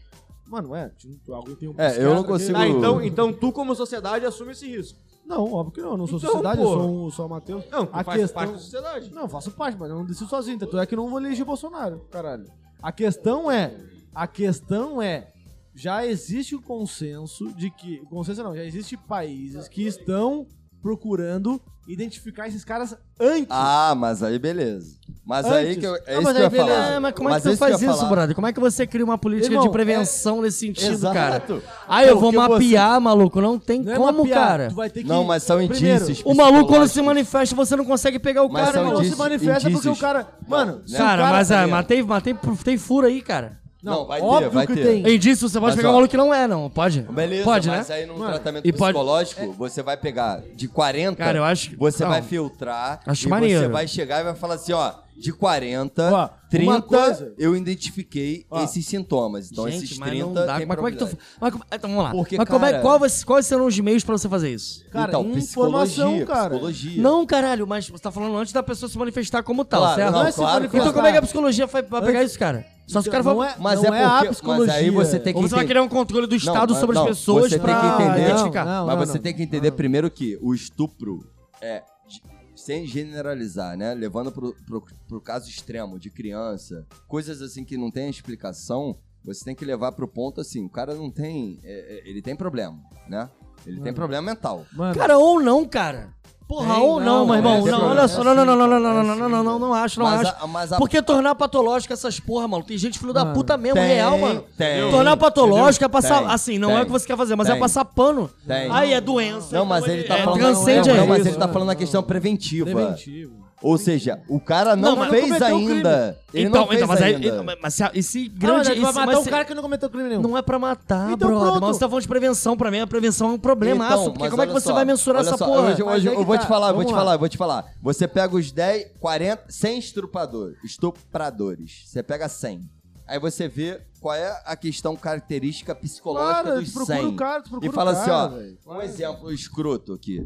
Speaker 1: Mano, é, tipo, alguém tem um
Speaker 5: É, eu
Speaker 1: psiquiatra
Speaker 5: não
Speaker 1: que-
Speaker 5: consigo-
Speaker 7: Tá, então, então tu, como sociedade, assume esse risco.
Speaker 1: Não, óbvio que não, eu não sou
Speaker 7: Então,
Speaker 1: sociedade,
Speaker 7: pô.
Speaker 1: eu sou, um- sou o Matheus.
Speaker 7: Não, tu
Speaker 1: A
Speaker 7: faz
Speaker 1: questão-
Speaker 7: parte da sociedade.
Speaker 1: Não, eu faço parte, mas eu não decido sozinho, tanto é que eu não vou eleger o Bolsonaro, caralho. A questão é, a questão é, já existe o consenso de que, o consenso não, já existe países que estão procurando identificar esses caras antes.
Speaker 5: Ah, mas aí beleza. Mas
Speaker 1: Antes.
Speaker 5: aí que eu. É
Speaker 6: Não,
Speaker 5: isso
Speaker 6: mas
Speaker 5: que eu
Speaker 6: aí,
Speaker 5: ia
Speaker 6: beleza,
Speaker 5: falar.
Speaker 6: é, mas como é que tu
Speaker 5: isso eu
Speaker 6: faz
Speaker 5: ia
Speaker 6: isso,
Speaker 5: falar. é
Speaker 6: brother? Como é que você cria uma política
Speaker 1: Irmão,
Speaker 6: de prevenção nesse sentido, cara?
Speaker 5: Exato.
Speaker 6: Ah, eu vou
Speaker 5: Porque você-
Speaker 6: mapear, maluco. Não tem
Speaker 1: Não é uma
Speaker 6: como,
Speaker 1: piada,
Speaker 6: cara.
Speaker 1: Tu vai ter que
Speaker 5: Não, mas são
Speaker 1: Primeiro,
Speaker 5: indícios.
Speaker 6: O maluco, quando se
Speaker 5: psicológicos.
Speaker 6: manifesta, você não consegue pegar o
Speaker 5: Mas
Speaker 1: cara
Speaker 6: cara,
Speaker 5: são
Speaker 1: não
Speaker 6: irmão.
Speaker 5: indícios-
Speaker 1: se manifesta porque
Speaker 5: indícios.
Speaker 1: o cara. é. Mano,
Speaker 5: Não,
Speaker 1: se o
Speaker 6: Cara, mas ah,
Speaker 5: Beleza.
Speaker 6: matei, matei, tem furo aí, cara.
Speaker 5: Não, vai ter,
Speaker 1: óbvio
Speaker 5: vai
Speaker 1: que
Speaker 5: ter.
Speaker 1: tem.
Speaker 6: Indício, você pode
Speaker 5: Mas,
Speaker 6: pegar
Speaker 5: ó,
Speaker 6: um maluco que não é, não. Pode?
Speaker 5: Beleza,
Speaker 6: pode, né?
Speaker 5: mas aí num
Speaker 1: Mano,
Speaker 5: tratamento
Speaker 6: e pode-
Speaker 5: psicológico, você vai pegar de 40,
Speaker 6: Cara, eu acho que-
Speaker 5: você
Speaker 6: não.
Speaker 5: vai filtrar
Speaker 6: Acho
Speaker 5: e
Speaker 6: maneiro.
Speaker 5: você vai chegar e vai falar assim, ó, de 40,
Speaker 1: Ó, uma
Speaker 5: 30,
Speaker 1: coisa-
Speaker 5: eu identifiquei
Speaker 1: Ó.
Speaker 5: esses sintomas. Então esses 30
Speaker 6: mas não dá.
Speaker 5: tem
Speaker 6: Mas como é que tu...
Speaker 5: probabilidade.
Speaker 6: Mas, como- então vamos lá.
Speaker 5: Porque,
Speaker 6: mas como é,
Speaker 5: cara-
Speaker 6: qual, você- quais serão os meios pra você fazer isso?
Speaker 1: Cara,
Speaker 5: então,
Speaker 1: informação,
Speaker 5: psicologia,
Speaker 1: cara.
Speaker 5: psicologia.
Speaker 6: Não, caralho, mas você tá falando antes da pessoa se manifestar como tal,
Speaker 5: Claro,
Speaker 6: certo?
Speaker 5: não,
Speaker 1: Mas se
Speaker 5: claro,
Speaker 1: manifestar-
Speaker 6: Então como é que a psicologia vai vai pegar isso, cara? Só se o cara
Speaker 1: Não
Speaker 6: for...
Speaker 1: é,
Speaker 5: Mas
Speaker 1: não
Speaker 5: é porque-
Speaker 1: a
Speaker 5: mas
Speaker 1: psicologia.
Speaker 5: aí você tem que
Speaker 6: Ou você vai
Speaker 5: entender-
Speaker 6: criar um controle do Estado
Speaker 5: mas-
Speaker 6: sobre as
Speaker 5: não,
Speaker 6: pessoas
Speaker 5: você tem
Speaker 6: pra
Speaker 5: que entender-
Speaker 6: identificar.
Speaker 1: Não,
Speaker 5: Mas você tem que entender primeiro que o estupro é, de- sem generalizar, né? Levando pro, pro, pro caso extremo de criança, coisas assim que não tem explicação, você tem que levar pro ponto assim, o cara não tem. é, é, ele tem problema, né? Ele
Speaker 6: Uhum.
Speaker 5: tem problema mental.
Speaker 1: Mano,
Speaker 6: Cara, ou não, cara. Porra,
Speaker 1: Tem,
Speaker 6: ou não,
Speaker 1: não,
Speaker 6: meu irmão.
Speaker 5: é
Speaker 6: Não,
Speaker 5: assim,
Speaker 6: olha só.
Speaker 5: é
Speaker 6: Não, não, não,
Speaker 5: assim,
Speaker 6: não, não,
Speaker 5: cara,
Speaker 6: não,
Speaker 5: é
Speaker 6: não, não,
Speaker 5: assim,
Speaker 6: não, não,
Speaker 5: cara.
Speaker 6: não acho, não
Speaker 5: mas
Speaker 6: acho.
Speaker 5: a, mas a-
Speaker 6: Porque tornar patológica essas porra, mano. Tem gente filho da
Speaker 1: Mano,
Speaker 6: puta mesmo,
Speaker 5: tem,
Speaker 6: real, mano.
Speaker 5: Tem,
Speaker 6: Tornar patológica é
Speaker 5: Entendeu?
Speaker 6: passar.
Speaker 5: Tem,
Speaker 6: Assim, não é
Speaker 5: tem,
Speaker 6: o que você quer fazer, mas é
Speaker 5: tem.
Speaker 6: passar pano.
Speaker 5: tem.
Speaker 6: Aí é doença.
Speaker 5: Não, mas
Speaker 6: então
Speaker 5: ele tá
Speaker 6: é,
Speaker 5: falando.
Speaker 6: Transcende
Speaker 5: não,
Speaker 6: a
Speaker 5: não, mas
Speaker 1: isso,
Speaker 5: ele tá
Speaker 1: não,
Speaker 5: falando a
Speaker 1: não.
Speaker 5: questão preventiva.
Speaker 1: preventivo.
Speaker 5: Ou seja, o cara não,
Speaker 6: Não, mas
Speaker 1: ele
Speaker 5: fez
Speaker 1: cometeu um
Speaker 5: ainda. Ele
Speaker 6: Então,
Speaker 5: não fez
Speaker 6: então, mas aí.
Speaker 5: ainda. Ah,
Speaker 6: mas- Mas se a- esse
Speaker 1: Grande,
Speaker 6: grande.
Speaker 1: vai
Speaker 6: esse-
Speaker 1: matar
Speaker 6: mas
Speaker 1: um
Speaker 6: se-
Speaker 1: cara que não cometeu crime nenhum.
Speaker 6: Não é pra matar,
Speaker 1: Então,
Speaker 6: brother.
Speaker 1: pronto.
Speaker 6: Mas você tá falando de prevenção. Pra mim é prevenção é um problemaço.
Speaker 5: Então,
Speaker 6: porque
Speaker 5: mas
Speaker 6: como é que
Speaker 5: olha
Speaker 6: você
Speaker 5: só,
Speaker 6: vai mensurar
Speaker 5: olha
Speaker 6: essa
Speaker 5: só,
Speaker 6: porra?
Speaker 5: Hoje,
Speaker 1: Mas
Speaker 5: hoje
Speaker 1: aí que
Speaker 5: eu vou
Speaker 1: tá,
Speaker 5: te falar, eu vou
Speaker 1: vamos
Speaker 5: te
Speaker 1: lá.
Speaker 5: falar, eu vou te falar. Você pega os 10, 40, 100 estrupadores, estupradores. Você pega 100. Aí você vê qual é a questão característica psicológica
Speaker 1: Cara,
Speaker 5: dos
Speaker 1: tu procura
Speaker 5: 100.
Speaker 1: o cara, tu procura
Speaker 5: e fala
Speaker 1: o cara,
Speaker 5: assim, ó,
Speaker 1: velho.
Speaker 5: um exemplo escroto aqui.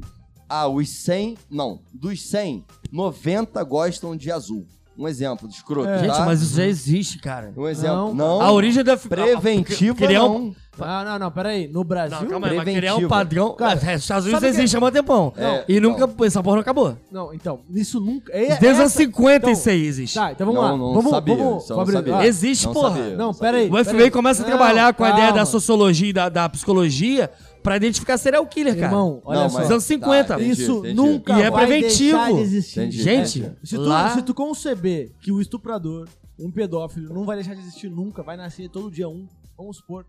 Speaker 5: Ah, os 100, não, dos 100, 90 gostam de azul. Um exemplo de escroto,
Speaker 1: É.
Speaker 5: tá?
Speaker 6: Gente, mas isso já existe, cara.
Speaker 5: Um exemplo,
Speaker 1: Não.
Speaker 5: não.
Speaker 6: A origem da.
Speaker 5: Preventiva,
Speaker 1: é
Speaker 6: Criar um-
Speaker 5: é não.
Speaker 1: Ah, Não, não, não, peraí. No Brasil.
Speaker 6: Não, calma aí, mas
Speaker 5: Preventiva.
Speaker 6: criar um padrão.
Speaker 1: Cara,
Speaker 6: Cara, Estados Unidos
Speaker 1: sabe que-
Speaker 6: existe há um tempão.
Speaker 5: É,
Speaker 6: e nunca. Essa porra não acabou.
Speaker 1: Não, então, isso nunca. É,
Speaker 6: Desde
Speaker 1: essa-
Speaker 6: os 50 isso
Speaker 1: então,
Speaker 6: aí existe.
Speaker 1: Tá, então vamos
Speaker 5: Não,
Speaker 1: lá.
Speaker 5: não
Speaker 1: vamos,
Speaker 5: sabia,
Speaker 1: vamos,
Speaker 5: isso eu não
Speaker 1: Fabrício,
Speaker 5: sabia.
Speaker 1: vai.
Speaker 6: existe,
Speaker 5: não
Speaker 6: porra.
Speaker 5: sabia.
Speaker 1: Não,
Speaker 5: sabia.
Speaker 1: peraí.
Speaker 6: O FBI
Speaker 1: peraí.
Speaker 6: começa a
Speaker 1: Não,
Speaker 6: trabalhar com a ideia da
Speaker 1: calma.
Speaker 6: sociologia e da, da psicologia pra identificar serial killer, cara.
Speaker 1: Irmão, olha
Speaker 5: Não,
Speaker 1: só.
Speaker 5: mas-
Speaker 6: Dos anos 50.
Speaker 5: entendi,
Speaker 1: Isso
Speaker 5: entendi.
Speaker 1: nunca
Speaker 6: E é
Speaker 1: vai
Speaker 6: preventivo.
Speaker 1: deixar de existir.
Speaker 5: Entendi.
Speaker 6: Gente,
Speaker 1: Se tu,
Speaker 6: lá...
Speaker 1: se tu conceber que o estuprador, um pedófilo, não vai deixar de existir nunca, vai nascer todo dia um, vamos supor.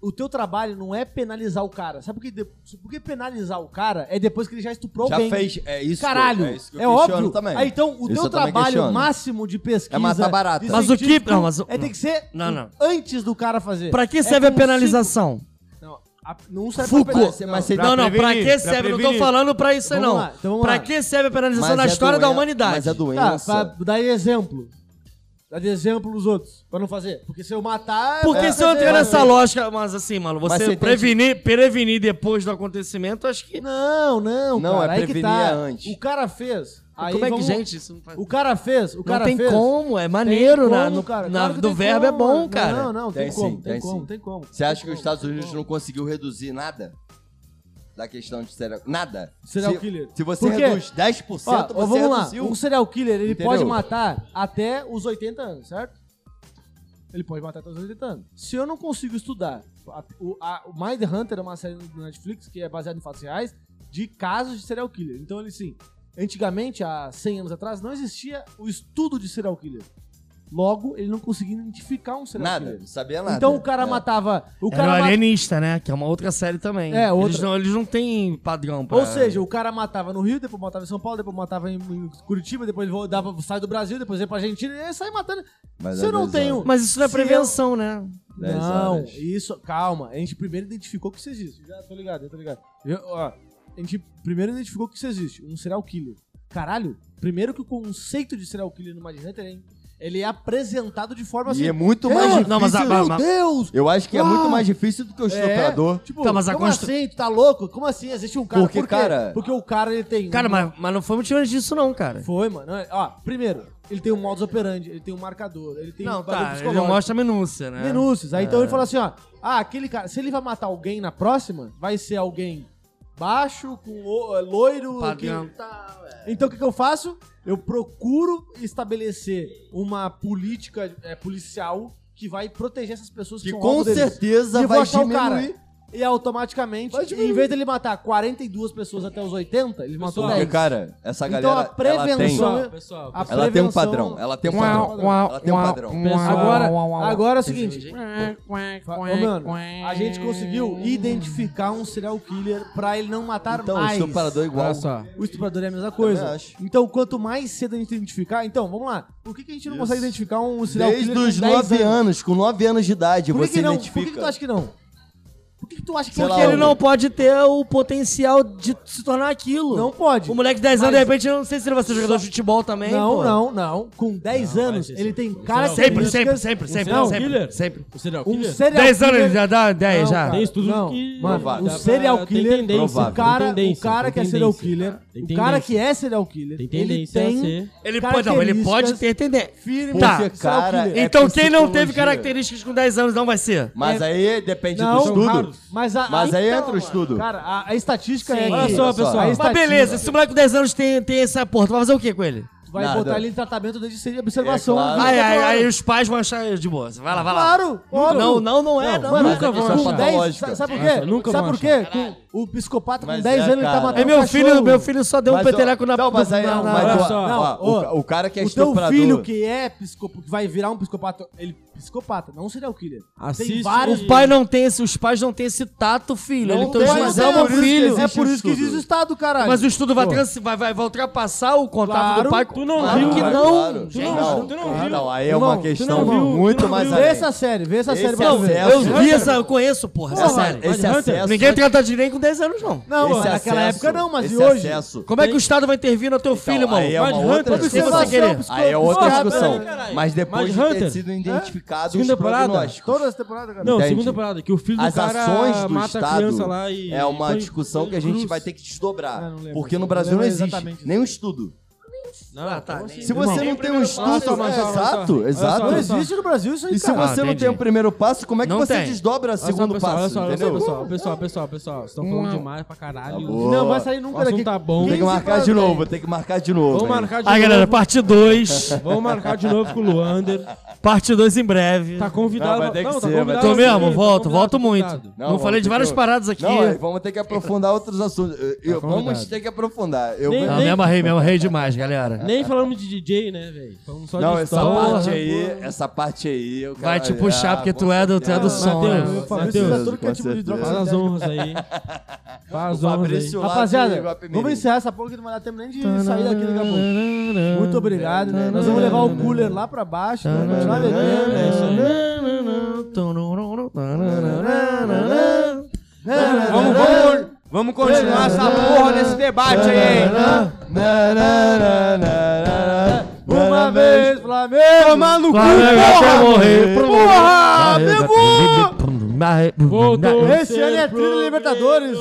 Speaker 1: O teu trabalho não é penalizar o cara. Sabe por que, de- por que penalizar o cara é depois que ele já estuprou
Speaker 5: Já
Speaker 1: alguém?
Speaker 5: fez, é isso. que eu-
Speaker 1: Caralho, é,
Speaker 5: é, isso que eu questiono
Speaker 1: óbvio.
Speaker 5: Também.
Speaker 1: Ah, então, o
Speaker 5: Isso
Speaker 1: teu
Speaker 5: eu também
Speaker 1: trabalho
Speaker 5: questiono.
Speaker 1: máximo de pesquisa.
Speaker 5: É matar barata.
Speaker 1: de
Speaker 6: Mas o que-
Speaker 1: científico
Speaker 6: não, mas o-
Speaker 1: é, tem que ser
Speaker 6: Não, não.
Speaker 1: antes do cara fazer.
Speaker 6: Pra que
Speaker 1: É
Speaker 6: serve a
Speaker 1: como se-
Speaker 6: penalização?
Speaker 1: Não, a- não serve
Speaker 6: Foucault.
Speaker 1: pra penalização.
Speaker 5: Mas você
Speaker 7: Pra
Speaker 6: não, é não, pra
Speaker 7: prevenir,
Speaker 6: que
Speaker 7: pra
Speaker 6: serve? Não tô
Speaker 7: prevenir.
Speaker 6: falando pra isso aí,
Speaker 1: Então
Speaker 6: não.
Speaker 1: vamos lá, então vamos
Speaker 6: pra
Speaker 1: lá.
Speaker 6: que serve a penalização
Speaker 5: Mas
Speaker 6: na
Speaker 5: é
Speaker 6: história da
Speaker 5: doen-
Speaker 6: humanidade?
Speaker 5: Mas a
Speaker 1: Tá,
Speaker 5: doença.
Speaker 1: pra dar exemplo. Dar de exemplo os outros, pra não fazer. Porque se eu matar.
Speaker 6: Porque
Speaker 1: eu
Speaker 6: se eu entrar nessa lógica, mas assim, mano,
Speaker 5: Mas você
Speaker 6: você
Speaker 5: tem
Speaker 6: prevenir, prevenir depois do acontecimento, acho que.
Speaker 1: Não, não,
Speaker 5: Não,
Speaker 1: cara,
Speaker 5: é
Speaker 1: aí que
Speaker 5: prevenir
Speaker 1: tá.
Speaker 5: antes.
Speaker 1: O cara fez. Aí
Speaker 6: Como é que,
Speaker 1: vamos-
Speaker 6: gente, isso não faz.
Speaker 1: O cara fez, o cara
Speaker 6: não tem
Speaker 1: fez.
Speaker 6: como, é maneiro,
Speaker 1: Tem
Speaker 6: né?
Speaker 1: como,
Speaker 6: No-
Speaker 1: cara,
Speaker 6: na-
Speaker 1: claro que
Speaker 6: do
Speaker 1: tem
Speaker 6: verbo é
Speaker 1: como,
Speaker 6: bom,
Speaker 1: mano.
Speaker 6: cara.
Speaker 1: Não, não, tem,
Speaker 5: Tem
Speaker 1: como,
Speaker 5: sim,
Speaker 1: tem,
Speaker 5: tem
Speaker 1: como,
Speaker 5: sim.
Speaker 1: tem como.
Speaker 5: Você acha que os Estados Unidos não conseguiu reduzir nada? Da questão de serial... Nada.
Speaker 1: Serial
Speaker 5: se,
Speaker 1: killer.
Speaker 5: Se você
Speaker 1: Por quê?
Speaker 5: reduz 10%,
Speaker 1: Ó, ó,
Speaker 5: você
Speaker 1: vamos lá,
Speaker 5: reduziu.
Speaker 1: um serial killer, ele
Speaker 5: Entendeu?
Speaker 1: pode matar até os 80 anos, certo? Ele pode matar até os 80 anos. Se eu não consigo estudar, a, o, a, o Mind Hunter é uma série do Netflix que é baseada em fatos reais de casos de serial killer. Então ele sim, antigamente, há 100 anos atrás, não existia o estudo de serial killer. Logo, ele não conseguia identificar um serial
Speaker 5: Nada,
Speaker 1: killer.
Speaker 5: não sabia nada.
Speaker 1: Então o cara
Speaker 5: É.
Speaker 1: matava, o
Speaker 6: Era o
Speaker 1: cara matava
Speaker 6: alienista, né? Que é uma outra série também.
Speaker 1: É, outra.
Speaker 6: Eles não, eles não têm padrão pra...
Speaker 1: Ou seja, o cara matava no Rio, depois matava em São Paulo, depois matava em- em Curitiba, depois vo- dava, sai do Brasil, depois ia pra Argentina e aí sai matando.
Speaker 5: Mas
Speaker 1: Se eu
Speaker 5: é
Speaker 1: não
Speaker 5: dez
Speaker 1: tenho.
Speaker 5: horas.
Speaker 6: Mas isso não é
Speaker 1: se
Speaker 6: prevenção, né?
Speaker 5: Dez
Speaker 1: Não,
Speaker 5: horas.
Speaker 1: isso, calma. A gente primeiro identificou que isso existe. Já tô ligado, já tô ligado. Eu- ó, a gente primeiro identificou que isso existe, um serial killer. Caralho, primeiro que o conceito de serial killer no Mind Hunter, hein, ele é apresentado de forma assim.
Speaker 5: E é muito
Speaker 1: "Ah,
Speaker 5: mais difícil.
Speaker 6: não, mas a-
Speaker 1: Meu
Speaker 6: mas-
Speaker 1: Deus!
Speaker 5: Eu acho que é
Speaker 1: Ah!
Speaker 5: muito mais difícil do que o
Speaker 1: É,
Speaker 5: estuprador.
Speaker 1: tipo,
Speaker 6: Tá, mas a
Speaker 1: como
Speaker 6: constru-
Speaker 1: assim? Tu tá louco? Como assim? Existe um cara...
Speaker 5: Porque,
Speaker 1: Por quê?
Speaker 5: cara-
Speaker 1: Porque o cara, ele tem... um
Speaker 6: Cara, mas, mas não foi motivo disso não, cara.
Speaker 1: Foi, mano. é, Ó, primeiro, ele tem um modus operandi, ele tem um marcador, ele tem
Speaker 6: Não,
Speaker 1: um bagulho
Speaker 6: tá, ele
Speaker 1: psicológico.
Speaker 6: não mostra a minúcia, né?
Speaker 1: Minúcias.
Speaker 5: É.
Speaker 1: Aí então ele fala assim, ó. Ah, aquele cara, se ele vai matar alguém na próxima, vai ser alguém baixo, com o, é, loiro.
Speaker 6: Padrão.
Speaker 1: que tá, é. Então o que, que eu faço? Eu procuro estabelecer uma política é, policial que vai proteger essas pessoas que,
Speaker 5: Que
Speaker 1: são
Speaker 5: com
Speaker 1: alvo deles.
Speaker 5: certeza
Speaker 1: E eu vou
Speaker 5: vai
Speaker 1: achar o cara.
Speaker 5: diminuir.
Speaker 1: E automaticamente,
Speaker 5: Vai diminuir.
Speaker 1: em vez dele matar 42 pessoas até os 80, ele matou
Speaker 2: Pessoal,
Speaker 5: Porque,
Speaker 1: 10.
Speaker 5: cara, essa
Speaker 1: Então,
Speaker 5: galera.
Speaker 1: a prevenção-
Speaker 5: Ela
Speaker 2: Pessoal, pessoal,
Speaker 1: A
Speaker 5: tem, ela tem um
Speaker 1: prevenção-
Speaker 5: padrão. Ela tem um
Speaker 1: Uau,
Speaker 5: padrão. ela tem um padrão.
Speaker 1: Agora,
Speaker 6: uau, uau.
Speaker 1: agora é o seguinte. Fa- Ô, mano, a gente conseguiu identificar um serial killer pra ele não matar
Speaker 5: Então, o
Speaker 1: mais.
Speaker 5: estuprador é igual.
Speaker 2: olha só.
Speaker 1: O estuprador é a mesma coisa.
Speaker 5: Também acho.
Speaker 1: Então, quanto mais cedo a gente identificar... Então, vamos lá. Por que, que a gente não consegue identificar um serial
Speaker 5: Desde
Speaker 1: killer
Speaker 5: os
Speaker 1: com 10
Speaker 5: 9 anos, com 9 anos de idade,
Speaker 1: Por que,
Speaker 5: você
Speaker 1: que não? Por
Speaker 5: identifica.
Speaker 1: que, que tu acha que não? Por que, que tu acha que
Speaker 5: Sei
Speaker 1: eu
Speaker 5: lá,
Speaker 1: quero
Speaker 6: ele
Speaker 5: o-
Speaker 1: não?
Speaker 6: não pode ter o potencial de se tornar aquilo.
Speaker 1: Não pode.
Speaker 6: O moleque de 10 anos,
Speaker 1: Mas-
Speaker 6: de repente, eu não sei se ele vai ser jogador de futebol também.
Speaker 1: não,
Speaker 6: pô.
Speaker 1: não, não. Com 10
Speaker 2: Não,
Speaker 1: anos,
Speaker 2: vai ser
Speaker 1: ele
Speaker 2: sim.
Speaker 1: tem
Speaker 6: é
Speaker 2: Um
Speaker 1: cara
Speaker 2: serial
Speaker 6: Sempre, sempre, sempre, sempre.
Speaker 2: serial
Speaker 6: sempre,
Speaker 2: killer?
Speaker 6: sempre.
Speaker 2: é O serial
Speaker 1: Um
Speaker 2: killer?
Speaker 1: serial
Speaker 6: 10 anos
Speaker 1: killer-
Speaker 6: ele já dá 10
Speaker 1: Não,
Speaker 6: já.
Speaker 1: cara.
Speaker 2: Tem estudo
Speaker 1: Não,
Speaker 2: que...
Speaker 1: mano,
Speaker 2: Dá
Speaker 5: o
Speaker 2: pra-
Speaker 1: serial killer-
Speaker 2: Tem tendência.
Speaker 1: O cara,
Speaker 2: tem tendência,
Speaker 1: o cara
Speaker 2: tem
Speaker 1: que é serial
Speaker 2: tendência.
Speaker 1: killer,
Speaker 2: Tem
Speaker 1: o cara
Speaker 2: tendência.
Speaker 1: que é serial killer,
Speaker 2: Tem
Speaker 1: ele
Speaker 2: tendência a
Speaker 1: tem
Speaker 2: ser...
Speaker 6: Ele pode, não, ele pode
Speaker 1: características
Speaker 6: ter entender.
Speaker 1: firme.
Speaker 6: Tá.
Speaker 1: de serial
Speaker 5: Cara,
Speaker 1: killer.
Speaker 5: É
Speaker 6: então quem não teve
Speaker 5: psicologia.
Speaker 6: características com 10 anos não vai ser.
Speaker 5: Mas aí depende
Speaker 1: é? Não,
Speaker 5: do tipo estudo.
Speaker 1: raros. Mas, a-
Speaker 5: Mas aí
Speaker 1: então,
Speaker 5: entra o estudo.
Speaker 1: Cara, a, a estatística
Speaker 6: Sim.
Speaker 1: é. que-
Speaker 6: Olha só,
Speaker 1: a
Speaker 5: pessoal.
Speaker 1: estatística
Speaker 6: Mas beleza, se o moleque com 10 anos tem, tem essa porra, tu vai fazer o que com ele?
Speaker 1: Vai
Speaker 5: Nada.
Speaker 1: botar ele em tratamento desde ser observação.
Speaker 5: É claro.
Speaker 1: a vida
Speaker 6: Aí, aí,
Speaker 1: toda.
Speaker 6: aí os pais vão achar de boa. Vai lá, vai lá.
Speaker 1: Claro, óbvio.
Speaker 6: Não, não, não é. Não,
Speaker 1: Mano,
Speaker 5: Mas
Speaker 1: nunca
Speaker 5: é que isso
Speaker 1: vão
Speaker 5: é
Speaker 1: achar. Com 10,
Speaker 5: patológica.
Speaker 1: sabe sabe por quê?
Speaker 2: Nossa, nunca
Speaker 1: sabe
Speaker 2: vão
Speaker 1: por quê? Com- o psicopata com
Speaker 5: Mas
Speaker 1: 10
Speaker 5: é,
Speaker 1: anos ele tá
Speaker 5: cara.
Speaker 1: matando
Speaker 6: É meu
Speaker 1: cachorro.
Speaker 6: filho, meu filho só deu um
Speaker 5: Mas, ó,
Speaker 6: peteleco na
Speaker 5: Não, mas aí...
Speaker 6: na- na-
Speaker 5: mas,
Speaker 2: olha
Speaker 5: ó,
Speaker 2: só.
Speaker 5: ó,
Speaker 1: Não,
Speaker 5: o
Speaker 1: ó,
Speaker 5: ca- o cara que é
Speaker 1: o teu
Speaker 5: estuprador...
Speaker 1: filho que é psicopata, que vai virar um psicopata, ele psicopata, não serial killer.
Speaker 2: Assiste-
Speaker 1: vários-
Speaker 6: O pai não tem esse, os pais não têm esse tato, filho.
Speaker 5: Não
Speaker 6: Ele então,
Speaker 5: tem,
Speaker 6: mas
Speaker 5: não
Speaker 6: é
Speaker 5: tem,
Speaker 6: um
Speaker 5: por isso que
Speaker 6: filho.
Speaker 5: existe
Speaker 1: É por isso que
Speaker 5: estudo.
Speaker 1: existe o Estado, caralho.
Speaker 6: Mas o estudo vai,
Speaker 1: Pô.
Speaker 6: trans- vai, vai, vai ultrapassar o contato
Speaker 1: Claro.
Speaker 6: do pai.
Speaker 2: Tu não
Speaker 6: Claro
Speaker 2: viu
Speaker 6: que
Speaker 5: Claro,
Speaker 6: não,
Speaker 5: claro.
Speaker 6: gente.
Speaker 5: Não,
Speaker 2: Tu não
Speaker 5: ah,
Speaker 2: viu?
Speaker 5: não, aí é
Speaker 1: Irmão, tu
Speaker 5: uma
Speaker 1: não
Speaker 5: questão
Speaker 1: viu?
Speaker 5: muito mais
Speaker 1: Vê
Speaker 5: além.
Speaker 1: essa série, vê essa
Speaker 5: Esse
Speaker 1: série pra
Speaker 5: é
Speaker 1: tu
Speaker 6: Não,
Speaker 1: ver.
Speaker 5: acesso.
Speaker 6: eu vi essa, eu conheço, porra, essa
Speaker 1: Porra,
Speaker 6: série.
Speaker 5: Esse acesso...
Speaker 6: Ninguém trata de ninguém com 10 anos, não.
Speaker 1: Não,
Speaker 5: esse
Speaker 1: naquela
Speaker 5: acesso-
Speaker 1: época não, mas
Speaker 5: esse
Speaker 1: e hoje? assim,
Speaker 5: acesso-
Speaker 6: Como é que o Estado vai intervir no teu filho, irmão?
Speaker 5: aí é uma
Speaker 2: Mindhunter,
Speaker 5: outra
Speaker 6: Sem
Speaker 5: discussão.
Speaker 6: você querer.
Speaker 5: Aí é outra
Speaker 1: Porra,
Speaker 5: discussão.
Speaker 1: velho,
Speaker 2: caralho.
Speaker 5: Mas depois de ter
Speaker 2: Mindhunter?
Speaker 5: sido
Speaker 1: é?
Speaker 5: identificado
Speaker 2: Segunda
Speaker 5: os
Speaker 2: temporada?
Speaker 5: prognósticos.
Speaker 1: Todas as temporadas, cara.
Speaker 2: Não,
Speaker 5: Entende?
Speaker 2: segunda parada, que o filho do
Speaker 5: As
Speaker 2: cara
Speaker 5: ações do
Speaker 2: mata a criança lá
Speaker 5: Estado
Speaker 2: e...
Speaker 5: é uma
Speaker 2: põe-
Speaker 5: discussão
Speaker 2: põe
Speaker 5: que a gente
Speaker 2: cruz. É,
Speaker 5: vai ter que desdobrar.
Speaker 1: Ah, não lembro.
Speaker 5: porque no
Speaker 1: Não
Speaker 5: Brasil não
Speaker 1: lembro
Speaker 5: existe
Speaker 1: exatamente.
Speaker 5: nenhum estudo.
Speaker 6: Ah, tá.
Speaker 2: assim?
Speaker 5: Se você não tem um estudo...
Speaker 2: passo, mas
Speaker 5: é,
Speaker 2: olha só.
Speaker 5: Exato,
Speaker 2: Olha só,
Speaker 5: exato.
Speaker 1: Não existe no Brasil isso aí,
Speaker 5: E se
Speaker 1: cara.
Speaker 6: Ah,
Speaker 5: você não
Speaker 6: entendi.
Speaker 5: tem o primeiro passo, como é que
Speaker 6: Não
Speaker 5: você
Speaker 6: tem.
Speaker 5: desdobra o
Speaker 2: Olha só,
Speaker 5: segundo
Speaker 2: pessoal,
Speaker 5: passo,
Speaker 2: olha só, olha só,
Speaker 5: entendeu?
Speaker 2: pessoal, pessoal, pessoal, pessoal, vocês estão falando demais pra caralho.
Speaker 5: Tá bom.
Speaker 1: Não, vai sair
Speaker 2: O
Speaker 1: nunca
Speaker 2: assunto
Speaker 1: daqui.
Speaker 2: tá bom.
Speaker 5: Tem que marcar de
Speaker 1: Quinze
Speaker 5: novo, tem que marcar de novo.
Speaker 2: Vamos
Speaker 5: hein?
Speaker 2: marcar de
Speaker 6: Aí,
Speaker 2: novo.
Speaker 6: galera, parte 2.
Speaker 2: Vamos marcar de novo com o Luander.
Speaker 6: Parte 2 em breve.
Speaker 2: Tá convidado.
Speaker 5: Não, vai ter que
Speaker 2: tá
Speaker 5: ser, vai
Speaker 2: convidado
Speaker 5: ter
Speaker 6: Tô
Speaker 5: que
Speaker 2: pra vir,
Speaker 6: mesmo?
Speaker 2: tá
Speaker 6: Volto,
Speaker 2: convidado,
Speaker 6: volto muito.
Speaker 2: convidado.
Speaker 5: Não,
Speaker 6: Não falei
Speaker 5: vamos
Speaker 6: de
Speaker 5: ter
Speaker 6: várias
Speaker 5: que-
Speaker 6: paradas aqui.
Speaker 5: Não, aí vamos ter que aprofundar outros assuntos. Eu- eu-
Speaker 2: Tá
Speaker 5: vamos
Speaker 2: convidado.
Speaker 5: ter que aprofundar. Eu
Speaker 2: Nem-
Speaker 5: vou-
Speaker 6: Não,
Speaker 2: nem-
Speaker 6: me amarrei, me amarrei demais, galera.
Speaker 2: Nem falamos de DJ, né, velho? Falamos só
Speaker 5: Não,
Speaker 2: de
Speaker 5: essa
Speaker 2: história.
Speaker 5: parte aí, essa parte aí, eu quero
Speaker 6: Vai te puxar, porque tu é do- tu é do som, né?
Speaker 1: Eu
Speaker 2: Mateus,
Speaker 1: falo, isso é tudo que é
Speaker 5: com
Speaker 1: tipo de droga.
Speaker 2: Faz as honras aí. Faz as honras aí.
Speaker 5: Fabrício-
Speaker 1: Rapaziada,
Speaker 5: Lázaro,
Speaker 1: vamos encerrar essa porra que não vai dar tempo nem de sair daqui daqui a pouco. Muito obrigado. Nós vamos levar o cooler lá pra baixo. Vamos continuar bebendo. É isso aí.
Speaker 7: Vamos, vamos, vamos continuar essa porra desse debate aí, hein?
Speaker 1: Uma vez, Flamengo!
Speaker 7: Tomar no cu,
Speaker 6: Flamengo até
Speaker 7: porra!
Speaker 6: morrer.
Speaker 7: Porra,
Speaker 2: Voltou.
Speaker 1: Esse ano é trilho Libertadores.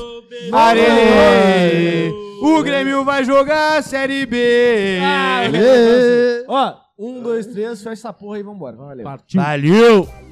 Speaker 7: Arei! O Grêmio vai jogar a Série B!
Speaker 1: Ó, um, dois, três, fecha essa porra aí e vambora. Valeu.
Speaker 2: Partiu.
Speaker 6: Valeu!